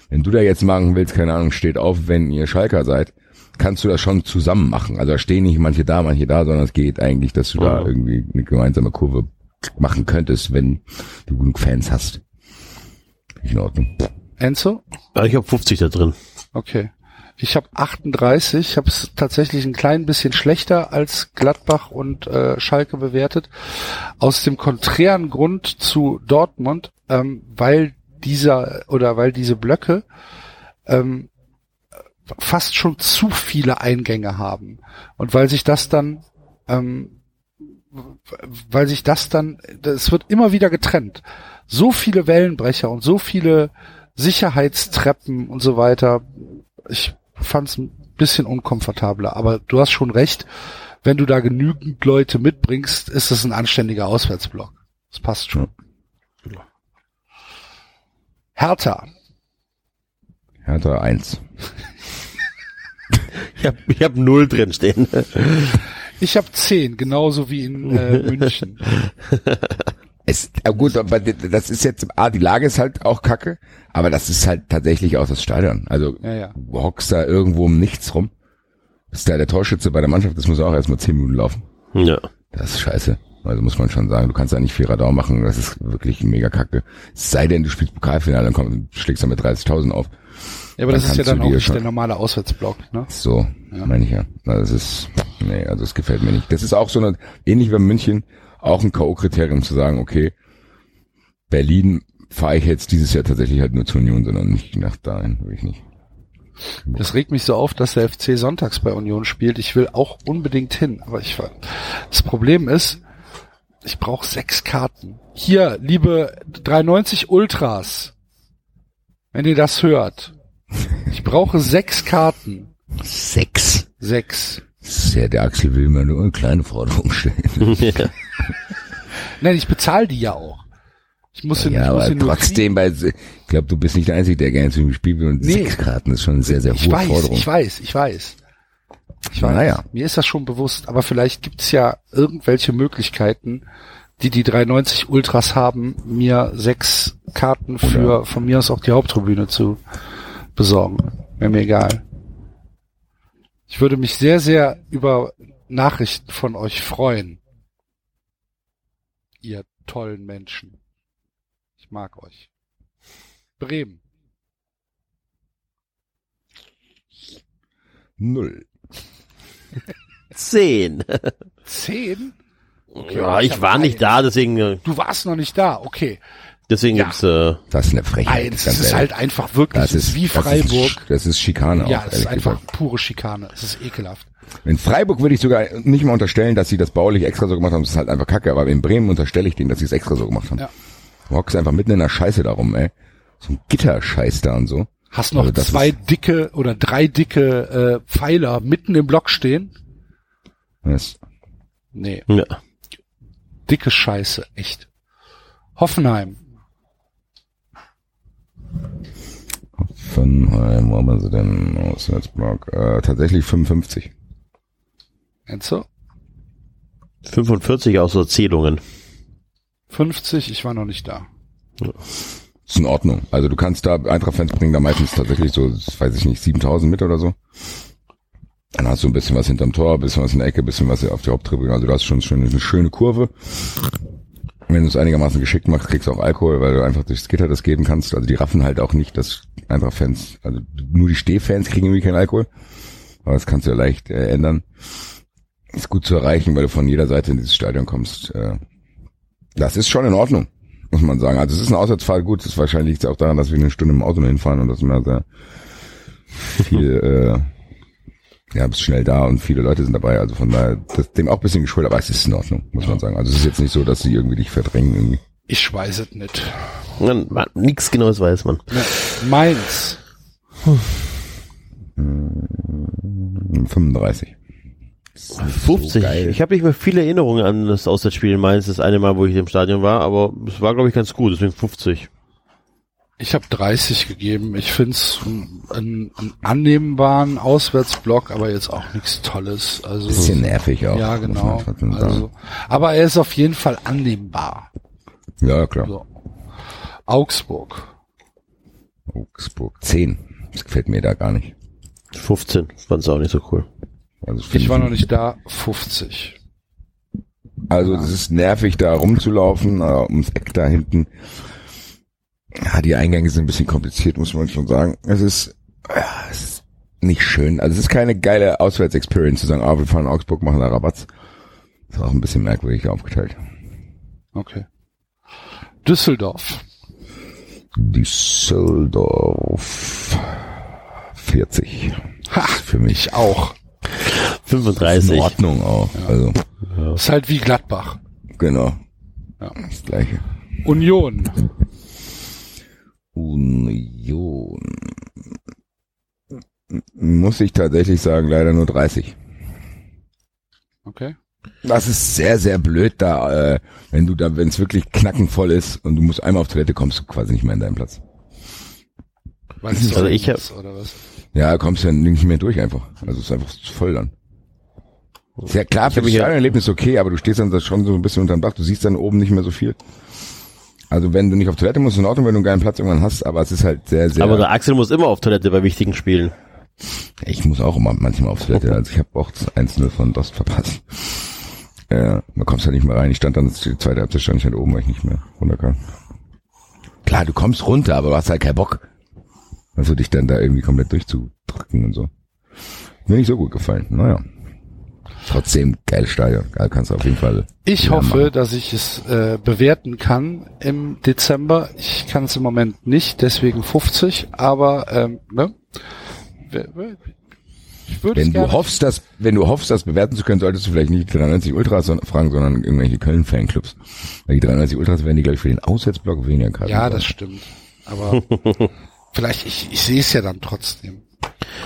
S4: wenn du da jetzt machen willst, keine Ahnung, steht auf, wenn ihr Schalker seid, kannst du das schon zusammen machen. Also da stehen nicht manche da, manche da, sondern es geht eigentlich, dass du da
S3: Mhm.
S4: irgendwie eine gemeinsame Kurve machen könntest, wenn du genug Fans hast. Finde ich In Ordnung.
S2: Enzo?
S3: Ja, ich habe 50 da drin.
S2: Okay. Ich habe 38, habe es tatsächlich ein klein bisschen schlechter als Gladbach und äh, Schalke bewertet. Aus dem konträren Grund zu Dortmund, ähm, weil dieser oder weil diese Blöcke ähm, fast schon zu viele Eingänge haben und weil sich das dann ähm, weil sich das dann es wird immer wieder getrennt. So viele Wellenbrecher und so viele Sicherheitstreppen und so weiter. Ich fand es ein bisschen unkomfortabler, aber du hast schon recht. Wenn du da genügend Leute mitbringst, ist es ein anständiger Auswärtsblock. Das passt schon. Hertha.
S4: Hertha eins.
S3: Ich habe ich hab 0 drin stehen.
S2: Ich habe zehn, genauso wie in äh, München.
S4: Es, ja gut, aber das ist jetzt, ah, die Lage ist halt auch kacke, aber das ist halt tatsächlich auch das Stadion. Also
S2: Ja, ja.
S4: Du hockst da irgendwo um nichts rum. Bist da der Torschütze bei der Mannschaft, das muss auch erstmal zehn Minuten laufen.
S3: Ja.
S4: Das ist scheiße. Also muss man schon sagen, du kannst da nicht viel Radau machen, das ist wirklich mega kacke. Es sei denn, du spielst Pokalfinale, dann komm, schlägst du mit 30.000 auf.
S2: Ja, aber
S4: Dann
S2: das ist ja
S4: kannst du
S2: dann auch
S4: dir
S2: nicht
S4: schon-
S2: der normale Auswärtsblock. Ne?
S4: So, meine ich ja. Also das ist, nee, also das gefällt mir nicht. Das ist auch so eine, ähnlich wie bei München, auch ein K.O.-Kriterium zu sagen, okay, Berlin fahre ich jetzt dieses Jahr tatsächlich halt nur zur Union, sondern nicht nach dahin, will ich nicht.
S2: Das regt mich so auf, dass der FC sonntags bei Union spielt. Ich will auch unbedingt hin, aber ich ver- das Problem ist, ich brauche sechs Karten. Hier, liebe 390 Ultras, wenn ihr das hört, ich brauche sechs Karten.
S9: Sechs.
S2: Sechs.
S9: Sehr, der Axel will mir nur eine kleine Forderung stellen.
S3: Ja.
S2: Nein, ich bezahle die ja auch. Ich muss sie,
S9: Ja,
S2: ich muss
S9: aber
S2: sie nur kriegen.
S9: trotzdem, bei, ich glaube, du bist nicht der Einzige, der gerne zu dem Spiel will und
S2: Nee.
S9: sechs Karten ist schon eine sehr, sehr
S2: Ich
S9: hohe
S2: weiß,
S9: Forderung.
S2: ich weiß, ich weiß. Ich weiß.
S9: Naja.
S2: Mir ist das schon bewusst, aber vielleicht gibt's ja irgendwelche Möglichkeiten, die die 390 Ultras haben, mir sechs Karten für von mir aus auch die Haupttribüne zu besorgen. Wäre mir egal. Ich würde mich sehr, sehr über Nachrichten von euch freuen. Ihr tollen Menschen. Ich mag euch. Bremen.
S4: Null.
S3: Zehn.
S2: Zehn?
S3: ja, ich war nicht da, deswegen, äh,
S2: Du warst noch nicht da, okay.
S3: deswegen
S2: Ja.
S3: gibt's, äh,
S4: Das ist eine Frechheit.
S2: Eins,
S4: ganz
S2: das ist
S4: ehrlich.
S2: halt einfach wirklich
S4: das ist,
S2: wie
S4: Das
S2: Freiburg.
S4: ist, das ist Schikane
S2: ja,
S4: auch,
S2: das ist
S4: ehrlich
S2: einfach
S4: gesagt.
S2: pure Schikane. Es ist ekelhaft.
S4: In Freiburg würde ich sogar nicht mal unterstellen, dass sie das baulich extra so gemacht haben. Das ist halt einfach kacke. Aber in Bremen unterstelle ich denen, dass sie es extra so gemacht haben.
S2: Ja.
S4: Du hockst einfach mitten in der Scheiße darum, ey. So ein Gitterscheiß da und so.
S2: Hast noch
S4: Also das
S2: zwei
S4: ist-
S2: dicke oder drei dicke äh, Pfeiler mitten im Block stehen?
S4: Das,
S2: Nee,
S3: ja.
S2: dicke Scheiße, echt. Hoffenheim.
S4: Fünfheim, äh, wo haben sie denn? Auswärtsblock. Äh, tatsächlich 55.
S2: Meinst du?
S3: 45 aus so Zählungen.
S2: 50, ich war noch nicht da.
S4: Ist in Ordnung. Also du kannst da, Eintracht-Fans bringen da meistens tatsächlich so, weiß ich nicht, 7000 mit oder so. Dann hast du ein bisschen was hinterm Tor, ein bisschen was in der Ecke, ein bisschen was auf die Haupttribüne. Also du hast schon schön, eine schöne Kurve. Wenn du es einigermaßen geschickt machst, kriegst du auch Alkohol, weil du einfach durchs Gitter das geben kannst. Also die raffen halt auch nicht, dass Eintracht-Fans, also nur die Stehfans kriegen irgendwie keinen Alkohol. Aber das kannst du ja leicht äh, ändern. Ist gut zu erreichen, weil du von jeder Seite in dieses Stadion kommst. Äh, das ist schon in Ordnung, muss man sagen. Also es ist ein Auswärtsfahrt, gut, es ist wahrscheinlich liegt es auch daran, dass wir eine Stunde im Auto hinfahren und dass man sehr viel, äh, ja, bist schnell da und viele Leute sind dabei. Also von daher, das, dem auch ein bisschen geschuldet, aber es ist in Ordnung, muss man sagen. Also es ist jetzt nicht so, dass sie irgendwie dich verdrängen. Irgendwie.
S2: Ich weiß es nicht.
S3: Man, man, nix Genaues weiß man.
S2: Mainz.
S4: Hm, 35.
S3: 50. ich habe nicht mehr viele Erinnerungen an das Auswärtsspiel in Mainz, das eine Mal, wo ich im Stadion war, aber es war, glaube ich, ganz gut, deswegen 50.
S2: Ich habe 30 gegeben. Ich find's einen, einen annehmbaren Auswärtsblock, aber jetzt auch nichts Tolles. Also
S4: Bisschen nervig auch.
S2: Ja,
S4: muss man
S2: genau.
S4: trotzdem sagen.
S2: Also, aber er ist auf jeden Fall annehmbar.
S4: ja, klar.
S2: So. Augsburg.
S4: Augsburg 10. Das gefällt mir da gar nicht.
S3: 15. Fand's auch nicht so cool.
S4: Also finde
S2: Ich war noch nicht da. 50.
S4: Also es ist nervig, da rumzulaufen, äh, ums Eck da hinten. Ja, die Eingänge sind ein bisschen kompliziert, muss man schon sagen. Es ist, ja, es ist nicht schön. Also es ist keine geile Auswärtsexperience zu sagen, ah, wir fahren in Augsburg, machen da Rabatz. Ist auch ein bisschen merkwürdig aufgeteilt.
S2: Okay. Düsseldorf.
S4: Düsseldorf 40.
S2: Ha,
S4: Für mich auch.
S3: 35.
S4: In Ordnung auch. Also,
S2: Ist halt wie Gladbach.
S4: genau.
S2: Ja.
S4: Das gleiche.
S2: Union.
S4: Union. Muss ich tatsächlich sagen, leider nur 30.
S2: Okay.
S4: Das ist sehr, sehr blöd da, äh, wenn du da, wenn es wirklich knackenvoll ist und du musst einmal auf Toilette, kommst du quasi nicht mehr an deinen Platz.
S2: Weil es
S3: Also
S2: so
S3: ich hab-
S2: ist, oder was?
S4: Ja, kommst du dann nicht mehr durch einfach. Also es ist einfach zu voll dann. Ist ja klar, für
S3: hab
S4: das
S3: hier-
S4: Stadionerlebnis okay, aber du stehst dann da schon so ein bisschen unterm Dach, du siehst dann oben nicht mehr so viel. Also wenn du nicht auf Toilette musst, in Ordnung, wenn du einen geilen Platz irgendwann hast, aber es ist halt sehr, sehr...
S3: Aber der Axel muss immer auf Toilette bei wichtigen Spielen.
S4: Ich muss auch immer manchmal aufs Toilette. Also ich habe auch das 1-0 von Dost verpasst. Äh, man kommt halt nicht mehr rein. Ich stand dann, die zweite Halbzeit stand ich halt oben, weil ich nicht mehr runterkam. Klar, du kommst runter, aber du hast halt keinen Bock. Also dich dann da irgendwie komplett durchzudrücken und so. Mir nicht so gut gefallen. Naja. Trotzdem, geiles Stadion. Geil kannst du auf jeden Fall.
S2: Ich
S4: Ja,
S2: hoffe,
S4: Mann.
S2: dass ich es äh, bewerten kann im Dezember. Ich kann es im Moment nicht, deswegen 50, aber ähm, ne? Ich würde es
S4: Wenn du
S2: gerne.
S4: hoffst, dass, wenn du hoffst, das bewerten zu können, solltest du vielleicht nicht die 93 Ultras son- fragen, sondern irgendwelche Köln-Fanclubs. Weil die 93 Ultras werden die, glaube ich, für den Auswärtsblock weniger Karten.
S2: Ja,
S4: kaufen.
S2: das stimmt. Aber vielleicht, ich, ich sehe es ja dann trotzdem.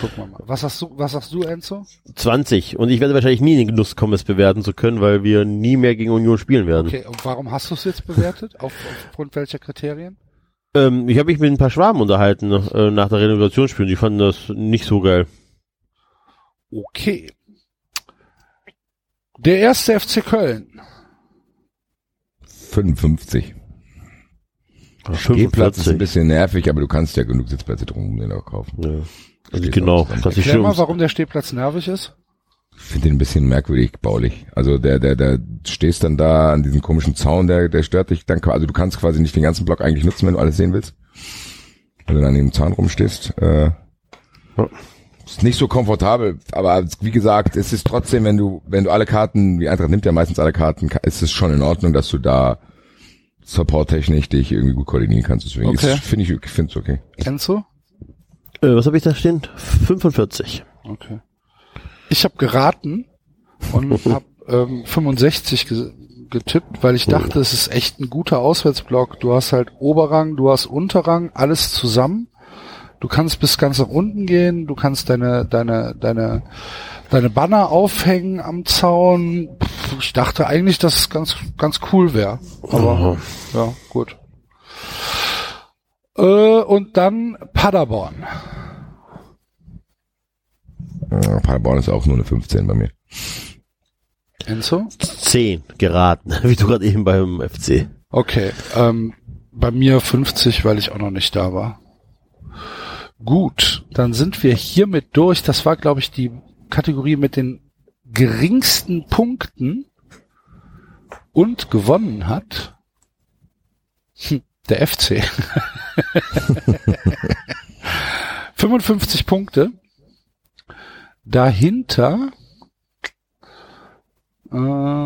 S2: Gucken wir mal. Was sagst du, was sagst du, Enzo?
S3: 20. Und ich werde wahrscheinlich nie in den Genuss kommen, es bewerten zu können, weil wir nie mehr gegen Union spielen werden.
S2: Okay, und warum hast du es jetzt bewertet? Auf, aufgrund welcher Kriterien?
S3: Ähm, ich habe mich mit ein paar Schwaben unterhalten äh, nach der Renovationsspiel und die fanden das nicht so geil.
S2: Okay. Der erste FC Köln.
S4: 55. Gehplatz ist
S3: 45.
S4: ein bisschen nervig, aber du kannst ja genug Sitzplätze drumherum auch kaufen.
S3: Ja. Also
S4: Steht
S3: genau,
S4: auch zusammen.
S3: das ist
S2: Erklär
S3: schön.
S2: mal, warum der Stehplatz nervig ist.
S4: Ich finde den ein bisschen merkwürdig baulich. Also der, der, der stehst dann da an diesem komischen Zaun, der, der stört dich dann, qua- also du kannst quasi nicht den ganzen Block eigentlich nutzen, wenn du alles sehen willst. Wenn du dann an dem Zaun rumstehst, äh, ist nicht so komfortabel, aber wie gesagt, es ist trotzdem, wenn du, wenn du alle Karten, die Eintracht nimmt ja meistens alle Karten, ka- ist es schon in Ordnung, dass du da supporttechnisch dich irgendwie gut koordinieren kannst. Deswegen
S2: Okay.
S4: ist- finde ich, finde es okay.
S2: Enzo?
S3: Äh, was habe ich da stehen? 45.
S2: Okay. Ich habe geraten und habe ähm, 65 ge getippt, weil ich dachte, es ist echt ein guter Auswärtsblock. Du hast halt Oberrang, du hast Unterrang, alles zusammen. Du kannst bis ganz nach unten gehen, du kannst deine deine deine deine Banner aufhängen am Zaun. Pff, Ich dachte eigentlich, dass es ganz ganz cool wäre, aber ja gut. Äh, und dann Paderborn.
S4: Äh, Paderborn ist auch nur eine 15 bei mir.
S2: Enzo?
S3: 10 geraten, wie du gerade eben beim FC.
S2: Okay, ähm, bei mir 50, weil ich auch noch nicht da war. Gut, dann sind wir hiermit durch. Das war, glaube ich, die Kategorie mit den geringsten Punkten und gewonnen hat hm, der FC. 55 Punkte. Dahinter äh,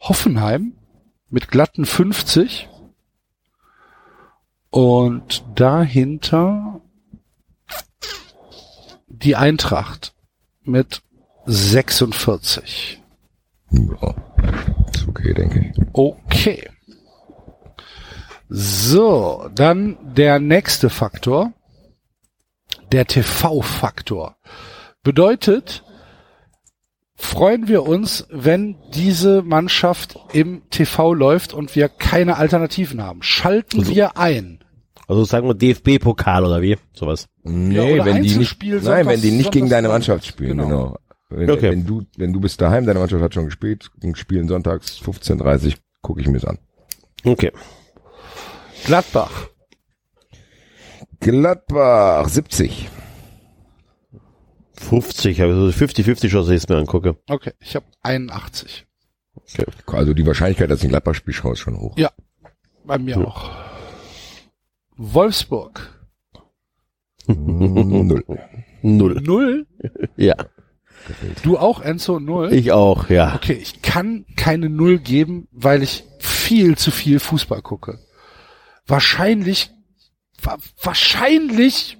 S2: Hoffenheim mit glatten 50. Und dahinter die Eintracht mit 46.
S4: Ja, ist okay, denke ich.
S2: Okay. So, dann der nächste Faktor. Der TV-Faktor. Bedeutet, freuen wir uns, wenn diese Mannschaft im TV läuft und wir keine Alternativen haben. Schalten
S3: Also-
S2: wir ein.
S3: Also sagen wir DFB-Pokal oder wie? Sowas.
S4: Nee,
S2: oder
S4: wenn die nicht,
S2: Einzelspiel,
S4: nein, wenn die
S2: sonntags-
S4: nicht gegen deine Mannschaft
S2: sonntags-
S4: spielen,
S2: genau.
S4: genau. Wenn,
S3: Okay.
S4: wenn du, wenn du bist daheim, deine Mannschaft hat schon gespielt, und spielen sonntags 15.30 gucke ich mir das an.
S3: Okay.
S2: Gladbach.
S4: Gladbach 70.
S3: 50, also 50-50 Chance, dass ich es mir angucke.
S2: Okay, ich habe 81.
S4: Also die Wahrscheinlichkeit, dass ich ein Gladbach-Spiel schaue, ist schon hoch.
S2: Ja, bei mir auch. Wolfsburg. Mhm.
S4: Null.
S3: Null.
S2: Null.
S3: Ja.
S2: Du auch, Enzo, null.
S3: Ich auch, ja.
S2: Okay, ich kann keine Null geben, weil ich viel zu viel Fußball gucke. Wahrscheinlich, wa wahrscheinlich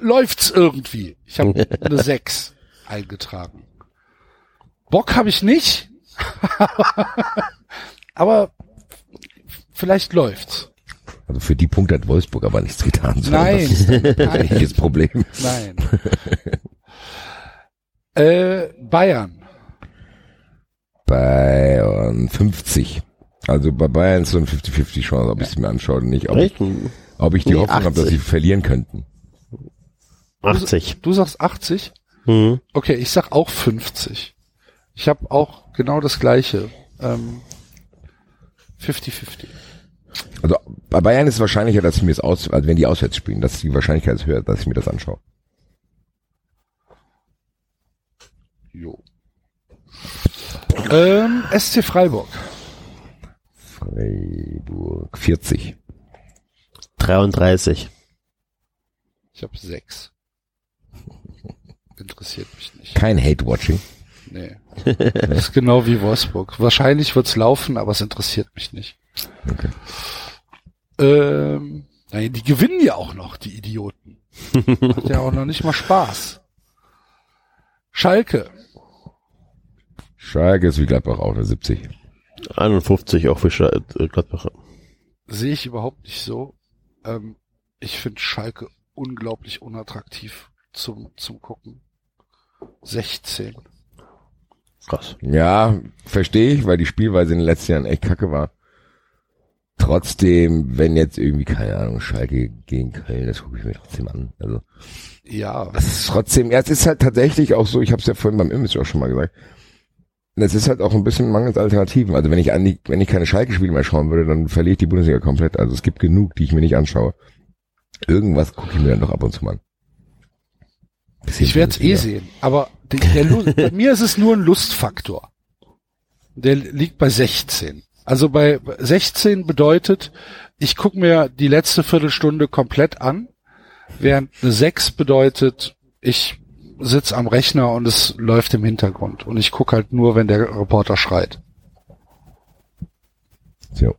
S2: läuft's irgendwie. Ich habe eine Sechs eingetragen. Bock habe ich nicht, aber vielleicht läuft's.
S4: Also für die Punkte hat Wolfsburg aber nichts getan. sondern
S2: Nein.
S4: Das ist ein
S2: Nein.
S4: persönliches Problem.
S2: Nein. äh, Bayern.
S4: Bayern 50. ähm, Also bei Bayern ist so eine 50-50 Chance, also ob ich es mir anschaue oder nicht. Ob, ich,
S3: Echt?
S4: ob ich die
S3: Nee,
S4: Hoffnung habe, dass
S3: 80.
S4: sie verlieren könnten.
S3: 80.
S2: Du sagst 80?
S3: Mhm.
S2: Okay, ich sag auch 50. Ich habe auch genau das gleiche. Ähm, 50-50.
S4: Also bei Bayern ist es wahrscheinlicher, dass ich mir das aus, also wenn die auswärts spielen, dass die Wahrscheinlichkeit ist höher, dass ich mir das anschaue.
S2: Jo. Ähm, SC Freiburg.
S4: Freiburg 40.
S3: 33.
S2: Ich habe 6. Interessiert mich nicht.
S4: Kein Hate-Watching.
S2: Nee. Das ist genau wie Wolfsburg. Wahrscheinlich wird's laufen, aber es interessiert mich nicht. Ähm, naja, die gewinnen ja auch noch, die Idioten. Macht ja auch noch nicht mal Spaß. Schalke.
S4: Schalke ist wie Gladbach auch eine 70.
S3: 51 auch für Scha äh, Gladbach.
S2: sehe ich überhaupt nicht so. Ähm, ich finde Schalke unglaublich unattraktiv zum, zum Gucken. 16.
S3: Krass.
S4: Ja, verstehe ich, weil die Spielweise in den letzten Jahren echt kacke war. Trotzdem, wenn jetzt irgendwie, keine Ahnung, Schalke gegen Köln, das gucke ich mir trotzdem an. Also,
S2: Ja,
S4: das ist trotzdem, ja, es ist halt tatsächlich auch so, ich habe es ja vorhin beim Image auch schon mal gesagt, es ist halt auch ein bisschen mangels Alternativen. Also wenn ich an die, wenn ich keine Schalke-Spiele mehr schauen würde, dann verliere ich die Bundesliga komplett. Also es gibt genug, die ich mir nicht anschaue. Irgendwas gucke ich mir dann doch ab und zu mal an. Bisschen
S2: ich werde es eh
S4: Bundesliga.
S2: sehen. Aber der, der, Lu- bei mir ist es nur ein Lustfaktor. Der liegt bei 16. Also bei 16 bedeutet, ich gucke mir die letzte Viertelstunde komplett an, während eine 6 bedeutet, ich sitz am Rechner und es läuft im Hintergrund. Und ich gucke halt nur, wenn der Reporter schreit.
S4: So.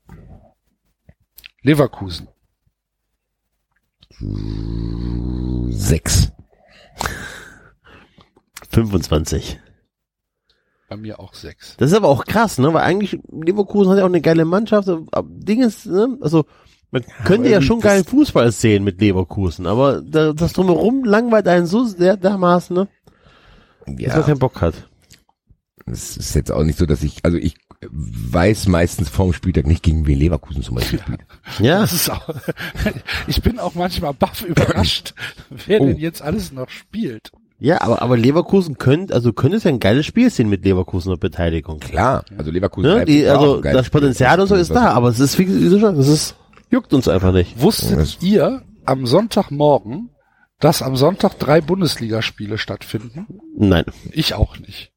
S2: Leverkusen.
S4: Sechs.
S3: 25.
S2: Bei mir auch 6.
S3: Das ist aber auch krass, ne? Weil eigentlich Leverkusen hat ja auch eine geile Mannschaft. aber Ding ist, ne? Also man könnte ja
S4: irgendwie
S3: schon
S4: das-
S3: geilen Fußball sehen mit Leverkusen, aber da- das drumherum langweilt einen so sehr dermaßen, ne? Dass
S4: Ja.
S3: man keinen Bock hat.
S4: Es ist jetzt auch nicht so, dass ich, also ich weiß meistens vorm Spieltag nicht, gegen wen Leverkusen zum Beispiel spielt.
S3: Ja,
S2: Das ist auch, ich bin auch manchmal baff überrascht, wer
S4: Oh.
S2: denn jetzt alles noch spielt.
S3: ja, aber, aber Leverkusen könnte, also könnte es ja ein geiles Spiel sehen mit Leverkusener Beteiligung.
S4: Klar, also Leverkusen.
S3: Ne?
S4: Leipzig
S3: Die,
S4: war auch
S3: also
S4: ein geiles
S3: das Potenzial
S4: Spiel.
S3: und so ist da, aber es ist, wie wie du schon sagst, es ist, juckt uns einfach nicht.
S2: Wusstet
S4: Das-
S2: ihr am Sonntagmorgen, dass am Sonntag drei Bundesligaspiele stattfinden?
S3: Nein.
S2: Ich auch nicht.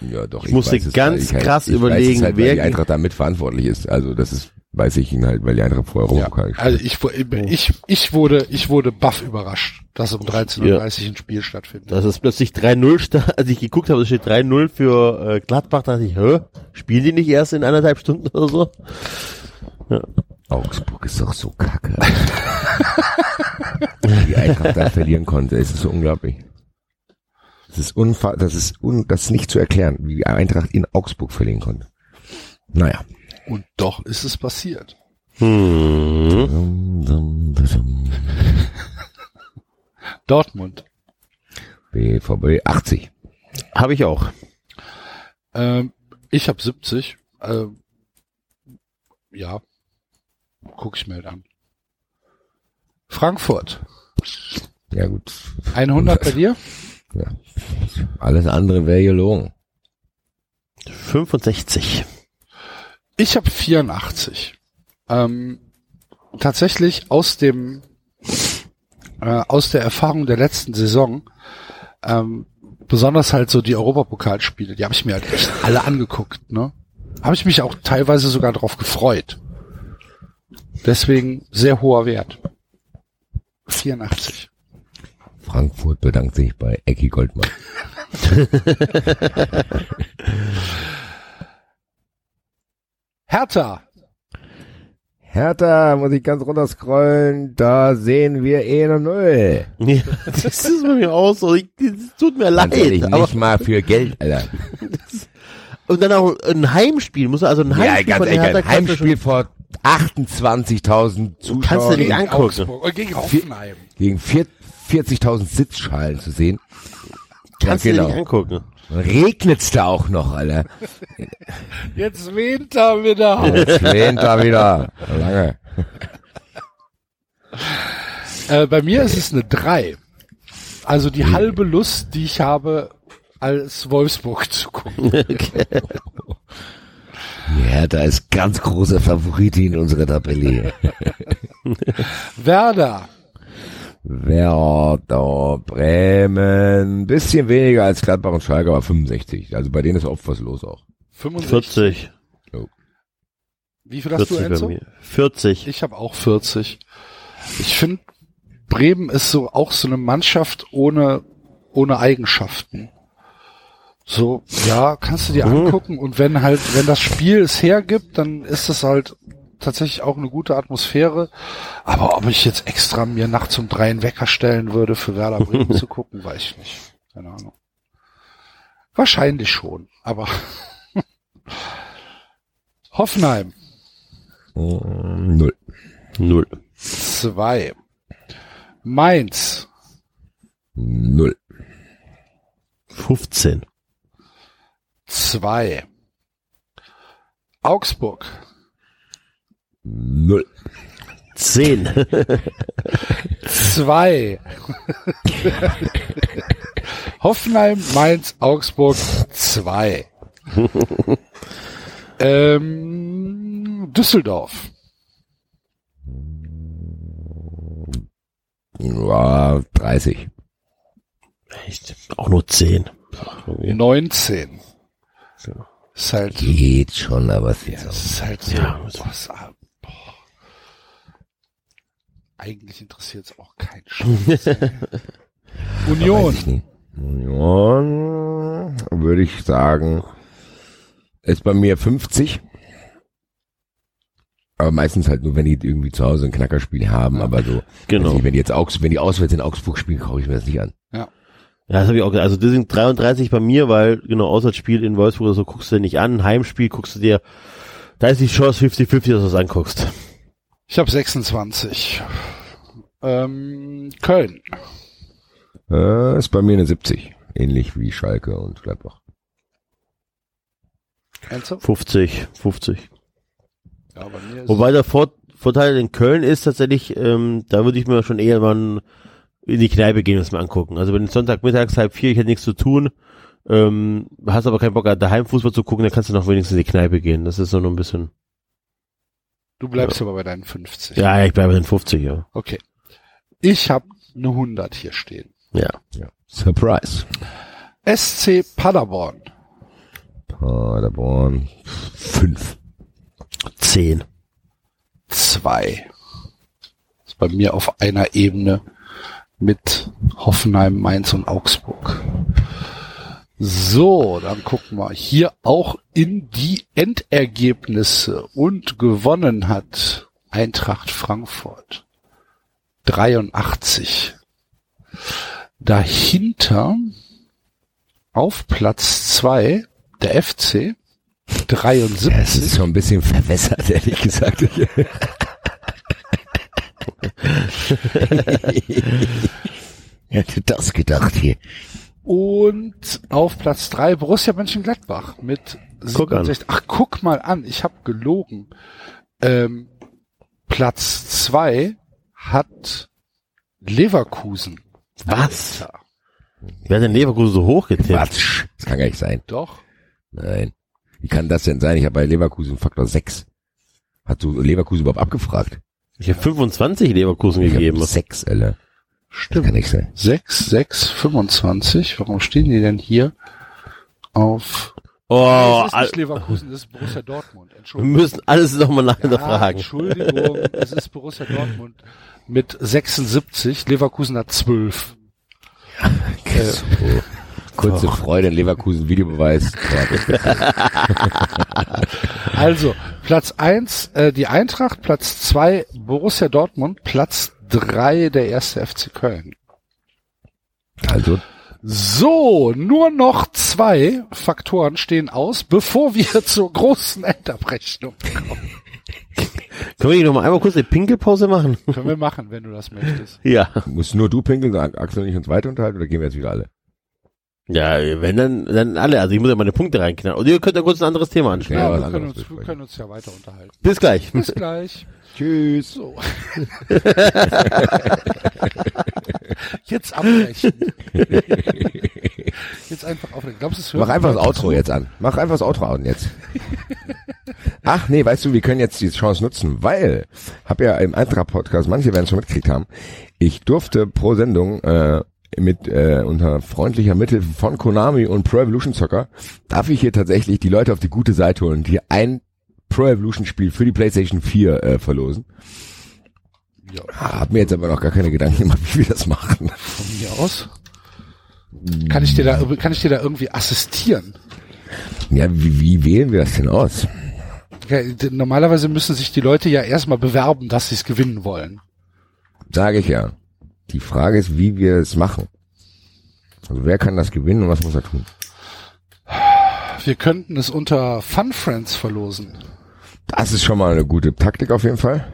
S4: Ja, doch.
S3: Ich musste
S4: weiß es,
S3: ganz
S4: weil ich halt,
S3: krass
S4: ich weiß
S3: überlegen,
S4: es halt,
S3: wer-
S4: wer die Eintracht damit verantwortlich ist. Also das ist, weiß ich ihn halt, weil die Eintracht vorher
S2: Ja,
S4: Europapokal gespielt
S2: also ich, wu- ich, ich wurde, ich wurde baff überrascht, dass um 13.30 Uhr ein Spiel stattfindet.
S3: Dass es plötzlich 3-0 stand, als ich geguckt habe, es steht 3-0 für äh, Gladbach, dachte ich, hä? Spielen die nicht erst in anderthalb Stunden oder so?
S4: hat. Augsburg ist doch so kacke. die Eintracht da verlieren konnte. Es ist so unglaublich. Das ist unfassbar, das ist un, das ist nicht zu erklären, wie die Eintracht in Augsburg verlieren konnte. Naja.
S2: Und doch ist es passiert.
S3: Hm.
S4: Dum, dum, dum, dum.
S2: Dortmund.
S4: BVB 80.
S3: Habe ich auch.
S2: Ähm, ich habe 70. Ähm, ja, guck ich mir halt an. Frankfurt.
S4: Ja gut.
S2: 100 bei dir?
S4: Alles andere wäre gelogen.
S3: 65.
S2: Ich habe 84. Ähm, tatsächlich aus dem äh, aus der Erfahrung der letzten Saison, ähm, besonders halt so die Europapokalspiele, die habe ich mir halt echt alle angeguckt. Ne, habe ich mich auch teilweise sogar drauf gefreut. Deswegen sehr hoher Wert. 84.
S4: Frankfurt bedankt sich bei Ecki Goldmann.
S2: Hertha.
S4: Hertha, muss ich ganz runter scrollen, da sehen wir eh eine Null.
S3: Ja, das ist bei mir auch so. Ich, das tut mir
S4: Ganz ehrlich,
S3: leid. Aber,
S4: nicht mal für Geld, Alter.
S3: und dann auch ein Heimspiel. Muss also ein
S4: Ja,
S3: Heimspiel
S4: ganz
S3: von
S4: ehrlich,
S3: Hertha
S4: ein
S3: kannst du
S4: Heimspiel vor 28.000 Zuschauern
S3: Kannst du nicht angucken.
S2: Augsburg. Und gegen Hoffenheim.
S4: gegen vier- 40.000 Sitzschalen zu sehen.
S3: Schon, kannst
S4: ja,
S3: du dir nicht
S4: genau.
S3: angucken.
S4: Regnet's da auch noch, Alter.
S2: Jetzt Winter wieder.
S4: Jetzt lehnt da wieder. Lange.
S2: Äh, bei mir ist es eine 3. Also die
S3: Hm.
S2: halbe Lust, die ich habe, als Wolfsburg zu gucken.
S4: Die Hertha ist ganz großer Favorit in unserer Tabelle. hier.
S2: Werder,
S4: Werder Bremen, bisschen weniger als Gladbach und Schalke, aber 65. Also bei denen ist oft was los auch.
S2: 65.
S3: 40.
S2: Wie viel hast du,
S3: 40 bei
S2: Enzo?
S3: mir. 40.
S2: Ich habe auch 40. Ich finde, Bremen ist so auch so eine Mannschaft ohne, ohne Eigenschaften. So, ja, kannst du dir angucken und wenn halt, wenn das Spiel es hergibt, dann ist es halt tatsächlich auch eine gute Atmosphäre. Aber ob ich jetzt extra mir nachts um drei einen Wecker stellen würde, für Werder Bremen zu gucken, weiß ich nicht. Keine Ahnung. Wahrscheinlich schon, aber Hoffenheim
S4: Mm, Null.
S3: Null.
S2: 2. Mainz
S4: Null.
S3: 15.
S2: 2. Augsburg
S4: Null.
S3: 10.
S2: 2. Hoffenheim, Mainz, Augsburg 2. ähm, Düsseldorf
S4: Ja, 30.
S3: Echt? Auch nur 10.
S2: 19. Ist halt
S4: Geht schon, aber es
S2: Ja,
S4: ist
S2: das
S4: auch.
S2: ist halt so.
S3: Ja,
S2: was, ah, boah. Eigentlich interessiert es auch keinen Scheiß. Union.
S4: Weiß ich nicht. Union, würde ich sagen, ist bei mir 50. Aber meistens halt nur, wenn die irgendwie zu Hause ein Knackerspiel haben, aber so. weiß
S3: Genau.
S4: Nicht, wenn die jetzt Augs wenn die auswärts in Augsburg spielen, kaufe ich mir das nicht an.
S3: Ja, das habe ich auch gesagt. Also das sind 33 bei mir, weil genau Auswärtsspiel in Wolfsburg oder so guckst du dir nicht an. Heimspiel guckst du dir, da ist die Chance 50-50, dass du das anguckst.
S2: Ich habe 26. Ähm, Köln.
S4: Äh, ist bei mir eine 70. Ähnlich wie Schalke und Gladbach.
S2: Also,
S3: 50, 50.
S2: ja, bei mir ist
S3: Wobei der Vor Vorteil in Köln ist tatsächlich, ähm, da würde ich mir schon eher mal ein- in die Kneipe gehen und es mal angucken. Also wenn es Sonntagmittags halb vier, ich hätte nichts zu tun, ähm, hast aber keinen Bock daheim Fußball zu gucken, dann kannst du noch wenigstens in die Kneipe gehen. Das ist so nur ein bisschen.
S2: du bleibst aber bei deinen 50.
S3: Ja, ja, ich bleibe bei den 50, ja.
S2: Okay. Ich habe eine 100 hier stehen.
S3: Ja.
S4: Surprise.
S2: SC Paderborn.
S4: Paderborn, 5.
S3: 10.
S2: 2. Ist bei mir auf einer Ebene mit Hoffenheim, Mainz und Augsburg. So, dann gucken wir hier auch in die Endergebnisse und gewonnen hat Eintracht Frankfurt 83. Dahinter auf Platz zwei der FC 73.
S4: Es ist schon ein bisschen verwässert, ehrlich gesagt. Hätte das gedacht hier.
S2: Und auf Platz drei Borussia Mönchengladbach mit
S3: Guck an.
S2: 67. Ach, guck mal an, ich habe gelogen. Ähm, Platz zwei hat Leverkusen.
S3: Was? Wer hat denn Leverkusen so hoch getippt?
S4: Quatsch. Das kann gar nicht sein.
S2: Doch.
S4: Nein. Wie kann das denn sein? Ich habe bei Leverkusen Faktor 6. Hast du Leverkusen überhaupt abgefragt?
S3: Ich habe 25 Leverkusen
S4: Ich
S3: gegeben.
S4: habe 6, Alter. Das kann
S2: Stimmt.
S4: nicht sein.
S2: 6, 6, 25. Warum stehen die denn hier auf...
S3: Oh,
S2: Nee, es ist
S3: all,
S2: nicht Leverkusen, es ist Borussia Dortmund.
S3: wir
S2: Entschuldigung.
S3: müssen alles nochmal
S2: Ja,
S3: nachfragen.
S2: Entschuldigung, es ist Borussia Dortmund mit 76. Leverkusen hat 12.
S4: So. Äh, Kurze Freude in Leverkusen, Videobeweis.
S2: Also, Platz eins äh, die Eintracht, Platz zwei Borussia Dortmund, Platz drei der erste FC Köln.
S4: Also,
S2: So, nur noch zwei Faktoren stehen aus, bevor wir zur großen Endabrechnung kommen.
S3: Können wir hier nochmal einmal kurz eine Pinkelpause machen?
S2: Können wir machen, wenn du das möchtest.
S3: ja.
S4: musst nur du pinkeln, sagen, Axel und ich uns weiter unterhalten, oder gehen wir jetzt wieder alle?
S3: Ja, wenn dann, dann alle. Also ich muss ja meine Punkte reinknallen. Und ihr könnt ja kurz ein anderes Thema anschauen.
S4: Ja,
S2: Ja,
S4: was
S2: wir, können uns,
S4: anderes
S2: wir
S4: besprechen.
S2: können uns ja weiter unterhalten.
S3: Bis gleich.
S2: Bis gleich.
S4: Tschüss.
S2: So. Jetzt abbrechen. Jetzt einfach aufhören. Glaubst du, es hört
S4: Mach einfach das Outro jetzt an. Mach einfach das Outro an jetzt. Ach nee, weißt du, wir können jetzt die Chance nutzen, weil hab ja im Eintracht-Podcast, manche werden es schon mitgekriegt haben, ich durfte pro Sendung äh, mit äh, unter freundlicher Mithilfe von Konami und Pro Evolution Soccer darf ich hier tatsächlich die Leute auf die gute Seite holen und hier ein Pro Evolution Spiel für die PlayStation 4 äh, verlosen. Ah,
S2: Ja.
S4: Hab mir jetzt aber noch gar keine Gedanken gemacht, wie wir das machen.
S2: von mir aus? Kann ich dir da, kann ich dir da irgendwie assistieren?
S4: Ja, wie, wie wählen wir das denn aus?
S2: normalerweise müssen sich die Leute ja erstmal bewerben, dass sie es gewinnen wollen.
S4: Sage ich ja. Die Frage ist, wie wir es machen. Also wer kann das gewinnen und was muss er tun?
S2: Wir könnten es unter Fun Friends verlosen.
S4: Das ist schon mal eine gute Taktik auf jeden Fall.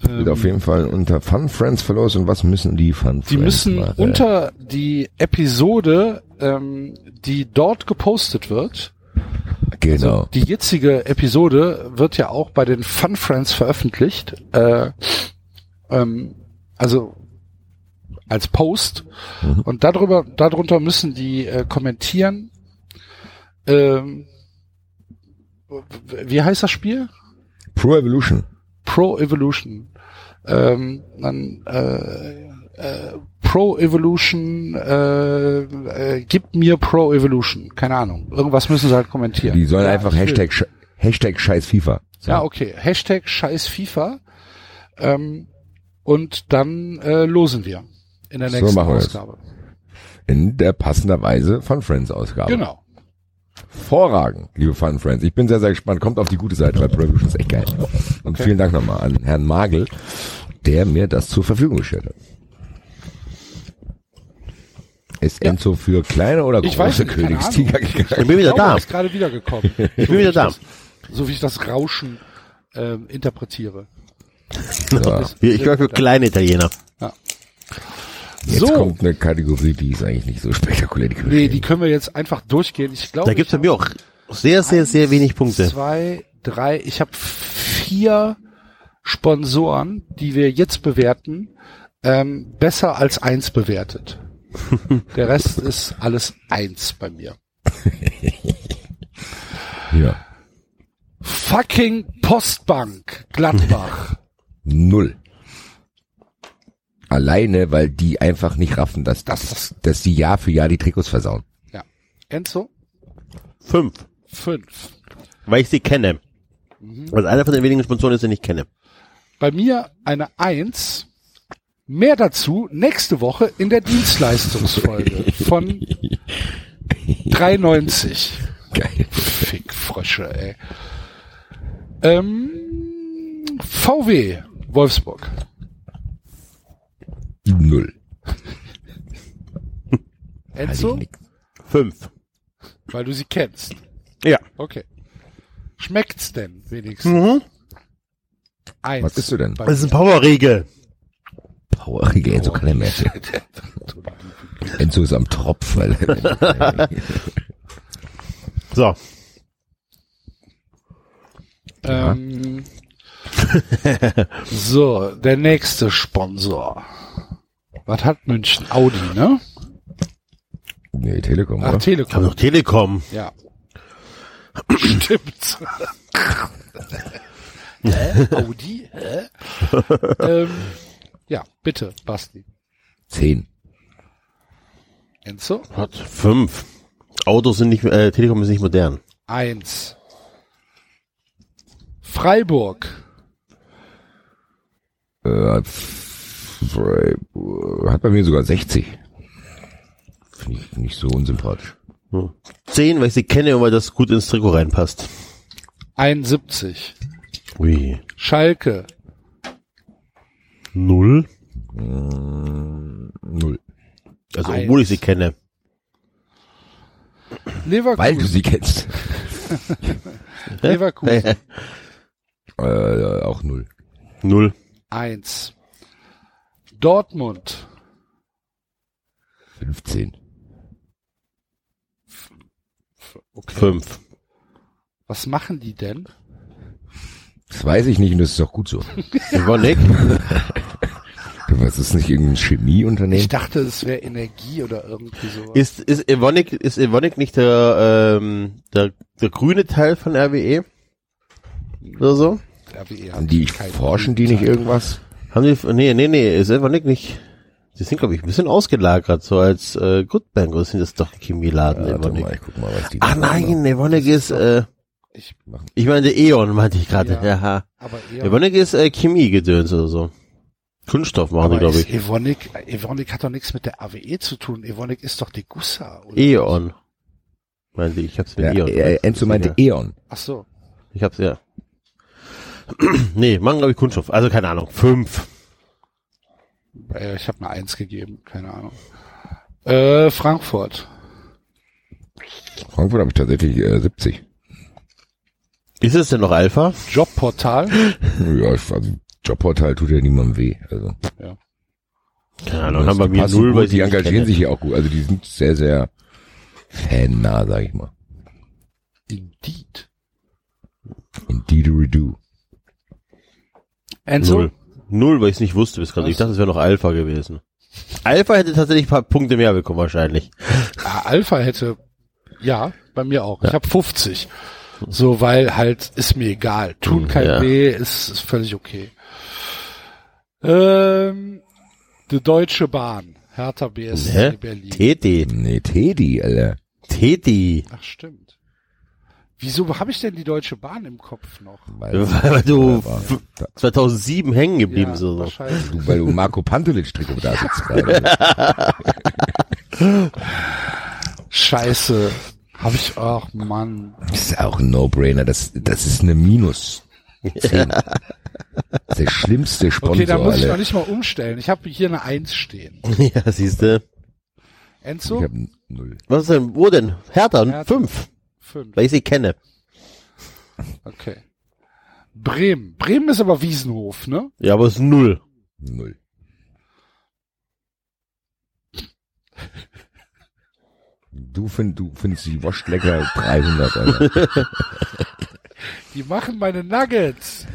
S4: Wird auf jeden Fall unter Fun Friends verlost und was müssen die Fun Friends
S2: Ähm, Die müssen
S4: machen?
S2: unter die Episode, ähm, die dort gepostet wird,
S4: genau.
S2: also die jetzige Episode wird ja auch bei den Fun Friends veröffentlicht, äh, ähm, also als Post. Und darüber, darunter müssen die äh, kommentieren. Ähm, w- wie heißt das Spiel?
S4: Pro Evolution.
S2: Pro Evolution. Ähm, dann äh, äh, Pro Evolution, äh, äh, gib mir Pro Evolution. Keine Ahnung. Irgendwas müssen sie halt kommentieren.
S4: Die sollen
S2: Ja,
S4: einfach
S2: ich will.
S4: Hashtag, Sch- Hashtag scheiß FIFA. So.
S2: Ja, okay. Hashtag scheiß FIFA. Ähm, und dann äh, losen wir in der
S4: So
S2: nächsten
S4: machen wir das.
S2: Ausgabe.
S4: In der passenderweise Fun Friends Ausgabe.
S2: Genau.
S4: Hervorragend, liebe Fun Friends. Ich bin sehr, sehr gespannt. Kommt auf die gute Seite, weil Pro Evolution ist echt geil. Und vielen Dank nochmal an Herrn Magel, der mir das zur Verfügung gestellt hat. Ist Enzo für kleine oder
S2: Ich weiß
S4: große
S2: nicht, keine
S4: Königstiger
S3: Ich
S4: gegangen?
S3: bin wieder
S2: Glaube,
S3: da.
S2: er ist gerade wiedergekommen.
S3: Ich bin wieder da.
S2: so wie ich das Rauschen ähm, interpretiere.
S4: So,
S3: Hier, Ich glaube für kleine Italiener.
S4: jetzt
S2: So.
S4: kommt eine Kategorie, die ist eigentlich nicht so spektakulär. Die können wir
S2: Nee,
S4: stehen.
S2: die können wir jetzt einfach durchgehen. Ich glaube,
S3: Da gibt's
S2: ich
S3: bei mir auch sehr, sehr, sehr wenig Punkte.
S2: zwei, drei, ich habe vier Sponsoren, die wir jetzt bewerten, ähm, besser als eins bewertet. Der Rest ist alles eins bei mir.
S4: ja.
S2: Fucking Postbank Gladbach.
S4: Null. Alleine, weil die einfach nicht raffen, dass, dass, dass die Jahr für Jahr die Trikots versauen.
S2: ja. Enzo?
S3: Fünf.
S2: Fünf.
S3: Weil ich sie kenne.
S2: Mhm.
S3: Weil einer von den wenigen Sponsoren ist, den ich kenne.
S2: Bei mir eine Eins. Mehr dazu nächste Woche in der Dienstleistungsfolge von 3,90.
S4: Geil.
S2: Fickfrösche, ey. Ähm, VW Wolfsburg.
S4: Null.
S2: Enzo,
S3: Fünf.
S2: weil du sie kennst.
S3: Ja.
S2: Okay. Schmeckt's denn wenigstens? Mhm. Eins.
S4: Was bist du denn?
S2: Bei
S3: Das ist ein Powerriegel.
S2: Oh,
S4: Powerige Enzo kann er mehr. Enzo ist am Tropf, weil
S3: So.
S2: Ähm, so, der nächste Sponsor. Was hat München? Audi, ne?
S4: nee, Telekom,
S2: Ach,
S4: oder?
S3: Ich habe
S2: Telekom.
S3: noch Telekom.
S2: Ja. Stimmt. Hä? Audi? Hä? ähm, ja, bitte, Basti.
S4: Zehn.
S2: Enzo?
S3: Hat fünf. Autos sind nicht, äh, Telekom ist nicht modern.
S2: Eins. Freiburg.
S4: Äh, Freiburg hat bei mir sogar 60. Finde ich nicht so unsympathisch.
S3: Zehn, weil ich sie kenne und weil das gut ins Trikot reinpasst.
S2: 71.
S3: Ui.
S2: Schalke.
S3: Null.
S4: Null.
S3: Also,
S2: Äh, Eins.
S3: obwohl ich sie kenne.
S4: Weil du
S2: Leverkusen.
S4: sie kennst. ne?
S2: Leverkusen.
S4: Äh, auch null.
S3: Null.
S2: Eins. Dortmund.
S4: 15.
S2: Okay.
S3: Fünf.
S2: Was machen die denn?
S4: Das weiß ich nicht und das ist auch gut so.
S3: Evonik?
S4: Was ist nicht irgendein Chemieunternehmen?
S2: Ich dachte, es wäre Energie oder irgendwie so.
S3: ist, ist Evonik, ist Evonik nicht der, ähm, der, der grüne Teil von RWE? Oder so?
S2: RWE
S4: Haben
S2: E hat
S4: die
S2: keinen
S4: forschen die nicht irgendwas?
S3: Haben die, nee, nee, nee, ist Evonik nicht. Die sind, glaube ich, ein bisschen ausgelagert, so als, äh, Goodbank, oder sind das doch ein Chemieladen,
S4: Warte
S3: Evonik?
S4: mal, ich guck mal, was die
S3: Ach
S4: da
S3: nein, Evonik ist, äh,
S2: Ich-
S3: ich meinte Eon, meinte ich gerade.
S2: Ja.
S3: Ja.
S2: Aber eher
S3: Evonik ist äh, Chemiegedöns oder so. Kunststoff machen die,
S2: aber
S3: glaube
S2: ist
S3: ich.
S2: Evonik, Evonik hat doch nichts mit der AWE zu tun. Evonik ist doch Degussa. oder?
S3: Eon. Meinte ich, ich hab's mit
S4: Ja,
S3: Eon.
S4: äh, Enzo meinte
S3: Eon.
S4: Eon.
S2: Ach so.
S3: Ich hab's ja. nee, machen glaube ich Kunststoff. Also keine Ahnung. Fünf.
S2: Äh, Ich habe eine Eins gegeben, keine Ahnung. Äh, Frankfurt.
S4: Frankfurt habe ich tatsächlich äh, 70.
S3: Ist es denn noch Alpha?
S2: Jobportal.
S4: Ja, ich- also Jobportal tut ja niemandem weh. Also
S3: Keine Ahnung.
S4: das-
S3: Haben bei
S4: die
S3: mir
S4: passen
S3: null,
S4: gut,
S3: weil sie
S4: die
S3: nicht
S4: engagieren
S3: kenne.
S4: sich ja auch gut. Also die sind sehr, sehr fannah, sag ich mal.
S2: Indeed.
S4: Und Didgeridoo.
S2: Enzo?
S3: Null. Null, weil ich es nicht wusste bis gerade. Ich dachte, es wäre noch Alpha gewesen. Alpha hätte tatsächlich ein paar Punkte mehr bekommen wahrscheinlich.
S2: Ah, Alpha hätte, ja, bei mir auch. Ich habe 50. So, weil halt, ist mir egal. Tun kein
S3: ja.
S2: weh, ist, ist völlig okay. Ähm, die Deutsche Bahn. Hertha BSC
S3: Hä?
S2: Berlin.
S3: Teti.
S4: Nee, Teddy, Alter.
S3: Teti.
S2: Ach, stimmt. Wieso habe ich denn die Deutsche Bahn im Kopf noch?
S3: Weil du
S4: Aber-
S3: f- 2007 hängen
S2: Ja,
S3: geblieben bist oder so.
S2: wahrscheinlich.
S4: Du, weil du Marco Pantelic-Stricke da sitzt gerade.
S2: Scheiße. Habe ich, ach Mann.
S4: Das ist auch ein No-Brainer. Das, das ist eine Minus. 10. Das ist der schlimmste Sponsor,
S2: Okay, da muss ich
S4: Alter.
S2: noch nicht mal umstellen. Ich habe hier eine Eins stehen.
S3: Ja, siehste.
S4: Ich
S2: Enzo?
S4: hab n- null.
S3: Was ist denn? Wo denn? Hertha?
S2: Hertha.
S3: Fünf.
S2: Fünf.
S3: Weil ich sie kenne.
S2: Okay. Bremen. Bremen ist aber Wiesenhof, ne?
S3: Ja, aber es ist null.
S4: Null. Du, find, du findest die Wurst lecker 300, Alter.
S2: Die machen meine Nuggets.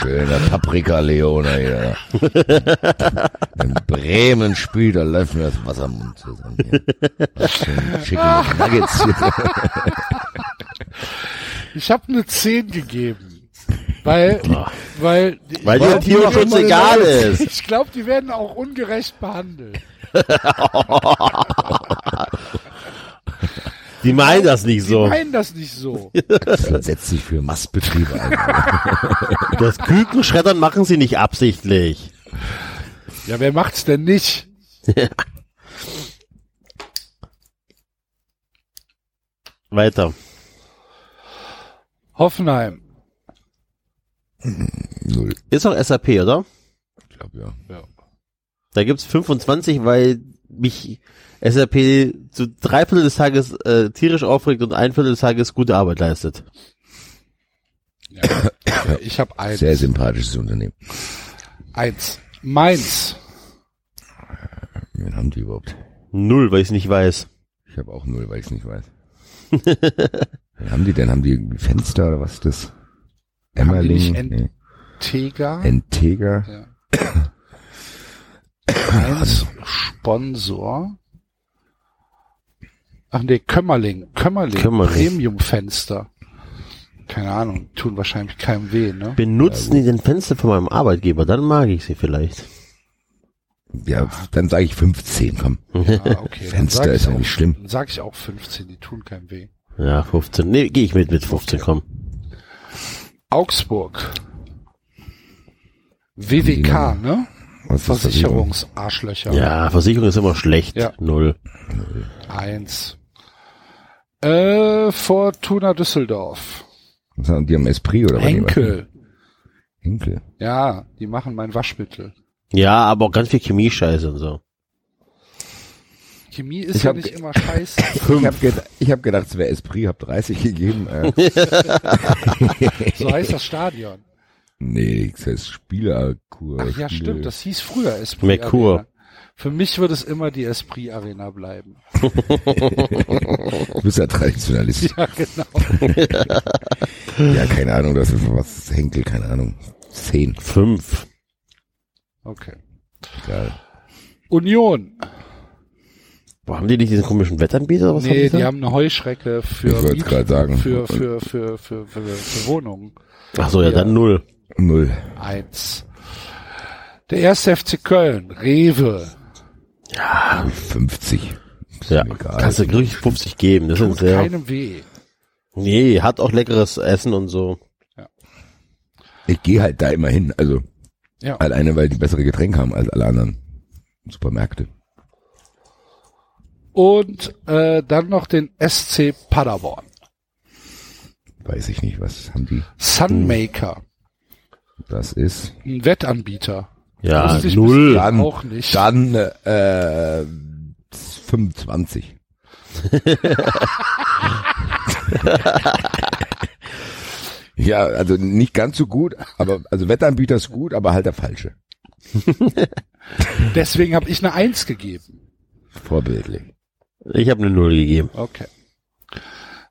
S4: Schöner Paprika-Leone, hier. ne? In Bremen spielt, da läuft mir das Wasser im Mund zusammen. Hier. Was für ein Chicken Nuggets hier.
S2: Ich habe eine 10 gegeben. Weil, weil,
S3: Weil dir
S2: ich
S3: der
S2: glaub,
S3: Tier schon egal ist.
S2: Ich glaube, die werden auch ungerecht behandelt.
S3: Die meinen das nicht
S2: Die
S3: so.
S2: meinen das nicht so.
S4: Setz dich für Mastbetriebe ein.
S3: Das Kükenschreddern machen sie nicht absichtlich.
S2: Ja, wer macht's denn nicht?
S3: Weiter.
S2: Hoffenheim.
S4: Null.
S3: Ist doch SAP, oder?
S4: Ich glaube, ja.
S3: Da gibt's 25, weil mich SAP zu drei Viertel des Tages äh, tierisch aufregt und ein Viertel des Tages gute Arbeit leistet.
S2: Ich habe eins.
S4: Sehr sympathisches Unternehmen.
S2: Eins. Mainz.
S4: Wen haben die überhaupt?
S3: Null, weil ich es nicht weiß.
S4: Ich habe auch null, weil ich es nicht weiß. Wen haben die denn? Haben die irgendwie Fenster oder was ist das?
S2: Haben die
S4: Emmerling?
S2: nicht Ent-
S4: nee.
S2: Tega.
S4: Entega?
S2: Mainz. Sponsor. Ach nee, Kömmerling. Kömmerling.
S3: Kömmerling.
S2: Premium-Fenster. Keine Ahnung. Tun wahrscheinlich keinem weh, ne?
S3: Benutzen die den Fenster von meinem Arbeitgeber, dann mag ich sie vielleicht.
S4: Ja, dann sage ich 15, komm.
S2: Ja, Ah, okay. dann
S4: Fenster
S2: sag ich
S4: ist ja
S2: auch-
S4: nicht schlimm.
S2: Dann sag ich auch 15. Die tun keinem weh.
S3: Ja, 15. Nee, gehe ich mit mit 15, komm.
S2: Augsburg. WWK, ne?
S4: Was ist das?
S2: Versicherungsarschlöcher.
S3: Ja, Versicherung ist immer schlecht.
S2: Ja.
S3: Null.
S2: Eins. Äh, Fortuna Düsseldorf.
S4: Was haben die am Esprit oder was?
S2: Henkel.
S4: Henkel.
S2: Ja, die machen mein Waschmittel.
S3: Ja, aber auch ganz viel Chemie-Scheiße und so.
S2: Chemie ist
S4: Ich
S2: ja
S4: hab
S2: nicht
S4: ge-
S2: immer scheiße.
S4: Ich habe ged ich hab gedacht, es wäre Esprit, hab 30 gegeben. Äh,
S2: So heißt das Stadion.
S4: nee, das heißt Spielerkur.
S2: Ach ja, stimmt. Das hieß früher Esprit
S3: Merkur.
S2: Arena. Für mich wird es immer die Esprit Arena bleiben.
S4: Du bist ja Traditionalist.
S2: Ja, genau.
S4: Ja, keine Ahnung, das ist was ist Henkel, keine Ahnung. 10,
S3: Fünf.
S2: Okay.
S4: egal.
S2: Union.
S3: Boah, haben die nicht diesen komischen Wettanbieter? oder Was
S2: nee,
S3: haben
S2: die haben eine Heuschrecke für
S4: Ich wollt's
S2: Mieten,
S4: grad sagen.
S2: Für, für, für, für, für, für Wohnungen.
S3: die? Ach so, ja,
S2: Ja.
S3: dann null.
S4: Null.
S2: Eins. Der erste FC Köln, Rewe.
S4: 50. Ist
S3: Ja,
S4: mir egal.
S3: kannst du wirklich 50 geben. Das ist
S2: Tut
S3: sehr.
S2: keinem weh.
S3: Nee, hat auch leckeres Essen und so.
S4: Ich gehe halt da immer hin. Also
S2: Ja.
S4: alleine, weil die bessere Getränke haben als alle anderen Supermärkte.
S2: und äh, dann noch den SC Paderborn.
S4: Weiß ich nicht, was haben die?
S2: Sunmaker,
S4: Das ist.
S2: ein Wettanbieter.
S3: Ja,
S2: Wusste ich
S3: null.
S2: bis-
S4: Dann,
S2: Auch nicht.
S4: Dann äh, 25. ja, also nicht ganz so gut, aber also Wettanbieter ist gut, aber halt der falsche.
S2: Deswegen habe ich eine Eins gegeben.
S4: Vorbildlich.
S3: Ich habe eine Null gegeben.
S2: Okay.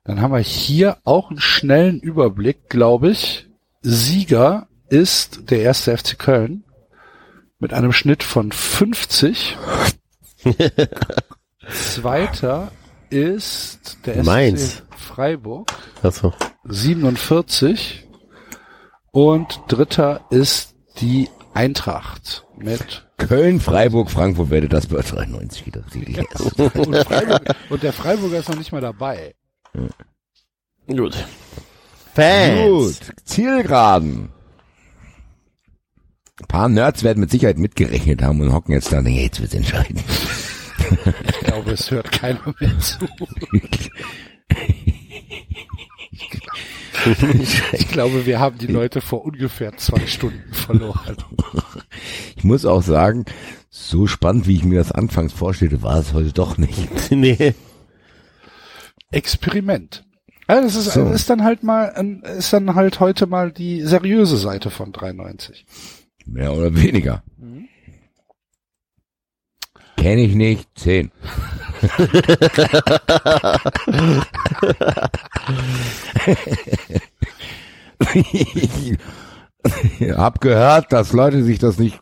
S2: Dann haben wir hier auch einen schnellen Überblick, glaube ich. Sieger ist der erste FC Köln mit einem Schnitt von 50. Zweiter ist der SC
S3: Mainz.
S2: Freiburg
S3: Achso.
S2: 47 und dritter ist die Eintracht mit
S4: Köln, Freiburg, Frankfurt werde das bei 93 wieder richtig erst.
S2: und, Freiburg, und der Freiburger ist noch nicht mal dabei.
S3: Gut. Fans.
S4: Gut, Zielgeraden. Ein paar Nerds werden mit Sicherheit mitgerechnet haben und hocken jetzt da und denken, jetzt wird's entscheiden.
S2: Ich glaube, es hört keiner mehr zu. Ich glaube, wir haben die Leute vor ungefähr zwei Stunden verloren.
S4: Ich muss auch sagen, so spannend, wie ich mir das anfangs vorstellte, war es heute doch nicht.
S3: nee.
S2: Experiment. Also das ist,
S4: So.
S2: ist dann halt mal, ähm, ist dann halt heute mal die seriöse Seite von 93.
S4: Mehr oder weniger. Kenne ich nicht. Zehn. ich hab gehört, dass Leute sich das nicht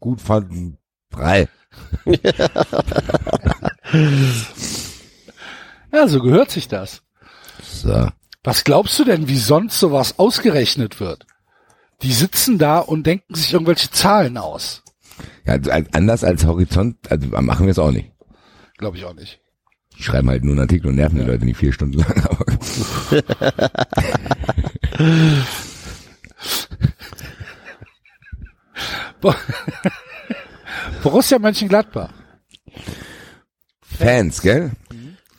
S4: gut fanden. Drei.
S2: Ja, so Also gehört sich das.
S4: So.
S2: Was glaubst du denn, wie sonst sowas ausgerechnet wird? Die sitzen da und denken sich irgendwelche Zahlen aus.
S4: Ja, also als- anders als Horizont, also machen wir es auch nicht.
S2: Glaube ich auch nicht.
S4: Die schreiben halt nur einen Artikel und nerven die Leute nicht vier Stunden lang. Aber
S2: Bo- Borussia Mönchengladbach.
S4: Fans, gell?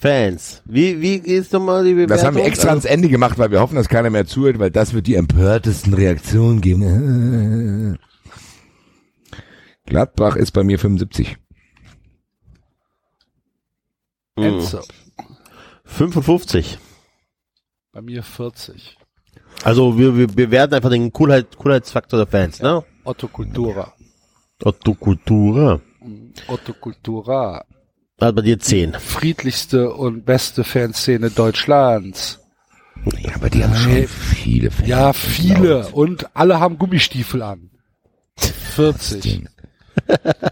S3: Fans. Wie, wie ist nochmal die Bewertung?
S4: Das haben wir extra ans Ende gemacht, weil wir hoffen, dass keiner mehr zuhört, weil das wird die empörtesten Reaktionen geben. Äh. Gladbach ist bei mir 75.
S2: Enzo.
S3: 55.
S2: Bei mir 40.
S3: Also wir, wir bewerten einfach den Coolheit, Coolheitsfaktor der Fans, ne?
S2: Otto Kultura.
S3: Otto Kultura.
S2: Otto Kultura.
S3: Hat bei dir 10.
S2: Friedlichste und beste Fanszene Deutschlands.
S4: Ja, aber die haben
S2: Nee.
S4: schon viele Fans.
S2: Ja, viele. Und alle haben Gummistiefel an. 40.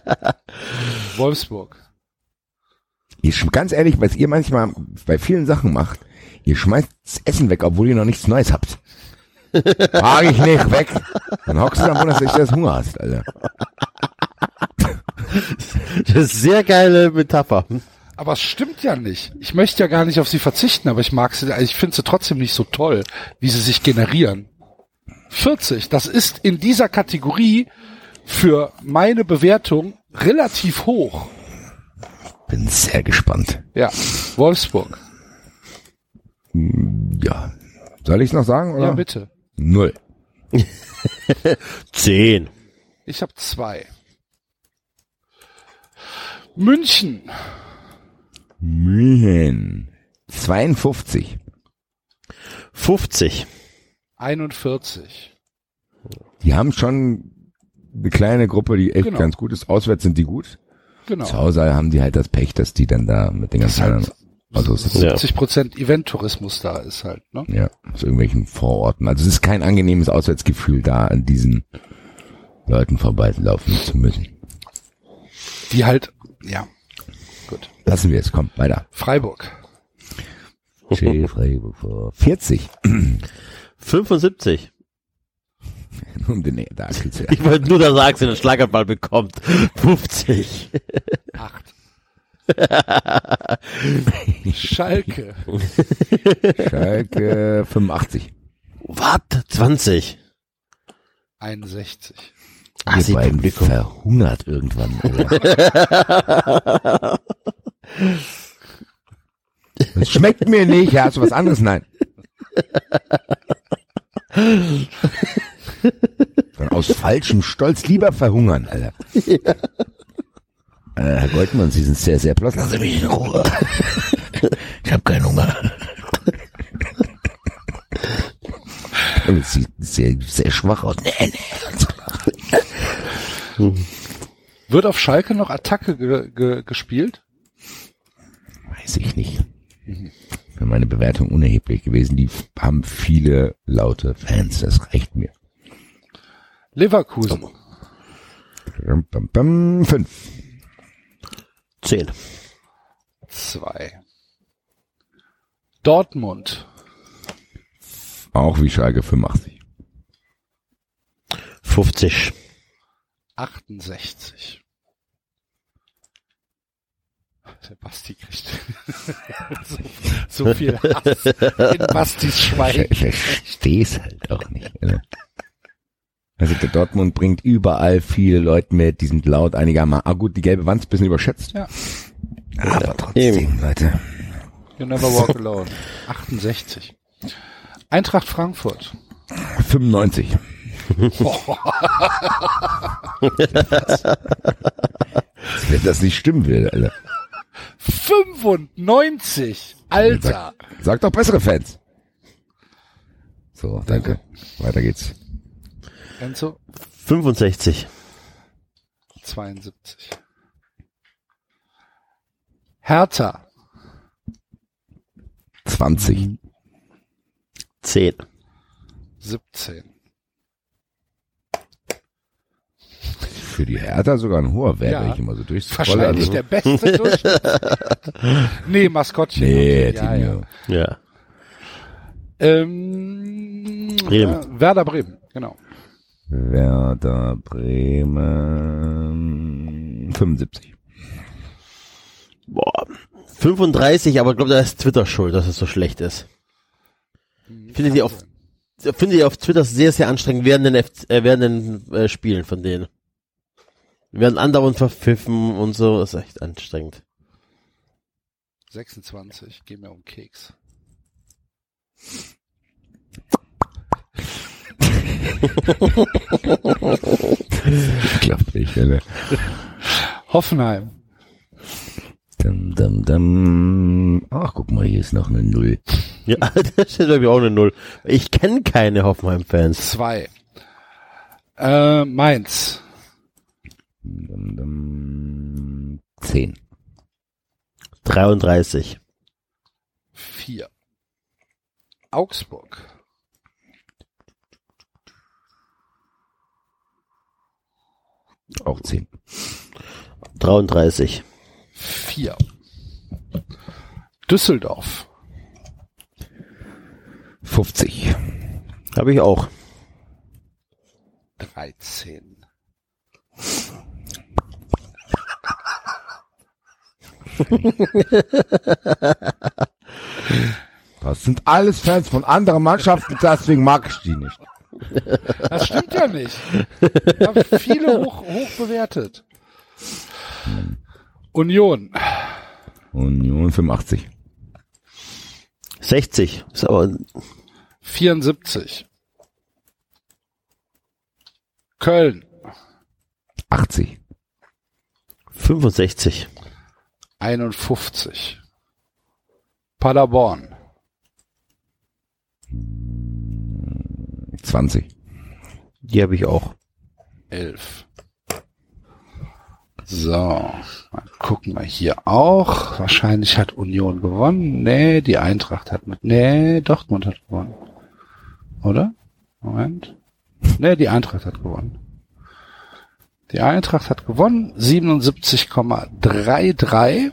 S2: Wolfsburg.
S4: Ihr sch- ganz ehrlich, was ihr manchmal bei vielen Sachen macht, ihr schmeißt das Essen weg, obwohl ihr noch nichts Neues habt. Frag ich nicht, weg. Dann hockst du dann, wunderst dich, dass du Hunger hast, Alter.
S3: Das ist sehr geile Metapher.
S2: Aber es stimmt ja nicht. Ich möchte ja gar nicht auf sie verzichten, aber ich mag sie, also ich finde sie trotzdem nicht so toll, wie sie sich generieren. 40, das ist in dieser Kategorie für meine Bewertung relativ hoch.
S4: Bin sehr gespannt.
S2: Ja, Wolfsburg.
S4: Ja. Soll ich noch sagen, oder?
S2: Ja, bitte.
S4: Null.
S3: 10.
S2: Ich habe zwei. München.
S4: München. 52.
S3: 50.
S2: 41.
S4: Die haben schon eine kleine Gruppe, die echt
S2: Genau.
S4: ganz gut ist. Auswärts sind die gut. Zu
S2: Genau.
S4: Hause haben die halt das Pech, dass die dann da mit den ganzen
S2: Das halt ist
S4: anderen Autos,
S3: Ja.
S2: 70 Prozent Eventtourismus da ist halt, ne?
S4: ja, aus irgendwelchen Vororten. Also es ist kein angenehmes Auswärtsgefühl, da an diesen Leuten vorbeilaufen zu müssen.
S2: Die halt, ja.
S4: Lassen wir es, komm, weiter.
S2: Freiburg.
S4: Schäfer, Freiburg vor 40.
S3: 75.
S4: Um den Nähe, da kriegst du ja.
S3: Ich wollte nur, dass Axel den Schlaganfall bekommt. 50.
S2: Acht. Schalke.
S4: Schalke 85.
S3: Was? 20.
S2: 61.
S9: Ah,
S3: Ach,
S4: Ihr
S3: sie
S4: beiden
S3: Publikum.
S4: verhungert irgendwann. Oder? Es schmeckt mir nicht. Ja, hast du was anderes? Nein. Sondern Aus falschem Stolz lieber verhungern, Alter.
S9: Äh, Herr Goldmann, Sie sind sehr, sehr blass. Lassen Sie mich in Ruhe. Ich habe keinen Hunger. Und es sieht sehr, sehr schwach aus. Nee, nee, ganz klar.
S2: Wird auf Schalke noch Attacke ge ge gespielt?
S9: Weiß ich nicht.
S4: Für meine Bewertung unerheblich gewesen. Die haben viele laute Fans. Das reicht mir.
S2: Leverkusen.
S4: Bam, bam, bam. Fünf.
S3: Zehn.
S2: Zwei. Dortmund.
S4: Auch wie Schalke 85.
S3: 50.
S2: 68. Der Basti kriegt so, so viel Hass in Bastis Schwein.
S4: Ich verstehe es halt auch nicht. Alter. Also der Dortmund bringt überall viele Leute mit, die sind laut, einige haben mal, ah gut, die gelbe Wand ist ein bisschen überschätzt.
S2: Ja.
S4: Aber trotzdem, Leute.
S2: You never walk alone. 68. Eintracht Frankfurt.
S4: 95. Wenn das nicht stimmen will, Alter.
S2: 95. Alter.
S4: Sag doch bessere Fans. So, danke. Weiter geht's.
S2: Enzo.
S3: 65.
S2: 72. Hertha.
S4: 20.
S3: 10.
S2: 17.
S4: Für die Hertha sogar ein hoher Wert,
S2: Ja.
S4: wenn ich immer so durchscrolle.
S2: Wahrscheinlich der
S4: Also,
S2: beste Durchschnitt. nee, Maskottchen.
S4: nee,
S2: ja, ja.
S4: Timo.
S3: Ja.
S2: Ähm,
S3: Bremen.
S2: äh, Werder Bremen, genau.
S4: Werder Bremen 75.
S3: Boah. 35, aber ich glaube, da ist Twitter schuld, dass es so schlecht ist. Finde ich auf, finde ich auf Twitter sehr, sehr anstrengend während den, F äh, während den äh, Spielen von denen. Wir werden andauernd verpfiffen und so, ist echt anstrengend.
S2: 26, geh mir um Keks.
S4: Klappt nicht, ne? Alter.
S2: Hoffenheim,
S9: Dum, dum, dum. Ach, guck mal, hier ist noch eine Null.
S3: Ja, da steht bei mir auch eine Null. Ich kenne keine Hoffenheim-Fans.
S2: 2. Äh, Mainz,
S4: Dum, dum. 10.
S3: 33.
S2: 4. Augsburg,
S4: Auch 10.
S3: 33.
S2: 4. Düsseldorf,
S4: 50.
S3: Habe ich auch.
S2: 13.
S4: Das sind alles Fans von anderen Mannschaften, deswegen mag ich die nicht.
S2: Das stimmt ja nicht. Da Hab ich viele hoch, hoch bewertet. Union,
S4: Union 85.
S3: 60. Ist aber
S2: 74. Köln,
S4: 80.
S3: 65.
S2: 51. Paderborn,
S4: 20.
S3: Die habe ich auch.
S2: 11. So, mal gucken wir hier auch. Wahrscheinlich hat Union gewonnen. Nee, die Eintracht hat mit. Nee, Dortmund hat gewonnen. Oder? Moment. Nee, die Eintracht hat gewonnen. Die Eintracht hat gewonnen. 77,33.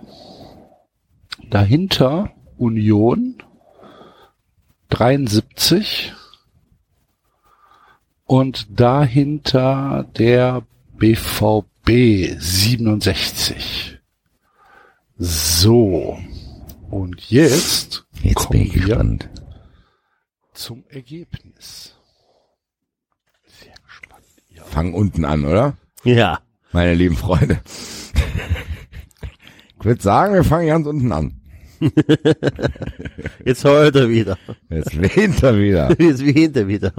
S2: Dahinter Union. 73. Und dahinter der BVB 67. So. Und jetzt,
S9: Jetzt
S2: kommen
S9: bin ich
S2: wir
S9: gespannt.
S2: zum Ergebnis. Sehr gespannt. Ja.
S4: Fang unten an, oder?
S3: Ja.
S4: Meine lieben Freunde. Ich würde sagen, wir fangen ganz unten an.
S3: Jetzt heult er wieder.
S4: Jetzt lehnt er wieder.
S3: Jetzt wie hinter wieder.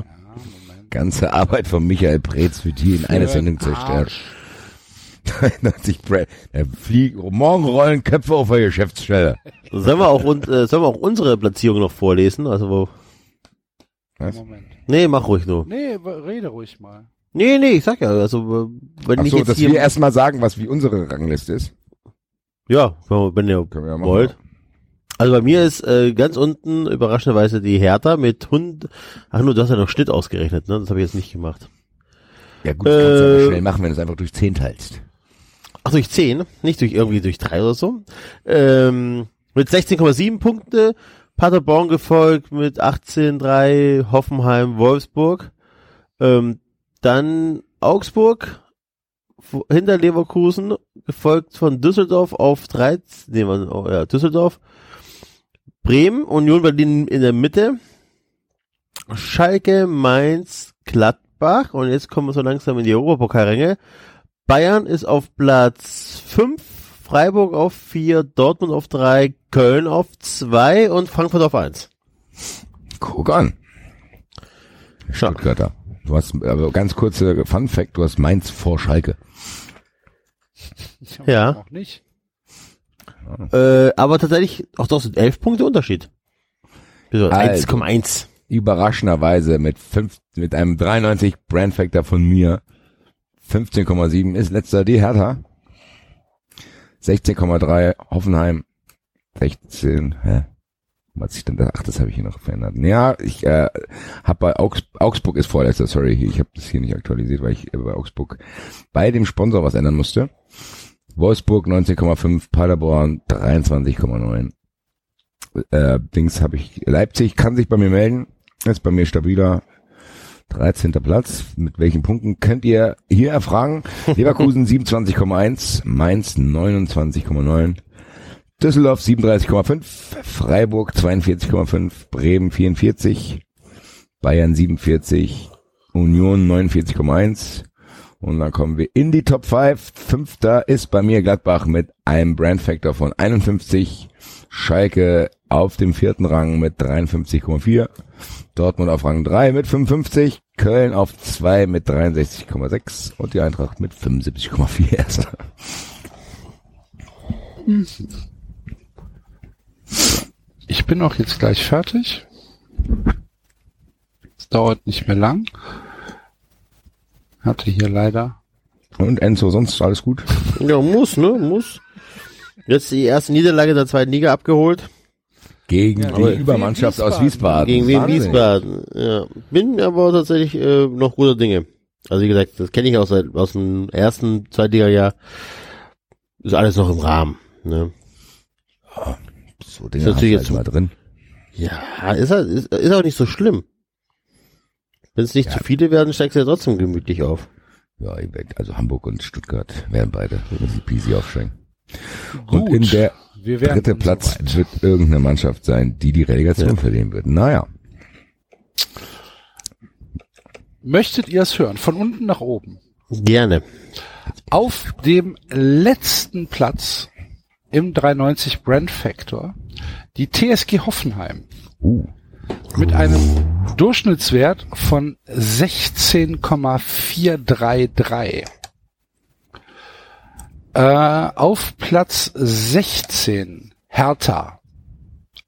S4: Ganze Arbeit von Michael Preetz für die in einer Sendung zerstört. 93 Brad. Der fliegt, morgen rollen Köpfe auf der Geschäftsstelle.
S3: Sollen wir auch, und, äh, sollen wir auch unsere Platzierung noch vorlesen? Also wo?
S4: Was?
S2: Moment.
S3: Nee, mach ruhig nur.
S2: Nee, w- rede ruhig mal.
S3: Nee, nee, ich sag ja, also äh, wenn
S4: Ach
S3: ich
S4: so,
S3: jetzt
S4: dass
S3: hier
S4: wir erstmal sagen, was wie unsere Rangliste ist.
S3: Ja, wenn ihr
S4: Können wir ja machen.
S3: wollt. Also bei mir ist äh, ganz unten überraschenderweise die Hertha mit Hund. Ach nur, du hast ja noch Schnitt ausgerechnet, ne? Das habe ich jetzt nicht gemacht.
S4: Ja gut, das kannst du aber
S3: Äh,
S4: schnell machen, wenn du es einfach durch 10 teilst.
S3: Ach, durch 10, nicht durch irgendwie durch 3 oder so. Ähm, mit 16,7 Punkte, Paderborn gefolgt mit 18,3, Hoffenheim, Wolfsburg. Ähm, dann Augsburg vo- hinter Leverkusen, gefolgt von Düsseldorf auf 13, nee, was, oh, ja, Düsseldorf. Bremen, Union Berlin in der Mitte. Schalke, Mainz, Gladbach. Und jetzt kommen wir so langsam in die Europapokalränge. Bayern ist auf Platz 5, Freiburg auf 4, Dortmund auf 3, Köln auf 2 und Frankfurt auf 1.
S4: Guck an. Stuttgarter. Du hast, aber ganz kurze Fun Fact, du hast Mainz vor Schalke.
S2: Ich hab
S3: Ja.
S2: Auch nicht.
S3: Äh, aber tatsächlich, auch das sind 11 Punkte Unterschied. Wieso?
S4: Also.
S3: 1,1.
S4: Überraschenderweise mit fünf, mit einem 93 Brand Factor von mir. 15,7 ist letzter die Hertha. 16,3 Hoffenheim. 16, hä? Was ich denn da? Ach, das habe ich hier noch verändert. Ja, ich äh, habe bei Augs Augsburg ist vorletzter, sorry, hier, ich habe das hier nicht aktualisiert, weil ich äh, bei Augsburg bei dem Sponsor was ändern musste. Wolfsburg 19,5, Paderborn 23,9. Äh, Dings habe ich Leipzig kann sich bei mir melden. Ist bei mir stabiler 13. Platz. Mit welchen Punkten könnt ihr hier erfragen? Leverkusen 27,1, Mainz 29,9. Düsseldorf 37,5, Freiburg 42,5, Bremen 44, Bayern 47, Union 49,1. Und dann kommen wir in die Top 5. Fünfter ist bei mir Gladbach mit einem Brand Factor von 51. Schalke auf dem vierten Rang mit 53,4. Dortmund auf Rang 3 mit 55. Köln auf 2 mit 63,6. Und die Eintracht mit 75,4 erster.
S2: Ich bin auch jetzt gleich fertig. Es dauert nicht mehr lang. Hatte hier leider.
S4: Und Enzo, sonst alles gut?
S3: Ja, muss, ne? Muss. Jetzt die erste Niederlage der zweiten Liga abgeholt.
S4: Gegen
S2: aber-
S4: die Übermannschaft aus Wiesbaden.
S3: Gegen wen
S4: Wahnsinn.
S3: Wiesbaden. Ja. Bin aber tatsächlich äh, noch guter Dinge. Also wie gesagt, das kenne ich auch seit aus dem ersten Zweitliga-Jahr. Ist alles noch im Rahmen. Ne?
S4: So, Dinger
S3: Ist
S4: hast du
S3: natürlich
S4: jetzt
S3: jetzt-
S4: mal drin.
S3: Ja, ist, halt, ist, ist auch nicht so schlimm. Wenn es nicht zu viele werden, steigst du ja trotzdem gemütlich auf.
S4: Ja, ihr weg. Also Hamburg und Stuttgart werden beide easy peasy aufsteigen. Und in der
S2: wir werden
S4: dritte
S2: uns
S4: Platz
S2: soweit.
S4: wird irgendeine Mannschaft sein, die die Relegation
S3: Ja.
S4: verlieren wird. Naja.
S2: Möchtet ihr es hören? Von unten nach oben.
S3: Gerne.
S2: Auf dem letzten Platz im 93 Brand Factor die TSG Hoffenheim
S4: Uh,
S2: mit einem Durchschnittswert von 16,433. Äh, auf Platz 16 Hertha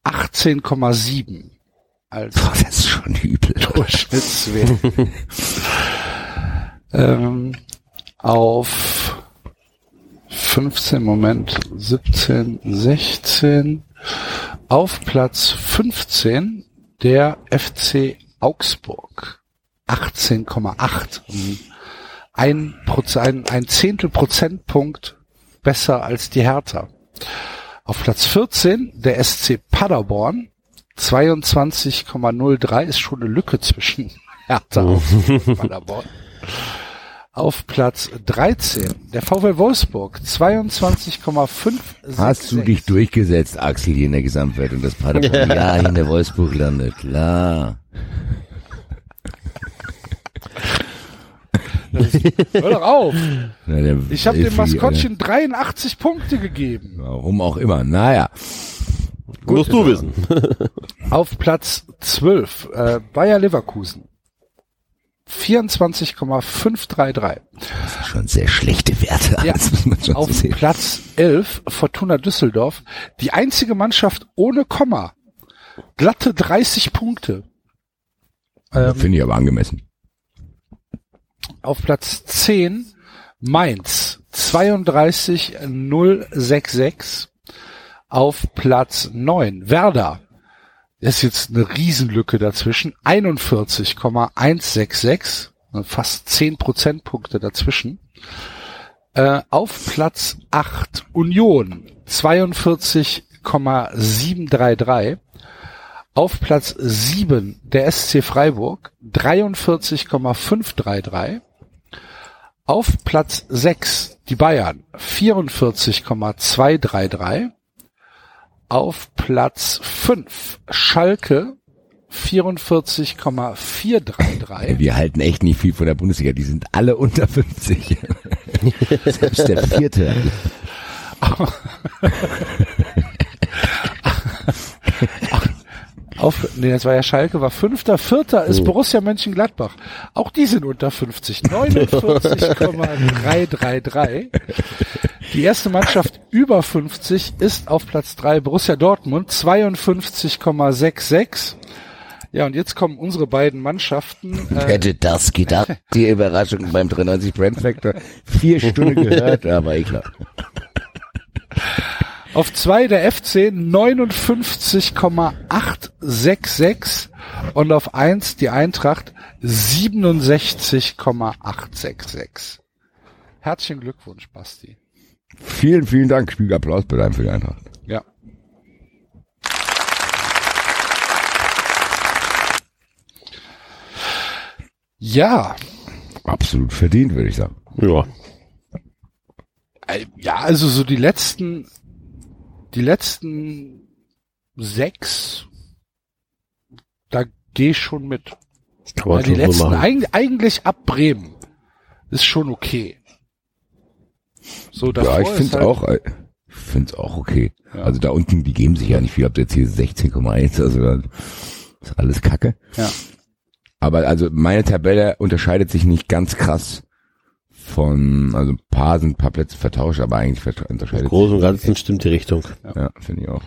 S2: 18,7 als
S4: boah, das ist schon übel.
S2: Durchschnittswert. ähm, auf 15, Moment, 17, 16. Auf Platz 15 der FC Augsburg. 18,8. Um Ein, Proz- ein, ein Zehntel Prozentpunkt besser als die Hertha. Auf Platz 14 der SC Paderborn 22,03 ist schon eine Lücke zwischen Hertha und Paderborn. Auf Platz 13 der VfL Wolfsburg 22,5.
S4: Hast du dich durchgesetzt, Axel, hier in der Gesamtwertung, dass Paderborn ja hier in der Wolfsburg landet? Klar.
S2: Hör doch auf!
S4: Na, der
S2: Ich habe
S4: Elfi,
S2: dem Maskottchen 83 Punkte
S4: äh,
S2: gegeben.
S4: Warum auch immer. Naja.
S2: Gut,
S3: Musst du wissen.
S2: Auf Platz 12, äh, Bayer Leverkusen. 24,533.
S9: Das sind schon sehr schlechte Werte.
S2: Ja,
S9: Das muss man schon
S2: auf
S9: so sehen.
S2: Platz 11 Fortuna Düsseldorf, die einzige Mannschaft ohne Komma. Glatte 30 Punkte. Ähm,
S4: Finde ich aber angemessen.
S2: auf Platz 10 Mainz 32066. Auf Platz 9 Werder. Das ist jetzt eine Riesenlücke dazwischen. 41,166. Fast 10 Prozentpunkte dazwischen. Äh, auf Platz 8 Union 42,733. Auf Platz 7 der SC Freiburg 43,533. Auf Platz 6 die Bayern 44,233. Auf Platz 5 Schalke 44,433.
S4: Wir halten echt nicht viel von der Bundesliga. Die sind alle unter 50.
S9: Selbst der vierte.
S2: Äh. Auf, nee, das war ja Schalke, war Fünfter. Vierter ist Borussia Mönchengladbach. Auch die sind unter 50. 49,333. Die erste Mannschaft über 50 ist auf Platz drei Borussia Dortmund. 52,66. Ja, und jetzt kommen unsere beiden Mannschaften.
S9: Wer Hätte das gedacht, die Überraschung beim 93 Brand Factor. Vier Stunden gehört, aber egal.
S2: Auf zwei der FC 59,866 und auf eins die Eintracht 67,866. Herzlichen Glückwunsch, Basti.
S4: vielen, vielen Dank. Spiegel Applaus bitte einem für die Eintracht.
S2: Ja. Ja,
S4: Absolut verdient, würde ich sagen.
S3: Ja.
S2: äh, ja, also so die letzten, die letzten sechs, da geh ich schon mit.
S3: Kann man
S2: Ja, Also die
S3: schon so
S2: letzten,
S3: machen.
S2: eig eigentlich ab Bremen ist schon okay. So, davor
S4: ja, ich
S2: ist
S4: finde es
S2: halt,
S4: auch, äh, ich find's auch okay. Also da unten, die geben sich ja nicht viel. Ob jetzt hier 16,1, also das ist alles Kacke.
S2: Ja.
S4: Aber also meine Tabelle unterscheidet sich nicht ganz krass von, also ein paar sind ein paar Plätze vertauscht, aber eigentlich vertra-
S3: Im
S4: unterscheidet
S3: Großen und Ganzen stimmt die Richtung.
S4: sich. Ja, finde ich auch.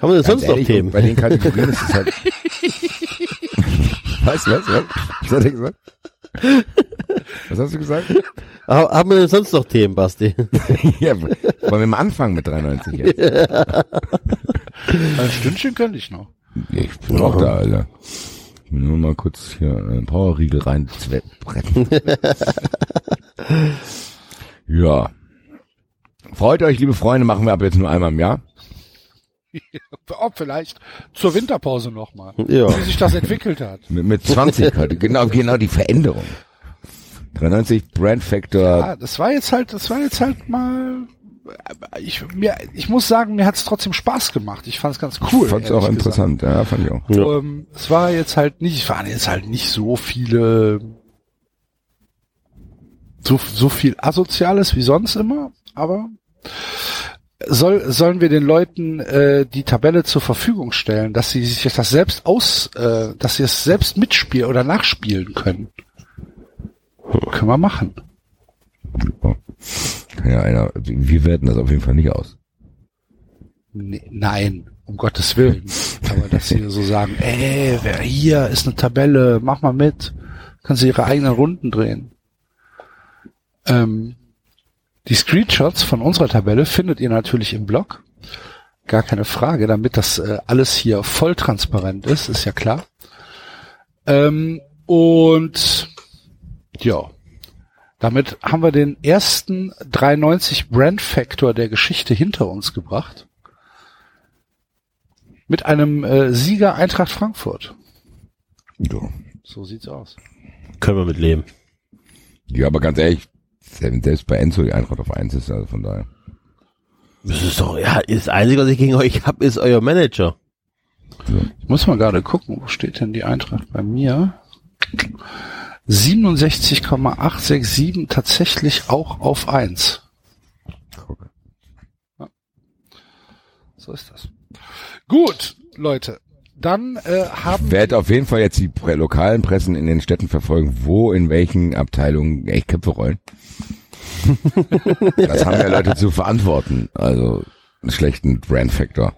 S3: Haben wir denn sonst
S4: Ganz ehrlich,
S3: noch Themen?
S4: Bei den Kategorien ist es halt. was, was, was? Was hat er gesagt? Was hast du gesagt?
S3: Ha- Haben wir denn sonst noch Themen, Basti?
S4: Ja, wollen wir mal anfangen mit 93 jetzt?
S2: Ein Stündchen könnte ich noch.
S4: Ich bin auch da, Alter. Ich will nur mal kurz hier einen Powerriegel reinbretten. ja. Freut euch, liebe Freunde, machen wir ab jetzt nur einmal im Jahr.
S2: Ob vielleicht zur Winterpause nochmal.
S3: Ja.
S2: Wie sich das entwickelt hat.
S4: Mit, mit 20 heute. Genau, genau die Veränderung. 93 Brand Factor.
S2: Ah, das war jetzt halt, das war jetzt halt mal. äh, Ich, mir, ich muss sagen, mir hat es trotzdem Spaß gemacht. Ich fand es ganz cool.
S4: fand
S2: ehrlich
S4: es auch
S2: gesagt.
S4: interessant. Ja, fand ich auch.
S2: Ähm, es war jetzt halt nicht, es waren jetzt halt nicht so viele, so, so viel Asoziales wie sonst immer, aber soll, sollen wir den Leuten äh, die Tabelle zur Verfügung stellen, dass sie sich das selbst aus, äh, dass sie es selbst mitspielen oder nachspielen können? Können wir machen.
S4: Kann ja einer, wir werten das auf jeden Fall nicht aus.
S2: Nee, nein, um Gottes Willen. Aber dass sie so sagen, ey, wer hier ist eine Tabelle, mach mal mit. Kann sie ihre eigenen Runden drehen. Ähm, die Screenshots von unserer Tabelle findet ihr natürlich im Blog. Gar keine Frage, damit das äh, alles hier voll transparent ist, ist ja klar. Ähm, und ja, damit haben wir den ersten 93 Brand Factor der Geschichte hinter uns gebracht mit einem äh, Sieger Eintracht Frankfurt.
S4: Ja.
S2: So sieht's aus.
S3: Können wir mit leben.
S4: ja, aber ganz ehrlich, selbst bei Enzo die Eintracht auf 1 ist, also von daher.
S3: Das ist doch, ja, das Einzige, was ich gegen euch hab, ist euer Manager.
S2: Ich muss mal gerade gucken, wo steht denn die Eintracht bei mir? 67,867 tatsächlich auch auf 1.
S4: Guck.
S2: So ist das. Gut, Leute. Dann äh, haben
S4: Werde auf jeden Fall jetzt die pre lokalen Pressen in den Städten verfolgen, wo in welchen Abteilungen echt Köpfe rollen. das haben ja Leute zu verantworten. Also einen schlechten Brand Factor.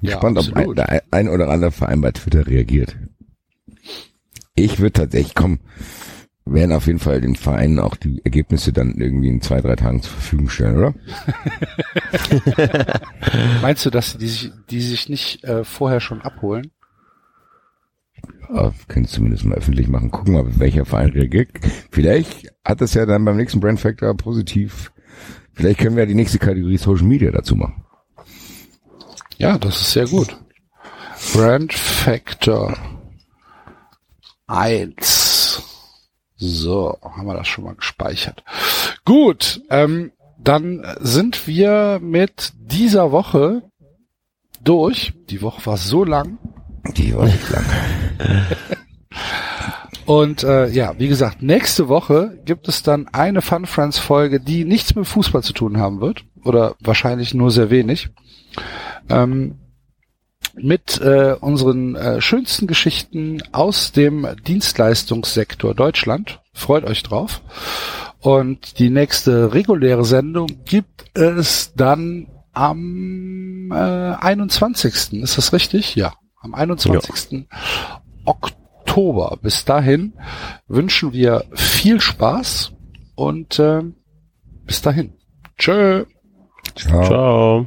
S2: Ja,
S4: Spannend, ob ein,
S2: absolut.
S4: der ein oder andere Verein bei Twitter reagiert. Ich würde tatsächlich, komm, werden auf jeden Fall den Vereinen auch die Ergebnisse dann irgendwie in zwei, drei Tagen zur Verfügung stellen, oder?
S2: meinst du, dass die sich, die sich nicht äh, vorher schon abholen?
S4: Ja, Ah, können es zumindest mal öffentlich machen. Gucken mal, welcher Verein reagiert. Vielleicht hat es ja dann beim nächsten Brand Factor positiv. Vielleicht können wir ja die nächste Kategorie Social Media dazu machen.
S2: Ja, das ist sehr gut. Brand Factor 1. So, haben wir das schon mal gespeichert. Gut, ähm, dann sind wir mit dieser Woche durch. Die Woche war so lang.
S4: Die war nicht lang.
S2: Und äh, ja, wie gesagt, nächste Woche gibt es dann eine Fun Friends Folge, die nichts mit Fußball zu tun haben wird. Oder wahrscheinlich nur sehr wenig. Ähm, mit äh, unseren äh, schönsten Geschichten aus dem Dienstleistungssektor Deutschland. Freut euch drauf. Und die nächste reguläre Sendung gibt es dann am äh, 21. Ist das richtig? Ja, am 21. Oktober. Bis dahin wünschen wir viel Spaß und äh, bis dahin. Tschö.
S4: Ciao.
S3: Ciao.